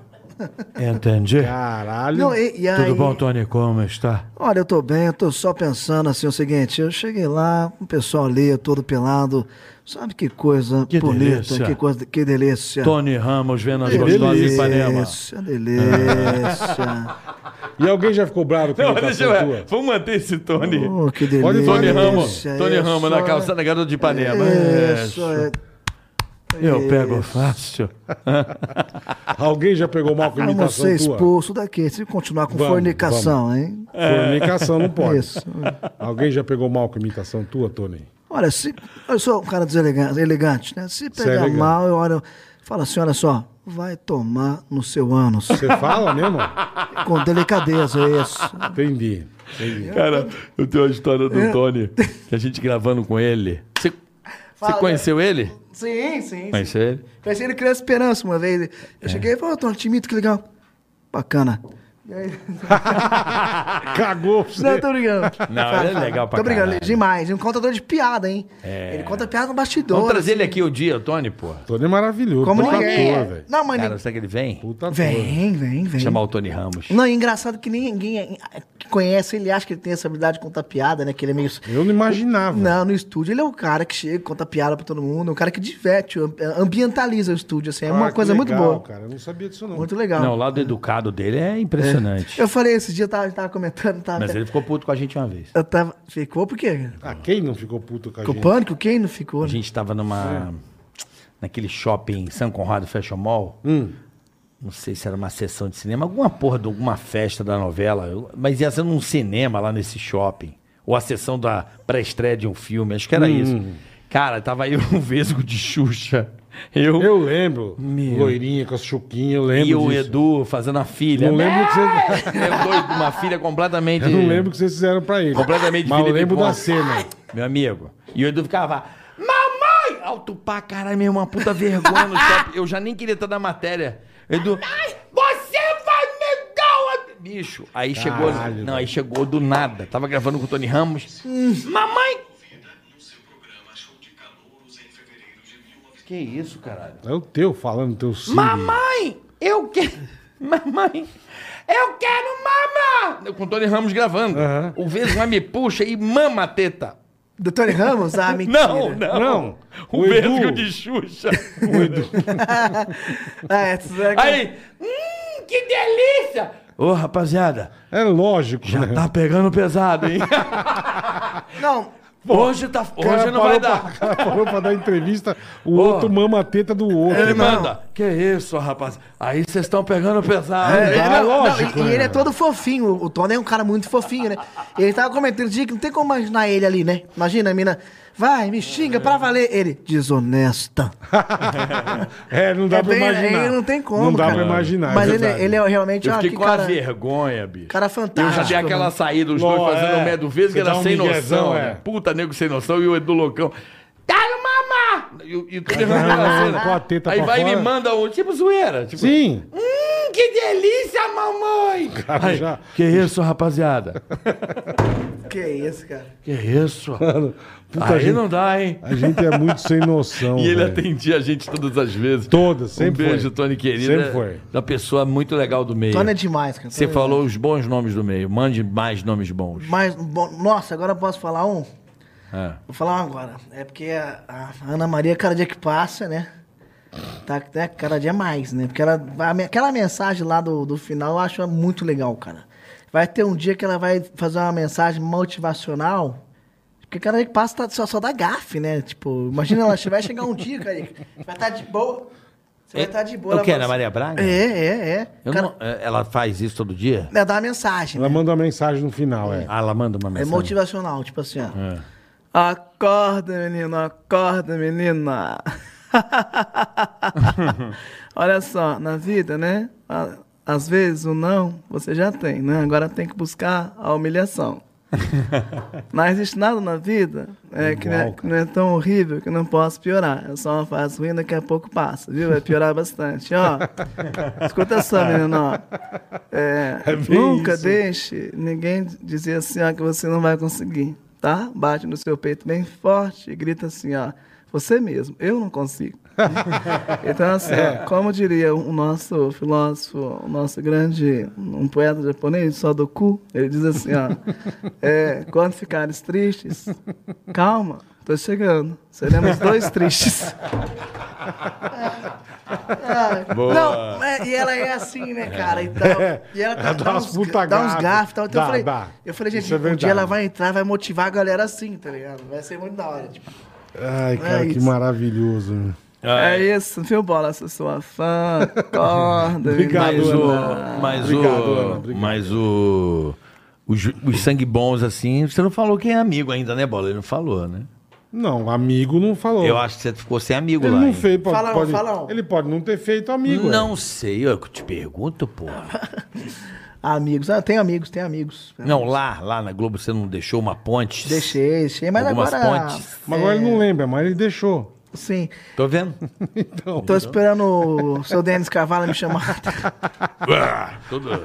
[SPEAKER 12] Entendi.
[SPEAKER 3] Caralho.
[SPEAKER 4] Não, e, e aí,
[SPEAKER 12] Tudo bom, Tony? Como está?
[SPEAKER 4] Olha, eu tô bem, eu tô só pensando assim o seguinte, eu cheguei lá, o pessoal ali, todo pelado, sabe que coisa
[SPEAKER 12] Que
[SPEAKER 4] bonita,
[SPEAKER 12] delícia.
[SPEAKER 4] que coisa, que delícia.
[SPEAKER 12] Tony Ramos vendo as
[SPEAKER 4] Que
[SPEAKER 12] gostosas de Ipanema.
[SPEAKER 4] delícia, delícia.
[SPEAKER 3] E alguém já ficou bravo com a
[SPEAKER 12] Não, deixa
[SPEAKER 3] imitação
[SPEAKER 12] eu.
[SPEAKER 3] tua?
[SPEAKER 12] Vamos manter esse Tony.
[SPEAKER 4] Oh, que delícia.
[SPEAKER 3] Olha o
[SPEAKER 12] Tony
[SPEAKER 3] Olha
[SPEAKER 12] Ramos. Tony
[SPEAKER 4] é
[SPEAKER 12] Ramos
[SPEAKER 4] só-
[SPEAKER 12] na calçada garoto de Ipanema.
[SPEAKER 4] é,
[SPEAKER 12] É,
[SPEAKER 4] só é-
[SPEAKER 12] Eu pego
[SPEAKER 4] Isso.
[SPEAKER 12] fácil.
[SPEAKER 3] Alguém já pegou mal com a
[SPEAKER 4] Vamos
[SPEAKER 3] imitação
[SPEAKER 4] ser
[SPEAKER 3] tua?
[SPEAKER 4] expulso daqui, se continuar com
[SPEAKER 3] Vamos,
[SPEAKER 4] fornicação, hein?
[SPEAKER 3] Fornicação não pode.
[SPEAKER 4] Isso.
[SPEAKER 3] Alguém já pegou mal com a imitação tua, Tony?
[SPEAKER 4] Olha, se, eu sou um cara deselegante, elegante, né? Se
[SPEAKER 3] é
[SPEAKER 4] pegar
[SPEAKER 3] elegante.
[SPEAKER 4] mal, eu olho, falo assim, olha só, vai tomar no seu ânus.
[SPEAKER 3] Você fala mesmo?
[SPEAKER 4] com delicadeza, é isso.
[SPEAKER 3] Entendi. Entendi.
[SPEAKER 12] Cara, eu tenho a história
[SPEAKER 4] É.
[SPEAKER 12] do Tony, que a gente gravando com ele. Você, você
[SPEAKER 4] Fala.
[SPEAKER 12] conheceu ele?
[SPEAKER 4] Sim, sim. sim.
[SPEAKER 12] Conheceu ele?
[SPEAKER 4] Conheci ele Criança Esperança uma vez.
[SPEAKER 2] É.
[SPEAKER 4] Eu cheguei e falei, ô, Tony Timito, que legal. Bacana. E aí,
[SPEAKER 3] Cagou pra
[SPEAKER 4] não,
[SPEAKER 3] você.
[SPEAKER 4] tô brincando.
[SPEAKER 2] Não, ele é legal pra
[SPEAKER 4] Tô brincando,
[SPEAKER 2] caralho. É.
[SPEAKER 4] demais. É um contador de piada, hein? Ele conta piada no bastidor.
[SPEAKER 2] Vamos trazer ele aqui o dia, o Tony, pô.
[SPEAKER 3] Tony é maravilhoso.
[SPEAKER 4] Como
[SPEAKER 3] Puta
[SPEAKER 4] ninguém.
[SPEAKER 3] ator, velho.
[SPEAKER 4] não, mas
[SPEAKER 2] Cara,
[SPEAKER 4] ninguém-
[SPEAKER 2] será que ele vem?
[SPEAKER 3] Puta ator.
[SPEAKER 4] Vem, vem, vem.
[SPEAKER 2] Chamar o Tony Ramos.
[SPEAKER 4] Não, e engraçado que ninguém é- que conhece, ele acha que ele tem essa habilidade de contar piada, né? Que ele é meio.
[SPEAKER 3] Eu não imaginava.
[SPEAKER 4] Não, no estúdio ele é o cara que chega, conta piada pra todo mundo, é um cara que diverte, am- ambientaliza o estúdio, assim, é
[SPEAKER 3] Ah,
[SPEAKER 4] uma
[SPEAKER 3] que
[SPEAKER 4] coisa muito
[SPEAKER 3] legal,
[SPEAKER 4] boa.
[SPEAKER 3] cara. Eu não sabia disso, não.
[SPEAKER 4] Muito legal.
[SPEAKER 2] Não, o lado educado dele é impressionante.
[SPEAKER 4] Eu falei esse dia, eu tava, tava comentando, tava.
[SPEAKER 2] Mas ele ficou puto com a gente uma vez.
[SPEAKER 4] Eu tava. Ficou por quê?
[SPEAKER 3] Ah, quem não ficou puto com a
[SPEAKER 4] Ficou
[SPEAKER 3] gente?
[SPEAKER 4] pânico? Quem não ficou?
[SPEAKER 2] A gente tava numa.
[SPEAKER 3] É.
[SPEAKER 2] Naquele shopping em São Conrado Fashion Mall.
[SPEAKER 3] Hum.
[SPEAKER 2] Não sei se era uma sessão de cinema, alguma porra de alguma festa da novela. eu- Mas ia ser num cinema lá nesse shopping. Ou a sessão da pré-estreia de um filme, acho que
[SPEAKER 3] Hum.
[SPEAKER 2] era isso. Cara, tava eu um vesgo de Xuxa. Eu,
[SPEAKER 3] Eu lembro. Loirinha com as chuquinhas, eu lembro
[SPEAKER 2] e o
[SPEAKER 3] disso.
[SPEAKER 2] Edu É! fazendo a filha. Né?
[SPEAKER 3] Não lembro, que você...
[SPEAKER 2] Eu doido, uma filha completamente.
[SPEAKER 3] eu não lembro o que vocês fizeram pra ele.
[SPEAKER 2] Completamente
[SPEAKER 3] Mas eu
[SPEAKER 2] Felipe
[SPEAKER 3] lembro da
[SPEAKER 2] Pontes.
[SPEAKER 3] cena.
[SPEAKER 2] Meu amigo. E o Edu ficava. Mamãe! Alto pra caralho, meu irmão, uma puta vergonha no shopping. Eu já nem queria estar na matéria. Edu. Você vai me dar uma... Bicho, aí chegou.
[SPEAKER 3] Caralho,
[SPEAKER 2] Não,
[SPEAKER 3] velho.
[SPEAKER 2] aí chegou do nada. Tava gravando com o Tony Ramos. Mamãe! Que isso, caralho?
[SPEAKER 3] É o teu falando, teu sim.
[SPEAKER 2] Mamãe! Eu quero. Mamãe! Eu quero mamar! Com o Tony Ramos gravando.
[SPEAKER 3] Aham.
[SPEAKER 2] O Vesma me puxa e mama a teta.
[SPEAKER 4] Do Tony Ramos? Ah, mentira.
[SPEAKER 2] Não, não.
[SPEAKER 3] Não.
[SPEAKER 2] O,
[SPEAKER 3] O Edu-
[SPEAKER 2] Vesgo de Xuxa.
[SPEAKER 4] é, isso é-
[SPEAKER 2] Aí, hum, que delícia! Ô, rapaziada,
[SPEAKER 3] É lógico,
[SPEAKER 12] Já
[SPEAKER 3] né?
[SPEAKER 12] tá pegando pesado, hein?
[SPEAKER 4] Não,
[SPEAKER 2] hoje, tá, hoje
[SPEAKER 3] cara
[SPEAKER 2] não vai
[SPEAKER 3] parou pra-
[SPEAKER 2] dar.
[SPEAKER 3] O cara parou pra dar entrevista, o outro mama a teta do outro.
[SPEAKER 12] Ele
[SPEAKER 3] Não.
[SPEAKER 12] manda. Que isso, rapaz? Aí vocês estão pegando pesado.
[SPEAKER 4] É,
[SPEAKER 3] tá,
[SPEAKER 4] não, não,
[SPEAKER 3] lógico,
[SPEAKER 4] e- e,
[SPEAKER 3] né,
[SPEAKER 4] ele é
[SPEAKER 3] cara?
[SPEAKER 4] todo fofinho. O- O Tony é um cara muito fofinho, né? Ele tava comentando dia que não tem como imaginar ele ali, né? Imagina, a mina. Vai, me xinga pra valer. Ele, desonesta.
[SPEAKER 3] É, não dá
[SPEAKER 4] É
[SPEAKER 3] pra
[SPEAKER 4] bem-
[SPEAKER 3] imaginar.
[SPEAKER 4] é, não tem como,
[SPEAKER 3] Não dá
[SPEAKER 4] cara.
[SPEAKER 3] pra imaginar.
[SPEAKER 4] Mas
[SPEAKER 3] é
[SPEAKER 4] ele,
[SPEAKER 3] verdade.
[SPEAKER 4] ele é realmente
[SPEAKER 12] Eu
[SPEAKER 4] ó,
[SPEAKER 12] fiquei
[SPEAKER 4] que
[SPEAKER 12] com a
[SPEAKER 4] cara,
[SPEAKER 12] vergonha, bicho.
[SPEAKER 4] cara
[SPEAKER 12] Eu
[SPEAKER 4] fantástico.
[SPEAKER 12] já
[SPEAKER 4] né?
[SPEAKER 12] dei aquela
[SPEAKER 4] mano.
[SPEAKER 12] saída, os
[SPEAKER 3] Nó,
[SPEAKER 12] dois fazendo
[SPEAKER 3] é.
[SPEAKER 12] o meia do Vesga,
[SPEAKER 3] Você
[SPEAKER 12] era
[SPEAKER 3] dá um
[SPEAKER 12] sem
[SPEAKER 3] miguezão,
[SPEAKER 12] noção.
[SPEAKER 3] é.
[SPEAKER 12] né? Puta nego sem noção e o Edu Loucão. Quero mamar! E, o- e o Tony Ramos na cena.
[SPEAKER 3] com a teta
[SPEAKER 12] né? Aí
[SPEAKER 3] pra
[SPEAKER 12] vai e
[SPEAKER 3] fora.
[SPEAKER 12] me manda um, tipo zoeira. Tipo,
[SPEAKER 3] Sim.
[SPEAKER 12] Hum, que delícia, mamãe!
[SPEAKER 3] cara
[SPEAKER 12] Ai,
[SPEAKER 3] já-
[SPEAKER 12] Que isso, rapaziada?
[SPEAKER 4] Que isso, cara.
[SPEAKER 12] Que isso?
[SPEAKER 3] Mano, puta, a,
[SPEAKER 12] Aí
[SPEAKER 3] gente,
[SPEAKER 12] não dá, hein?
[SPEAKER 3] a gente é muito sem noção.
[SPEAKER 12] E ele
[SPEAKER 3] velho.
[SPEAKER 12] atendia a gente todas as vezes.
[SPEAKER 3] Todas, sempre
[SPEAKER 12] Um beijo,
[SPEAKER 3] foi.
[SPEAKER 12] Tony querido.
[SPEAKER 3] Sempre foi.
[SPEAKER 12] Uma pessoa muito legal do meio.
[SPEAKER 4] Tony é demais, cara.
[SPEAKER 12] Você
[SPEAKER 4] Tony é
[SPEAKER 12] falou os bons nomes do meio. Mande mais nomes bons.
[SPEAKER 4] demais. Mas, bom, nossa, agora eu posso falar um? Vou falar um agora. É porque a, a Ana Maria, cada dia que passa, né? Tá até cada dia mais, né? Porque ela, a me- aquela mensagem lá do, do final eu acho muito legal, cara. Vai ter um dia que ela vai fazer uma mensagem motivacional. Porque cada dia que passa tá, só, só dá gafe, né? Tipo, imagina ela vai chegar um dia, cara. Vai estar de boa. Você vai estar de boa.
[SPEAKER 13] É, O
[SPEAKER 4] ela
[SPEAKER 13] que,
[SPEAKER 4] fala
[SPEAKER 13] Ana
[SPEAKER 4] assim,
[SPEAKER 13] Maria Braga?
[SPEAKER 4] É, é, é.
[SPEAKER 13] Eu
[SPEAKER 4] Cara,
[SPEAKER 13] não- é, ela faz isso todo dia?
[SPEAKER 4] Ela dá uma mensagem.
[SPEAKER 3] Ela manda uma mensagem no final, é.
[SPEAKER 13] Ah, ela manda uma
[SPEAKER 4] É
[SPEAKER 13] mensagem.
[SPEAKER 4] motivacional, tipo assim, ó. Acorda, menino, acorda, menina. Olha só, na vida, né? a- Às vezes o não você já tem, né? Agora tem que buscar a humilhação. não existe nada na vida é, que, não é,
[SPEAKER 3] Igual,
[SPEAKER 4] que não é tão horrível que não posso piorar. É só uma fase ruim, daqui a pouco passa, viu? Vai piorar bastante, ó. Escuta só, menino, ó. É,
[SPEAKER 3] É bem
[SPEAKER 4] nunca
[SPEAKER 3] isso.
[SPEAKER 4] deixe ninguém dizer assim, ó, que você não vai conseguir, tá? Bate no seu peito bem forte e grita assim, ó. Você mesmo, eu não consigo. então, assim,
[SPEAKER 3] É.
[SPEAKER 4] ó, como diria o nosso filósofo, o nosso grande, um poeta japonês, só do cu, ele diz assim, ó. é, quando ficares tristes, calma, tô chegando. Seremos dois tristes. Ah, Não, é, e ela é assim, né, cara? Então, e ela
[SPEAKER 3] É. Ela dá umas puta
[SPEAKER 4] dá uns
[SPEAKER 3] gafe.
[SPEAKER 4] gafes e tal.
[SPEAKER 3] Dá,
[SPEAKER 4] Então eu falei,
[SPEAKER 3] dá.
[SPEAKER 4] eu falei, gente,
[SPEAKER 3] Isso é
[SPEAKER 4] um dia
[SPEAKER 3] verdade.
[SPEAKER 4] ela vai entrar, vai motivar a galera assim, tá ligado? Vai ser muito da hora. Tipo,
[SPEAKER 3] Ai, cara, que
[SPEAKER 4] isso.
[SPEAKER 3] maravilhoso. meu.
[SPEAKER 4] é isso, viu, bola? Sou sua fã. Acorda,
[SPEAKER 3] Obrigado,
[SPEAKER 2] Mas
[SPEAKER 4] menina.
[SPEAKER 2] o.
[SPEAKER 3] Ana.
[SPEAKER 2] Mas
[SPEAKER 3] Obrigado,
[SPEAKER 2] o.
[SPEAKER 3] Ana, obrigado.
[SPEAKER 2] Mas o. Os, os sangue bons, assim, você não falou quem é amigo ainda, né, Bola? Ele não falou, né?
[SPEAKER 3] Não, amigo não falou.
[SPEAKER 2] Eu acho que você ficou sem amigo
[SPEAKER 3] Ele
[SPEAKER 2] lá.
[SPEAKER 3] não
[SPEAKER 2] hein?
[SPEAKER 3] fez, pode,
[SPEAKER 4] Fala um,
[SPEAKER 3] pode-
[SPEAKER 4] fala um.
[SPEAKER 3] Ele pode não ter feito amigo. é.
[SPEAKER 2] Não sei, eu que te pergunto, porra.
[SPEAKER 4] Amigos, ah, tem amigos, tem amigos.
[SPEAKER 3] É
[SPEAKER 2] Não, lá, lá na Globo você não deixou uma ponte?
[SPEAKER 4] Deixei, deixei, mas
[SPEAKER 2] Algumas
[SPEAKER 4] agora.
[SPEAKER 2] pontes.
[SPEAKER 3] Mas agora ele não lembra, mas ele deixou.
[SPEAKER 4] Sim.
[SPEAKER 2] Tô vendo?
[SPEAKER 4] Tô esperando o seu Denis Carvalho me chamar.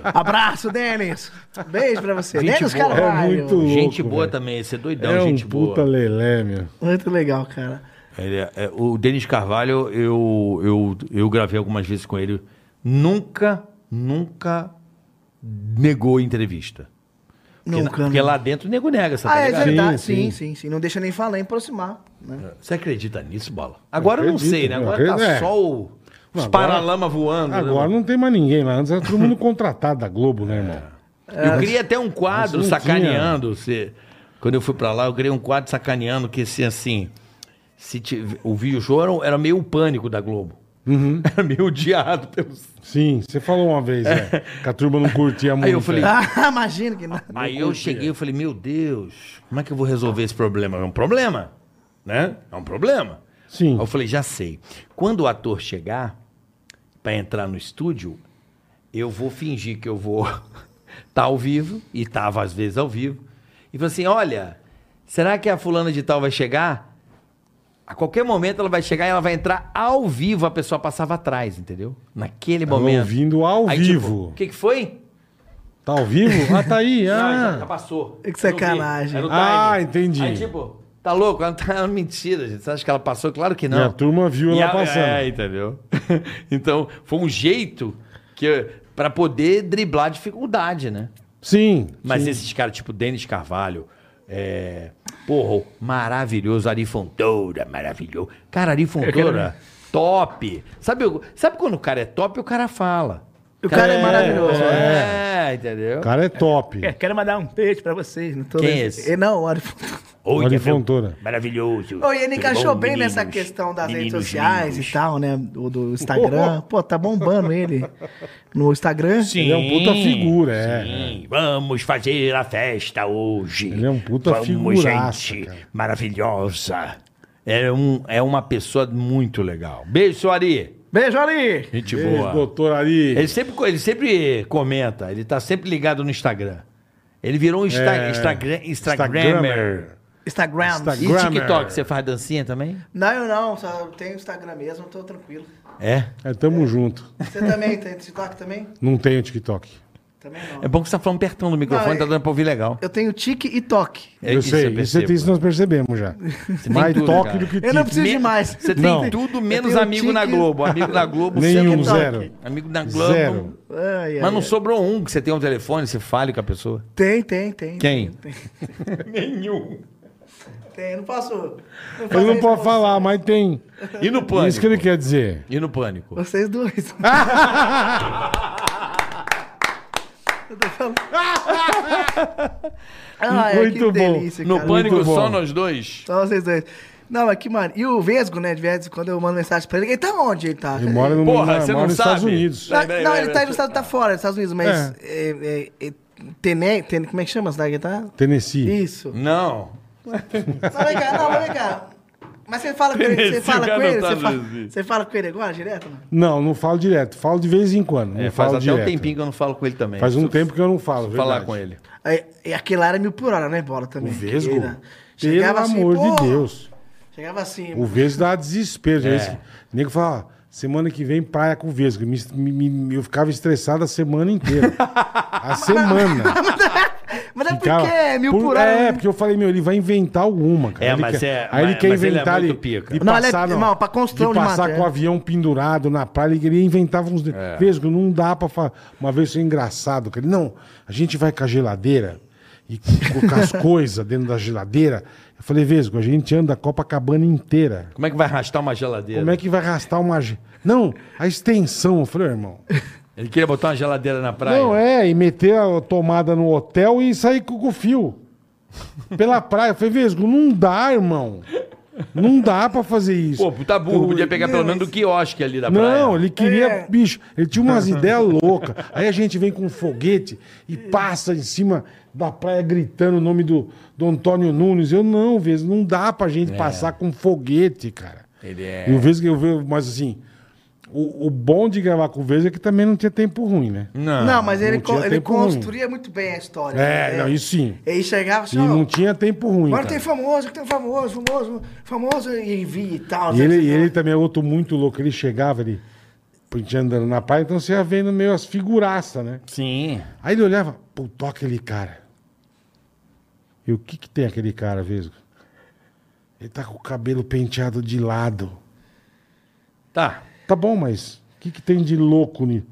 [SPEAKER 4] Abraço, Denis. Beijo pra você.
[SPEAKER 2] Gente
[SPEAKER 4] Denis
[SPEAKER 2] boa.
[SPEAKER 3] É
[SPEAKER 4] Carvalho.
[SPEAKER 3] muito louco,
[SPEAKER 2] gente boa
[SPEAKER 3] velho.
[SPEAKER 2] também, esse é doidão,
[SPEAKER 3] É um
[SPEAKER 2] gente boa.
[SPEAKER 3] puta lelé, meu.
[SPEAKER 4] Muito legal, cara.
[SPEAKER 2] Ele é- é- o Denis Carvalho, eu, eu, eu gravei algumas vezes com ele. Nunca, nunca negou entrevista. Porque,
[SPEAKER 4] Nunca.
[SPEAKER 2] porque
[SPEAKER 4] né?
[SPEAKER 2] lá dentro o nego nega, você tá
[SPEAKER 4] Ah, é
[SPEAKER 2] ligado?
[SPEAKER 4] verdade.
[SPEAKER 3] Sim,
[SPEAKER 4] Sim
[SPEAKER 3] sim.
[SPEAKER 4] sim, sim, Não deixa nem falar, nem aproximar. Né?
[SPEAKER 2] Você acredita nisso, Bola? Agora eu não
[SPEAKER 3] acredito,
[SPEAKER 2] sei, né?
[SPEAKER 3] eu
[SPEAKER 2] Agora tá
[SPEAKER 3] acredito, é.
[SPEAKER 2] só o, os
[SPEAKER 3] Agora-
[SPEAKER 2] paralamas voando. né,
[SPEAKER 3] Agora não tem mais ninguém lá. Antes era todo mundo contratado da Globo, né,
[SPEAKER 2] É.
[SPEAKER 3] irmão?
[SPEAKER 2] Eu criei até um quadro
[SPEAKER 3] Mas não tinha.
[SPEAKER 2] sacaneando. você- quando eu fui pra lá, eu criei um quadro sacaneando que assim, assim se tive- o vídeo show era, era meio o pânico da Globo. Era meio odiado pelos.
[SPEAKER 3] Sim, você falou uma vez, é, que a turma não curtia muito.
[SPEAKER 2] Aí eu falei,
[SPEAKER 3] é.
[SPEAKER 4] Ah, imagina que não.
[SPEAKER 2] Aí eu cheguei e falei, meu Deus, como é que eu vou resolver esse problema? É um problema, né? É um problema.
[SPEAKER 3] Sim.
[SPEAKER 2] Aí eu falei, já sei. Quando o ator chegar pra entrar no estúdio, eu vou fingir que eu vou estar ao vivo, e tava às vezes ao vivo, e falei assim, olha, será que a fulana de tal vai chegar? A qualquer momento ela vai chegar e ela vai entrar ao vivo, a pessoa passava atrás, entendeu? Naquele
[SPEAKER 3] Tava
[SPEAKER 2] momento.
[SPEAKER 3] ouvindo ao
[SPEAKER 2] Aí, tipo,
[SPEAKER 3] vivo.
[SPEAKER 2] O que, que foi?
[SPEAKER 3] Tá ao vivo? Ah, tá aí.
[SPEAKER 2] Não, já,
[SPEAKER 3] Ah,
[SPEAKER 2] já passou.
[SPEAKER 4] É Que
[SPEAKER 2] Eu não vi.
[SPEAKER 4] sacanagem.
[SPEAKER 2] Era o
[SPEAKER 3] Ah,
[SPEAKER 2] timing.
[SPEAKER 3] entendi.
[SPEAKER 2] Aí, tipo, tá louco? Ela tá é uma mentira, gente. Você acha que ela passou? Claro que não.
[SPEAKER 3] E a turma viu
[SPEAKER 2] E
[SPEAKER 3] ela
[SPEAKER 2] a-
[SPEAKER 3] passando.
[SPEAKER 2] É, entendeu? então, foi um jeito que para poder driblar a dificuldade, né?
[SPEAKER 3] Sim.
[SPEAKER 2] Mas
[SPEAKER 3] sim.
[SPEAKER 2] esses caras, tipo Denis Carvalho, é... porra, o maravilhoso Ari Fontoura, maravilhoso. Cara, Ari Fontoura, top. Sabe, o- sabe quando o cara é top, o cara fala.
[SPEAKER 4] O cara é maravilhoso. né?
[SPEAKER 2] É, entendeu?
[SPEAKER 3] O cara é top.
[SPEAKER 4] É, Quero mandar um beijo pra vocês. Não tô
[SPEAKER 2] Quem
[SPEAKER 4] nem-
[SPEAKER 2] é esse?
[SPEAKER 4] Eh, Não, olha.
[SPEAKER 2] Oi,
[SPEAKER 3] Ari
[SPEAKER 2] Gabriel.
[SPEAKER 3] Fontoura.
[SPEAKER 2] Maravilhoso.
[SPEAKER 4] Ô, e ele
[SPEAKER 2] Tudo
[SPEAKER 4] encaixou
[SPEAKER 2] bom,
[SPEAKER 4] bem
[SPEAKER 2] meninos?
[SPEAKER 4] nessa questão das redes
[SPEAKER 2] Meninos
[SPEAKER 4] sociais
[SPEAKER 2] lindos.
[SPEAKER 4] e tal, né? Do, do Instagram. Pô, tá bombando ele no Instagram.
[SPEAKER 2] Sim,
[SPEAKER 3] Ele é um puta figura, é.
[SPEAKER 2] Sim, vamos fazer a festa hoje.
[SPEAKER 3] Ele é um puta
[SPEAKER 2] vamos,
[SPEAKER 3] figuraça,
[SPEAKER 2] gente
[SPEAKER 3] cara.
[SPEAKER 2] maravilhosa. É, um, é uma pessoa muito legal. Beijo, seu Ari.
[SPEAKER 4] Beijo, Ari!
[SPEAKER 2] Gente
[SPEAKER 3] Beijo,
[SPEAKER 2] boa.
[SPEAKER 3] doutor Ari.
[SPEAKER 2] Ele sempre, co- ele sempre comenta, ele tá sempre ligado no Instagram. Ele virou um insta
[SPEAKER 3] É.
[SPEAKER 2] Instagram, Instagrammer.
[SPEAKER 3] Instagrammer.
[SPEAKER 4] Instagram.
[SPEAKER 3] Instagram.
[SPEAKER 2] E TikTok, você faz dancinha também?
[SPEAKER 4] Não, eu não. Só tenho Instagram mesmo, tô tranquilo.
[SPEAKER 2] É.
[SPEAKER 3] É, tamo junto.
[SPEAKER 4] Você também tem TikTok também?
[SPEAKER 3] Não tenho TikTok.
[SPEAKER 4] Também não.
[SPEAKER 2] É bom que você tá falando pertão do microfone,
[SPEAKER 4] Não, é-
[SPEAKER 2] tá dando pra ouvir legal.
[SPEAKER 4] Eu tenho tique e toque.
[SPEAKER 2] É
[SPEAKER 3] eu
[SPEAKER 2] isso eu
[SPEAKER 3] sei, isso, é-
[SPEAKER 2] percebo.
[SPEAKER 3] isso nós percebemos já.
[SPEAKER 2] tem
[SPEAKER 3] Mais
[SPEAKER 2] tudo,
[SPEAKER 3] toque
[SPEAKER 2] cara.
[SPEAKER 3] do que tipo,
[SPEAKER 4] Eu não
[SPEAKER 3] tique.
[SPEAKER 4] preciso de mais.
[SPEAKER 2] Você tem
[SPEAKER 3] Não.
[SPEAKER 2] tudo
[SPEAKER 4] Eu
[SPEAKER 2] menos
[SPEAKER 4] tenho um
[SPEAKER 2] amigo na
[SPEAKER 4] tique.
[SPEAKER 2] Globo. Amigo na Globo
[SPEAKER 3] Nenhum,
[SPEAKER 2] você é
[SPEAKER 3] zero.
[SPEAKER 2] Amigo na Globo.
[SPEAKER 3] Zero.
[SPEAKER 4] Ai, ai,
[SPEAKER 2] Mas não
[SPEAKER 4] ai.
[SPEAKER 2] sobrou um que você tem um telefone, você fale com a pessoa.
[SPEAKER 4] Tem, tem, tem.
[SPEAKER 2] Quem?
[SPEAKER 4] Tem, tem.
[SPEAKER 2] Nenhum.
[SPEAKER 4] Tem, não posso. Não fazer
[SPEAKER 3] Ele não
[SPEAKER 4] isso
[SPEAKER 3] pode
[SPEAKER 4] com
[SPEAKER 3] falar, mas tem.
[SPEAKER 2] E no pânico?
[SPEAKER 3] Isso que ele quer dizer.
[SPEAKER 2] E no pânico?
[SPEAKER 4] Vocês dois. Eu tô falando. Ai, que
[SPEAKER 3] Muito bom.
[SPEAKER 4] delícia,
[SPEAKER 2] No
[SPEAKER 4] cara. é
[SPEAKER 2] pânico
[SPEAKER 3] muito bom.
[SPEAKER 2] só nós dois?
[SPEAKER 4] Só Então, vocês dois. Não, mas que mano. E o Vesgo, né, de vez, quando eu mando mensagem pra ele, ele tá onde ele tá?
[SPEAKER 3] Ele mora no
[SPEAKER 2] Porra,
[SPEAKER 3] mora-
[SPEAKER 2] você
[SPEAKER 3] mora
[SPEAKER 2] não
[SPEAKER 3] nos Estados
[SPEAKER 2] sabe?
[SPEAKER 3] Unidos.
[SPEAKER 4] Não,
[SPEAKER 2] Peraí,
[SPEAKER 4] não,
[SPEAKER 2] peraí,
[SPEAKER 4] ele tá,
[SPEAKER 2] peraí.
[SPEAKER 4] nos Estados- tá fora dos Estados Unidos, mas. É. é, é, Tene- Tene- como é que chama a cidade que ele tá?
[SPEAKER 3] Tennessee.
[SPEAKER 4] Isso.
[SPEAKER 2] Não.
[SPEAKER 4] Não, vem cá, não, vem cá. Mas você fala com ele, você
[SPEAKER 2] Tennessee, o
[SPEAKER 4] fala
[SPEAKER 2] cara
[SPEAKER 4] com
[SPEAKER 2] não
[SPEAKER 4] ele,
[SPEAKER 2] tá
[SPEAKER 4] você
[SPEAKER 2] no
[SPEAKER 4] fala,
[SPEAKER 2] Brasil.
[SPEAKER 4] você fala com ele agora, direto? Não?
[SPEAKER 3] Não, não falo direto. Falo de vez em quando. Não
[SPEAKER 2] É, faz
[SPEAKER 3] falo
[SPEAKER 2] até
[SPEAKER 3] direto.
[SPEAKER 2] um tempinho que eu não falo com ele também.
[SPEAKER 3] Faz um
[SPEAKER 2] Preciso
[SPEAKER 3] tempo que eu não falo.
[SPEAKER 2] Falar
[SPEAKER 3] verdade.
[SPEAKER 2] com ele.
[SPEAKER 4] Aí, e aquele lá era mil por hora, né, bola também?
[SPEAKER 3] O Vesgo?
[SPEAKER 4] Aquele lá.
[SPEAKER 3] Pelo amor
[SPEAKER 4] "Pô",
[SPEAKER 3] de Deus.
[SPEAKER 4] Chegava assim.
[SPEAKER 3] O Vesgo dá desespero. já esse- O nego fala, ó, semana que vem praia com o Vesgo. Me- me- me- eu ficava estressado a semana inteira. a semana.
[SPEAKER 4] Mas é
[SPEAKER 3] Ficava-
[SPEAKER 4] Ah, porque é mil por, hora.
[SPEAKER 3] É,
[SPEAKER 4] né?
[SPEAKER 3] porque eu falei, meu, ele vai inventar alguma, cara.
[SPEAKER 2] É,
[SPEAKER 3] Ele
[SPEAKER 2] mas
[SPEAKER 3] quer-
[SPEAKER 2] é-
[SPEAKER 3] Aí ele
[SPEAKER 2] mas-
[SPEAKER 3] quer
[SPEAKER 2] mas ele é
[SPEAKER 3] inventar
[SPEAKER 2] muito
[SPEAKER 3] ele
[SPEAKER 2] pica.
[SPEAKER 3] de
[SPEAKER 4] Não, ele é-
[SPEAKER 3] passar,
[SPEAKER 4] irmão, pra construção
[SPEAKER 3] de
[SPEAKER 4] de
[SPEAKER 3] passar
[SPEAKER 4] matéria.
[SPEAKER 3] com o avião pendurado na praia, ele, ele inventava uns... Vesgo, não dá pra falar. Uma vez foi engraçado, cara. Ele, Não, a gente vai com a geladeira e colocar as coisas dentro da geladeira. Eu falei, Vesgo, a gente anda a Copacabana inteira.
[SPEAKER 2] Como é que vai arrastar uma geladeira?
[SPEAKER 3] Como é que vai arrastar uma. ge- Não, a extensão. Eu falei, irmão.
[SPEAKER 2] Ele queria botar uma geladeira na praia.
[SPEAKER 3] Não, é, e meter a tomada no hotel e sair com com o fio. Pela praia. Eu falei, Vesgo, não dá, irmão. Não dá pra fazer isso.
[SPEAKER 2] Pô, puta burro, podia pegar pelo menos do quiosque ali da praia.
[SPEAKER 3] Não, ele queria,
[SPEAKER 4] É.
[SPEAKER 3] bicho, ele tinha umas ideias loucas. Aí a gente vem com um foguete e passa em cima da praia gritando o nome do, do Antônio Nunes. Eu não, Vesgo, não dá pra gente passar com foguete, cara.
[SPEAKER 2] É. Ele é...
[SPEAKER 3] E o Vesga, eu vejo, mas assim, o, o bom de gravar com o Vesga é que também não tinha tempo ruim, né?
[SPEAKER 2] Não.
[SPEAKER 4] Não, mas ele,
[SPEAKER 3] não
[SPEAKER 4] co-
[SPEAKER 3] tinha
[SPEAKER 4] ele
[SPEAKER 3] tempo ruim.
[SPEAKER 4] construía muito bem a história.
[SPEAKER 3] É,
[SPEAKER 4] né?
[SPEAKER 3] não, isso sim.
[SPEAKER 4] Ele chegava
[SPEAKER 3] E
[SPEAKER 4] assim, ó.
[SPEAKER 3] não tinha tempo ruim.
[SPEAKER 4] Agora
[SPEAKER 3] cara.
[SPEAKER 4] tem famoso, que tem famoso, famoso, famoso, e envia e tal.
[SPEAKER 3] E
[SPEAKER 4] sabe?
[SPEAKER 3] ele, e ele também é outro muito louco. Ele chegava ali, podia andando na praia, então você ia vendo meio as figuraças, né?
[SPEAKER 2] Sim.
[SPEAKER 3] Aí ele olhava, puto, aquele cara. E o que que tem aquele cara, Vesgo? Ele tá com o cabelo penteado de lado.
[SPEAKER 2] Tá.
[SPEAKER 3] Tá bom, mas o que que tem de louco nisso?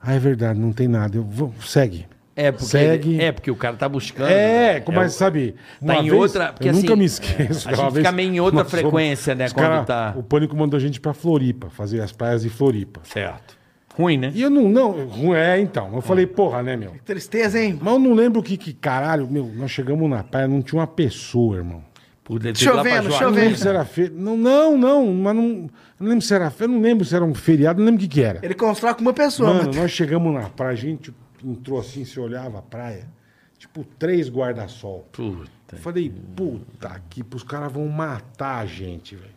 [SPEAKER 3] Ah, é verdade, não tem nada. Eu vou, segue.
[SPEAKER 2] É porque,
[SPEAKER 3] Segue.
[SPEAKER 2] ele- é porque o cara tá buscando.
[SPEAKER 3] É,
[SPEAKER 2] né?
[SPEAKER 3] como mas
[SPEAKER 2] o-
[SPEAKER 3] sabe, uma
[SPEAKER 2] em
[SPEAKER 3] vez,
[SPEAKER 2] outra- porque
[SPEAKER 3] eu nunca
[SPEAKER 2] assim,
[SPEAKER 3] me esqueço.
[SPEAKER 2] a gente fica meio em outra frequência, né, quando
[SPEAKER 3] Quando
[SPEAKER 2] tá-
[SPEAKER 3] O Pânico mandou a gente pra Floripa, fazer as praias de Floripa.
[SPEAKER 2] Certo. Ruim, né?
[SPEAKER 3] E eu não, não, ruim é então. Eu falei, porra, né, meu?
[SPEAKER 4] Tristeza, hein?
[SPEAKER 3] Mas eu não lembro o que, que caralho, meu, nós chegamos na praia, não tinha uma pessoa, irmão.
[SPEAKER 2] Por ter ido lá pra
[SPEAKER 4] Chovendo,
[SPEAKER 2] Joaquim.
[SPEAKER 3] Eu não lembro se
[SPEAKER 4] chovendo.
[SPEAKER 3] era feira. Não, não, não, mas não. eu não lembro se era feira, não lembro se era um feriado, não lembro o que, que era.
[SPEAKER 4] Ele constrói com uma pessoa.
[SPEAKER 3] Mano,
[SPEAKER 4] mas-
[SPEAKER 3] nós chegamos na praia, a gente entrou assim, se olhava a praia, tipo, três guarda-sol.
[SPEAKER 2] Puta.
[SPEAKER 3] Eu Falei, puta que os caras vão matar a gente, velho.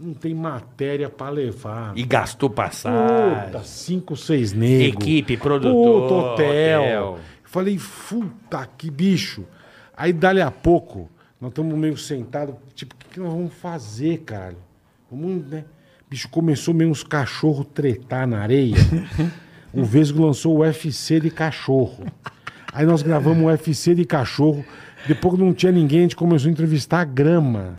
[SPEAKER 3] Não tem matéria pra levar.
[SPEAKER 2] E gastou passagem.
[SPEAKER 3] Puta, cinco, seis negros.
[SPEAKER 2] Equipe, produtor,
[SPEAKER 3] Puta, hotel.
[SPEAKER 2] hotel.
[SPEAKER 3] Eu Falei, puta que bicho. Aí, dali a pouco, nós estamos meio sentados, tipo, o que, que nós vamos fazer, caralho? Vamos, né? Bicho, começou meio uns cachorros tretar na areia. o Vesgo lançou o UFC de cachorro. Aí nós gravamos o UFC de cachorro. Depois que não tinha ninguém, a gente começou a entrevistar a grama.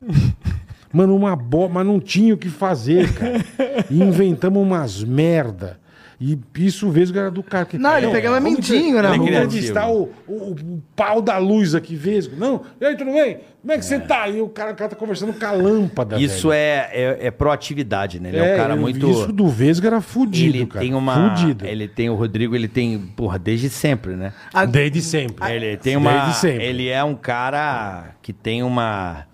[SPEAKER 3] Mano, uma boa, mas não tinha o que fazer, cara. E inventamos umas merda. E isso vez era do cara. que-
[SPEAKER 4] Não, ele pegava
[SPEAKER 3] vamos
[SPEAKER 4] mindinho, né?
[SPEAKER 3] entre- Vamos
[SPEAKER 2] Ele é criativo.
[SPEAKER 3] entrevistar o, o, o pau da luz aqui, Vesgo. Não, e aí, tudo bem? Como é que você tá? E o cara, o cara tá conversando com a lâmpada.
[SPEAKER 2] Isso
[SPEAKER 3] velho.
[SPEAKER 2] é, é, é proatividade, né? Ele é, um cara
[SPEAKER 3] eu-
[SPEAKER 2] muito.
[SPEAKER 3] Isso do Vesgo era fudido,
[SPEAKER 2] ele
[SPEAKER 3] cara.
[SPEAKER 2] tem uma.
[SPEAKER 3] Fudido.
[SPEAKER 2] Ele tem o Rodrigo, ele tem, porra, desde sempre, né?
[SPEAKER 3] Desde sempre.
[SPEAKER 2] Ele tem uma.
[SPEAKER 3] Ah, Desde sempre.
[SPEAKER 2] Ele é um cara que tem uma.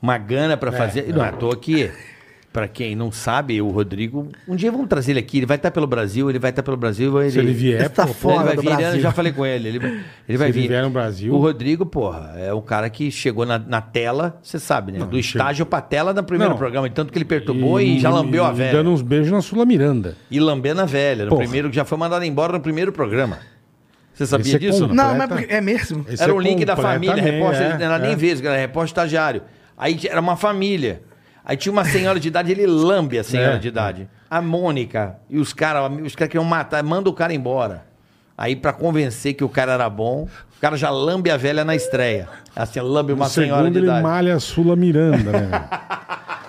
[SPEAKER 2] Uma gana pra fazer. e não é à toa que, pra quem não sabe, o Rodrigo. Um dia vamos trazer ele aqui. Ele vai estar pelo Brasil, ele vai estar pelo Brasil. Ele,
[SPEAKER 3] Se ele vier,
[SPEAKER 4] Tá
[SPEAKER 3] é pô,
[SPEAKER 4] fora
[SPEAKER 2] ele vai
[SPEAKER 4] do
[SPEAKER 2] vir, ele-
[SPEAKER 4] Brasil.
[SPEAKER 2] eu já falei com ele. Ele, vai- ele vai
[SPEAKER 3] ele
[SPEAKER 2] vir.
[SPEAKER 3] vier no Brasil-
[SPEAKER 2] O Rodrigo, porra, é um cara que chegou na, na tela, você sabe, né? Do estágio pra tela no primeiro
[SPEAKER 3] Não.
[SPEAKER 2] programa. de Tanto que ele perturbou e, já lambeu a
[SPEAKER 3] e
[SPEAKER 2] velha.
[SPEAKER 3] Dando uns beijos na Sula Miranda.
[SPEAKER 2] E lambendo a velha. No
[SPEAKER 3] Porra.
[SPEAKER 2] primeiro, que já foi mandado embora no primeiro programa. Você sabia
[SPEAKER 3] Esse é
[SPEAKER 2] disso?
[SPEAKER 3] com-
[SPEAKER 4] Não, mas
[SPEAKER 3] Completa.
[SPEAKER 4] porque- é mesmo?
[SPEAKER 3] Esse
[SPEAKER 2] Era
[SPEAKER 3] é
[SPEAKER 2] o link da família,
[SPEAKER 3] completamente,
[SPEAKER 2] repórter,
[SPEAKER 3] é,
[SPEAKER 2] não era nem
[SPEAKER 3] é.
[SPEAKER 2] vesgo, era repórter estagiário. Aí era uma família. Aí tinha uma senhora de idade, ele lambe a senhora
[SPEAKER 3] É.
[SPEAKER 2] de idade. A Mônica e os caras, os caras queriam matar, manda o cara embora. Aí pra convencer que o cara era bom, o cara já lambe a velha na estreia. Assim, lambe uma
[SPEAKER 3] no
[SPEAKER 2] senhora
[SPEAKER 3] segundo
[SPEAKER 2] de
[SPEAKER 3] ele
[SPEAKER 2] idade.
[SPEAKER 3] malha a Sula Miranda, né? velho?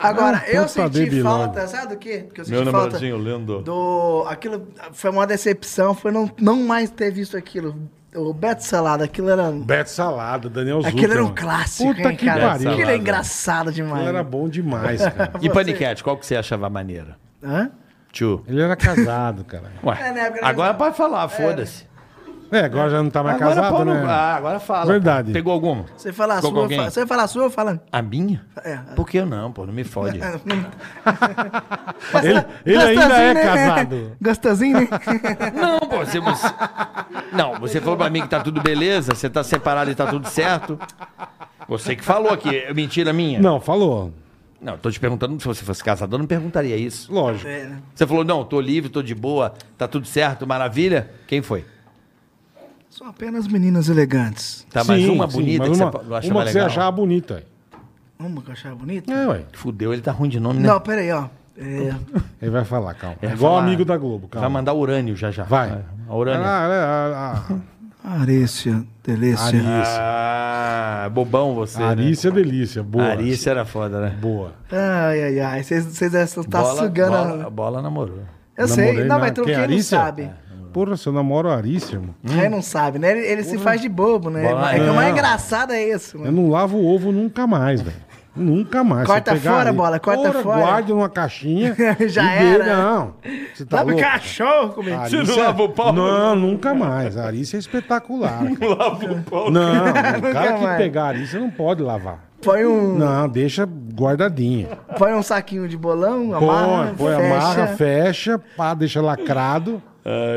[SPEAKER 4] Agora,
[SPEAKER 3] Ah,
[SPEAKER 4] eu
[SPEAKER 3] puta
[SPEAKER 4] senti
[SPEAKER 3] Baby
[SPEAKER 4] falta, sabe do quê? Que eu senti
[SPEAKER 14] Meu
[SPEAKER 4] falta
[SPEAKER 14] namoradinho lindo.
[SPEAKER 4] do... Aquilo foi uma decepção, foi não, não mais ter visto aquilo. O Beto Salada, aquilo era.
[SPEAKER 3] Beto Salada, Daniel Zuckerman.
[SPEAKER 4] Aquilo era um clássico,
[SPEAKER 3] Puta
[SPEAKER 4] hein,
[SPEAKER 3] que
[SPEAKER 4] cara?
[SPEAKER 3] pariu.
[SPEAKER 4] Aquilo é
[SPEAKER 3] Salada.
[SPEAKER 4] engraçado demais.
[SPEAKER 3] Aquilo era bom demais, cara.
[SPEAKER 2] E Paniquete, qual que você achava maneira?
[SPEAKER 4] Hã?
[SPEAKER 2] Tio.
[SPEAKER 3] Ele era casado, cara.
[SPEAKER 2] Ué,
[SPEAKER 4] É, na época era
[SPEAKER 2] agora pode falar, foda-se.
[SPEAKER 3] É, agora já não tá mais
[SPEAKER 2] Agora,
[SPEAKER 3] casado,
[SPEAKER 2] pau no-
[SPEAKER 3] né?
[SPEAKER 2] ah, agora fala.
[SPEAKER 3] Verdade.
[SPEAKER 2] pô. Pegou alguma?
[SPEAKER 4] Você fala a
[SPEAKER 2] Ficou com
[SPEAKER 4] sua, eu
[SPEAKER 2] alguém?
[SPEAKER 4] falo- você fala a sua, eu falo.
[SPEAKER 2] A minha?
[SPEAKER 4] É.
[SPEAKER 2] Por que eu não, pô? Não me fode.
[SPEAKER 3] Ele, ele ainda
[SPEAKER 4] Gostosinho,
[SPEAKER 3] é
[SPEAKER 4] né?
[SPEAKER 3] casado.
[SPEAKER 4] Gostosinho, né?
[SPEAKER 2] Não, pô, você, você- Não, você falou pra mim que tá tudo beleza, você tá separado e tá tudo certo. Você que falou aqui, é mentira minha.
[SPEAKER 3] Não, falou.
[SPEAKER 2] Não, tô te perguntando, se você fosse casado, eu não perguntaria isso.
[SPEAKER 3] Lógico.
[SPEAKER 4] É, né?
[SPEAKER 2] Você falou, não, tô livre, tô de boa, tá tudo certo, maravilha. Quem foi?
[SPEAKER 4] São apenas meninas elegantes.
[SPEAKER 2] Tá, mais
[SPEAKER 3] Sim,
[SPEAKER 2] uma
[SPEAKER 3] sim,
[SPEAKER 2] bonita
[SPEAKER 3] mas
[SPEAKER 2] que
[SPEAKER 3] uma,
[SPEAKER 2] você pa-
[SPEAKER 3] uma
[SPEAKER 2] achava
[SPEAKER 3] que você
[SPEAKER 2] legal.
[SPEAKER 3] achava bonita.
[SPEAKER 4] Uma que eu achava bonita?
[SPEAKER 3] É, ué.
[SPEAKER 2] Fudeu, ele tá ruim de nome, né?
[SPEAKER 4] Não, peraí, ó. É,
[SPEAKER 3] Ele vai falar, calma.
[SPEAKER 2] Ele vai
[SPEAKER 3] Igual
[SPEAKER 2] falar-
[SPEAKER 3] amigo da Globo,
[SPEAKER 2] Vai
[SPEAKER 3] calma.
[SPEAKER 2] mandar urânio já já.
[SPEAKER 3] Vai.
[SPEAKER 2] A urânio.
[SPEAKER 3] Ah, ah, ah,
[SPEAKER 4] Arícia,
[SPEAKER 3] ah.
[SPEAKER 4] delícia.
[SPEAKER 3] Arícia.
[SPEAKER 2] Ah, bobão você. né?
[SPEAKER 3] Arícia é delícia. Boa.
[SPEAKER 2] Arícia era foda, né?
[SPEAKER 3] Boa.
[SPEAKER 4] Ai, ai, ai. Vocês estão tá
[SPEAKER 2] bola,
[SPEAKER 4] sugando. a-
[SPEAKER 2] bola, bola namorou.
[SPEAKER 4] Eu sei.
[SPEAKER 3] Namorei,
[SPEAKER 4] Não,
[SPEAKER 3] né?
[SPEAKER 4] mas tu
[SPEAKER 3] Quem,
[SPEAKER 4] quem não
[SPEAKER 3] Arícia? É.
[SPEAKER 4] sabe.
[SPEAKER 3] Porra, se eu namoro a Arícia, mano.
[SPEAKER 4] Quem não sabe, né? Ele, ele se faz de bobo, né?
[SPEAKER 2] Bola-
[SPEAKER 4] é que o mais
[SPEAKER 3] Não.
[SPEAKER 4] engraçado é isso,
[SPEAKER 3] Eu
[SPEAKER 4] mano.
[SPEAKER 3] não lavo o ovo nunca mais, velho. Nunca mais. Se
[SPEAKER 4] Corta
[SPEAKER 3] eu pegar
[SPEAKER 4] fora,
[SPEAKER 3] ali,
[SPEAKER 4] bola, corta
[SPEAKER 3] porra,
[SPEAKER 4] fora.
[SPEAKER 3] Guarde numa caixinha.
[SPEAKER 4] Já
[SPEAKER 3] e dê-
[SPEAKER 4] era.
[SPEAKER 3] Não. Você tá
[SPEAKER 4] Sabe
[SPEAKER 3] louco?
[SPEAKER 4] cachorro comigo.
[SPEAKER 3] Arícia... Você não lava o pau? Não, nunca mais. A Arícia é espetacular. Não lava o pau. Não, o cara
[SPEAKER 4] Nunca
[SPEAKER 3] que
[SPEAKER 4] mais.
[SPEAKER 3] pegar a Arícia não pode lavar.
[SPEAKER 4] Põe um,
[SPEAKER 3] Não, deixa guardadinha.
[SPEAKER 4] põe um saquinho de bolão, amarra,
[SPEAKER 3] Põe, põe,
[SPEAKER 4] fecha.
[SPEAKER 3] amarra, fecha, pá, deixa lacrado.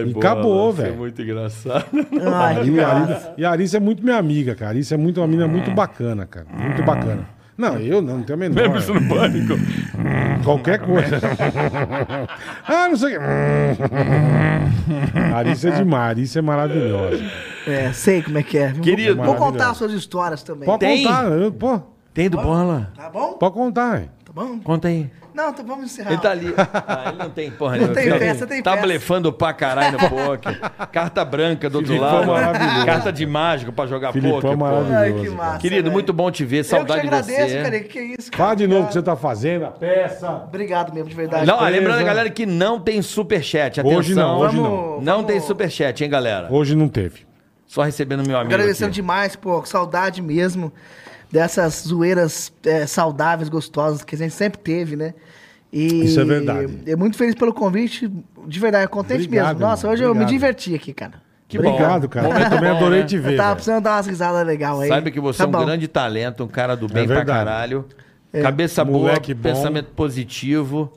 [SPEAKER 3] e acabou, velho.
[SPEAKER 11] muito engraçado.
[SPEAKER 4] Ai, que
[SPEAKER 3] E a
[SPEAKER 4] graça.
[SPEAKER 3] Ari- E a Arícia é muito minha amiga, cara. A Arícia é muito uma menina muito bacana, cara. Muito bacana. Não, eu não, não tenho a menor.
[SPEAKER 11] no pânico.
[SPEAKER 3] Qualquer coisa. ah, não sei o que. Arícia é demais, Arícia é maravilhosa.
[SPEAKER 4] É, sei como é que é. viu?
[SPEAKER 2] Querido.
[SPEAKER 4] vou, vou contar
[SPEAKER 3] Maravilhoso.
[SPEAKER 4] suas histórias também.
[SPEAKER 3] Pode
[SPEAKER 2] Tem?
[SPEAKER 3] contar, eu- pô,
[SPEAKER 2] Tem do bola?
[SPEAKER 4] Tá bom?
[SPEAKER 3] pode contar. hein.
[SPEAKER 4] Tá bom?
[SPEAKER 2] Conta aí.
[SPEAKER 4] Não, então vamos encerrar.
[SPEAKER 2] Ele tá ali. Ah, ele não tem porra nenhuma.
[SPEAKER 4] tem
[SPEAKER 2] Ele
[SPEAKER 4] peça, tem
[SPEAKER 2] Tá
[SPEAKER 4] peça.
[SPEAKER 2] blefando pra caralho no poker. Carta branca do outro
[SPEAKER 3] Filipão
[SPEAKER 2] lado.
[SPEAKER 3] maravilhoso.
[SPEAKER 2] Carta de mágico pra jogar
[SPEAKER 3] Filipão
[SPEAKER 2] poker.
[SPEAKER 3] maravilhoso.
[SPEAKER 2] Porra.
[SPEAKER 4] Ai, que
[SPEAKER 3] Maravilhoso, cara.
[SPEAKER 4] massa.
[SPEAKER 2] Querido,
[SPEAKER 4] velho.
[SPEAKER 2] muito bom te ver.
[SPEAKER 4] Eu
[SPEAKER 2] Saudade
[SPEAKER 4] que
[SPEAKER 2] de
[SPEAKER 4] te agradeço,
[SPEAKER 2] você. é.
[SPEAKER 4] cara. Que isso, cara.
[SPEAKER 3] Fala de novo o que você tá fazendo, a peça.
[SPEAKER 4] Obrigado mesmo, de verdade.
[SPEAKER 2] Não, ah, lembrando,
[SPEAKER 3] Beleza.
[SPEAKER 2] galera, que não tem superchat. Atenção.
[SPEAKER 3] Hoje não, hoje não.
[SPEAKER 2] Não tem superchat, hein, galera?
[SPEAKER 3] Hoje não teve.
[SPEAKER 2] Só recebendo meu amigo.
[SPEAKER 4] Agradecendo
[SPEAKER 2] aqui.
[SPEAKER 4] demais, pô. com Saudade mesmo dessas zoeiras é, saudáveis, gostosas que a gente sempre teve, né? E
[SPEAKER 3] Isso é verdade.
[SPEAKER 4] Eu muito feliz pelo convite. De verdade, é contente
[SPEAKER 3] Obrigado,
[SPEAKER 4] mesmo. Nossa,
[SPEAKER 3] irmão.
[SPEAKER 4] hoje eu me
[SPEAKER 3] Obrigado.
[SPEAKER 4] diverti aqui, cara.
[SPEAKER 2] Que bom.
[SPEAKER 3] Obrigado, cara.
[SPEAKER 2] Momento
[SPEAKER 3] Eu também
[SPEAKER 2] bom,
[SPEAKER 3] adorei
[SPEAKER 2] né?
[SPEAKER 3] te ver.
[SPEAKER 4] Eu tava
[SPEAKER 3] velho.
[SPEAKER 4] precisando dar umas risadas legais aí.
[SPEAKER 2] Sabe que você
[SPEAKER 4] Tá
[SPEAKER 2] é um
[SPEAKER 4] bom.
[SPEAKER 2] grande talento, um cara do bem pra
[SPEAKER 3] É verdade. É,
[SPEAKER 2] caralho. Cabeça boa,
[SPEAKER 3] Moleque bom.
[SPEAKER 2] pensamento positivo.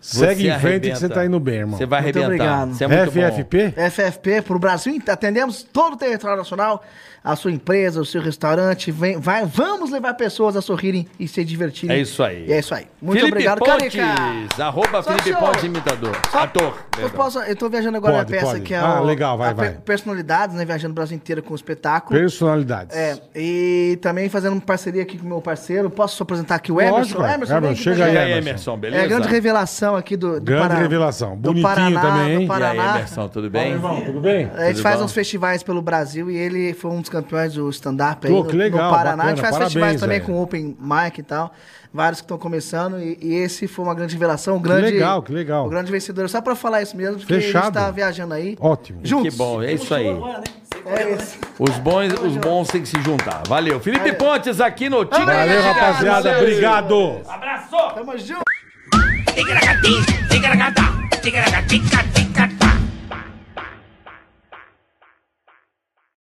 [SPEAKER 3] Segue
[SPEAKER 2] Você
[SPEAKER 3] em frente que
[SPEAKER 2] arrebenta.
[SPEAKER 3] você tá indo bem, irmão.
[SPEAKER 2] Você vai
[SPEAKER 4] Muito
[SPEAKER 2] arrebentar.
[SPEAKER 4] obrigado.
[SPEAKER 2] Você é muito bom.
[SPEAKER 3] FFP?
[SPEAKER 4] FFP para o Brasil, inteiro. atendemos todo o território nacional, a sua empresa, o seu restaurante, vem, vai, vamos levar pessoas a sorrirem e se divertirem.
[SPEAKER 2] É isso aí.
[SPEAKER 4] E é isso aí. Muito
[SPEAKER 2] Felipe
[SPEAKER 4] obrigado,
[SPEAKER 2] Pontes,
[SPEAKER 4] Carica.
[SPEAKER 2] arroba
[SPEAKER 4] Só
[SPEAKER 2] Felipe
[SPEAKER 4] senhor.
[SPEAKER 2] Pontes imitador.
[SPEAKER 4] Só-
[SPEAKER 2] Ator.
[SPEAKER 4] Eu,
[SPEAKER 2] perdão.
[SPEAKER 4] posso, eu tô viajando agora
[SPEAKER 3] Pode,
[SPEAKER 4] a peça
[SPEAKER 3] pode.
[SPEAKER 4] que é
[SPEAKER 3] Ah,
[SPEAKER 4] o-
[SPEAKER 3] legal, vai,
[SPEAKER 4] a pe-
[SPEAKER 3] vai.
[SPEAKER 4] personalidades, né, viajando o Brasil inteiro com o espetáculo.
[SPEAKER 3] Personalidades.
[SPEAKER 4] É, e também fazendo uma parceria aqui com o meu parceiro. Posso só apresentar aqui o Emerson?
[SPEAKER 3] Lógico, Emerson,
[SPEAKER 4] vem aqui
[SPEAKER 3] chega
[SPEAKER 4] pra
[SPEAKER 2] E
[SPEAKER 3] aí,
[SPEAKER 4] gente.
[SPEAKER 2] aí,
[SPEAKER 3] Emerson?
[SPEAKER 2] Emerson, beleza?
[SPEAKER 4] É a grande revelação aqui do, do
[SPEAKER 3] Grande
[SPEAKER 4] Paraná.
[SPEAKER 3] revelação.
[SPEAKER 4] Do
[SPEAKER 3] Bonitinho
[SPEAKER 4] Paraná,
[SPEAKER 3] também, hein?
[SPEAKER 4] Do
[SPEAKER 2] E
[SPEAKER 4] Paraná.
[SPEAKER 2] aí, Emerson, tudo
[SPEAKER 3] Fala,
[SPEAKER 2] bem?
[SPEAKER 3] irmão, tudo bem?
[SPEAKER 4] A gente
[SPEAKER 2] Tudo
[SPEAKER 4] faz
[SPEAKER 2] bom?
[SPEAKER 4] uns festivais pelo Brasil e ele foi um dos campeões do stand-up aí
[SPEAKER 3] Pô,
[SPEAKER 4] no,
[SPEAKER 3] que legal,
[SPEAKER 4] no Paraná. a gente
[SPEAKER 3] bacana,
[SPEAKER 4] faz
[SPEAKER 3] parabéns,
[SPEAKER 4] festivais também
[SPEAKER 3] velho.
[SPEAKER 4] com open mic e tal. Vários que estão começando e, e esse foi uma grande revelação. Um grande,
[SPEAKER 3] legal, que legal.
[SPEAKER 4] O grande vencedor. Só pra falar isso mesmo, porque a gente
[SPEAKER 3] Fechado.
[SPEAKER 4] tá viajando aí.
[SPEAKER 3] Ótimo.
[SPEAKER 4] Juntos.
[SPEAKER 2] Que bom, é isso aí.
[SPEAKER 4] É isso.
[SPEAKER 2] Os bons, os bons têm que se juntar. Valeu. Felipe Pontes aqui no Tim.
[SPEAKER 3] Valeu, rapaziada. Obrigado.
[SPEAKER 4] Tamo junto.
[SPEAKER 15] Tica-tica-tica, tica-tica-tica, tica